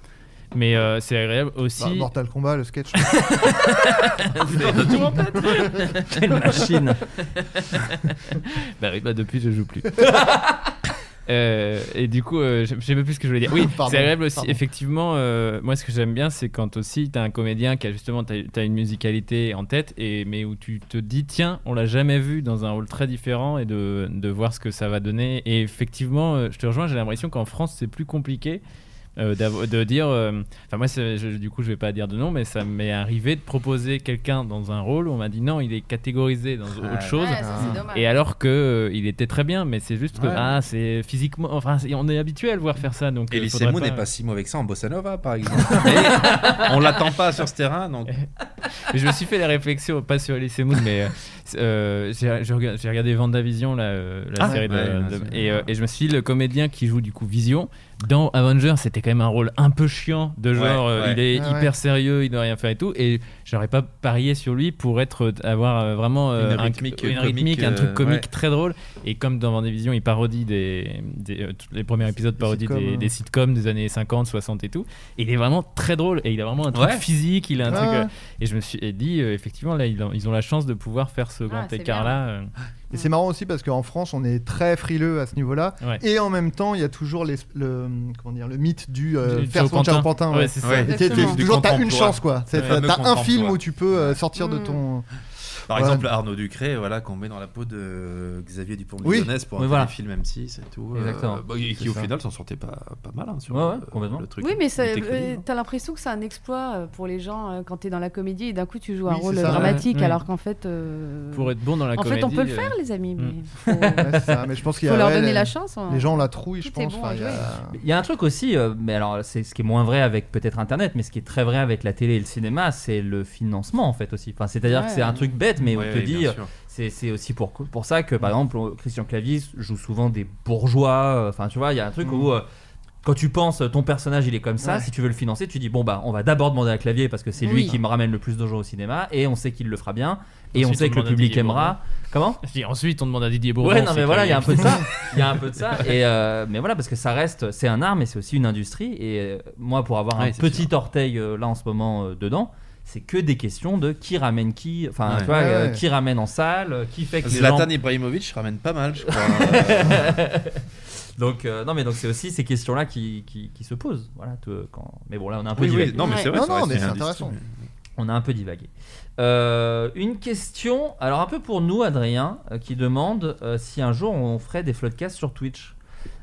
[SPEAKER 4] Mais euh, c'est agréable aussi.
[SPEAKER 8] Bah, Mortal Kombat, le sketch.
[SPEAKER 4] tout en
[SPEAKER 8] tête.
[SPEAKER 4] Quelle machine Bah oui, bah depuis je joue plus. Euh, et du coup, euh, je je sais pas plus ce que je voulais dire. Oui,
[SPEAKER 7] Pardon,
[SPEAKER 4] c'est agréable aussi.
[SPEAKER 7] pardon.
[SPEAKER 4] Effectivement, euh, moi ce que j'aime bien, c'est quand aussi t'as un comédien qui a justement t'as t'as une musicalité en tête, et mais où tu te dis tiens, on l'a jamais vu dans un rôle très différent et de, de voir ce que ça va donner. Et effectivement, euh, je te rejoins, j'ai l'impression qu'en France c'est plus compliqué. euh, d'avo- de dire euh, enfin moi c'est- je- du coup je vais pas dire de nom mais ça m'est arrivé de proposer quelqu'un dans un rôle où on m'a dit non il est catégorisé dans
[SPEAKER 9] Ah,
[SPEAKER 4] autre chose
[SPEAKER 9] ouais, ça, c'est dommage.
[SPEAKER 4] et alors que euh, il était très bien mais c'est juste que
[SPEAKER 9] Ouais.
[SPEAKER 4] ah c'est physiquement enfin c'est- on est habitué à le voir faire ça donc
[SPEAKER 9] Et
[SPEAKER 4] euh, faudrait
[SPEAKER 9] Seymour n'est pas si mauvais que ça en bossa nova, *laughs* par exemple. Mais on l'attend pas sur ce terrain, donc.
[SPEAKER 4] Mais je me suis fait la réflexion, pas sur Elise Moon, mais euh, c'est, euh, j'ai j'ai regardé, j'ai regardé WandaVision, la, euh, la
[SPEAKER 9] Ah,
[SPEAKER 4] série de-
[SPEAKER 9] ouais,
[SPEAKER 4] de-
[SPEAKER 9] ouais,
[SPEAKER 4] et, euh, et je me suis dit, le comédien qui joue du coup Vision, dans Avengers, c'était quand même un rôle un peu chiant, de genre,
[SPEAKER 9] Ouais,
[SPEAKER 4] euh,
[SPEAKER 9] ouais.
[SPEAKER 4] il est
[SPEAKER 9] Ah ouais.
[SPEAKER 4] hyper sérieux, il doit rien faire et tout, et j'aurais pas parié sur lui pour être, avoir euh, vraiment euh,
[SPEAKER 9] Une
[SPEAKER 4] un-
[SPEAKER 9] rythmique
[SPEAKER 4] une
[SPEAKER 9] comique,
[SPEAKER 4] rythmique, un truc
[SPEAKER 9] euh,
[SPEAKER 4] comique
[SPEAKER 9] ouais.
[SPEAKER 4] très drôle, et comme dans WandaVision, il parodie des, des, euh, tous les premiers épisodes parodient
[SPEAKER 9] sitcoms,
[SPEAKER 4] des,
[SPEAKER 9] hein.
[SPEAKER 4] des sitcoms des années 50, 60 et tout, et il est vraiment très drôle, et il a vraiment un truc
[SPEAKER 9] Ouais.
[SPEAKER 4] physique, il a un
[SPEAKER 9] Ouais,
[SPEAKER 4] truc... euh,
[SPEAKER 9] ouais.
[SPEAKER 4] et je me suis dit, euh, effectivement, là, ils ont, ils ont la chance de pouvoir faire
[SPEAKER 7] Ah,
[SPEAKER 4] ce grand
[SPEAKER 8] c'est
[SPEAKER 4] écart-là. euh.
[SPEAKER 8] Et c'est marrant aussi parce qu'en France, on est très frileux à ce niveau-là.
[SPEAKER 4] Ouais.
[SPEAKER 8] Et en même temps, il y a toujours les- le, comment dire, le mythe du euh,
[SPEAKER 4] Du-
[SPEAKER 8] faire
[SPEAKER 4] du
[SPEAKER 8] son
[SPEAKER 4] Charpentin.
[SPEAKER 8] charpentin.
[SPEAKER 4] Ouais, c'est ça.
[SPEAKER 8] Et t'es- t'es-
[SPEAKER 4] Exactement. Du
[SPEAKER 8] toujours, t'as une
[SPEAKER 9] contemporain.
[SPEAKER 8] chance, quoi. C'est-
[SPEAKER 9] Le fameux
[SPEAKER 8] T'as un film
[SPEAKER 9] contemporain.
[SPEAKER 8] où tu peux euh, sortir
[SPEAKER 3] Mm.
[SPEAKER 8] de ton.
[SPEAKER 9] Par
[SPEAKER 8] Ouais.
[SPEAKER 9] exemple, Arnaud Ducré, voilà, qu'on met dans la peau de euh, Xavier Dupont de
[SPEAKER 8] Oui.
[SPEAKER 9] pour un
[SPEAKER 7] Oui, voilà.
[SPEAKER 9] téléfilm M6 c'est tout. euh,
[SPEAKER 7] Exactement.
[SPEAKER 9] bah, et qui
[SPEAKER 7] C'est
[SPEAKER 9] au
[SPEAKER 7] ça.
[SPEAKER 9] final s'en sortait pas, pas mal hein, sur
[SPEAKER 7] Ouais, ouais,
[SPEAKER 9] euh,
[SPEAKER 7] complètement.
[SPEAKER 9] le truc.
[SPEAKER 3] Oui, mais ça-
[SPEAKER 9] Il était connu,
[SPEAKER 3] euh,
[SPEAKER 9] hein.
[SPEAKER 3] t'as l'impression que c'est un exploit euh, pour les gens euh, quand t'es dans la comédie et d'un coup tu joues un
[SPEAKER 7] Oh,
[SPEAKER 8] Oui, c'est
[SPEAKER 3] rôle
[SPEAKER 8] ça.
[SPEAKER 3] dramatique
[SPEAKER 8] Ouais, ouais.
[SPEAKER 3] alors qu'en fait. euh,
[SPEAKER 4] Pour être bon dans la
[SPEAKER 3] en
[SPEAKER 4] comédie.
[SPEAKER 3] fait, on peut le
[SPEAKER 4] euh,
[SPEAKER 3] faire, Ah, les amis, mais.
[SPEAKER 4] Mm.
[SPEAKER 3] faut-
[SPEAKER 8] Ouais, c'est ça. Mais je pense qu'il y a-
[SPEAKER 3] Faut leur
[SPEAKER 8] ouais,
[SPEAKER 3] donner
[SPEAKER 8] les-
[SPEAKER 3] la chance, hein.
[SPEAKER 8] Les gens, on la trouille, je
[SPEAKER 3] Tout est
[SPEAKER 8] pense.
[SPEAKER 3] bon
[SPEAKER 8] Enfin,
[SPEAKER 3] à
[SPEAKER 8] il y a-
[SPEAKER 3] jouer.
[SPEAKER 7] Il y a un truc aussi, euh, mais alors c'est ce qui est moins vrai avec peut-être Internet, mais ce qui est très vrai avec la télé et le cinéma, c'est le financement en fait aussi. Enfin, c'est-à-dire
[SPEAKER 9] Ouais.
[SPEAKER 7] que c'est un truc bête, mais
[SPEAKER 9] Ouais,
[SPEAKER 7] on te
[SPEAKER 9] ouais,
[SPEAKER 7] dit,
[SPEAKER 9] bien
[SPEAKER 7] euh,
[SPEAKER 9] sûr.
[SPEAKER 7] c'est c'est aussi pour pour ça que par exemple euh, Christian Clavis joue souvent des bourgeois. euh, Enfin, tu vois, il y a un truc
[SPEAKER 9] Mm.
[SPEAKER 7] où euh, quand tu penses euh, ton personnage il est comme ça,
[SPEAKER 9] Ouais.
[SPEAKER 7] si tu veux le financer, tu dis bon bah on va d'abord demander à Clavier parce que c'est lui
[SPEAKER 9] Oui.
[SPEAKER 7] qui me ramène le plus de gens au cinéma et on sait qu'il le fera bien et on
[SPEAKER 4] Ensuite,
[SPEAKER 7] sait que le
[SPEAKER 4] demande à
[SPEAKER 7] public
[SPEAKER 4] Didier
[SPEAKER 7] aimera.
[SPEAKER 4] Bourdon.
[SPEAKER 7] Comment
[SPEAKER 4] Je dis, ensuite, on demande à Didier Bourbon.
[SPEAKER 7] Ouais, non, mais voilà, il y a un peu de ça. Il y a un
[SPEAKER 4] Ouais.
[SPEAKER 7] peu
[SPEAKER 9] *laughs*
[SPEAKER 7] de ça. Et, euh, mais voilà, parce que ça reste, c'est un art, mais c'est aussi une industrie. Et euh, moi, pour avoir
[SPEAKER 9] Ouais,
[SPEAKER 7] un
[SPEAKER 9] c'est
[SPEAKER 7] petit orteil euh, là en ce moment euh, dedans, c'est que des questions de qui ramène qui, enfin,
[SPEAKER 9] Ouais.
[SPEAKER 7] tu vois,
[SPEAKER 9] Ouais,
[SPEAKER 7] euh,
[SPEAKER 9] ouais.
[SPEAKER 7] qui ramène en salle, euh, qui fait que les
[SPEAKER 9] Zlatan
[SPEAKER 7] gens-
[SPEAKER 9] Ibrahimovic ramène pas mal, je
[SPEAKER 7] *laughs*
[SPEAKER 9] crois.
[SPEAKER 7] donc euh, non mais donc c'est aussi ces questions là qui, qui, qui se posent voilà tout, euh, quand mais bon là on a un peu
[SPEAKER 9] Oui, oui,
[SPEAKER 7] divagué
[SPEAKER 9] non, mais c'est vrai, Non, ça non, reste mais une c'est industrie, intéressant.
[SPEAKER 7] on a un peu divagué Euh, une question alors un peu pour nous Adrien euh, qui demande euh, si un jour on ferait des floodcasts sur Twitch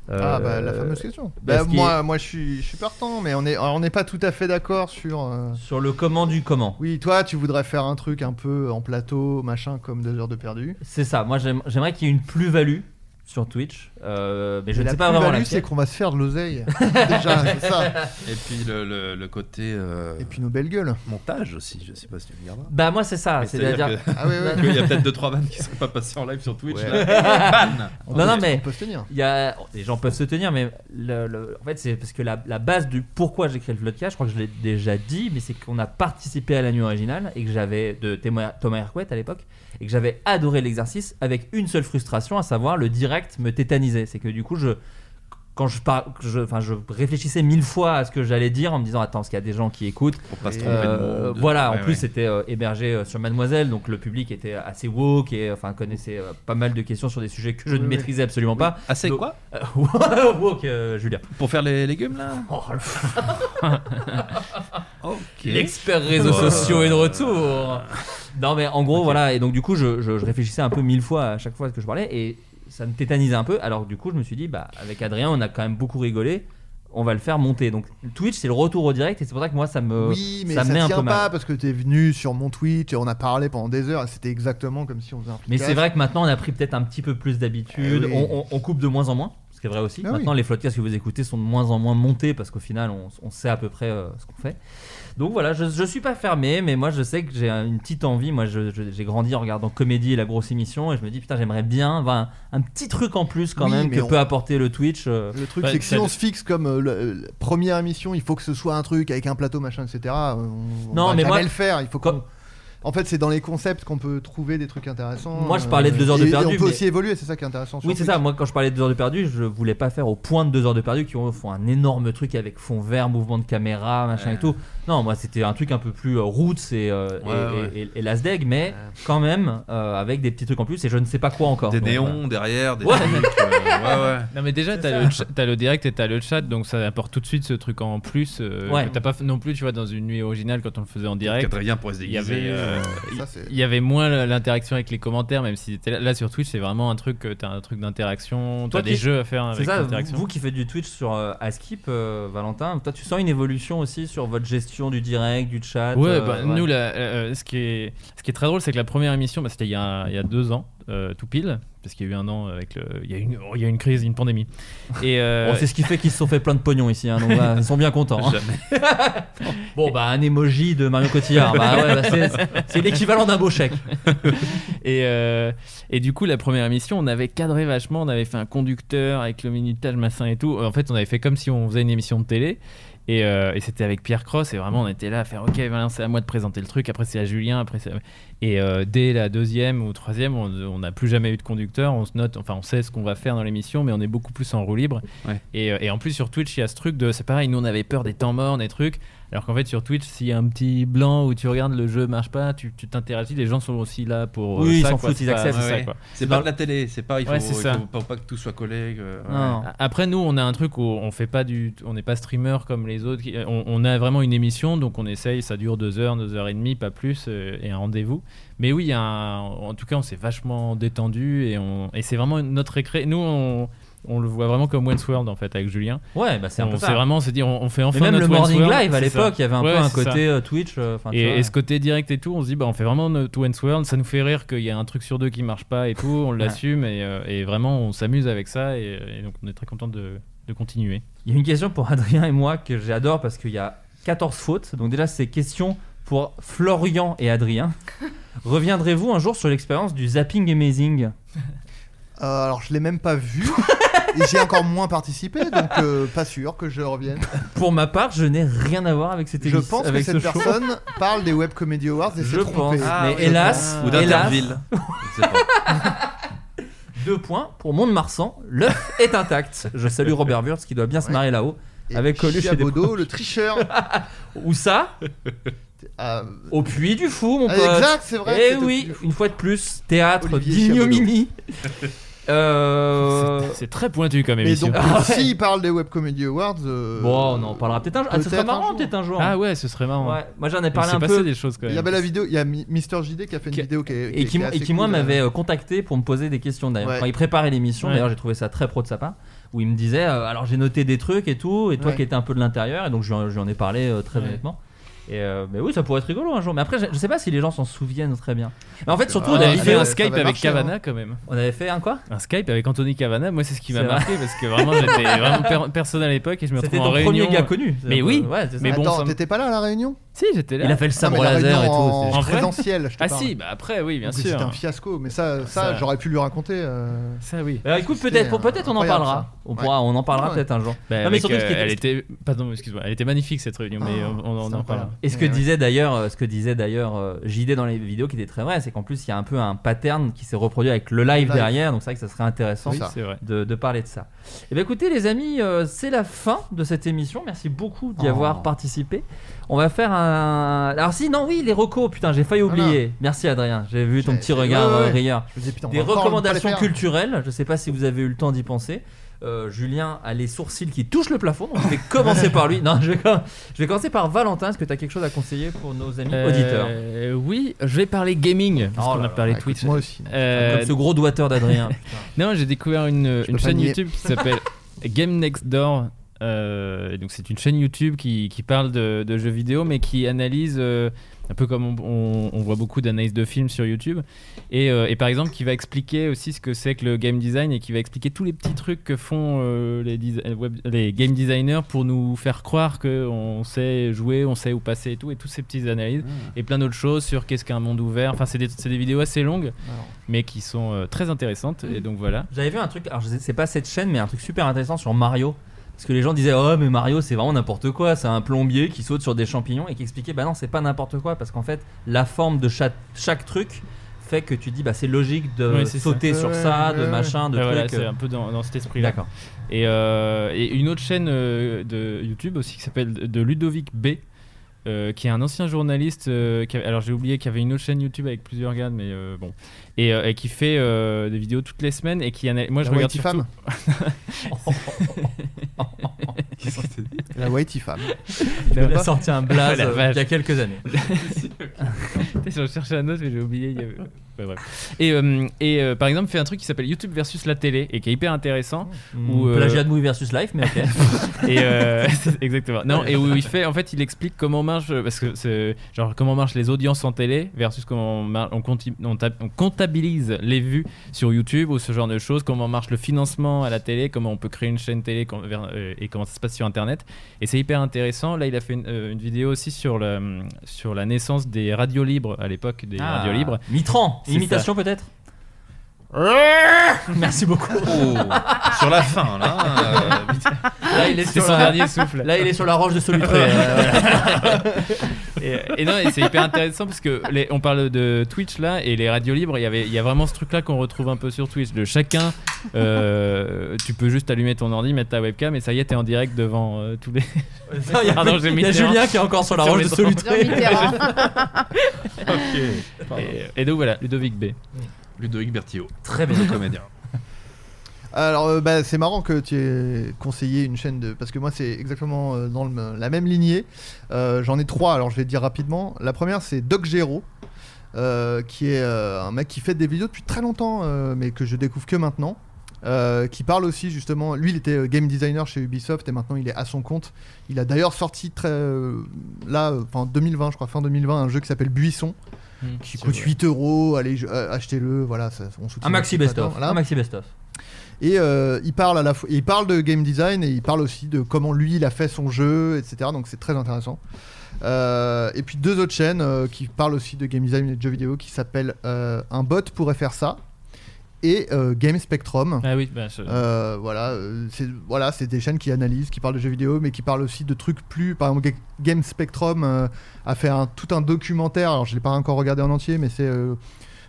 [SPEAKER 8] Ah,
[SPEAKER 7] Euh,
[SPEAKER 8] bah, la fameuse question.
[SPEAKER 7] parce
[SPEAKER 8] Bah,
[SPEAKER 7] qu'il-
[SPEAKER 8] moi, moi, je suis, je suis partant, mais on est, on n'est pas tout à fait d'accord sur. euh,
[SPEAKER 7] sur le comment du comment
[SPEAKER 8] Oui, toi, tu voudrais faire un truc un peu en plateau, machin, comme deux heures de perdu.
[SPEAKER 7] c'est ça moi j'aime- j'aimerais qu'il y ait une plus value sur Twitch Euh, mais je ne
[SPEAKER 8] Et la
[SPEAKER 7] sais pas vraiment
[SPEAKER 8] plus-value,
[SPEAKER 7] laquelle.
[SPEAKER 8] c'est qu'on va se faire de
[SPEAKER 7] *laughs*
[SPEAKER 8] l'oseille. Déjà, c'est ça.
[SPEAKER 9] Et puis le, le- le côté. Et
[SPEAKER 8] puis nos belles gueules.
[SPEAKER 9] Montage aussi, je sais pas si tu me gardes.
[SPEAKER 7] Bah, moi, c'est ça,
[SPEAKER 9] Mais
[SPEAKER 7] c'est-à-dire
[SPEAKER 9] c'est-à-dire
[SPEAKER 7] que-
[SPEAKER 9] que-
[SPEAKER 7] Ah, oui, oui.
[SPEAKER 9] qu'il y a peut-être 2-3 vannes qui sont pas passées en live sur Twitch.
[SPEAKER 7] Ouais.
[SPEAKER 9] là. Ban
[SPEAKER 7] Non, non, mais
[SPEAKER 8] *laughs* on peut se tenir.
[SPEAKER 7] il y a- les gens peuvent se tenir, mais le- le- en fait, c'est parce que la, la base du pourquoi j'ai créé le podcast, je crois que je l'ai déjà dit, mais c'est qu'on a participé à la nuit originale et que j'avais de Thomas Thomas Hercouet à l'époque et que j'avais adoré l'exercice avec une seule frustration, à savoir le direct me tétanisait. C'est que du coup, je quand je par- je, enfin, je réfléchissais mille fois à ce que j'allais dire en me disant attends, parce qu'il y a des gens qui écoutent. euh,
[SPEAKER 9] pas se tromper de monde.
[SPEAKER 7] Voilà,
[SPEAKER 9] Ouais,
[SPEAKER 7] en plus
[SPEAKER 9] ouais.
[SPEAKER 7] c'était euh, hébergé euh, sur Mademoiselle, donc le public était assez woke et euh, enfin connaissait euh, pas mal de questions sur des sujets que je
[SPEAKER 9] Oui,
[SPEAKER 7] ne
[SPEAKER 9] oui.
[SPEAKER 7] maîtrisais absolument
[SPEAKER 9] Oui.
[SPEAKER 7] pas.
[SPEAKER 9] Assez
[SPEAKER 7] Donc-
[SPEAKER 9] quoi
[SPEAKER 7] Euh, Woke, euh, Julien.
[SPEAKER 9] Pour faire les légumes là *laughs* Ok.
[SPEAKER 7] L'expert réseaux sociaux est de retour. Non mais en gros voilà et donc du coup je, je- je réfléchissais un peu mille fois à chaque fois que je parlais et ça me tétanisait un peu alors du coup je me suis dit bah avec Adrien on a quand même beaucoup rigolé on va le faire monter donc Twitch c'est le retour au direct et c'est pour ça que moi ça me
[SPEAKER 8] Oui, mais
[SPEAKER 7] Euh, ça
[SPEAKER 8] ça,
[SPEAKER 7] me met un
[SPEAKER 8] tient
[SPEAKER 7] peu
[SPEAKER 8] pas
[SPEAKER 7] mal
[SPEAKER 8] parce que t'es venu sur mon Twitch et on a parlé pendant des heures. et C'était exactement comme si on faisait un
[SPEAKER 7] mais
[SPEAKER 8] podcast.
[SPEAKER 7] c'est vrai que maintenant on a pris peut-être un petit peu plus d'habitude
[SPEAKER 8] Eh oui.
[SPEAKER 7] on, on- on coupe de moins en moins parce C'est vrai aussi.
[SPEAKER 4] Ah oui.
[SPEAKER 7] Maintenant, les podcasts que vous écoutez sont de moins en moins montés parce qu'au final, on, on sait à peu près euh, ce qu'on fait. Donc voilà, je, je suis pas fermé, mais moi, je sais que j'ai un- une petite envie. Moi, je- je- j'ai grandi en regardant Comédie et la grosse émission et je me dis, putain, j'aimerais bien avoir un, un petit truc en plus quand
[SPEAKER 8] Oui,
[SPEAKER 7] même
[SPEAKER 8] mais
[SPEAKER 7] que
[SPEAKER 8] on-
[SPEAKER 7] peut apporter le Twitch. euh.
[SPEAKER 8] Le truc,
[SPEAKER 7] Bah,
[SPEAKER 8] c'est que si
[SPEAKER 7] ça-
[SPEAKER 8] on se fixe comme euh, le- le- première émission, il faut que ce soit un truc avec un plateau, machin, etc. On, on
[SPEAKER 7] Non,
[SPEAKER 8] va
[SPEAKER 7] mais
[SPEAKER 8] jamais
[SPEAKER 7] moi-
[SPEAKER 8] le faire. Il faut qu'on- En fait, c'est dans les concepts qu'on peut trouver des trucs intéressants. euh,
[SPEAKER 7] Moi, je parlais de deux heures de
[SPEAKER 8] et- et
[SPEAKER 7] perdu,
[SPEAKER 8] on peut
[SPEAKER 7] mais-
[SPEAKER 8] aussi évoluer, c'est ça qui est intéressant. sur
[SPEAKER 7] Oui, c'est
[SPEAKER 8] Twitch.
[SPEAKER 7] ça. Moi, quand je parlais de 2 heures de perdu, je voulais pas faire au point de 2 heures de perdu qui ont- font un énorme truc avec fond vert, mouvement de caméra, machin
[SPEAKER 9] Ouais.
[SPEAKER 7] et tout. Non, moi, c'était un truc un peu plus euh, roots et, euh,
[SPEAKER 9] Ouais,
[SPEAKER 7] et, et- et Last Deg, mais quand même euh, avec des petits trucs en plus et je ne sais pas quoi encore.
[SPEAKER 9] Des
[SPEAKER 7] Donc,
[SPEAKER 9] néons
[SPEAKER 7] voilà.
[SPEAKER 9] derrière, des
[SPEAKER 7] Ouais.
[SPEAKER 9] trucs, euh, ouais, ouais.
[SPEAKER 4] Non mais déjà
[SPEAKER 9] C'est
[SPEAKER 4] t'as
[SPEAKER 9] ça.
[SPEAKER 4] le, cha- t'as le direct et t'as le chat donc ça apporte tout de suite ce truc en plus euh,
[SPEAKER 9] Ouais.
[SPEAKER 4] que t'as pas f- non plus tu vois dans une nuit originale quand on le faisait en direct
[SPEAKER 9] Adrien pourrait se
[SPEAKER 4] il y
[SPEAKER 9] déguiser,
[SPEAKER 4] avait euh,
[SPEAKER 9] euh,
[SPEAKER 4] il-
[SPEAKER 9] ça, c'est-
[SPEAKER 4] il y avait moins la- l'interaction avec les commentaires même si t'es là, là, sur Twitch c'est vraiment un truc euh, t'as un truc d'interaction t'as
[SPEAKER 7] Toi
[SPEAKER 4] des
[SPEAKER 7] qui-
[SPEAKER 4] jeux à faire
[SPEAKER 7] C'est
[SPEAKER 4] avec
[SPEAKER 7] ça,
[SPEAKER 4] l'interaction
[SPEAKER 7] vous, vous qui faites du Twitch sur euh, Askip, euh, Valentin, toi tu sens une évolution aussi sur votre gestion du direct, du chat
[SPEAKER 4] Ouais,
[SPEAKER 7] euh,
[SPEAKER 4] bah,
[SPEAKER 7] ouais.
[SPEAKER 4] nous, la- euh, ce, qui est, ce qui est très drôle, c'est que la première émission, bah, c'était il, y a- il y a deux ans, euh, tout pile, parce qu'il y a eu un an avec le. Il y a eu une, il y a eu une crise, une pandémie. Et, euh,
[SPEAKER 7] *laughs* Bon, c'est ce qui fait qu'ils se sont fait plein de pognon ici,
[SPEAKER 4] *laughs*
[SPEAKER 7] hein, donc là, ils sont bien contents. hein. bon, bah un emoji de Mario Cotillard, bah ouais, bah, c'est- c'est l'équivalent d'un beau chèque.
[SPEAKER 4] et, euh, et du coup, la première émission, on avait cadré vachement, on avait fait un conducteur avec le minutage, massin et tout. En fait, on avait fait comme si on faisait une émission de télé. Et, euh, et c'était avec Pierre Cross, et vraiment on était là à faire Ok, Valin, c'est à moi de présenter le truc, après c'est à Julien, après c'est à- Et euh, dès la deuxième ou troisième, on on n'a plus jamais eu de conducteur, on se note, enfin on sait ce qu'on va faire dans l'émission, mais on est beaucoup plus en roue libre. Et, euh, et en plus sur Twitch, il y a ce truc de. C'est pareil, nous on avait peur des temps morts, des trucs, alors qu'en fait sur Twitch, s'il y a un petit blanc où tu regardes le jeu marche pas, tu tu t'interagis, les gens sont aussi là pour pour,
[SPEAKER 7] Oui,
[SPEAKER 4] euh,
[SPEAKER 7] ils
[SPEAKER 4] ça,
[SPEAKER 7] s'en
[SPEAKER 4] quoi,
[SPEAKER 7] foutent,
[SPEAKER 4] c'est
[SPEAKER 7] ils
[SPEAKER 4] pas-
[SPEAKER 7] acceptent,
[SPEAKER 4] c'est
[SPEAKER 7] ouais.
[SPEAKER 4] ça, quoi.
[SPEAKER 9] C'est pas de la télé, c'est pas- il faut-
[SPEAKER 4] Ouais, c'est
[SPEAKER 9] il
[SPEAKER 4] ça.
[SPEAKER 9] faut pas- pas que tout soit collé, euh, ouais.
[SPEAKER 4] Non. Après nous, on a un truc où on fait pas du, on n'est pas streamer comme les autres. qui- On, on a vraiment une émission, donc on essaye. Ça dure deux heures, deux heures et demie, pas plus, euh, et un rendez-vous. Mais oui, il y a un- en tout cas, on s'est vachement détendu et on, et c'est vraiment notre récré. Nous, on, on le voit vraiment comme Wentz World en fait avec Julien.
[SPEAKER 7] Ouais, bah, c'est un
[SPEAKER 4] On
[SPEAKER 7] peu ça.
[SPEAKER 4] s'est vraiment, c'est dire, on, on fait
[SPEAKER 7] Mais
[SPEAKER 4] enfin
[SPEAKER 7] même
[SPEAKER 4] notre
[SPEAKER 7] le Morning
[SPEAKER 4] Wentz World,
[SPEAKER 7] Live, à
[SPEAKER 4] c'est ça.
[SPEAKER 7] l'époque, il y avait un peu
[SPEAKER 4] c'est
[SPEAKER 7] un
[SPEAKER 4] ça.
[SPEAKER 7] côté, euh, Twitch, euh, 'fin, tu
[SPEAKER 4] et,
[SPEAKER 7] vois.
[SPEAKER 4] et ce côté direct et tout, on se dit, bah, on fait vraiment notre Wentz World. Ça nous fait rire qu'il y a un truc sur deux qui marche pas et tout. On l'assume et, euh, et vraiment, on s'amuse avec ça. Et, et donc, on est très content de, de continuer.
[SPEAKER 7] Il y a une question pour *laughs* Adrien et moi que j'adore parce qu'il y a 14 fautes. Donc déjà, c'est question pour Florian et Adrien. Reviendrez-vous un jour sur l'expérience du zapping amazing
[SPEAKER 8] Euh, alors, je l'ai même pas vu. *laughs* et J'ai encore moins participé, donc euh, pas sûr que je revienne.
[SPEAKER 7] Pour ma part, je n'ai rien à voir avec cette
[SPEAKER 8] Je
[SPEAKER 7] émission.
[SPEAKER 8] pense que
[SPEAKER 7] avec
[SPEAKER 8] cette
[SPEAKER 7] ce show.
[SPEAKER 8] personne parle des Web Comedy Awards et
[SPEAKER 7] Je
[SPEAKER 8] s'est trompée. Ah,
[SPEAKER 7] pense, mais hélas,
[SPEAKER 9] Ou
[SPEAKER 7] hélas-
[SPEAKER 9] d'Interville. Je sais
[SPEAKER 7] *laughs* Deux points pour Mont-de-Marsan. L'œuf est intact. Je salue Robert Wurtz qui doit bien se marrer là-haut. Avec Coluche et des
[SPEAKER 8] Chiabodo, le
[SPEAKER 7] *laughs*
[SPEAKER 8] tricheur.
[SPEAKER 7] Où ça Au puits du fou, mon
[SPEAKER 8] Ah,
[SPEAKER 7] pote.
[SPEAKER 8] exact, c'est vrai,
[SPEAKER 7] Et
[SPEAKER 8] c'est au
[SPEAKER 7] Eh
[SPEAKER 8] Puy
[SPEAKER 7] oui,
[SPEAKER 8] du Fou.
[SPEAKER 7] une fois de plus, théâtre
[SPEAKER 8] Olivier
[SPEAKER 7] d'ignominie. *laughs* Euh,
[SPEAKER 4] C'est- c'est très pointu comme
[SPEAKER 8] Euh, Mais
[SPEAKER 4] émission.
[SPEAKER 8] donc,
[SPEAKER 7] Ah ouais.
[SPEAKER 8] s'il parle des Web Comedy Awards. euh,
[SPEAKER 7] Bon, on en parlera peut-être un jour. Ah, ce serait
[SPEAKER 8] peut-être un
[SPEAKER 7] marrant,
[SPEAKER 8] jour.
[SPEAKER 7] peut-être un jour.
[SPEAKER 4] Ah ouais, ce serait marrant.
[SPEAKER 7] Ouais, moi j'en ai
[SPEAKER 4] Il
[SPEAKER 7] parlé
[SPEAKER 4] s'est
[SPEAKER 7] un
[SPEAKER 4] passé
[SPEAKER 7] peu.
[SPEAKER 4] des choses quand
[SPEAKER 8] Il
[SPEAKER 4] même.
[SPEAKER 8] y a la vidéo, il y a Mi- Mister JD qui a fait une vidéo qui est.
[SPEAKER 7] Et qui,
[SPEAKER 8] est
[SPEAKER 7] et
[SPEAKER 8] assez
[SPEAKER 7] qui moi
[SPEAKER 8] cool,
[SPEAKER 7] m'avait
[SPEAKER 8] euh.
[SPEAKER 7] euh, contacté pour me poser des questions d'ailleurs.
[SPEAKER 8] Ouais.
[SPEAKER 7] Quand il préparait l'émission,
[SPEAKER 8] Ouais.
[SPEAKER 7] d'ailleurs j'ai trouvé ça très pro de sa part, où il me disait euh, alors j'ai noté des trucs et tout, et toi
[SPEAKER 8] Ouais.
[SPEAKER 7] qui étais un peu de l'intérieur, et donc je lui en- je lui en ai parlé euh, très
[SPEAKER 8] Ouais.
[SPEAKER 7] honnêtement. Et euh, mais oui, ça pourrait être rigolo un jour. Mais après, je, je sais pas si les gens s'en souviennent très bien. Mais en fait, surtout,
[SPEAKER 4] Ah,
[SPEAKER 7] on avait
[SPEAKER 4] ça
[SPEAKER 7] fait
[SPEAKER 4] va-
[SPEAKER 7] un
[SPEAKER 4] ça
[SPEAKER 7] Skype
[SPEAKER 4] va
[SPEAKER 7] avec
[SPEAKER 4] marcher,
[SPEAKER 7] Cavana
[SPEAKER 4] hein. quand même.
[SPEAKER 7] On avait fait un quoi
[SPEAKER 4] Un Skype avec Anthony Cavana, moi c'est ce qui m'a
[SPEAKER 7] C'est vrai.
[SPEAKER 4] marqué parce que vraiment
[SPEAKER 7] *laughs*
[SPEAKER 4] j'étais vraiment per- personne à l'époque et je me
[SPEAKER 7] C'était
[SPEAKER 4] retrouvais en
[SPEAKER 7] ton
[SPEAKER 4] réunion.
[SPEAKER 7] premier gars connu.
[SPEAKER 4] Mais oui,
[SPEAKER 7] Ouais, c'est ça.
[SPEAKER 4] mais bon,
[SPEAKER 8] Attends,
[SPEAKER 4] ça me-
[SPEAKER 8] t'étais pas là à la réunion Ah,
[SPEAKER 4] Si, j'étais là.
[SPEAKER 7] Il a fait le sabre
[SPEAKER 8] mais la
[SPEAKER 7] laser et tout.
[SPEAKER 8] réunion
[SPEAKER 7] c'est-
[SPEAKER 8] en présentiel, je te
[SPEAKER 4] Ah
[SPEAKER 8] parle.
[SPEAKER 4] si, bah après, oui, bien
[SPEAKER 8] Donc,
[SPEAKER 4] sûr.
[SPEAKER 8] C'était un fiasco, mais ça, ça,
[SPEAKER 4] Ça-
[SPEAKER 8] j'aurais pu lui raconter. euh,
[SPEAKER 4] Ça, oui.
[SPEAKER 7] Alors, euh, écoute, peut-être,
[SPEAKER 4] euh,
[SPEAKER 7] pour- peut-être on en parlera. On pourra, on en parlera peut-être un jour.
[SPEAKER 4] Bah,
[SPEAKER 7] Non, mais
[SPEAKER 4] avec,
[SPEAKER 7] surtout, ce
[SPEAKER 4] euh,
[SPEAKER 7] qui était-
[SPEAKER 4] elle était, pardon, excuse-moi, elle était magnifique cette réunion, mais
[SPEAKER 7] Ah,
[SPEAKER 4] on, on en parlera.
[SPEAKER 7] Et
[SPEAKER 8] Eh
[SPEAKER 7] ce que disait d'ailleurs, euh, ce que disait d'ailleurs euh, JD dans les vidéos qui était très vrai, c'est qu'en plus il y a un peu un pattern qui s'est reproduit avec le live,
[SPEAKER 4] Live.
[SPEAKER 7] derrière, donc c'est vrai que ça serait intéressant
[SPEAKER 4] Oui, c'est vrai.
[SPEAKER 7] de, de parler de ça. Et bien écoutez les amis, euh, c'est la fin de cette émission. Merci beaucoup d'y
[SPEAKER 4] Oh.
[SPEAKER 7] avoir participé. On va faire un. Alors si non oui les recos, putain j'ai failli oublier. Merci Adrien, j'ai vu ton petit regard
[SPEAKER 8] ouais, ouais.
[SPEAKER 7] euh, rieur.
[SPEAKER 8] Je me disais, putain, on
[SPEAKER 7] Des
[SPEAKER 8] va encore ne pas les
[SPEAKER 7] recommandations
[SPEAKER 8] faire.
[SPEAKER 7] culturelles, je sais pas si vous avez eu le temps d'y penser. Euh, Julien a les sourcils qui touchent le plafond, donc je vais commencer par
[SPEAKER 4] *laughs*
[SPEAKER 7] lui. Non, je vais, com- je vais commencer par Valentin. Est-ce que tu as quelque chose à conseiller pour nos amis
[SPEAKER 4] Euh,
[SPEAKER 7] auditeurs
[SPEAKER 4] Oui, je vais parler gaming, parce
[SPEAKER 7] Oh
[SPEAKER 4] qu'on
[SPEAKER 7] là
[SPEAKER 4] a parlé
[SPEAKER 8] Ah,
[SPEAKER 7] là,
[SPEAKER 4] Twitch. Euh,
[SPEAKER 7] écoute, moi aussi. Comme ce
[SPEAKER 4] *laughs*
[SPEAKER 7] gros doigteur d'Adrien, putain.
[SPEAKER 4] non, j'ai découvert une,
[SPEAKER 7] peux
[SPEAKER 4] une
[SPEAKER 7] pas
[SPEAKER 4] chaîne
[SPEAKER 7] *laughs* nier.
[SPEAKER 4] YouTube qui s'appelle Game Next Door. Euh, et donc c'est une chaîne YouTube qui, qui parle de, de jeux vidéo, mais qui analyse euh, un peu comme on, on- on voit beaucoup d'analyses de films sur YouTube, et, euh, et par exemple qui va expliquer aussi ce que c'est que le game design et qui va expliquer tous les petits trucs que font euh, les, desi- euh, web- les game designers pour nous faire croire que on sait jouer, on sait où passer et tout, et toutes ces petites analyses
[SPEAKER 7] Ah.
[SPEAKER 4] et plein d'autres choses sur qu'est-ce qu'un monde ouvert. Enfin c'est des, c'est des vidéos assez longues, mais qui sont euh, très intéressantes.
[SPEAKER 7] Mmh.
[SPEAKER 4] Et donc voilà.
[SPEAKER 7] J'avais vu un truc, alors je sais c'est pas cette chaîne, mais un truc super intéressant sur Mario. Parce que les gens disaient, oh, mais Mario, c'est vraiment n'importe quoi. C'est un plombier qui saute sur des champignons et qui expliquait, bah non, c'est pas n'importe quoi. Parce qu'en fait, la forme de chaque, chaque truc fait que tu dis, bah c'est logique de
[SPEAKER 4] Oui, c'est
[SPEAKER 7] sauter sur ça, de machin, de
[SPEAKER 4] Ouais,
[SPEAKER 7] trucs.
[SPEAKER 4] Ah,
[SPEAKER 7] euh.
[SPEAKER 4] voilà, c'est un peu dans, dans cet esprit-là.
[SPEAKER 7] D'accord.
[SPEAKER 4] Et, euh, et une autre chaîne euh, de YouTube aussi qui s'appelle de Ludovic B. euh, qui est un ancien journaliste, euh, qui avait- alors j'ai oublié qu'il y avait une autre chaîne YouTube avec plusieurs gars, mais euh, bon, et, euh, et qui fait euh, des vidéos toutes les semaines et qui ana- moi je
[SPEAKER 8] La
[SPEAKER 4] regarde
[SPEAKER 8] Whitey
[SPEAKER 4] surtout-
[SPEAKER 8] La Whitey femme.
[SPEAKER 7] *laughs* Il a sorti un blaze,
[SPEAKER 4] La
[SPEAKER 7] euh,
[SPEAKER 4] vache.
[SPEAKER 7] il y a quelques *laughs* années.
[SPEAKER 4] Putain, *laughs* J'en cherchais un autre, mais j'ai oublié. il y avait- Ouais, bref. Et, euh, et euh, par exemple, fait un truc qui s'appelle YouTube versus la télé et qui est hyper intéressant.
[SPEAKER 7] Hmm,
[SPEAKER 4] où,
[SPEAKER 7] plagiat de movie versus life, mais *laughs* ok.
[SPEAKER 4] et euh, *laughs* c'est- exactement. Non, et où il fait, en fait, il explique comment marche, parce que c'est- genre comment marchent les audiences en télé versus comment on, mar- on, conti- on ta- on comptabilise les vues sur YouTube ou ce genre de choses, comment marche le financement à la télé, comment on peut créer une chaîne télé com- vers- euh, et comment ça se passe sur Internet. Et c'est hyper intéressant. Là, il a fait une, euh, une vidéo aussi sur la, sur la naissance des radios libres à l'époque des
[SPEAKER 7] Ah,
[SPEAKER 4] radios libres.
[SPEAKER 7] Mitran,
[SPEAKER 4] C'est
[SPEAKER 7] imitation
[SPEAKER 4] ça.
[SPEAKER 7] *laughs* peut-être Merci beaucoup.
[SPEAKER 9] Oh, sur la fin, là, euh,
[SPEAKER 7] Là, Ah, il est
[SPEAKER 4] C'était
[SPEAKER 7] sur
[SPEAKER 4] son
[SPEAKER 7] la-
[SPEAKER 4] dernier souffle.
[SPEAKER 7] Là, il est sur la roche de Solutré. euh,
[SPEAKER 4] et, et non, et c'est hyper intéressant parce que les- on parle de Twitch là et les radios libres. Il y avait, il y a vraiment ce truc-là qu'on retrouve un peu sur Twitch. De chacun, euh, tu peux juste allumer ton ordi, mettre ta webcam et ça y est, t'es en direct devant euh, tous les.
[SPEAKER 7] Non, *laughs* il y a-
[SPEAKER 4] Pardon, j'ai
[SPEAKER 7] il y a
[SPEAKER 4] Mitterrand.
[SPEAKER 7] Julien qui est encore sur la roche de
[SPEAKER 4] Mitterrand.
[SPEAKER 7] Solutré. Mitterrand. Ok,
[SPEAKER 8] pardon.
[SPEAKER 4] Et, et donc voilà, Ludovic B.
[SPEAKER 9] Ludovic Bertillot.
[SPEAKER 7] Très bien.
[SPEAKER 9] Le comédien.
[SPEAKER 8] Alors, euh, bah, c'est marrant que tu aies conseillé une chaîne de. Parce que moi, c'est exactement euh, dans le- la même lignée. Euh, J'en ai trois, alors je vais dire rapidement. La première, c'est Doc Gero. euh, qui est euh, un mec qui fait des vidéos depuis très longtemps, euh, mais que je découvre que maintenant. euh, qui parle aussi justement, lui il était euh, game designer chez Ubisoft et maintenant il est à son compte. Il a d'ailleurs sorti très euh, là, euh, enfin 2020 je crois fin 2020 un jeu qui s'appelle Buisson,
[SPEAKER 7] Mm.
[SPEAKER 8] qui
[SPEAKER 7] C'est
[SPEAKER 8] coûte
[SPEAKER 7] vrai.
[SPEAKER 8] 8 euros. Allez je- euh, achetez-le, voilà, ça- on soutient.
[SPEAKER 7] Un maxi
[SPEAKER 8] le petit patin,
[SPEAKER 7] best-of.
[SPEAKER 8] voilà.
[SPEAKER 7] Un maxi best-of.
[SPEAKER 8] Et euh, il parle à la fois, il parle de game design et il parle aussi de comment lui il a fait son jeu, etc. Donc c'est très intéressant. Euh, et puis deux autres chaînes euh, qui parlent aussi de game design et de jeux vidéo qui s'appellent euh, Un bot pourrait faire ça et euh, Game Spectrum.
[SPEAKER 4] Ah oui, bah, je-
[SPEAKER 8] Euh, voilà, euh, c'est voilà, c'est des chaînes qui analysent, qui parlent de jeux vidéo, mais qui parlent aussi de trucs plus. Par exemple, Ga- Game Spectrum euh, a fait un- tout un documentaire. Alors, je l'ai pas encore regardé en entier, mais c'est euh,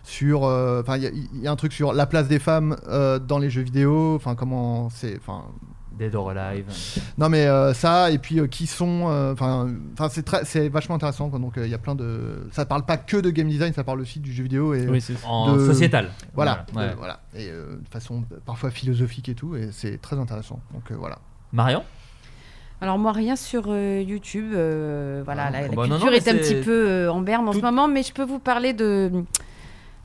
[SPEAKER 8] sur. euh, Enfin, il y a- il y, a un truc sur la place des femmes euh, dans les jeux vidéo. Enfin, comment c'est. Enfin,
[SPEAKER 7] Dead or Alive.
[SPEAKER 8] non mais euh, ça et puis euh, qui sont euh, enfin enfin c'est très c'est vachement intéressant quoi. donc euh, il y a plein de ça parle pas que de game design ça parle aussi du jeu vidéo et
[SPEAKER 7] Oui, c'est-
[SPEAKER 8] de-
[SPEAKER 7] En sociétal.
[SPEAKER 8] voilà
[SPEAKER 7] Voilà,
[SPEAKER 8] de-
[SPEAKER 7] ouais.
[SPEAKER 8] voilà. et euh, de façon euh, parfois philosophique et tout et c'est très intéressant donc euh, voilà
[SPEAKER 7] Marion
[SPEAKER 3] Alors moi rien sur euh, YouTube, euh, voilà,
[SPEAKER 7] Ah,
[SPEAKER 3] la, la
[SPEAKER 7] bah non,
[SPEAKER 3] culture
[SPEAKER 7] non, mais
[SPEAKER 3] est un
[SPEAKER 7] c'est-
[SPEAKER 3] petit peu euh, en berne en ce moment, mais je peux vous parler de,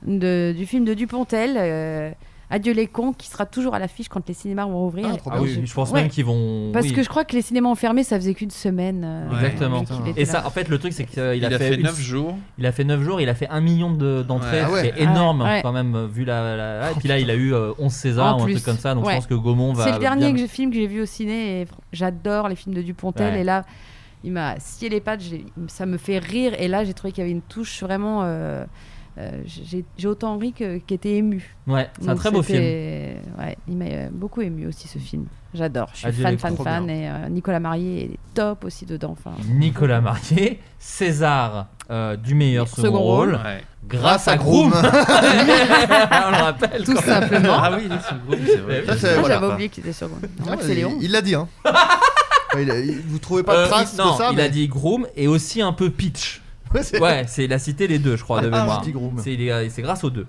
[SPEAKER 3] de- du film de Dupontel, euh, Adieu les cons, qui sera toujours à l'affiche quand les cinémas vont rouvrir.
[SPEAKER 8] Ah, trop
[SPEAKER 7] Ah
[SPEAKER 8] bien.
[SPEAKER 7] oui, je pense
[SPEAKER 3] Ouais.
[SPEAKER 7] même qu'ils vont.
[SPEAKER 3] Parce
[SPEAKER 7] oui.
[SPEAKER 3] que je crois que les cinémas ont fermé, ça faisait qu'une semaine. euh,
[SPEAKER 7] Exactement.
[SPEAKER 3] depuis qu'il était
[SPEAKER 7] Et
[SPEAKER 3] là.
[SPEAKER 7] ça, en fait, le truc, c'est qu'il a,
[SPEAKER 9] Il a fait
[SPEAKER 7] une-
[SPEAKER 9] neuf jours.
[SPEAKER 7] Il a fait 9 jours, il a fait 1 million de- d'entrées.
[SPEAKER 9] Ouais.
[SPEAKER 7] ce qui
[SPEAKER 9] Ah
[SPEAKER 7] est
[SPEAKER 9] ouais.
[SPEAKER 7] énorme,
[SPEAKER 3] Ouais. Oh,
[SPEAKER 7] quand même, vu la. la- et puis là, il a eu euh, 11 Césars
[SPEAKER 3] En
[SPEAKER 7] ou un truc
[SPEAKER 3] plus.
[SPEAKER 7] comme ça, donc
[SPEAKER 3] Ouais.
[SPEAKER 7] je pense que Gaumont va.
[SPEAKER 3] C'est le dernier
[SPEAKER 7] bien-
[SPEAKER 3] que j'ai- film que j'ai vu au ciné. et fr- J'adore les films de Dupontel.
[SPEAKER 7] Ouais.
[SPEAKER 3] Et là, il m'a scié les pattes. j'ai- Ça me fait rire. Et là, j'ai trouvé qu'il y avait une touche vraiment. euh, euh, j'ai j'ai autant ri que- qu'il était ému.
[SPEAKER 7] Ouais, c'est un
[SPEAKER 3] Donc
[SPEAKER 7] très beau film.
[SPEAKER 3] c'était- ouais, il m'a euh, beaucoup ému aussi ce film. J'adore. Je suis
[SPEAKER 7] Adieu
[SPEAKER 3] fan,
[SPEAKER 7] les
[SPEAKER 3] fan,
[SPEAKER 7] cons.
[SPEAKER 3] fan. Et euh, Nicolas Marié est top aussi dedans. Enfin,
[SPEAKER 7] Nicolas Marié, César euh, du meilleur second,
[SPEAKER 3] Second
[SPEAKER 7] rôle,
[SPEAKER 3] rôle.
[SPEAKER 9] Ouais.
[SPEAKER 7] grâce à Groom. *laughs* On le rappelle.
[SPEAKER 3] Tout
[SPEAKER 7] quand même. *laughs*
[SPEAKER 3] simplement.
[SPEAKER 9] Ah oui, il est sur Groom, c'est vrai.
[SPEAKER 8] Ça, c'est-
[SPEAKER 3] Moi,
[SPEAKER 8] voilà.
[SPEAKER 3] Ah, j'avais oublié qu'il était sur moi.
[SPEAKER 8] Non,
[SPEAKER 3] c'est Léon.
[SPEAKER 8] il il l'a
[SPEAKER 3] *laughs*
[SPEAKER 8] dit hein Enfin, il a- il- vous trouvez pas de
[SPEAKER 7] Euh,
[SPEAKER 8] trace
[SPEAKER 7] il- non,
[SPEAKER 8] de ça
[SPEAKER 7] il
[SPEAKER 8] mais-
[SPEAKER 7] a dit Groom et aussi un peu Pitch.
[SPEAKER 8] Ouais, *laughs* c'est-
[SPEAKER 7] Ouais, c'est il a cité les deux, je crois, de
[SPEAKER 8] Ah,
[SPEAKER 7] mémoire.
[SPEAKER 8] j'ai dit Groom.
[SPEAKER 7] C'est il est- euh, c'est grâce aux deux.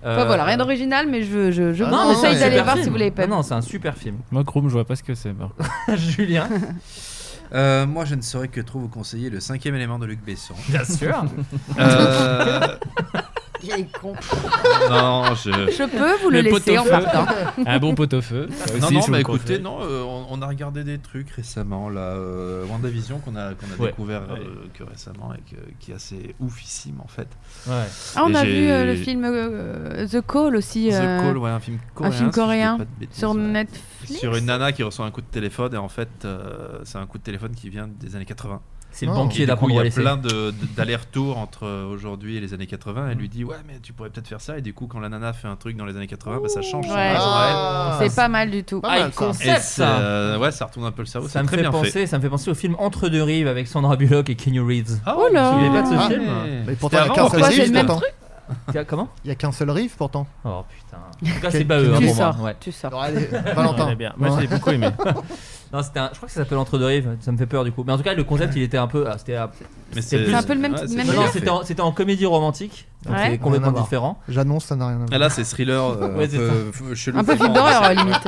[SPEAKER 3] Enfin,
[SPEAKER 7] Euh,
[SPEAKER 3] voilà, rien d'original, mais je, je, je
[SPEAKER 8] Ah,
[SPEAKER 3] vous
[SPEAKER 8] non,
[SPEAKER 3] conseille
[SPEAKER 8] mais-
[SPEAKER 3] d'aller
[SPEAKER 7] super
[SPEAKER 3] voir
[SPEAKER 7] film.
[SPEAKER 3] si vous l'avez pas vu.
[SPEAKER 7] Non, non, c'est un super film. *laughs*
[SPEAKER 4] Moi, Chrome, je vois pas ce que c'est. par contre.
[SPEAKER 7] Julien,
[SPEAKER 9] Euh, moi, je ne saurais
[SPEAKER 7] *laughs*
[SPEAKER 9] que trop vous conseiller le cinquième élément de Luc Besson.
[SPEAKER 7] bien sûr.
[SPEAKER 9] Euh,
[SPEAKER 3] *laughs* Vieille con.
[SPEAKER 9] Non, je.
[SPEAKER 3] Je peux vous le laisser en
[SPEAKER 9] pot-au-feu.
[SPEAKER 3] partant.
[SPEAKER 4] Un bon pot-au-feu. Ça
[SPEAKER 9] Non,
[SPEAKER 4] aussi,
[SPEAKER 9] non,
[SPEAKER 4] je vous
[SPEAKER 9] bah
[SPEAKER 4] le
[SPEAKER 9] écoutez,
[SPEAKER 4] conseille.
[SPEAKER 9] non, euh, on, on a regardé des trucs récemment, là, euh, WandaVision qu'on a, qu'on a
[SPEAKER 4] Ouais.
[SPEAKER 9] découvert euh, que récemment et que- qui est assez oufissime en fait.
[SPEAKER 3] Ah, on
[SPEAKER 9] Et
[SPEAKER 3] a
[SPEAKER 9] j'ai-
[SPEAKER 3] vu euh, le film euh, The Call aussi.
[SPEAKER 9] The
[SPEAKER 3] euh,
[SPEAKER 9] Call, ouais, un film coréen,
[SPEAKER 3] film
[SPEAKER 9] si je dis
[SPEAKER 3] coréen
[SPEAKER 9] pas de bêtises,
[SPEAKER 3] sur
[SPEAKER 9] ouais.
[SPEAKER 3] Netflix.
[SPEAKER 9] Sur une nana qui reçoit un coup de téléphone et en fait, euh, c'est un coup de téléphone qui vient des années 80.
[SPEAKER 7] C'est le
[SPEAKER 9] Et
[SPEAKER 7] banquier
[SPEAKER 9] du coup,
[SPEAKER 7] d'apprendre
[SPEAKER 9] Il y
[SPEAKER 7] à
[SPEAKER 9] a
[SPEAKER 7] laisser.
[SPEAKER 9] plein de- de- d'allers-retours entre euh, aujourd'hui et les années 80. Elle lui dit Ouais, mais tu pourrais peut-être faire ça. Et du coup, quand la nana fait un truc dans les années 80, bah, ça change son
[SPEAKER 3] Ouais.
[SPEAKER 9] image en
[SPEAKER 3] Ah.
[SPEAKER 9] elle.
[SPEAKER 3] C'est pas mal du tout. Pas
[SPEAKER 9] Et
[SPEAKER 3] mal, ça.
[SPEAKER 7] Concept,
[SPEAKER 9] c'est,
[SPEAKER 7] ça.
[SPEAKER 9] euh, Ouais, ça retourne un peu le cerveau.
[SPEAKER 7] Ça
[SPEAKER 9] c'est
[SPEAKER 7] me,
[SPEAKER 9] très
[SPEAKER 7] fait
[SPEAKER 9] bien
[SPEAKER 7] penser,
[SPEAKER 9] fait.
[SPEAKER 7] ça me fait penser au film Entre deux rives avec Sandra Bullock et Keanu Reeves.
[SPEAKER 9] Ah,
[SPEAKER 3] Oh là.
[SPEAKER 7] Vous vous souvenez pas de ce
[SPEAKER 8] Ah,
[SPEAKER 7] film
[SPEAKER 8] mais- Mais pourtant, il y a qu'un seul riff pourtant.
[SPEAKER 7] Comment
[SPEAKER 8] Il y a qu'un seul riff pourtant.
[SPEAKER 7] Oh putain. En tout cas, c'est pas eux, hein,
[SPEAKER 8] Tu
[SPEAKER 7] pour moi.
[SPEAKER 8] sors,
[SPEAKER 7] Ouais.
[SPEAKER 3] tu sors.
[SPEAKER 7] *laughs*
[SPEAKER 8] Alors, allez, Valentin.
[SPEAKER 7] Ouais,
[SPEAKER 8] Ouais.
[SPEAKER 7] non, c'était un- je crois que ça s'appelle Entre deux rives. Ça me fait peur du coup. Mais en tout cas, le concept, il était un peu. ah, c'était, ah,
[SPEAKER 9] Mais
[SPEAKER 7] c'était
[SPEAKER 9] c'est-
[SPEAKER 7] plus-
[SPEAKER 9] C'est un peu le même-
[SPEAKER 7] c'est-
[SPEAKER 9] même
[SPEAKER 7] non,
[SPEAKER 9] délire.
[SPEAKER 7] c'était en, c'était en comédie romantique. donc
[SPEAKER 3] Ouais.
[SPEAKER 7] C'est
[SPEAKER 8] Rien à
[SPEAKER 7] complètement
[SPEAKER 8] voir.
[SPEAKER 7] différent.
[SPEAKER 8] J'annonce, ça n'a rien à voir.
[SPEAKER 9] Et là, c'est thriller euh,
[SPEAKER 7] Ouais,
[SPEAKER 9] un
[SPEAKER 7] c'est
[SPEAKER 9] peu
[SPEAKER 7] ça.
[SPEAKER 9] f- chelou.
[SPEAKER 3] Un peu film d'horreur, à la limite.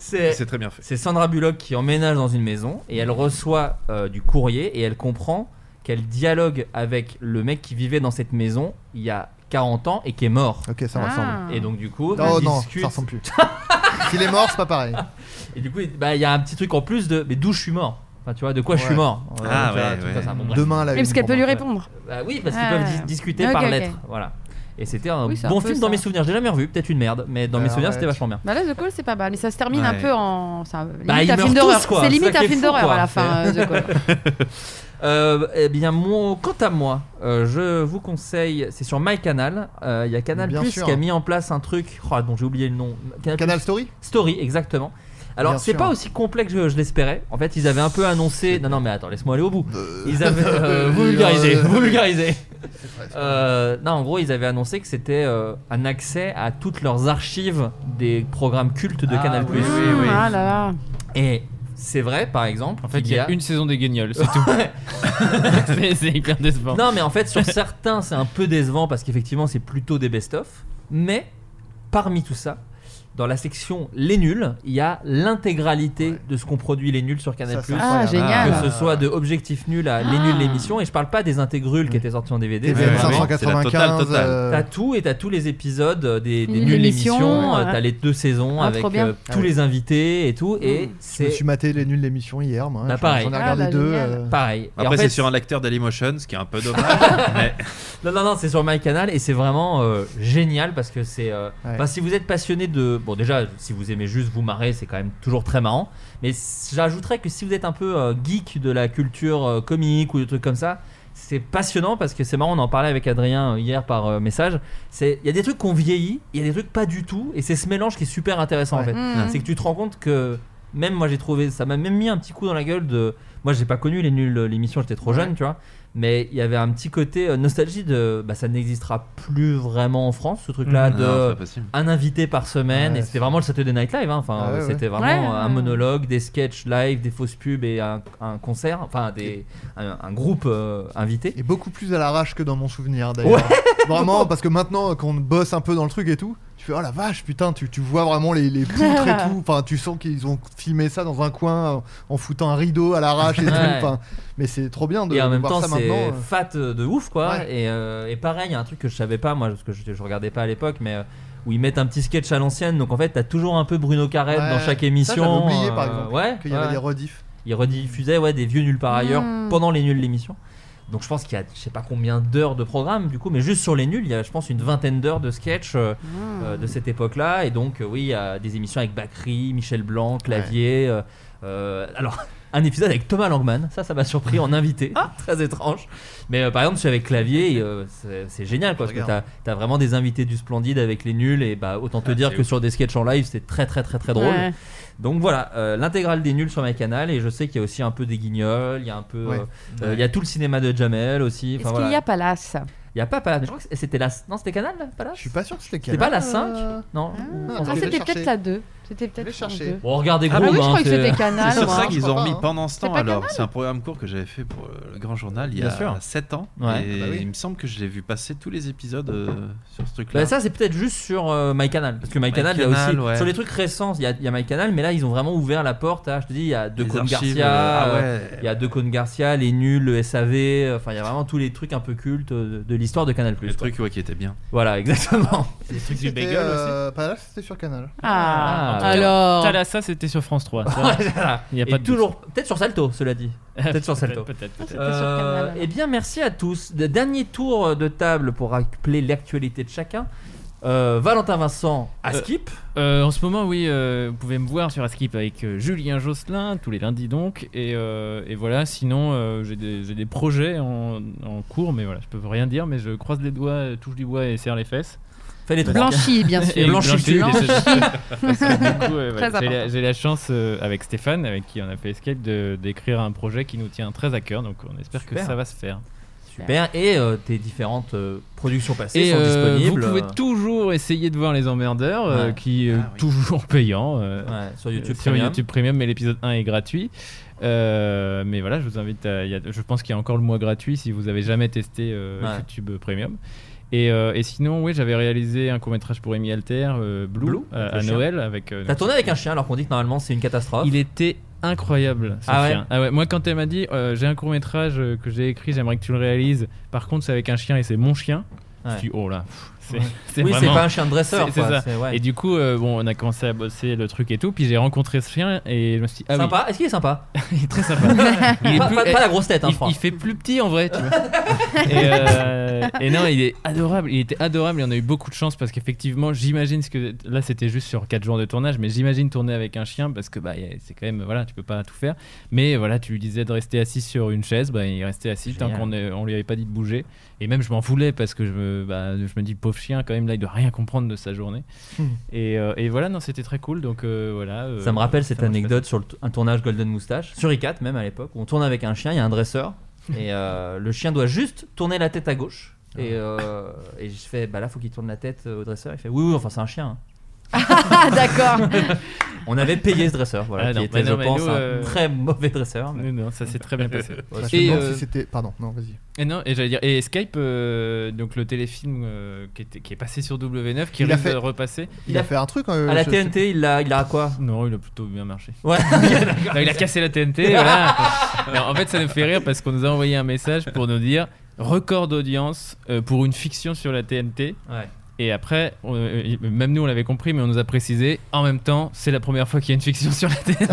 [SPEAKER 7] C'est,
[SPEAKER 9] C'est très bien fait.
[SPEAKER 7] C'est Sandra Bullock qui emménage dans une maison et elle reçoit euh, du courrier et elle comprend qu'elle dialogue avec le mec qui vivait dans cette maison il y a 40 ans et qui est mort.
[SPEAKER 8] Ok, ça me
[SPEAKER 7] Ah.
[SPEAKER 8] ressemble.
[SPEAKER 7] Et donc du coup,
[SPEAKER 8] Oh
[SPEAKER 7] elle
[SPEAKER 8] non,
[SPEAKER 7] discute.
[SPEAKER 8] ça ressemble
[SPEAKER 3] *laughs*
[SPEAKER 8] plus. S'il est mort, c'est pas pareil.
[SPEAKER 7] Et du coup, il bah, il y a un petit truc en plus de mais d'où je suis mort. Enfin, tu vois, de quoi je suis
[SPEAKER 8] Ouais.
[SPEAKER 7] mort. Euh,
[SPEAKER 9] Ah,
[SPEAKER 7] tu vois,
[SPEAKER 9] ouais,
[SPEAKER 7] tout
[SPEAKER 9] ouais.
[SPEAKER 7] ça, ça, bon, bref.
[SPEAKER 8] Demain, la
[SPEAKER 3] Et parce
[SPEAKER 8] une
[SPEAKER 3] qu'elle
[SPEAKER 8] pour
[SPEAKER 3] peut lui
[SPEAKER 8] moi.
[SPEAKER 3] répondre.
[SPEAKER 7] Bah oui, parce qu'ils
[SPEAKER 3] Ah.
[SPEAKER 7] peuvent dis- discuter
[SPEAKER 3] Ok,
[SPEAKER 7] par
[SPEAKER 3] ok.
[SPEAKER 7] lettre. Voilà. Et c'était un
[SPEAKER 3] Oui, c'est un
[SPEAKER 7] bon
[SPEAKER 3] peu
[SPEAKER 7] film dans
[SPEAKER 3] ça.
[SPEAKER 7] mes souvenirs. J'ai jamais revu, peut-être une merde, mais dans mes
[SPEAKER 8] Bah,
[SPEAKER 7] souvenirs,
[SPEAKER 8] ouais.
[SPEAKER 7] c'était vachement bien.
[SPEAKER 3] Bah là, The Call, c'est pas mal. Mais ça se termine un
[SPEAKER 7] Ouais.
[SPEAKER 3] peu en. C'est un-
[SPEAKER 7] Bah,
[SPEAKER 3] limite
[SPEAKER 7] ils
[SPEAKER 3] un film
[SPEAKER 7] meurent
[SPEAKER 3] d'horreur.
[SPEAKER 7] tous, quoi.
[SPEAKER 3] C'est
[SPEAKER 7] ça
[SPEAKER 3] limite
[SPEAKER 7] qui
[SPEAKER 3] un
[SPEAKER 7] est
[SPEAKER 3] film
[SPEAKER 7] fou,
[SPEAKER 3] d'horreur
[SPEAKER 7] quoi.
[SPEAKER 3] à la fin, euh,
[SPEAKER 7] C'est-
[SPEAKER 3] The Call.
[SPEAKER 7] *laughs* Euh, eh bien, mon- quant à moi, euh, je vous conseille, c'est sur MyCanal. euh, Il y a Canal
[SPEAKER 8] Bien
[SPEAKER 7] Plus
[SPEAKER 8] sûr.
[SPEAKER 7] qui a mis en place un truc. Oh, dont j'ai oublié le nom. Canal,
[SPEAKER 8] Canal
[SPEAKER 7] Plus-
[SPEAKER 8] Story
[SPEAKER 7] Story, exactement.
[SPEAKER 8] Bien
[SPEAKER 7] Alors, c'est
[SPEAKER 8] sûr.
[SPEAKER 7] pas aussi complexe que je l'espérais. En fait, ils avaient un peu annoncé. Non, non, mais attends, laisse-moi aller au bout. Ils avaient.
[SPEAKER 8] *laughs*
[SPEAKER 7] euh, vous vulgarisez,
[SPEAKER 8] Euh,
[SPEAKER 7] vous vulgarisez.
[SPEAKER 8] presque.
[SPEAKER 7] Euh, non, en gros, ils avaient annoncé que c'était euh, un accès à toutes leurs archives des programmes cultes de
[SPEAKER 9] Ah,
[SPEAKER 7] Canal
[SPEAKER 9] oui, oui, oui.
[SPEAKER 3] Ah là là.
[SPEAKER 7] Et c'est vrai, par exemple.
[SPEAKER 4] En fait,
[SPEAKER 7] qu'il
[SPEAKER 4] il y a une saison des Guignols, c'est tout. *laughs* C'est- C'est hyper décevant.
[SPEAKER 7] Non, mais en fait, sur certains, c'est un peu décevant parce qu'effectivement, c'est plutôt des best-of. Mais parmi tout ça, dans la section Les Nuls, il y a l'intégralité de ce qu'on produit Les Nuls sur Canal+.
[SPEAKER 8] Ça, c'est incroyable.
[SPEAKER 3] Ah, génial.
[SPEAKER 7] Que ce soit de Objectif Nul à Les Nuls l'émission. Et je parle pas des intégrules qui étaient sortis en DVD.
[SPEAKER 8] TVM
[SPEAKER 9] Ouais, ouais, ouais.
[SPEAKER 8] 595.
[SPEAKER 9] C'est la totale,
[SPEAKER 8] euh,
[SPEAKER 7] T'as tout et t'as tous les épisodes euh, des, des
[SPEAKER 3] Nuls
[SPEAKER 7] nuls
[SPEAKER 3] l'émission,
[SPEAKER 7] l'émission, euh,
[SPEAKER 3] ouais.
[SPEAKER 7] t'as les deux saisons
[SPEAKER 3] Ah,
[SPEAKER 7] avec
[SPEAKER 3] trop bien.
[SPEAKER 7] euh,
[SPEAKER 8] Ah
[SPEAKER 7] tous
[SPEAKER 8] oui.
[SPEAKER 7] les invités et tout, et
[SPEAKER 8] Je me
[SPEAKER 7] c'est
[SPEAKER 8] suis maté les nuls l'émission hier, moi. hein.
[SPEAKER 7] Bah,
[SPEAKER 8] J'en-
[SPEAKER 7] pareil.
[SPEAKER 8] J'en ai
[SPEAKER 3] Ah,
[SPEAKER 8] regardé
[SPEAKER 3] bah,
[SPEAKER 8] deux.
[SPEAKER 3] génial.
[SPEAKER 8] euh,
[SPEAKER 7] pareil. Et en
[SPEAKER 9] Après,
[SPEAKER 7] fait,
[SPEAKER 9] c'est sur un lecteur d'Dailymotion, ce qui est un peu dommage. mais
[SPEAKER 7] Non, non, non, c'est sur MyCanal et c'est vraiment euh, génial parce que c'est. euh,
[SPEAKER 8] Ouais.
[SPEAKER 7] enfin, si vous êtes passionné de. Bon, déjà, si vous aimez juste vous marrer, c'est quand même toujours très marrant. Mais s- j'ajouterais que si vous êtes un peu euh, geek de la culture euh, comique ou de trucs comme ça, c'est passionnant parce que c'est marrant. On en parlait avec Adrien euh, hier par euh, message. C'est- Il y a des trucs qu'on vieillit, il y a des trucs pas du tout. Et c'est ce mélange qui est super intéressant en fait.
[SPEAKER 8] Ouais.
[SPEAKER 3] Mhm.
[SPEAKER 7] C'est que tu te rends compte que. Même moi, j'ai trouvé. Ça m'a même mis un petit coup dans la gueule de. Moi, j'ai pas connu les nuls, euh, l'émission, j'étais trop jeune, tu vois. Mais il y avait un petit côté euh, nostalgie de bah, ça n'existera plus vraiment en France ce truc-là
[SPEAKER 9] Mmh. Non,
[SPEAKER 7] de
[SPEAKER 9] c'est pas possible.
[SPEAKER 7] un invité par semaine
[SPEAKER 8] Ouais,
[SPEAKER 7] et c'était vraiment le Saturday Night Live. hein. Enfin,
[SPEAKER 8] Ah ouais, ouais.
[SPEAKER 7] c'était vraiment
[SPEAKER 3] Ouais.
[SPEAKER 7] euh, un monologue, des sketchs live, des fausses pubs et un, un concert, enfin des un, un groupe euh, invité.
[SPEAKER 8] Et beaucoup plus à l'arrache que dans mon souvenir d'ailleurs. *laughs* Vraiment, parce que maintenant qu'on bosse un peu dans le truc et tout, tu fais oh la vache, putain, tu, tu vois vraiment les, les poutres et tout. Enfin, tu sens qu'ils ont filmé ça dans un coin en, en foutant un rideau à l'arrache et tout.
[SPEAKER 7] Ouais.
[SPEAKER 8] Enfin, mais c'est trop bien de,
[SPEAKER 7] Et en
[SPEAKER 8] de
[SPEAKER 7] même
[SPEAKER 8] voir
[SPEAKER 7] temps,
[SPEAKER 8] ça maintenant.
[SPEAKER 7] c'est
[SPEAKER 8] euh.
[SPEAKER 7] fat de ouf, quoi.
[SPEAKER 8] Ouais.
[SPEAKER 7] Et, euh, et pareil, il y a un truc que je savais pas, moi, parce que je, je regardais pas à l'époque, mais euh, où ils mettent un petit sketch à l'ancienne. Donc en fait, t'as toujours un peu Bruno Carrette
[SPEAKER 8] Ouais.
[SPEAKER 7] dans
[SPEAKER 8] Ça,
[SPEAKER 7] chaque
[SPEAKER 8] j'avais
[SPEAKER 7] émission.
[SPEAKER 8] oublié, par
[SPEAKER 7] euh,
[SPEAKER 8] exemple,
[SPEAKER 7] ouais,
[SPEAKER 8] Qu'il y avait
[SPEAKER 7] ouais.
[SPEAKER 8] des rediffs.
[SPEAKER 7] Ils rediffusaient ouais, des vieux nuls par ailleurs
[SPEAKER 3] Mm.
[SPEAKER 7] pendant les nuls l'émission. Donc je pense qu'il y a je sais pas combien d'heures de programme du coup, mais juste sur les nuls, il y a je pense une vingtaine d'heures de sketch euh, euh, de cette époque-là. Et donc euh, oui, il y a des émissions avec Bacri, Michel Blanc, Clavier. euh, euh, alors *laughs* un épisode avec Thomas Langman, ça ça m'a surpris en invité, *laughs* très étrange. Mais euh, par exemple celui avec Clavier, et, euh, c'est- c'est génial quoi, parce que t'as
[SPEAKER 8] Regarde.
[SPEAKER 7] as vraiment des invités du splendide avec les nuls et bah autant te
[SPEAKER 9] Ah,
[SPEAKER 7] dire
[SPEAKER 9] c'est
[SPEAKER 7] que
[SPEAKER 9] ouf.
[SPEAKER 7] sur des sketchs en live c'est très très très très drôle.
[SPEAKER 3] Ouais.
[SPEAKER 7] Donc voilà, euh, l'intégrale des nuls sur ma canal et je sais qu'il y a aussi un peu des guignols, il y a un peu, euh,
[SPEAKER 8] Ouais.
[SPEAKER 7] euh, il y a tout le cinéma de Jamel aussi.
[SPEAKER 3] Est-ce
[SPEAKER 7] Enfin, voilà.
[SPEAKER 3] qu'il y a Palace
[SPEAKER 7] Il y a pas Palace, mais je crois que c'était la, non c'était Canal là, Palace.
[SPEAKER 8] Je suis pas sûr que c'était
[SPEAKER 9] euh,
[SPEAKER 7] C'était pas la 5 Non. ou-
[SPEAKER 9] hein
[SPEAKER 3] Ah,
[SPEAKER 8] je vais
[SPEAKER 3] c'était
[SPEAKER 8] chercher.
[SPEAKER 3] peut-être la 2. C'était peut-être.
[SPEAKER 8] chercher.
[SPEAKER 3] France 2.
[SPEAKER 4] Bon, regardez
[SPEAKER 3] Ah
[SPEAKER 4] Groom,
[SPEAKER 3] oui, je
[SPEAKER 4] hein,
[SPEAKER 3] croyais que
[SPEAKER 4] c'est-
[SPEAKER 3] c'était Canal.
[SPEAKER 4] C'est
[SPEAKER 9] C'est
[SPEAKER 4] sur
[SPEAKER 3] moi.
[SPEAKER 9] ça qu'ils ont
[SPEAKER 3] crois
[SPEAKER 9] remis
[SPEAKER 3] pas, hein.
[SPEAKER 9] pendant ce
[SPEAKER 3] C'est
[SPEAKER 9] temps.
[SPEAKER 3] pas
[SPEAKER 9] Alors,
[SPEAKER 3] Canal
[SPEAKER 9] c'est un programme court que j'avais fait pour euh, le Grand Journal il y
[SPEAKER 4] Bien sûr.
[SPEAKER 9] a 7 ans.
[SPEAKER 4] Ouais.
[SPEAKER 9] Et
[SPEAKER 4] Ah bah oui.
[SPEAKER 9] il me semble que je l'ai vu passer tous les épisodes euh, sur ce truc-là.
[SPEAKER 7] Bah, ça c'est peut-être juste sur euh, MyCanal parce que MyCanal il y a aussi
[SPEAKER 9] MyCanal, ouais.
[SPEAKER 7] sur les trucs récents il y a, il y a MyCanal mais là ils ont vraiment ouvert la porte à je te dis il y a De
[SPEAKER 9] Les
[SPEAKER 7] Cônes
[SPEAKER 9] archives,
[SPEAKER 7] Garcia
[SPEAKER 9] euh, ah ouais.
[SPEAKER 7] euh, il y a De Cônes Garcia les nuls le SAV euh, enfin il y a vraiment tous les trucs un peu cultes euh, de, de l'histoire de Canal Plus
[SPEAKER 9] Le truc ouais, qui était bien.
[SPEAKER 7] voilà *laughs* exactement
[SPEAKER 4] Les trucs du
[SPEAKER 8] C'était,
[SPEAKER 4] bagel aussi.
[SPEAKER 8] euh, Pas là, c'était sur Canal.
[SPEAKER 3] Ah,
[SPEAKER 4] En tout cas,
[SPEAKER 3] alors.
[SPEAKER 4] Thalassa, c'était sur France 3. ça.
[SPEAKER 7] Ouais, *laughs* voilà.
[SPEAKER 4] Il y a
[SPEAKER 7] Et
[SPEAKER 4] pas de
[SPEAKER 7] toujours peut-être sur Salto cela
[SPEAKER 4] *laughs*
[SPEAKER 7] dit peut-être sur Salto
[SPEAKER 4] Peut-être, peut-être. hein.
[SPEAKER 3] C'était sur Canal, alors.
[SPEAKER 7] Eh bien, merci à tous. De- Dernier tour de table pour rappeler l'actualité de chacun. Euh, Valentin Vincent à
[SPEAKER 4] Euh,
[SPEAKER 7] Skip.
[SPEAKER 4] Euh, en ce moment, oui, euh, vous pouvez me voir sur Askip avec euh, Julien Josselin, tous les lundis donc. Et, euh, et voilà, sinon, euh, j'ai des, j'ai des projets en, en cours, mais voilà, je peux rien dire, mais je croise les doigts, euh, touche du bois et serre les fesses.
[SPEAKER 7] Fais les trois.
[SPEAKER 3] Blanchi,
[SPEAKER 7] *laughs*
[SPEAKER 3] bien sûr.
[SPEAKER 4] Et
[SPEAKER 7] Blanchi, tu-
[SPEAKER 4] Blanchi. *laughs* Parce que du coup, euh,
[SPEAKER 3] Très
[SPEAKER 4] voilà, j'ai, la,
[SPEAKER 3] important.
[SPEAKER 4] j'ai la chance, euh, avec Stéphane, avec qui on a fait Escape, de, d'écrire un projet qui nous tient très à cœur, donc on espère que
[SPEAKER 7] Super.
[SPEAKER 4] ça va se faire.
[SPEAKER 7] Super. Et euh, tes différentes euh, productions passées
[SPEAKER 4] Et
[SPEAKER 7] sont
[SPEAKER 4] euh,
[SPEAKER 7] disponibles.
[SPEAKER 4] vous pouvez
[SPEAKER 7] euh,
[SPEAKER 4] toujours essayer de voir Les Emmerdeurs, euh,
[SPEAKER 7] Ouais. Ah
[SPEAKER 4] qui est toujours payant. euh,
[SPEAKER 7] ouais, sur YouTube
[SPEAKER 4] sur
[SPEAKER 7] Premium.
[SPEAKER 4] YouTube Premium, mais l'épisode 1 est gratuit. Euh, mais voilà, je vous invite à. il y a- je pense qu'il y a encore le mois gratuit si vous avez jamais testé euh,
[SPEAKER 7] Ouais.
[SPEAKER 4] YouTube Premium. Et, euh, et sinon, oui, j'avais réalisé un court-métrage pour Amy Alter, euh, Blue,
[SPEAKER 7] Blue,
[SPEAKER 4] euh,
[SPEAKER 7] avec le
[SPEAKER 4] à
[SPEAKER 7] chien.
[SPEAKER 4] Noël. avec. euh,
[SPEAKER 7] T'as
[SPEAKER 4] donc-
[SPEAKER 7] tourné avec un chien alors qu'on dit que normalement c'est une catastrophe.
[SPEAKER 4] Il était incroyable, ce
[SPEAKER 7] Ah ouais
[SPEAKER 4] chien. Ah ouais, moi, quand elle m'a dit euh, j'ai un court-métrage euh, que j'ai écrit, j'aimerais que tu le réalises, par contre, c'est avec un chien et c'est mon chien, je
[SPEAKER 7] Ouais.
[SPEAKER 4] me suis dit, oh là, pff, c'est
[SPEAKER 7] Ouais.
[SPEAKER 4] *laughs* c'est
[SPEAKER 7] Oui, c'est
[SPEAKER 4] vraiment-
[SPEAKER 7] pas un chien de dresseur,
[SPEAKER 4] c'est- c'est
[SPEAKER 7] quoi,
[SPEAKER 4] ça.
[SPEAKER 7] c'est- ouais.
[SPEAKER 4] Et du coup, euh, bon, on a commencé à bosser le truc et tout. Puis j'ai rencontré ce chien et je me suis dit, ah oui,
[SPEAKER 7] sympa. Est-ce qu'il est sympa
[SPEAKER 4] il est très sympa. Il est
[SPEAKER 7] Pas-
[SPEAKER 4] plus-
[SPEAKER 7] pas- pas la grosse tête, hein,
[SPEAKER 4] il-
[SPEAKER 7] Franck.
[SPEAKER 4] Il, fait plus petit en vrai, tu
[SPEAKER 8] *laughs*
[SPEAKER 4] vois. et, euh, et non, il est adorable. Il était adorable et on a eu beaucoup de chance parce qu'effectivement, j'imagine ce que là c'était juste sur 4 jours de tournage, mais j'imagine tourner avec un chien parce que bah y a- c'est quand même voilà, tu peux pas tout faire. Mais voilà, tu lui disais de rester assis sur une chaise, bah il restait assis tant
[SPEAKER 7] Génial.
[SPEAKER 4] qu'on est- on lui avait pas dit de bouger. Et même je m'en voulais parce que je me bah, je me dis pauvre chien quand même là il doit rien comprendre de sa journée.
[SPEAKER 8] Hmm.
[SPEAKER 4] et, euh, et voilà, non, c'était très cool. Donc euh, voilà. euh,
[SPEAKER 7] Ça me rappelle cette
[SPEAKER 4] marche
[SPEAKER 7] anecdote sur le t- un tournage Golden Moustache, sur I4 même à l'époque, où on tourne avec un chien, il y a un dresseur,
[SPEAKER 4] *laughs*
[SPEAKER 7] et euh, le chien doit juste tourner la tête à gauche. Et, euh, et je fais, bah là, faut qu'il tourne la tête euh, au dresseur. Il fait, oui, oui, enfin, c'est un chien. hein.
[SPEAKER 3] Ah, d'accord. *laughs*
[SPEAKER 7] On avait payé ce dresseur, voilà,
[SPEAKER 4] Ah,
[SPEAKER 7] qui
[SPEAKER 4] non,
[SPEAKER 7] était,
[SPEAKER 4] bah non,
[SPEAKER 7] je
[SPEAKER 4] mais
[SPEAKER 7] pense,
[SPEAKER 4] nous,
[SPEAKER 7] un
[SPEAKER 4] euh,
[SPEAKER 7] très mauvais dresseur. mais-
[SPEAKER 4] Non, non, ça s'est très bien passé.
[SPEAKER 8] Je me
[SPEAKER 4] et,
[SPEAKER 8] demande
[SPEAKER 4] euh,
[SPEAKER 8] si c'était. Pardon, non, vas-y.
[SPEAKER 4] et non, et j'allais dire, et Skype, euh, donc le téléfilm euh, qui, était- qui est passé sur W9, qui
[SPEAKER 8] Il a
[SPEAKER 4] risque
[SPEAKER 8] fait-
[SPEAKER 4] de repasser.
[SPEAKER 8] Il, a fait un truc. euh,
[SPEAKER 7] À la
[SPEAKER 8] je-
[SPEAKER 7] TNT, il a, il a quoi
[SPEAKER 4] Non, il a plutôt bien
[SPEAKER 7] *laughs*
[SPEAKER 4] marché. *laughs*
[SPEAKER 7] Ouais,
[SPEAKER 4] Non, il a cassé la
[SPEAKER 7] *laughs*
[SPEAKER 4] TNT. voilà. Non, en fait, ça nous fait rire parce qu'on nous a envoyé un message pour nous dire record d'audience euh, pour une fiction sur la TNT.
[SPEAKER 7] Ouais.
[SPEAKER 4] Et après, on- euh, même nous, on l'avait compris, mais on nous a précisé en même temps, c'est la première fois qu'il y a une fiction sur la TNT.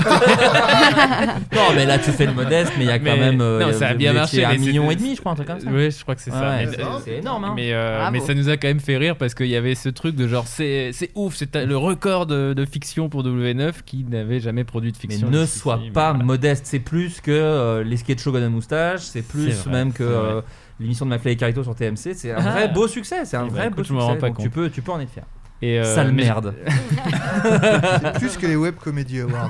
[SPEAKER 7] Non, mais là, tu fais le modeste, mais il y a quand
[SPEAKER 4] Mais-
[SPEAKER 7] même. euh,
[SPEAKER 4] non, ça a
[SPEAKER 7] vous
[SPEAKER 4] bien
[SPEAKER 7] étiez
[SPEAKER 4] marché,
[SPEAKER 7] à Un
[SPEAKER 4] mais
[SPEAKER 7] million
[SPEAKER 4] c'était-
[SPEAKER 7] et demi, je crois, un truc comme ça.
[SPEAKER 4] Oui, je crois que c'est ça.
[SPEAKER 7] Ouais,
[SPEAKER 4] Mais-
[SPEAKER 7] c'est-
[SPEAKER 4] euh,
[SPEAKER 7] c'est énorme. hein.
[SPEAKER 4] Mais, euh,
[SPEAKER 3] Bravo.
[SPEAKER 4] mais ça nous a quand même fait rire parce qu'il y avait ce truc de genre c'est c'est ouf, c'est le record de, de fiction pour W9 qui n'avait jamais produit de
[SPEAKER 7] Mais
[SPEAKER 4] fiction.
[SPEAKER 7] ne
[SPEAKER 4] jusqu'ici,
[SPEAKER 7] sois
[SPEAKER 4] mais
[SPEAKER 7] pas
[SPEAKER 4] voilà.
[SPEAKER 7] modeste, c'est plus que euh, les sketchs show Golden Moustache, c'est plus
[SPEAKER 4] C'est vrai,
[SPEAKER 7] même
[SPEAKER 4] c'est
[SPEAKER 7] que
[SPEAKER 4] vrai.
[SPEAKER 7] euh, l'émission de McFly et Carito sur TMC, c'est un
[SPEAKER 4] Ah.
[SPEAKER 7] vrai beau succès, c'est
[SPEAKER 4] Eh
[SPEAKER 7] un
[SPEAKER 4] ben,
[SPEAKER 7] vrai
[SPEAKER 4] écoute,
[SPEAKER 7] beau
[SPEAKER 4] je m'en
[SPEAKER 7] succès,
[SPEAKER 4] rends pas
[SPEAKER 7] donc tu
[SPEAKER 4] compte.
[SPEAKER 7] peux, tu peux en être fier.
[SPEAKER 4] Et, euh,
[SPEAKER 7] Sale
[SPEAKER 4] mais-
[SPEAKER 7] merde.
[SPEAKER 8] C'est plus que les Web Comedy Awards.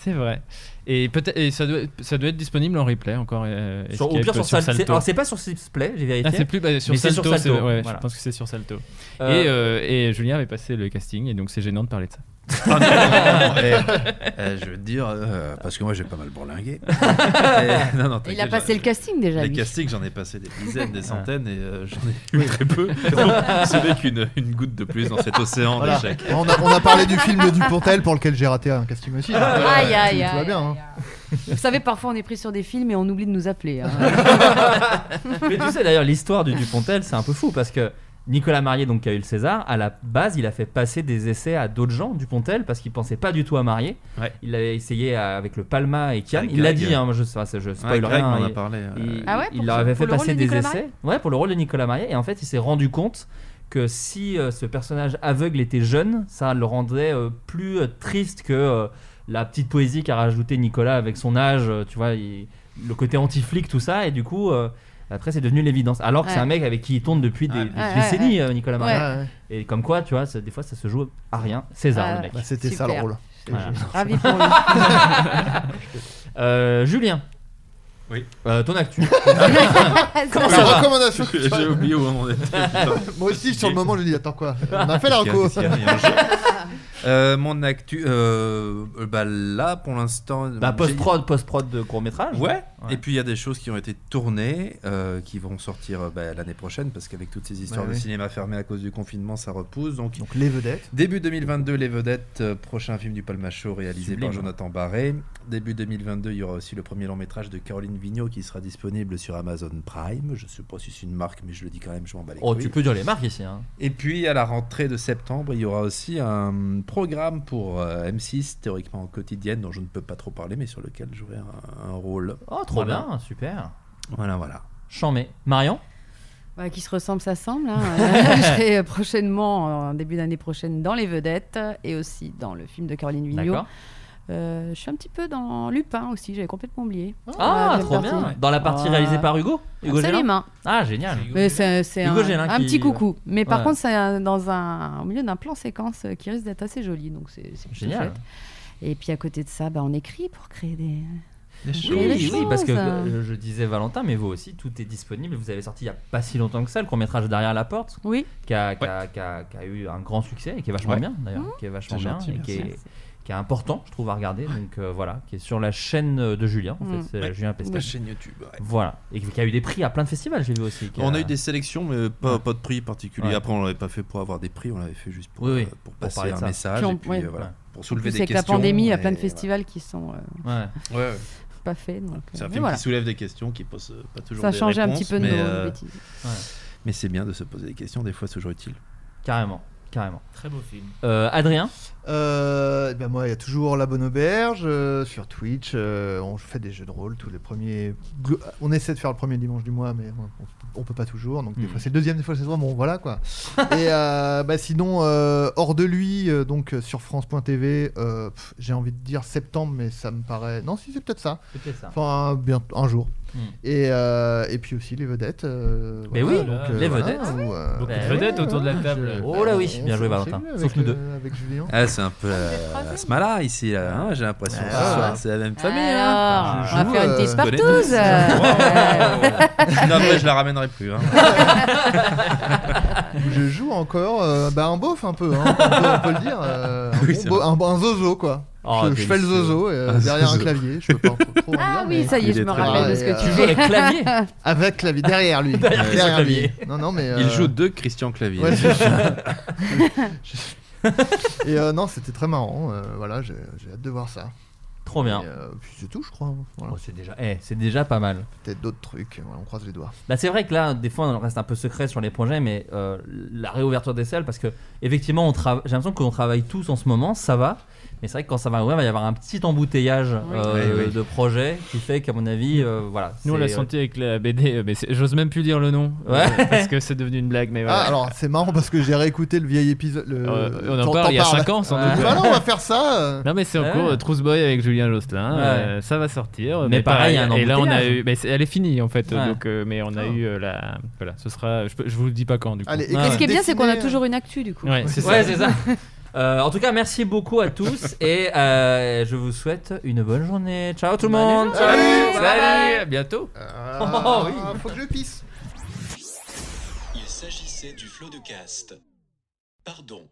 [SPEAKER 4] C'est vrai. Et peut-être et ça doit ça doit être disponible en replay encore. euh,
[SPEAKER 7] Sur- au
[SPEAKER 4] Escape,
[SPEAKER 7] pire sur, Sal- c'est-
[SPEAKER 4] Salto.
[SPEAKER 7] alors c'est pas sur Six Play, j'ai
[SPEAKER 4] Ah,
[SPEAKER 7] vérifié.
[SPEAKER 4] c'est plus bah, sur,
[SPEAKER 7] Mais c'est
[SPEAKER 4] Salto,
[SPEAKER 7] sur Salto,
[SPEAKER 4] c'est- ouais,
[SPEAKER 7] voilà.
[SPEAKER 4] Je pense que c'est sur Salto.
[SPEAKER 7] Euh,
[SPEAKER 4] Et, euh, et Julien avait passé le casting et donc c'est gênant de parler de ça.
[SPEAKER 9] Ah, non, non, non, *laughs* eh, eh, je veux te dire, euh, parce que moi j'ai pas
[SPEAKER 3] *laughs*
[SPEAKER 9] mal bourlingué. Eh, non, non,
[SPEAKER 3] Il
[SPEAKER 9] t'inquiète,
[SPEAKER 3] a passé
[SPEAKER 9] j'en-
[SPEAKER 3] le casting déjà.
[SPEAKER 9] Les
[SPEAKER 3] lui.
[SPEAKER 9] castings, j'en ai passé des dizaines, des centaines, et euh, j'en ai eu très peu. Donc, Ce n'est qu'une une goutte de plus dans cet océan
[SPEAKER 8] Voilà.
[SPEAKER 9] d'échecs.
[SPEAKER 8] On a, on a parlé du film de Dupontel pour lequel j'ai raté un casting aussi.
[SPEAKER 3] Aïe,
[SPEAKER 8] Tout-
[SPEAKER 3] aïe,
[SPEAKER 8] tout va
[SPEAKER 3] aïe,
[SPEAKER 8] bien. hein.
[SPEAKER 3] aïe, aïe. Vous savez, parfois on est pris sur des films et on oublie de nous appeler. hein.
[SPEAKER 4] euh,
[SPEAKER 7] Mais tu sais d'ailleurs l'histoire du Dupontel, c'est un peu fou parce que Nicolas Marié donc qui a eu le César, à la base, il a fait passer des essais à d'autres gens Dupontel parce qu'il pensait pas du tout à Marié.
[SPEAKER 9] Ouais.
[SPEAKER 7] Il l'avait essayé à- avec le Palma et Kian,
[SPEAKER 9] Avec
[SPEAKER 7] il l'a
[SPEAKER 9] Greg.
[SPEAKER 7] dit hein, moi, je sais pas, je
[SPEAKER 9] Ouais,
[SPEAKER 7] spoil
[SPEAKER 9] Greg
[SPEAKER 7] rien.
[SPEAKER 9] m'en a
[SPEAKER 7] il-
[SPEAKER 9] parlé. euh,
[SPEAKER 7] Il,
[SPEAKER 3] Ah ouais,
[SPEAKER 7] il
[SPEAKER 3] pour
[SPEAKER 7] leur
[SPEAKER 3] ce-
[SPEAKER 7] avait
[SPEAKER 3] pour
[SPEAKER 7] fait
[SPEAKER 3] le rôle
[SPEAKER 7] passer
[SPEAKER 3] de
[SPEAKER 7] des
[SPEAKER 3] Nicolas
[SPEAKER 7] essais.
[SPEAKER 3] Marais
[SPEAKER 7] Ouais, pour le rôle de Nicolas Maillet. Et en fait, il s'est rendu compte que si euh, ce personnage aveugle était jeune, ça le rendrait euh, plus euh, triste que euh, la petite poésie qu'a rajouté Nicolas avec son âge. euh, tu vois, il- le côté anti-flic, tout ça. Et du coup. euh, après, c'est devenu l'évidence. Alors que c'est
[SPEAKER 3] Ouais.
[SPEAKER 7] un mec avec qui il tourne depuis des,
[SPEAKER 9] Ouais.
[SPEAKER 7] des
[SPEAKER 3] Ouais, ouais,
[SPEAKER 7] décennies, euh, Nicolas Marais.
[SPEAKER 8] Ouais, ouais.
[SPEAKER 7] Et comme quoi, tu vois, ça- des fois, ça se joue à rien. César,
[SPEAKER 3] Ah,
[SPEAKER 7] le mec.
[SPEAKER 8] Bah, C'était ça
[SPEAKER 3] Super.
[SPEAKER 8] le rôle.
[SPEAKER 7] Voilà.
[SPEAKER 3] Ravi pour lui.
[SPEAKER 7] Euh, Julien,
[SPEAKER 9] Oui.
[SPEAKER 7] Euh, ton actu.
[SPEAKER 9] Comment
[SPEAKER 8] La
[SPEAKER 9] ça va
[SPEAKER 8] recommandation
[SPEAKER 9] J'ai- j'ai oublié où on en était, putain.
[SPEAKER 8] *laughs* Moi aussi, sur le moment, j'ai dit attends quoi On a fait la reco.
[SPEAKER 9] Qu'est-ce qu'il y a, il y a un jeu Euh, mon actu, euh, euh, bah là pour l'instant.
[SPEAKER 7] Bah, post-prod, post-prod de court-métrage.
[SPEAKER 9] Ouais. Et puis il y a des choses qui ont été tournées, euh, qui vont sortir euh, bah, l'année prochaine, parce qu'avec toutes ces histoires
[SPEAKER 8] Ouais,
[SPEAKER 9] de
[SPEAKER 8] ouais.
[SPEAKER 9] cinéma fermé à cause du confinement, ça repousse. Donc,
[SPEAKER 8] Donc, Les Vedettes.
[SPEAKER 9] Début 2022, Les Vedettes, euh, prochain film du Palma Show réalisé
[SPEAKER 8] Sublime.
[SPEAKER 9] par Jonathan Barré. Début 2022, il y aura aussi le premier long métrage de Caroline Vigneault qui sera disponible sur Amazon Prime. Je sais pas si c'est une marque, mais je le dis quand même, je m'en bats les
[SPEAKER 7] Oh,
[SPEAKER 9] couilles.
[SPEAKER 7] tu peux dire les marques ici, hein.
[SPEAKER 9] Et puis à la rentrée de septembre, il y aura aussi un programme pour euh, M6, théoriquement quotidienne, dont je ne peux pas trop parler, mais sur lequel j'aurai un, un rôle.
[SPEAKER 7] Oh, trop bien, super.
[SPEAKER 9] Voilà, voilà.
[SPEAKER 7] Chamé. Marion
[SPEAKER 3] Bah, qui se ressemble, ça semble. hein. Euh, je serai prochainement, en début d'année prochaine, dans Les Vedettes et aussi dans le film de Caroline Vigneault.
[SPEAKER 7] D'accord.
[SPEAKER 3] Euh, je suis un petit peu dans Lupin aussi, j'avais complètement oublié.
[SPEAKER 7] Ah,
[SPEAKER 3] Ouais,
[SPEAKER 7] trop
[SPEAKER 3] partie.
[SPEAKER 7] bien. Dans la partie réalisée par Hugo Hugo Gélin
[SPEAKER 3] Absolument.
[SPEAKER 7] Ah, génial.
[SPEAKER 3] Mais c'est c'est un,
[SPEAKER 7] Hugo Gélin
[SPEAKER 3] un
[SPEAKER 7] qui-
[SPEAKER 3] petit coucou. Mais par
[SPEAKER 7] Ouais.
[SPEAKER 3] contre, c'est un- dans un, au milieu d'un plan séquence euh, qui risque d'être assez joli. Donc c'est c'est plutôt
[SPEAKER 7] Génial.
[SPEAKER 3] chouette. Et puis à côté de ça, bah, on écrit pour créer des.
[SPEAKER 7] Oui,
[SPEAKER 3] pour créer des
[SPEAKER 7] oui,
[SPEAKER 3] choses.
[SPEAKER 7] parce que euh, je disais Valentin, mais vous aussi, tout est disponible. Vous avez sorti il n'y a pas si longtemps que ça le court-métrage Derrière la porte,
[SPEAKER 3] oui.
[SPEAKER 7] qui, a, qui a- qui a- qui a eu un grand succès et qui est vachement
[SPEAKER 9] Ouais.
[SPEAKER 7] bien d'ailleurs,
[SPEAKER 9] Mmh.
[SPEAKER 7] qui est vachement
[SPEAKER 9] C'est
[SPEAKER 7] bien
[SPEAKER 9] gentil,
[SPEAKER 7] et qui est,
[SPEAKER 9] merci.
[SPEAKER 7] qui est important, je trouve, à regarder. Donc euh, voilà, qui est sur la chaîne euh, de Julien, en
[SPEAKER 9] Mmh.
[SPEAKER 7] fait, c'est
[SPEAKER 9] Ouais.
[SPEAKER 7] Julien Pestel.
[SPEAKER 9] La chaîne YouTube, ouais.
[SPEAKER 7] Voilà, et qui a eu des prix à plein de festivals, j'ai vu aussi. qui
[SPEAKER 9] On
[SPEAKER 7] a-
[SPEAKER 9] a eu des sélections, mais pas, pas de prix particulier.
[SPEAKER 7] Ouais.
[SPEAKER 9] Après, on l'avait pas fait pour avoir des prix, on l'avait fait juste pour,
[SPEAKER 7] Oui, oui,
[SPEAKER 9] euh, pour
[SPEAKER 7] pour
[SPEAKER 9] passer
[SPEAKER 7] parler de
[SPEAKER 9] un
[SPEAKER 7] ça.
[SPEAKER 9] message
[SPEAKER 3] Puis on-
[SPEAKER 9] et puis,
[SPEAKER 3] ouais.
[SPEAKER 9] euh, voilà, pour
[SPEAKER 3] En
[SPEAKER 9] soulever
[SPEAKER 3] plus,
[SPEAKER 9] des
[SPEAKER 3] avec
[SPEAKER 9] questions.
[SPEAKER 3] la pandémie, il y a
[SPEAKER 9] et
[SPEAKER 3] plein de
[SPEAKER 9] voilà.
[SPEAKER 3] festivals qui sont euh,
[SPEAKER 7] Ouais.
[SPEAKER 9] Ouais, ouais.
[SPEAKER 3] pas faits. donc,
[SPEAKER 9] C'est
[SPEAKER 3] euh,
[SPEAKER 9] un film
[SPEAKER 3] voilà.
[SPEAKER 9] qui soulève des questions, qui pose euh, pas toujours
[SPEAKER 3] Ça a
[SPEAKER 9] des
[SPEAKER 3] changé un
[SPEAKER 9] réponses,
[SPEAKER 3] petit peu de
[SPEAKER 9] mais, euh,
[SPEAKER 3] nos- nos bêtises.
[SPEAKER 7] Ouais.
[SPEAKER 9] Mais c'est bien de se poser des questions, des fois c'est toujours utile.
[SPEAKER 7] Carrément, carrément.
[SPEAKER 4] Très beau film.
[SPEAKER 7] Euh, Adrien
[SPEAKER 8] Euh, eh ben moi, il y a toujours la bonne auberge euh, sur Twitch. euh, on fait des jeux de rôle tous les premiers. On essaie de faire le premier dimanche du mois, mais on, on peut pas toujours. Donc des
[SPEAKER 7] Hmm.
[SPEAKER 8] fois c'est le deuxième, des fois c'est le troisième. Bon, voilà quoi. *laughs* Et euh, bah sinon, euh, hors de lui, euh, donc euh, sur France.tv, euh, pff, j'ai envie de dire septembre, mais ça me paraît. Non, si c'est peut-être ça.
[SPEAKER 7] C'est peut-être ça.
[SPEAKER 8] Enfin, bien, un jour.
[SPEAKER 7] Hmm.
[SPEAKER 8] Et, euh, et puis aussi les vedettes. euh,
[SPEAKER 7] Mais
[SPEAKER 8] voilà,
[SPEAKER 7] Ben oui,
[SPEAKER 8] donc, euh,
[SPEAKER 7] les
[SPEAKER 8] voilà,
[SPEAKER 7] vedettes. Ben
[SPEAKER 8] ou, euh,
[SPEAKER 4] Beaucoup
[SPEAKER 8] bah,
[SPEAKER 4] de vedettes
[SPEAKER 8] ouais,
[SPEAKER 4] autour de la
[SPEAKER 8] ouais,
[SPEAKER 4] table.
[SPEAKER 9] Euh,
[SPEAKER 8] je-
[SPEAKER 7] Oh là oui, bien
[SPEAKER 8] on
[SPEAKER 7] joué
[SPEAKER 8] s'en
[SPEAKER 7] Valentin.
[SPEAKER 8] s'est vu
[SPEAKER 7] Sauf
[SPEAKER 8] avec
[SPEAKER 7] nous
[SPEAKER 8] le-
[SPEAKER 7] deux.
[SPEAKER 8] Avec Julien.
[SPEAKER 9] Ah, c'est un peu euh, Asmala ici, là, hein, j'ai l'impression.
[SPEAKER 8] Ah,
[SPEAKER 9] Ce soir,
[SPEAKER 8] ouais.
[SPEAKER 9] c'est la même famille.
[SPEAKER 3] Alors,
[SPEAKER 9] hein.
[SPEAKER 3] on va
[SPEAKER 9] Joue,
[SPEAKER 3] faire une
[SPEAKER 9] euh,
[SPEAKER 3] petite
[SPEAKER 9] Colette.
[SPEAKER 3] partouze.
[SPEAKER 9] Wow. Non, après, je la ramènerai plus.
[SPEAKER 4] *laughs*
[SPEAKER 9] hein.
[SPEAKER 8] Je joue encore euh, bah, un beauf un peu, hein, on, peut, on peut le dire. euh, un,
[SPEAKER 9] Oui,
[SPEAKER 8] bon
[SPEAKER 9] c'est
[SPEAKER 8] beau- un- un zozo quoi.
[SPEAKER 4] Ah,
[SPEAKER 7] Oh,
[SPEAKER 8] je, je fais le
[SPEAKER 7] délicieux.
[SPEAKER 8] zozo euh,
[SPEAKER 9] Un
[SPEAKER 8] derrière un
[SPEAKER 9] zozo.
[SPEAKER 8] clavier, je peux pas trop, trop en
[SPEAKER 3] Ah
[SPEAKER 8] dire,
[SPEAKER 3] oui,
[SPEAKER 8] mais-
[SPEAKER 3] ça y est,
[SPEAKER 9] Il
[SPEAKER 3] je
[SPEAKER 9] est
[SPEAKER 3] me
[SPEAKER 9] très
[SPEAKER 3] rappelle de
[SPEAKER 8] bien.
[SPEAKER 3] ce que
[SPEAKER 8] Ouais,
[SPEAKER 3] tu
[SPEAKER 8] euh,
[SPEAKER 7] Toujours avec
[SPEAKER 9] *laughs*
[SPEAKER 7] clavier
[SPEAKER 8] Avec clavier, derrière lui.
[SPEAKER 7] Derrière son
[SPEAKER 8] lui.
[SPEAKER 7] clavier.
[SPEAKER 8] Non, non, mais.
[SPEAKER 9] Il
[SPEAKER 8] euh,
[SPEAKER 9] joue deux Christian Clavier.
[SPEAKER 8] Ouais, je- je- je- *laughs* Et euh, non, c'était très marrant. euh, voilà, j'ai j'ai hâte de voir ça.
[SPEAKER 7] Trop bien.
[SPEAKER 8] Et, euh, puis c'est tout, je crois. Voilà.
[SPEAKER 7] Oh, c'est déjà, eh, c'est déjà pas mal.
[SPEAKER 8] Peut-être d'autres trucs. voilà, on croise les doigts.
[SPEAKER 7] Bah, c'est vrai que là, des fois, on reste un peu secret sur les projets, mais euh, la réouverture des salles, parce que effectivement, on trava- j'ai l'impression qu'on travaille tous en ce moment, ça va. Mais c'est vrai que quand ça va ouvrir, il va y avoir un petit embouteillage euh,
[SPEAKER 9] Oui, oui.
[SPEAKER 7] de projets qui fait qu'à mon avis, euh, voilà.
[SPEAKER 4] Nous, on
[SPEAKER 7] c'est-
[SPEAKER 4] l'a senti avec la BD, euh, mais c'est- j'ose même plus dire le nom. euh,
[SPEAKER 7] Ouais.
[SPEAKER 4] *laughs* parce que c'est devenu une blague, mais voilà.
[SPEAKER 8] Ah, alors c'est marrant parce que j'ai réécouté le vieil épisode. le-
[SPEAKER 4] Euh, on en
[SPEAKER 8] t'en-
[SPEAKER 4] parle
[SPEAKER 8] t'en
[SPEAKER 4] il y a
[SPEAKER 8] parles.
[SPEAKER 4] 5 ans, sans
[SPEAKER 7] Ouais.
[SPEAKER 4] doute.
[SPEAKER 8] Bah non, on va faire ça. euh.
[SPEAKER 4] Non mais c'est en
[SPEAKER 7] Ouais.
[SPEAKER 4] cours, euh, Trousse Boy avec Julien Josselin,
[SPEAKER 7] Ah. Ouais.
[SPEAKER 4] euh, ça va sortir.
[SPEAKER 7] Mais pareil, il y a un
[SPEAKER 4] et là on a
[SPEAKER 7] embouteillage.
[SPEAKER 4] eu, mais c'est- elle est finie en fait,
[SPEAKER 7] Ouais. Oh.
[SPEAKER 4] donc euh, mais on a
[SPEAKER 8] Ah.
[SPEAKER 4] eu euh, la, voilà, ce sera, je, peux- je vous le dis pas quand du coup.
[SPEAKER 8] Allez,
[SPEAKER 7] Ah
[SPEAKER 3] Mais
[SPEAKER 8] écoute,
[SPEAKER 3] ce qui est bien, c'est qu'on a
[SPEAKER 8] dessinez,
[SPEAKER 7] euh.
[SPEAKER 3] toujours une actu du coup.
[SPEAKER 4] Ouais, c'est ça.
[SPEAKER 7] Ouais, c'est ça. *laughs* Euh, en tout cas, merci beaucoup à tous et euh, je vous souhaite une bonne journée. Ciao tout le monde.
[SPEAKER 8] journée.
[SPEAKER 7] Salut.
[SPEAKER 8] Bye
[SPEAKER 7] Salut. À bientôt.
[SPEAKER 3] *laughs*
[SPEAKER 8] Ah,
[SPEAKER 7] Oh, oui.
[SPEAKER 8] Faut que je pisse.
[SPEAKER 2] Il s'agissait du flot de caste. Pardon.